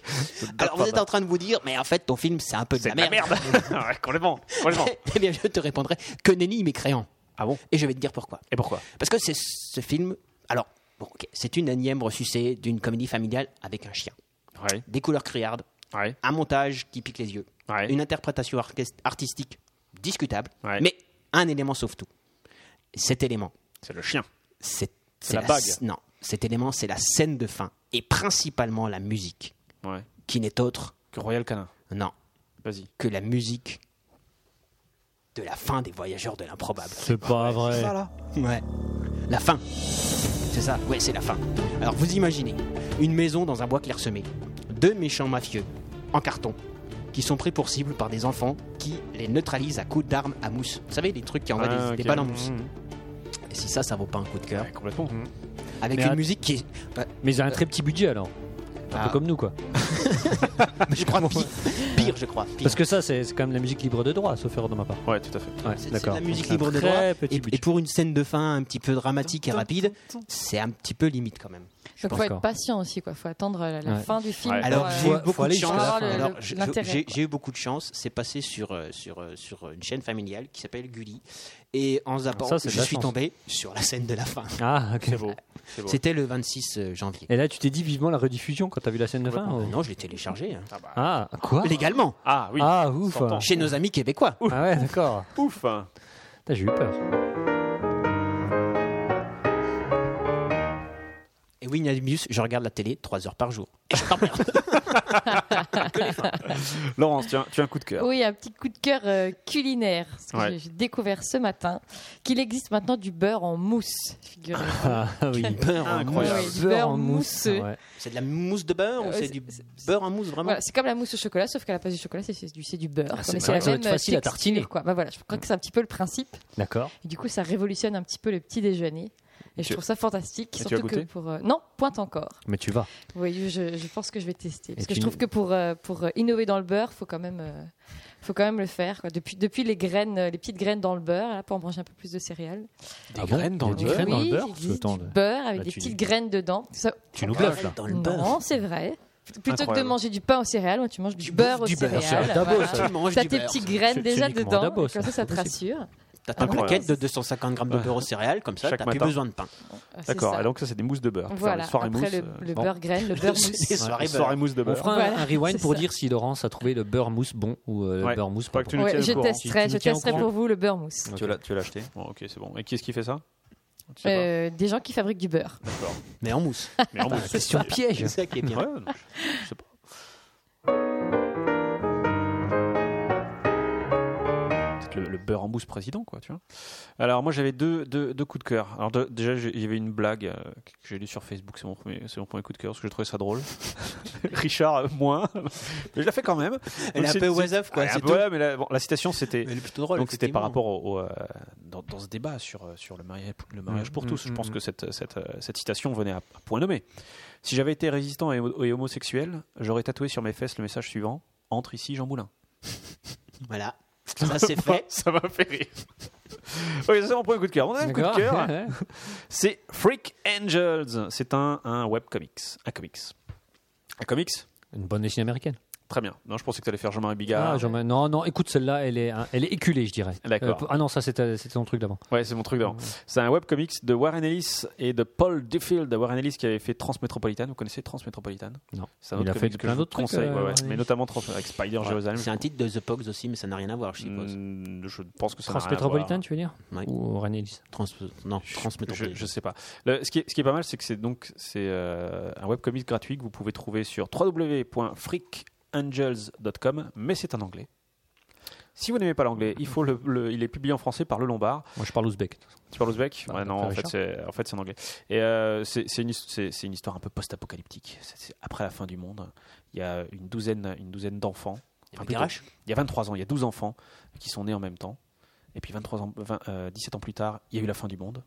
[SPEAKER 6] Alors vous êtes en train de vous dire, mais en fait ton film c'est un peu de
[SPEAKER 3] C'est
[SPEAKER 6] la
[SPEAKER 3] de la
[SPEAKER 6] merde.
[SPEAKER 3] merde. Ouais, Complètement. Complètement.
[SPEAKER 6] Eh bien, je te répondrai que nenni, mais créant.
[SPEAKER 3] Ah bon
[SPEAKER 6] Et je vais te dire pourquoi.
[SPEAKER 3] Et pourquoi
[SPEAKER 6] Parce que c'est ce film. Alors, bon, ok, c'est une énième ressucée d'une comédie familiale avec un chien.
[SPEAKER 3] Ouais.
[SPEAKER 6] Des couleurs criardes,
[SPEAKER 3] Ouais.
[SPEAKER 6] un montage qui pique les yeux,
[SPEAKER 3] Ouais.
[SPEAKER 6] une interprétation orchest- artistique discutable,
[SPEAKER 3] Ouais.
[SPEAKER 6] mais un élément sauve tout. Cet élément,
[SPEAKER 3] C'est le chien.
[SPEAKER 6] c'est c'est
[SPEAKER 3] la bague.
[SPEAKER 6] Non, cet élément, c'est la scène de fin et principalement la musique,
[SPEAKER 3] Ouais.
[SPEAKER 6] qui n'est autre,
[SPEAKER 3] Que Royal Canin.
[SPEAKER 6] non,
[SPEAKER 3] Vas-y.
[SPEAKER 6] que la musique de la fin des Voyageurs de l'improbable.
[SPEAKER 4] C'est pas vrai.
[SPEAKER 6] Ouais. La fin. C'est ça, ouais, c'est la fin. Alors vous imaginez, une maison dans un bois clairsemé, deux méchants mafieux, en carton, qui sont pris pour cible par des enfants qui les neutralisent à coups d'armes à mousse. Vous savez, les trucs qui envoient
[SPEAKER 3] Ah,
[SPEAKER 6] des, des
[SPEAKER 3] ok.
[SPEAKER 6] balles en mousse.
[SPEAKER 4] Mhm.
[SPEAKER 6] Et si ça, ça vaut pas un coup de cœur.
[SPEAKER 3] Ouais, complètement.
[SPEAKER 6] Avec
[SPEAKER 4] Mais
[SPEAKER 6] une
[SPEAKER 4] att-
[SPEAKER 6] musique qui est.
[SPEAKER 4] Mais ils ont un très petit budget alors. Un
[SPEAKER 6] Ah.
[SPEAKER 4] peu comme nous quoi.
[SPEAKER 6] je crois pire, pire, je crois. Pire.
[SPEAKER 4] Parce que ça, c'est c'est quand même la musique libre de droit, sauf erreur de ma part.
[SPEAKER 3] Ouais, tout à fait.
[SPEAKER 4] Ouais,
[SPEAKER 6] C'est- c'est
[SPEAKER 4] d'accord.
[SPEAKER 6] de la musique
[SPEAKER 4] C'est un
[SPEAKER 6] libre de
[SPEAKER 4] très
[SPEAKER 6] droit.
[SPEAKER 4] petit
[SPEAKER 6] Et,
[SPEAKER 4] budget.
[SPEAKER 6] et pour une scène de fin un petit peu dramatique et rapide, c'est un petit peu limite quand même.
[SPEAKER 7] Donc faut
[SPEAKER 4] pense
[SPEAKER 7] être
[SPEAKER 4] que-
[SPEAKER 7] patient aussi, quoi. Faut attendre la, la
[SPEAKER 4] Ouais.
[SPEAKER 7] fin du film.
[SPEAKER 3] Ouais.
[SPEAKER 7] pour,
[SPEAKER 6] Alors,
[SPEAKER 7] euh,
[SPEAKER 6] j'ai eu
[SPEAKER 4] Faut- faut
[SPEAKER 6] beaucoup de
[SPEAKER 4] aller jusqu'à
[SPEAKER 6] chance.
[SPEAKER 4] la fin.
[SPEAKER 7] le-
[SPEAKER 6] Alors,
[SPEAKER 7] le-
[SPEAKER 6] je-
[SPEAKER 7] l'intérêt,
[SPEAKER 6] j'ai-
[SPEAKER 7] quoi.
[SPEAKER 6] j'ai eu beaucoup de chance. C'est passé sur, euh, sur, euh, sur une chaîne familiale qui s'appelle Gulli. Et en zappant,
[SPEAKER 4] Ça, c'est
[SPEAKER 6] je
[SPEAKER 4] de la
[SPEAKER 6] suis
[SPEAKER 4] chance.
[SPEAKER 6] tombé sur la scène de la fin.
[SPEAKER 4] Ah, ok.
[SPEAKER 3] C'est beau. C'est beau.
[SPEAKER 6] C'était le 26 euh, janvier. Euh,
[SPEAKER 4] Et là, tu t'es dit vivement la rediffusion quand t'as vu la scène de fin ou-
[SPEAKER 6] Non, je l'ai téléchargé. hein.
[SPEAKER 4] Ah, quoi
[SPEAKER 6] Légalement.
[SPEAKER 3] Ah oui.
[SPEAKER 4] Ah, ouf.
[SPEAKER 3] S'entend.
[SPEAKER 6] Chez nos amis québécois.
[SPEAKER 4] Ah ouais, d'accord.
[SPEAKER 3] Ouf. hein.
[SPEAKER 4] Putain, J'ai eu peur.
[SPEAKER 9] Et oui, Nabius, je regarde la télé 3 heures par jour. Et je t'emmerde.
[SPEAKER 3] Laurence, tu as, tu as un coup de cœur.
[SPEAKER 7] Oui, un petit coup de cœur euh, culinaire. Parce que
[SPEAKER 3] Ouais.
[SPEAKER 7] j'ai- j'ai découvert ce matin qu'il existe maintenant du beurre en mousse, figurez
[SPEAKER 4] Ah oui.
[SPEAKER 9] Beurre en
[SPEAKER 3] Incroyable.
[SPEAKER 9] mousse.
[SPEAKER 7] Oui, du beurre mousseux.
[SPEAKER 4] ouais.
[SPEAKER 9] C'est de la mousse de beurre ou
[SPEAKER 7] Euh,
[SPEAKER 9] c'est
[SPEAKER 7] c'est-
[SPEAKER 9] du
[SPEAKER 7] c'est-
[SPEAKER 9] beurre en mousse vraiment
[SPEAKER 7] Voilà, c'est comme la mousse au chocolat, sauf qu'à la place du chocolat, c'est c'est du, c'est du beurre.
[SPEAKER 4] Ah,
[SPEAKER 7] quoi,
[SPEAKER 4] c'est
[SPEAKER 7] mais c'est la
[SPEAKER 4] marrant. Ça doit
[SPEAKER 7] même euh,
[SPEAKER 4] être facile à
[SPEAKER 7] texture,
[SPEAKER 4] tartiner.
[SPEAKER 7] quoi. Bah, voilà, je crois que c'est un petit peu le principe.
[SPEAKER 4] D'accord.
[SPEAKER 7] Et du coup, ça révolutionne un petit peu le petit déjeuner. Et je
[SPEAKER 3] tu-
[SPEAKER 7] trouve ça fantastique.
[SPEAKER 3] tu as
[SPEAKER 7] surtout que
[SPEAKER 3] goûté
[SPEAKER 7] pour. euh, Non, pointe encore.
[SPEAKER 4] Mais tu vas.
[SPEAKER 7] Oui, je, je pense que je vais tester. Parce
[SPEAKER 4] Et
[SPEAKER 7] que je
[SPEAKER 4] tu-
[SPEAKER 7] trouve que pour, euh, pour euh, innover dans le beurre, faut quand même, euh, faut quand même le faire. quoi. Depuis, depuis les graines, euh, les petites graines dans le beurre, là, pour manger un peu plus de céréales.
[SPEAKER 3] Des
[SPEAKER 4] Ah
[SPEAKER 3] graines dans le
[SPEAKER 4] Des
[SPEAKER 3] beurre
[SPEAKER 4] graines dans
[SPEAKER 7] Oui,
[SPEAKER 4] le beurre
[SPEAKER 7] il
[SPEAKER 4] Parce que
[SPEAKER 7] existe
[SPEAKER 4] attends,
[SPEAKER 7] du
[SPEAKER 4] le-
[SPEAKER 7] beurre avec
[SPEAKER 4] Là,
[SPEAKER 7] des
[SPEAKER 4] tu-
[SPEAKER 7] petites graines dedans. Ça-
[SPEAKER 4] Tu nous bluffes là.
[SPEAKER 9] Dans le beurre.
[SPEAKER 7] non, c'est vrai. Plutôt que de
[SPEAKER 3] Incroyable.
[SPEAKER 7] manger du pain aux céréales, moi, tu manges du beurre aux
[SPEAKER 9] du beurre,
[SPEAKER 7] céréales.
[SPEAKER 4] c'est un Dabos,
[SPEAKER 7] voilà.
[SPEAKER 4] ça.
[SPEAKER 9] Tu manges
[SPEAKER 7] T'as
[SPEAKER 9] du
[SPEAKER 7] tes
[SPEAKER 9] beurre.
[SPEAKER 7] petites graines
[SPEAKER 4] C'est
[SPEAKER 7] déjà
[SPEAKER 4] uniquement
[SPEAKER 7] dedans.
[SPEAKER 4] Dabos,
[SPEAKER 7] comme ça, ça te rassure.
[SPEAKER 9] T'as ta
[SPEAKER 3] Incroyable.
[SPEAKER 9] plaquette de 250 grammes de beurre aux céréales, comme ça,
[SPEAKER 3] Chaque
[SPEAKER 9] t'as plus
[SPEAKER 3] matin.
[SPEAKER 9] besoin de pain.
[SPEAKER 7] Ah, c'est
[SPEAKER 3] D'accord,
[SPEAKER 7] ça.
[SPEAKER 3] et donc ça, c'est des mousses de beurre. Pour faire
[SPEAKER 7] Voilà.
[SPEAKER 3] une soirée
[SPEAKER 7] Après
[SPEAKER 3] mousse,
[SPEAKER 7] le,
[SPEAKER 3] euh,
[SPEAKER 7] le
[SPEAKER 3] bon.
[SPEAKER 7] beurre graine, le beurre mousse.
[SPEAKER 9] Des soirées
[SPEAKER 3] Une
[SPEAKER 9] beurre.
[SPEAKER 3] soirée mousse de
[SPEAKER 4] On
[SPEAKER 3] beurre.
[SPEAKER 4] fera un-
[SPEAKER 7] Voilà,
[SPEAKER 4] un rewind
[SPEAKER 7] c'est
[SPEAKER 4] pour
[SPEAKER 7] ça.
[SPEAKER 4] dire si Laurence a trouvé le beurre mousse bon ou euh,
[SPEAKER 3] Ouais.
[SPEAKER 4] beurre mousse
[SPEAKER 3] Faudra
[SPEAKER 4] pas
[SPEAKER 3] que
[SPEAKER 4] bon.
[SPEAKER 3] tu nous
[SPEAKER 7] Ouais,
[SPEAKER 3] tiennes au
[SPEAKER 7] je
[SPEAKER 3] courant.
[SPEAKER 7] testerai,
[SPEAKER 4] Tu- tu
[SPEAKER 7] je
[SPEAKER 4] nous tiens au
[SPEAKER 7] testerai
[SPEAKER 4] courant.
[SPEAKER 7] pour vous le beurre mousse.
[SPEAKER 3] Tu l'as- Tu l'as acheté Bon, Ok, c'est bon. Et qui est-ce qui fait ça Je sais
[SPEAKER 7] Euh, des gens qui fabriquent du beurre.
[SPEAKER 9] Mais en mousse.
[SPEAKER 3] pas. Mais en
[SPEAKER 4] Ah,
[SPEAKER 3] mousse.
[SPEAKER 4] Question piège.
[SPEAKER 9] C'est ça qui est bien.
[SPEAKER 3] Ouais, non, je- je sais pas. Peut-être Le, le beurre en mousse président, quoi, tu vois. Alors, moi, j'avais deux, deux, deux coups de cœur. Alors, de- déjà, j'ai- il y avait une blague euh, que j'ai lue sur Facebook, c'est mon, premier- c'est mon premier coup de cœur, parce que je trouvais ça drôle. Richard, euh, moins. Mais je la fais quand même.
[SPEAKER 9] Elle
[SPEAKER 3] Donc,
[SPEAKER 9] est un
[SPEAKER 3] c'est-
[SPEAKER 9] peu
[SPEAKER 3] c'est-
[SPEAKER 9] was quoi.
[SPEAKER 3] Ouais, un
[SPEAKER 9] c'est
[SPEAKER 3] peu,
[SPEAKER 9] tout.
[SPEAKER 3] ouais, mais la, bon, la citation, c'était.
[SPEAKER 9] Elle est plutôt drôle.
[SPEAKER 3] Donc c'était par
[SPEAKER 9] effectivement.
[SPEAKER 3] rapport au, au, euh, dans, dans ce débat sur, euh, sur le mariage, le mariage
[SPEAKER 4] Mm,
[SPEAKER 3] pour
[SPEAKER 4] mm,
[SPEAKER 3] tous. Je
[SPEAKER 4] mm,
[SPEAKER 3] pense
[SPEAKER 4] mm.
[SPEAKER 3] que cette, cette, euh, cette citation venait à, à point nommé. Si j'avais été résistant et, ho- et homosexuel, j'aurais tatoué sur mes fesses le message suivant Entre ici, Jean Moulin.
[SPEAKER 9] Voilà. Ça, c'est fait.
[SPEAKER 3] Ça m'a fait rire. Oui, ça, c'est mon premier coup de cœur. On a un coup de
[SPEAKER 4] D'accord.
[SPEAKER 3] cœur. C'est Freak Angels. C'est un, un webcomics. Un comics. Un comics
[SPEAKER 4] Une bonne dessinée américaine.
[SPEAKER 3] Très bien. Non, je pensais que tu allais faire Jean-Marie Bigard.
[SPEAKER 4] Ah, j'en mets- non, non, écoute, celle-là, elle est, hein, elle est éculée, je dirais.
[SPEAKER 3] D'accord.
[SPEAKER 4] pour- ah non, ça, c'était c'était ton truc d'avant.
[SPEAKER 3] Ouais, c'est mon truc d'avant. C'est un webcomics de Warren Ellis et de Paul Duffield. Warren Ellis qui avait fait Transmétropolitane. Vous connaissez Transmétropolitane
[SPEAKER 4] Non.
[SPEAKER 3] C'est
[SPEAKER 4] Il a
[SPEAKER 3] comics
[SPEAKER 4] fait
[SPEAKER 3] que
[SPEAKER 4] plein
[SPEAKER 3] je vous
[SPEAKER 4] d'autres trucs,
[SPEAKER 3] conseille, ouais,
[SPEAKER 4] euh,
[SPEAKER 3] ouais.
[SPEAKER 4] Warren
[SPEAKER 3] Mais
[SPEAKER 4] Ellis.
[SPEAKER 3] notamment Trans- avec Spider Jérusalem.
[SPEAKER 9] C'est un titre de The Pogs aussi, mais ça n'a rien à voir, je suppose.
[SPEAKER 3] Mm, Je pense que ça n'a rien à
[SPEAKER 4] Transmétropolitaine, tu veux dire
[SPEAKER 9] Ouais.
[SPEAKER 4] Ou Renélis
[SPEAKER 9] Trans... Non,
[SPEAKER 3] voir. Je,
[SPEAKER 9] transmétropolitain.
[SPEAKER 3] je sais pas. Le- ce, qui est, ce qui est pas mal, c'est que c'est donc c'est euh, un webcomics gratuit que vous pouvez trouver sur www.freakangels.com, mais c'est en anglais. Si vous n'aimez pas l'anglais, il faut le- le- il est publié en français par Le Lombard.
[SPEAKER 4] Moi, je parle ouzbek.
[SPEAKER 3] Tu parles ouzbek
[SPEAKER 4] Bah,
[SPEAKER 3] Ouais, non, en
[SPEAKER 4] après
[SPEAKER 3] fait, c'est en, fait, c'est en anglais. Et euh, c'est c'est une, his- c'est- c'est une histoire un peu post-apocalyptique. C'est- c'est après la fin du monde. Il y a une douzaine, une douzaine
[SPEAKER 9] Il
[SPEAKER 3] d'enfants.
[SPEAKER 9] y
[SPEAKER 3] Enfin,
[SPEAKER 9] a
[SPEAKER 3] plutôt,
[SPEAKER 9] Garage
[SPEAKER 3] il y a 23 ans, il y a 12 enfants qui sont nés en même temps. Et puis 23 ans, 20, euh, 17 ans plus tard, il y a eu la fin du monde.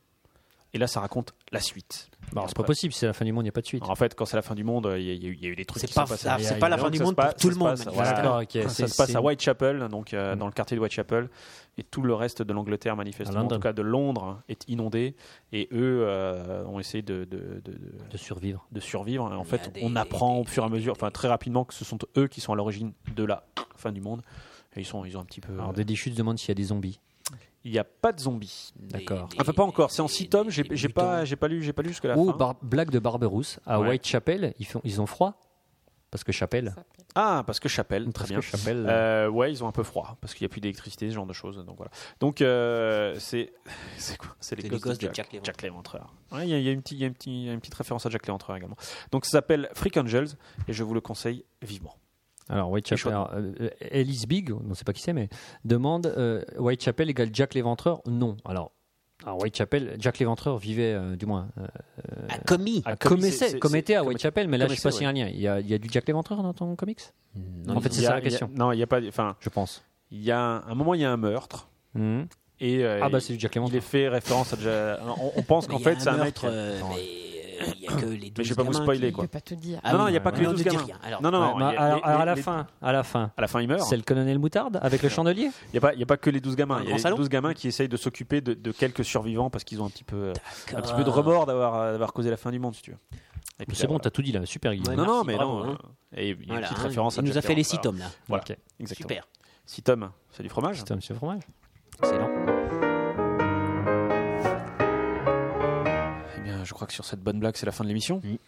[SPEAKER 3] Et là, ça raconte la suite.
[SPEAKER 4] Bah,
[SPEAKER 3] Et
[SPEAKER 4] alors, c'est pas
[SPEAKER 3] après-
[SPEAKER 4] possible, c'est la fin du monde, il n'y a pas de suite.
[SPEAKER 3] Alors, en fait, quand c'est la fin du monde, il y a, il y a eu- il y a eu des trucs
[SPEAKER 9] C'est
[SPEAKER 3] qui
[SPEAKER 9] pas,
[SPEAKER 3] sont passés.
[SPEAKER 9] ça- c'est pas la fin
[SPEAKER 3] Donc,
[SPEAKER 9] du
[SPEAKER 3] ça
[SPEAKER 9] monde
[SPEAKER 3] se passe-
[SPEAKER 9] pour tout
[SPEAKER 3] ça
[SPEAKER 9] le
[SPEAKER 3] se
[SPEAKER 9] monde.
[SPEAKER 3] passe,
[SPEAKER 9] manifestement.
[SPEAKER 4] D'accord, ok,
[SPEAKER 3] Ah, Ça
[SPEAKER 4] c'est-
[SPEAKER 3] se passe
[SPEAKER 4] c'est- Mm.
[SPEAKER 3] à Whitechapel, donc euh, dans le quartier de Whitechapel, et tout le reste de l'Angleterre,
[SPEAKER 4] À
[SPEAKER 3] manifestement, en
[SPEAKER 4] London.
[SPEAKER 3] tout cas de Londres, est inondé. Et eux euh, ont essayé de, de, de- de-
[SPEAKER 4] de survivre.
[SPEAKER 3] de survivre. Et en
[SPEAKER 9] Il y a
[SPEAKER 3] fait,
[SPEAKER 9] des-
[SPEAKER 3] on apprend au fur et à mesure, enfin très rapidement, que ce sont eux qui sont à l'origine de la fin du monde. Et ils sont, ils ont un petit peu. euh,
[SPEAKER 4] Alors, Daddy Chute demande s'il y a des zombies.
[SPEAKER 3] Il n'y a pas de zombies.
[SPEAKER 4] D'accord.
[SPEAKER 3] Enfin, pas encore. C'est en
[SPEAKER 9] des-
[SPEAKER 3] 6 tomes. J'ai
[SPEAKER 9] des
[SPEAKER 3] j'ai
[SPEAKER 9] mutants.
[SPEAKER 3] pas, j'ai pas lu, j'ai pas lu jusque la
[SPEAKER 4] Ou ben.
[SPEAKER 3] fin.
[SPEAKER 4] bar- blague de Barberousse. À
[SPEAKER 3] Ouais.
[SPEAKER 4] Whitechapel, ils, font, ils ont froid. Parce que Chapelle.
[SPEAKER 3] Ah, parce que Chapelle. Très
[SPEAKER 4] Parce
[SPEAKER 3] bien.
[SPEAKER 4] que Chapelle.
[SPEAKER 3] Euh, ouais, ils ont un peu froid parce qu'il n'y a plus d'électricité, ce genre de choses. Donc voilà. Donc euh, c'est c'est quoi C'est les,
[SPEAKER 9] C'est les
[SPEAKER 3] gosses,
[SPEAKER 9] gosses
[SPEAKER 3] de
[SPEAKER 9] de
[SPEAKER 3] Jack,
[SPEAKER 9] Jack Léventreur.
[SPEAKER 3] Jack Léventreur. Ouais, il y a, il y a une petite, il y a une petite- il y a une petite référence à Jack Léventreur également. Donc ça s'appelle Freak Angels et je vous le conseille vivement.
[SPEAKER 4] Alors,
[SPEAKER 3] chaud.
[SPEAKER 4] Whitechapel. alors, euh, Ellis Big, on ne sait pas qui c'est, mais demande euh, Whitechapel égale Jack l'Éventreur Non. Alors, alors, Whitechapel, Jack l'Éventreur vivait, euh, du moins, euh,
[SPEAKER 9] A commis.
[SPEAKER 3] Ah,
[SPEAKER 4] comme
[SPEAKER 3] c'est-
[SPEAKER 4] essai-
[SPEAKER 3] c'est-
[SPEAKER 4] comme
[SPEAKER 3] c'est-
[SPEAKER 4] était à
[SPEAKER 3] comme-
[SPEAKER 4] Whitechapel, mais là,
[SPEAKER 3] comme
[SPEAKER 4] je ne sais pas
[SPEAKER 3] essai,
[SPEAKER 4] s'il y a un lien. Il y a, il y a du Jack l'Éventreur dans ton comics En fait,
[SPEAKER 3] Il
[SPEAKER 4] c'est
[SPEAKER 3] y a-
[SPEAKER 4] ça la
[SPEAKER 3] il y a-
[SPEAKER 4] question.
[SPEAKER 3] non, il n'y a pas. Enfin,
[SPEAKER 4] Je pense.
[SPEAKER 3] il y a un, un moment, il y a un meurtre
[SPEAKER 4] Mhm.
[SPEAKER 3] et euh,
[SPEAKER 4] Ah, bah, c'est du Jack
[SPEAKER 3] il est
[SPEAKER 4] l'Éventreur.
[SPEAKER 3] fait référence à. Jack- on, on pense qu'en
[SPEAKER 9] Mais il y a
[SPEAKER 3] fait c'est un mec.
[SPEAKER 9] meurtre, euh, mais euh, il y a que les deux.
[SPEAKER 3] je vais pas vous spoiler,
[SPEAKER 7] Je
[SPEAKER 3] quoi.
[SPEAKER 7] peux pas te dire.
[SPEAKER 9] Ah
[SPEAKER 3] non,
[SPEAKER 9] oui,
[SPEAKER 3] non, il n'y a pas que
[SPEAKER 9] mais
[SPEAKER 3] les
[SPEAKER 9] on ne
[SPEAKER 3] 12
[SPEAKER 9] dit
[SPEAKER 3] gamins.
[SPEAKER 9] rien. Alors,
[SPEAKER 3] Non, non,
[SPEAKER 4] Ouais,
[SPEAKER 3] non.
[SPEAKER 4] mais
[SPEAKER 3] il y a-
[SPEAKER 4] alors,
[SPEAKER 3] les-
[SPEAKER 4] alors à la
[SPEAKER 3] les-
[SPEAKER 4] fin, à la fin,
[SPEAKER 3] À la fin, il meurt.
[SPEAKER 4] c'est le colonel Moutarde avec le chandelier
[SPEAKER 3] Il n'y a, pas- y a pas que les 12 gamins.
[SPEAKER 9] Un
[SPEAKER 3] Il y
[SPEAKER 9] grand
[SPEAKER 3] a les
[SPEAKER 9] salon
[SPEAKER 3] 12 gamins qui essayent de s'occuper de, de quelques survivants parce qu'ils ont un petit peu, euh, un petit peu de
[SPEAKER 9] D'accord.
[SPEAKER 3] remords d'avoir, euh, d'avoir causé la fin du monde, si tu veux. Et puis
[SPEAKER 4] C'est
[SPEAKER 3] là,
[SPEAKER 4] bon,
[SPEAKER 3] voilà.
[SPEAKER 4] t'as tout dit là, super Guillaume.
[SPEAKER 9] Ouais,
[SPEAKER 3] Non, non,
[SPEAKER 9] merci,
[SPEAKER 3] mais
[SPEAKER 9] bravo,
[SPEAKER 3] non.
[SPEAKER 9] hein.
[SPEAKER 3] euh, Et il y a une
[SPEAKER 9] Voilà,
[SPEAKER 3] petite
[SPEAKER 9] hein,
[SPEAKER 3] référence à
[SPEAKER 9] Il nous a
[SPEAKER 3] Jack
[SPEAKER 9] fait les
[SPEAKER 3] Léventreur.
[SPEAKER 9] 6 tomes là.
[SPEAKER 3] Voilà,
[SPEAKER 4] Ok.
[SPEAKER 3] exactement.
[SPEAKER 9] Super.
[SPEAKER 3] 6 tomes, c'est du fromage.
[SPEAKER 4] Putain, monsieur fromage.
[SPEAKER 3] Eh bien, je crois que sur cette bonne blague, c'est la fin de l'émission.
[SPEAKER 9] Oui.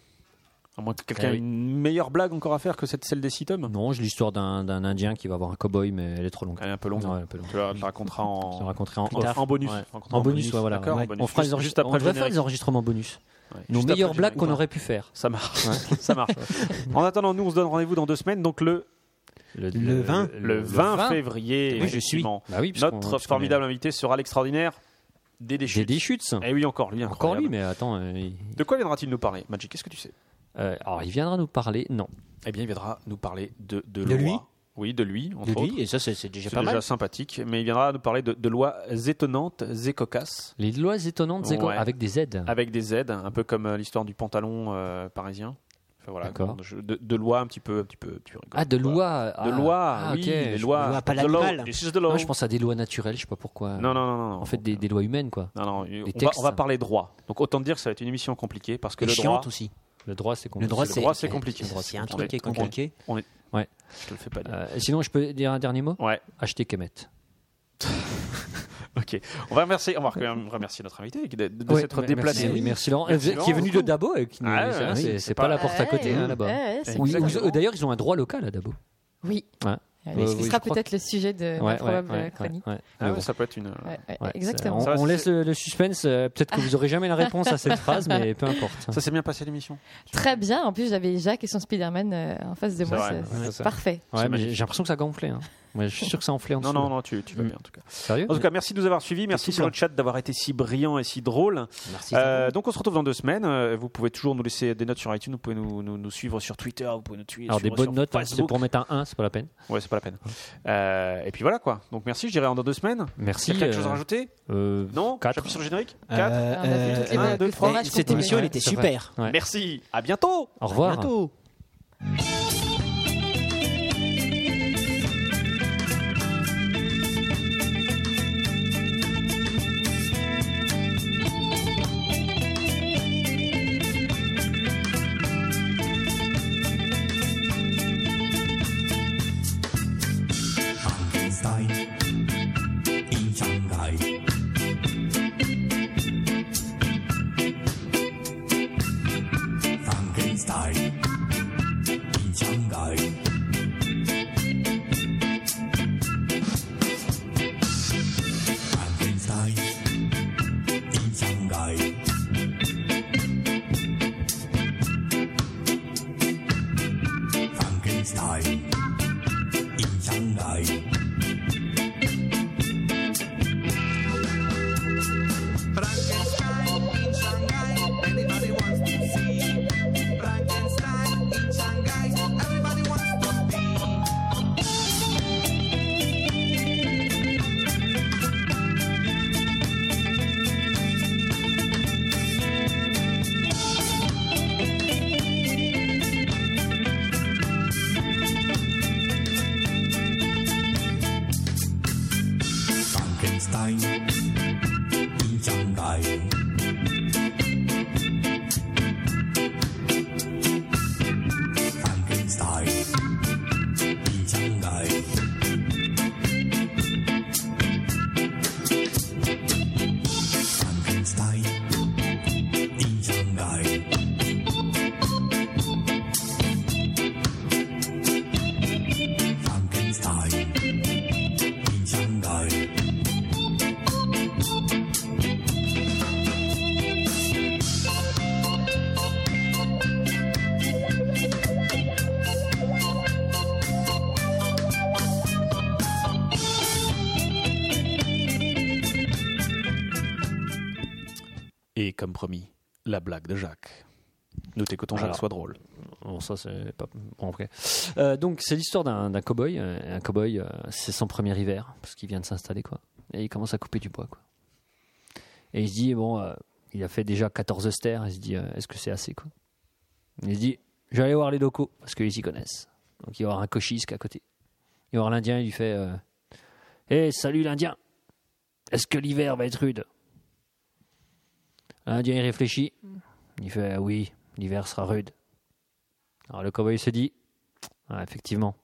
[SPEAKER 3] À moins que quelqu'un
[SPEAKER 4] Eh
[SPEAKER 3] ait
[SPEAKER 4] oui.
[SPEAKER 3] une meilleure blague encore à faire que cette, celle des 6 tomes.
[SPEAKER 4] Non, j'ai l'histoire d'un d'un Indien qui va avoir un cow-boy, mais elle est trop longue.
[SPEAKER 3] Elle est un peu longue.
[SPEAKER 4] Ouais, elle est un peu longue.
[SPEAKER 3] Tu la tu la raconteras en,
[SPEAKER 4] Je te raconterai en,
[SPEAKER 3] en
[SPEAKER 4] off.
[SPEAKER 3] bonus.
[SPEAKER 4] Ouais.
[SPEAKER 3] Raconteras
[SPEAKER 4] En bonus, ouais, voilà.
[SPEAKER 3] D'accord,
[SPEAKER 4] Ouais.
[SPEAKER 3] en bonus.
[SPEAKER 4] On fera
[SPEAKER 3] Juste-
[SPEAKER 4] les enregistre-
[SPEAKER 3] juste après
[SPEAKER 4] on
[SPEAKER 3] le
[SPEAKER 4] devrait faire
[SPEAKER 3] générique.
[SPEAKER 4] les enregistrements bonus. Nos
[SPEAKER 3] Juste
[SPEAKER 4] meilleures
[SPEAKER 3] après,
[SPEAKER 4] blagues
[SPEAKER 3] j'ai-
[SPEAKER 4] qu'on aurait pu faire.
[SPEAKER 3] Ça marche. Ça marche. En attendant, nous, on se donne rendez-vous dans deux semaines, donc le, euh,
[SPEAKER 9] Le 20.
[SPEAKER 3] le 20, février.
[SPEAKER 4] Oui, je suis.
[SPEAKER 3] effectivement.
[SPEAKER 4] Bah oui, puisqu'on-
[SPEAKER 3] Notre
[SPEAKER 4] puisqu'on est-
[SPEAKER 3] formidable invité sera l'extraordinaire Dédé
[SPEAKER 4] J'ai
[SPEAKER 3] Chutes.
[SPEAKER 4] des chutes.
[SPEAKER 3] Eh oui, encore lui.
[SPEAKER 4] Encore
[SPEAKER 3] incroyable.
[SPEAKER 4] lui, mais attends. euh, il-
[SPEAKER 3] De quoi viendra-t-il nous parler Magic, qu'est-ce que tu sais
[SPEAKER 4] euh, alors, il viendra nous parler. Non.
[SPEAKER 3] Eh bien, il viendra nous parler de, de,
[SPEAKER 9] De
[SPEAKER 3] loi.
[SPEAKER 9] lui
[SPEAKER 3] Oui, de lui, entre
[SPEAKER 9] De lui,
[SPEAKER 3] autres.
[SPEAKER 9] et ça, c'est c'est déjà
[SPEAKER 3] C'est
[SPEAKER 9] pas
[SPEAKER 3] déjà
[SPEAKER 9] mal.
[SPEAKER 3] sympathique, mais il viendra nous parler de, de lois étonnantes et cocasses,
[SPEAKER 4] Les lois étonnantes c'est quoi
[SPEAKER 3] Ouais. Ah,
[SPEAKER 4] avec des aides.
[SPEAKER 3] avec des aides, un peu comme euh, l'histoire du pantalon euh, parisien. Enfin, voilà,
[SPEAKER 4] D'accord.
[SPEAKER 3] comment je- de, de lois un petit peu, un petit peu, tu rigoles.
[SPEAKER 4] Ah, de
[SPEAKER 3] Voilà.
[SPEAKER 4] lois.
[SPEAKER 3] De lois,
[SPEAKER 4] ah,
[SPEAKER 3] oui,
[SPEAKER 4] ok.
[SPEAKER 3] les
[SPEAKER 4] Je-
[SPEAKER 3] lois.
[SPEAKER 9] vois pas
[SPEAKER 3] The law,
[SPEAKER 9] l'animal.
[SPEAKER 3] this is the law.
[SPEAKER 4] Moi, je pense à des lois naturelles, je sais pas pourquoi.
[SPEAKER 3] Non, non, non, non. non.
[SPEAKER 4] En fait, des, des lois humaines, quoi.
[SPEAKER 3] Non, non, on, va,
[SPEAKER 4] textes.
[SPEAKER 3] on va parler droit. Donc autant te dire que ça va être une émission compliquée parce que
[SPEAKER 9] Et
[SPEAKER 3] le droit,
[SPEAKER 9] chiante aussi.
[SPEAKER 4] Le droit, c'est compliqué.
[SPEAKER 9] Le droit,
[SPEAKER 3] le
[SPEAKER 9] c'est
[SPEAKER 3] droit, c'est compliqué.
[SPEAKER 9] C'est un
[SPEAKER 3] Ok.
[SPEAKER 9] truc qui est compliqué.
[SPEAKER 3] je te le fais pas dire.
[SPEAKER 4] Euh, sinon, je peux dire un dernier mot
[SPEAKER 3] Euh, Ouais,
[SPEAKER 4] Acheter Kemet.
[SPEAKER 3] ok. On va remercier, on va quand même remercier notre invité de, de
[SPEAKER 4] Ouais,
[SPEAKER 3] s'être
[SPEAKER 4] mais-
[SPEAKER 3] déplacé.
[SPEAKER 4] Merci, oui, merci Laurent,
[SPEAKER 3] Merci,
[SPEAKER 4] Euh, qui est venu de Dabo. euh, qui nous-
[SPEAKER 3] Ah, ouais,
[SPEAKER 4] c'est-
[SPEAKER 3] ouais,
[SPEAKER 4] c'est-
[SPEAKER 3] c'est
[SPEAKER 4] c'est
[SPEAKER 3] pas-
[SPEAKER 4] pas la porte à côté hein,
[SPEAKER 7] Ouais,
[SPEAKER 4] là-bas.
[SPEAKER 7] ouais, c'est
[SPEAKER 4] Oui,
[SPEAKER 7] clair.
[SPEAKER 3] Exactement.
[SPEAKER 4] ou- euh, D'ailleurs, ils ont un droit local à Dabo.
[SPEAKER 7] Oui.
[SPEAKER 4] Ouais.
[SPEAKER 7] Euh,
[SPEAKER 4] Ouais,
[SPEAKER 7] ce
[SPEAKER 4] oui,
[SPEAKER 7] qui sera
[SPEAKER 4] je crois
[SPEAKER 7] peut-être le sujet de ma
[SPEAKER 4] Ouais,
[SPEAKER 7] probable
[SPEAKER 4] ouais, ouais,
[SPEAKER 7] chronique.
[SPEAKER 4] ouais, ouais.
[SPEAKER 3] Ah
[SPEAKER 4] Mais
[SPEAKER 3] ouais,
[SPEAKER 4] bon.
[SPEAKER 3] ça peut être une.
[SPEAKER 7] Ouais, ouais,
[SPEAKER 4] Ouais,
[SPEAKER 7] exactement.
[SPEAKER 4] c'est-
[SPEAKER 3] Ça,
[SPEAKER 4] On, on
[SPEAKER 3] c'est-
[SPEAKER 4] laisse le, le suspense. euh, Peut-être que vous aurez jamais la réponse à cette phrase, mais peu importe.
[SPEAKER 3] Ça s'est bien passé l'émission.
[SPEAKER 7] Très bien. En plus, j'avais Jacques et son Spider-Man euh, en face de
[SPEAKER 3] C'est
[SPEAKER 7] moi.
[SPEAKER 3] vrai,
[SPEAKER 7] c'est-
[SPEAKER 3] ouais,
[SPEAKER 7] c'est
[SPEAKER 3] ça.
[SPEAKER 7] parfait.
[SPEAKER 4] Ouais,
[SPEAKER 3] c'est
[SPEAKER 4] mais
[SPEAKER 3] magnifique.
[SPEAKER 4] j'ai l'impression que ça gonflait. hein. Moi, je suis sûr que ça enflait en
[SPEAKER 3] Non,
[SPEAKER 4] dessous.
[SPEAKER 3] non, non, tu, tu vas
[SPEAKER 4] Mm.
[SPEAKER 3] bien en tout cas.
[SPEAKER 4] Sérieux
[SPEAKER 3] En tout cas, merci de nous avoir suivis. Merci
[SPEAKER 4] tout
[SPEAKER 3] sur
[SPEAKER 4] plein.
[SPEAKER 3] le chat d'avoir été si brillant et si drôle.
[SPEAKER 9] Merci.
[SPEAKER 3] Euh, donc on se retrouve dans deux semaines. Euh, Vous pouvez toujours nous laisser des notes sur iTunes. Vous pouvez nous, nous- nous suivre sur Twitter. Vous pouvez nous tweeter.
[SPEAKER 4] Alors, des
[SPEAKER 3] suivre sur
[SPEAKER 4] bonnes notes, hein, c'est
[SPEAKER 3] Facebook.
[SPEAKER 4] pour mettre un 1, c'est pas la peine.
[SPEAKER 3] Ouais, c'est pas la peine. Euh, et puis voilà quoi. Donc merci. Je dirai en dans deux semaines.
[SPEAKER 4] Merci.
[SPEAKER 3] Quelqu'un a quelque chose à
[SPEAKER 4] euh,
[SPEAKER 3] rajouter
[SPEAKER 4] euh,
[SPEAKER 3] Non
[SPEAKER 4] Quatre.
[SPEAKER 3] J'appuie sur le générique
[SPEAKER 9] Euh,
[SPEAKER 3] 4
[SPEAKER 7] euh,
[SPEAKER 9] euh,
[SPEAKER 7] toutes les
[SPEAKER 9] un,
[SPEAKER 7] bonnes
[SPEAKER 9] deux,
[SPEAKER 7] coups de
[SPEAKER 9] trois.
[SPEAKER 7] forage
[SPEAKER 9] Cette
[SPEAKER 7] qu'on
[SPEAKER 9] émission,
[SPEAKER 7] peut
[SPEAKER 9] elle était
[SPEAKER 4] mettre.
[SPEAKER 9] super.
[SPEAKER 4] ouais.
[SPEAKER 3] Merci. À bientôt.
[SPEAKER 4] Au revoir.
[SPEAKER 9] Bientôt.
[SPEAKER 3] Et comme promis, la blague de Jacques. Nous t'écoutons, Jacques,
[SPEAKER 4] Alors.
[SPEAKER 3] soit drôle.
[SPEAKER 4] Bon, ça, c'est pas. Bon, ok. Euh, donc, c'est l'histoire d'un d'un cow-boy. Euh, Un cow-boy, euh, c'est son premier hiver, parce qu'il vient de s'installer, quoi. Et il commence à couper du bois, quoi. Et il se dit, bon, euh, il a fait déjà 14 austères. Il se dit, euh, est-ce que c'est assez, quoi Il se dit, je vais aller voir les locaux, parce qu'ils s'y connaissent. Donc, il va y avoir un cochiste à côté. Il va voir l'Indien, il lui fait, euh, hé, salut l'Indien Est-ce que l'hiver va être rude L'Indien, il réfléchit. Il fait, Ah oui, l'hiver sera rude. Alors le cowboy se dit Ah, effectivement,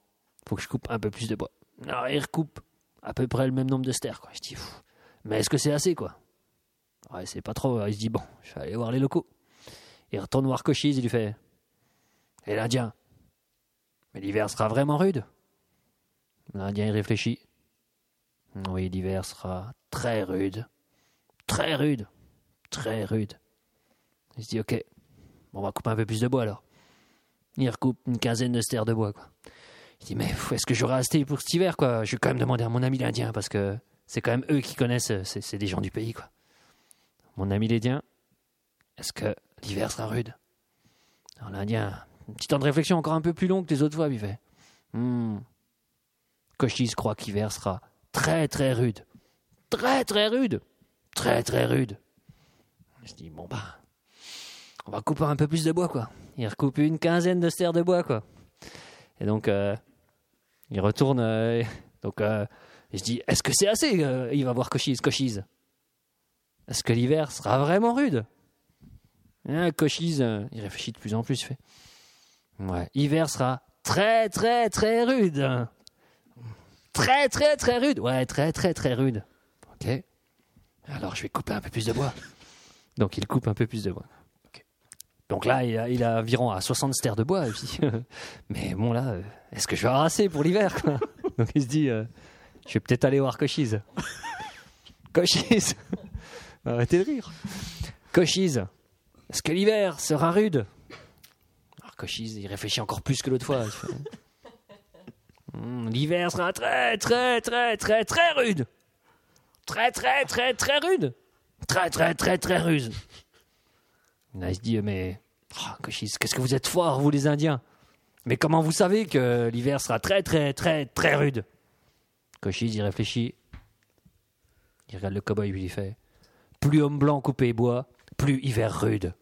[SPEAKER 4] faut que je coupe un peu plus de bois. Alors il recoupe à peu près le même nombre de stères. Quoi. Je dis Pff, Mais est-ce que c'est assez quoi Ouais, c'est pas trop. Alors, il se dit Bon, je vais aller voir les locaux. Il retourne voir Cochise, il lui fait Et l'Indien Mais l'hiver sera vraiment rude. L'Indien il réfléchit Oui, l'hiver sera très rude. Très rude. Très rude. Il se dit, ok, bon, on va couper un peu plus de bois alors. Il recoupe une quinzaine de stères de bois. Quoi. Il dit, mais pff, est-ce que j'aurai assez pour cet hiver quoi Je vais quand même demander à mon ami l'Indien parce que c'est quand même eux qui connaissent, euh, c'est, c'est des gens du pays. quoi. Mon ami l'Indien, est-ce que l'hiver sera rude Alors l'Indien, un petit temps de réflexion encore un peu plus long que les autres fois, il fait, hmm, Cochise croit qu'hiver sera très très rude. Très très rude. Très très rude. Je dis, bon bah, on va couper un peu plus de bois, quoi. Il recoupe une quinzaine de stères de bois, quoi. Et donc, euh, il retourne. euh, donc, euh, je dis, est-ce que c'est assez euh, Il va voir Cochise, Cochise. Est-ce que l'hiver sera vraiment rude Hein, Cochise, euh, il réfléchit de plus en plus, il fait. Ouais, hiver sera très très très rude. Très très très rude. Ouais, très très très rude. Ok. Alors je vais couper un peu plus de bois. Donc il coupe un peu plus de bois. Ok. Donc là, il a, il a environ à 60 stères de bois. et puis, mais bon, là, euh, est-ce que je vais avoir assez pour l'hiver quoi Donc il se dit, euh, je vais peut-être aller voir Cochise. Cochise Arrêtez de rire. Cochise, est-ce que l'hiver sera rude Alors Cochise, il réfléchit encore plus que l'autre fois. Il fait, Hmm, L'hiver sera très, très, très, très, très rude. Très, très, très, très rude. Très, très, très, très rude. Là, il se dit, mais... oh, Cochise, qu'est-ce que vous êtes forts, vous les Indiens Mais comment vous savez que l'hiver sera très, très, très, très rude Cochise, il réfléchit. Il regarde le cow-boy, puis il fait... Plus homme blanc coupé bois, plus hiver rude.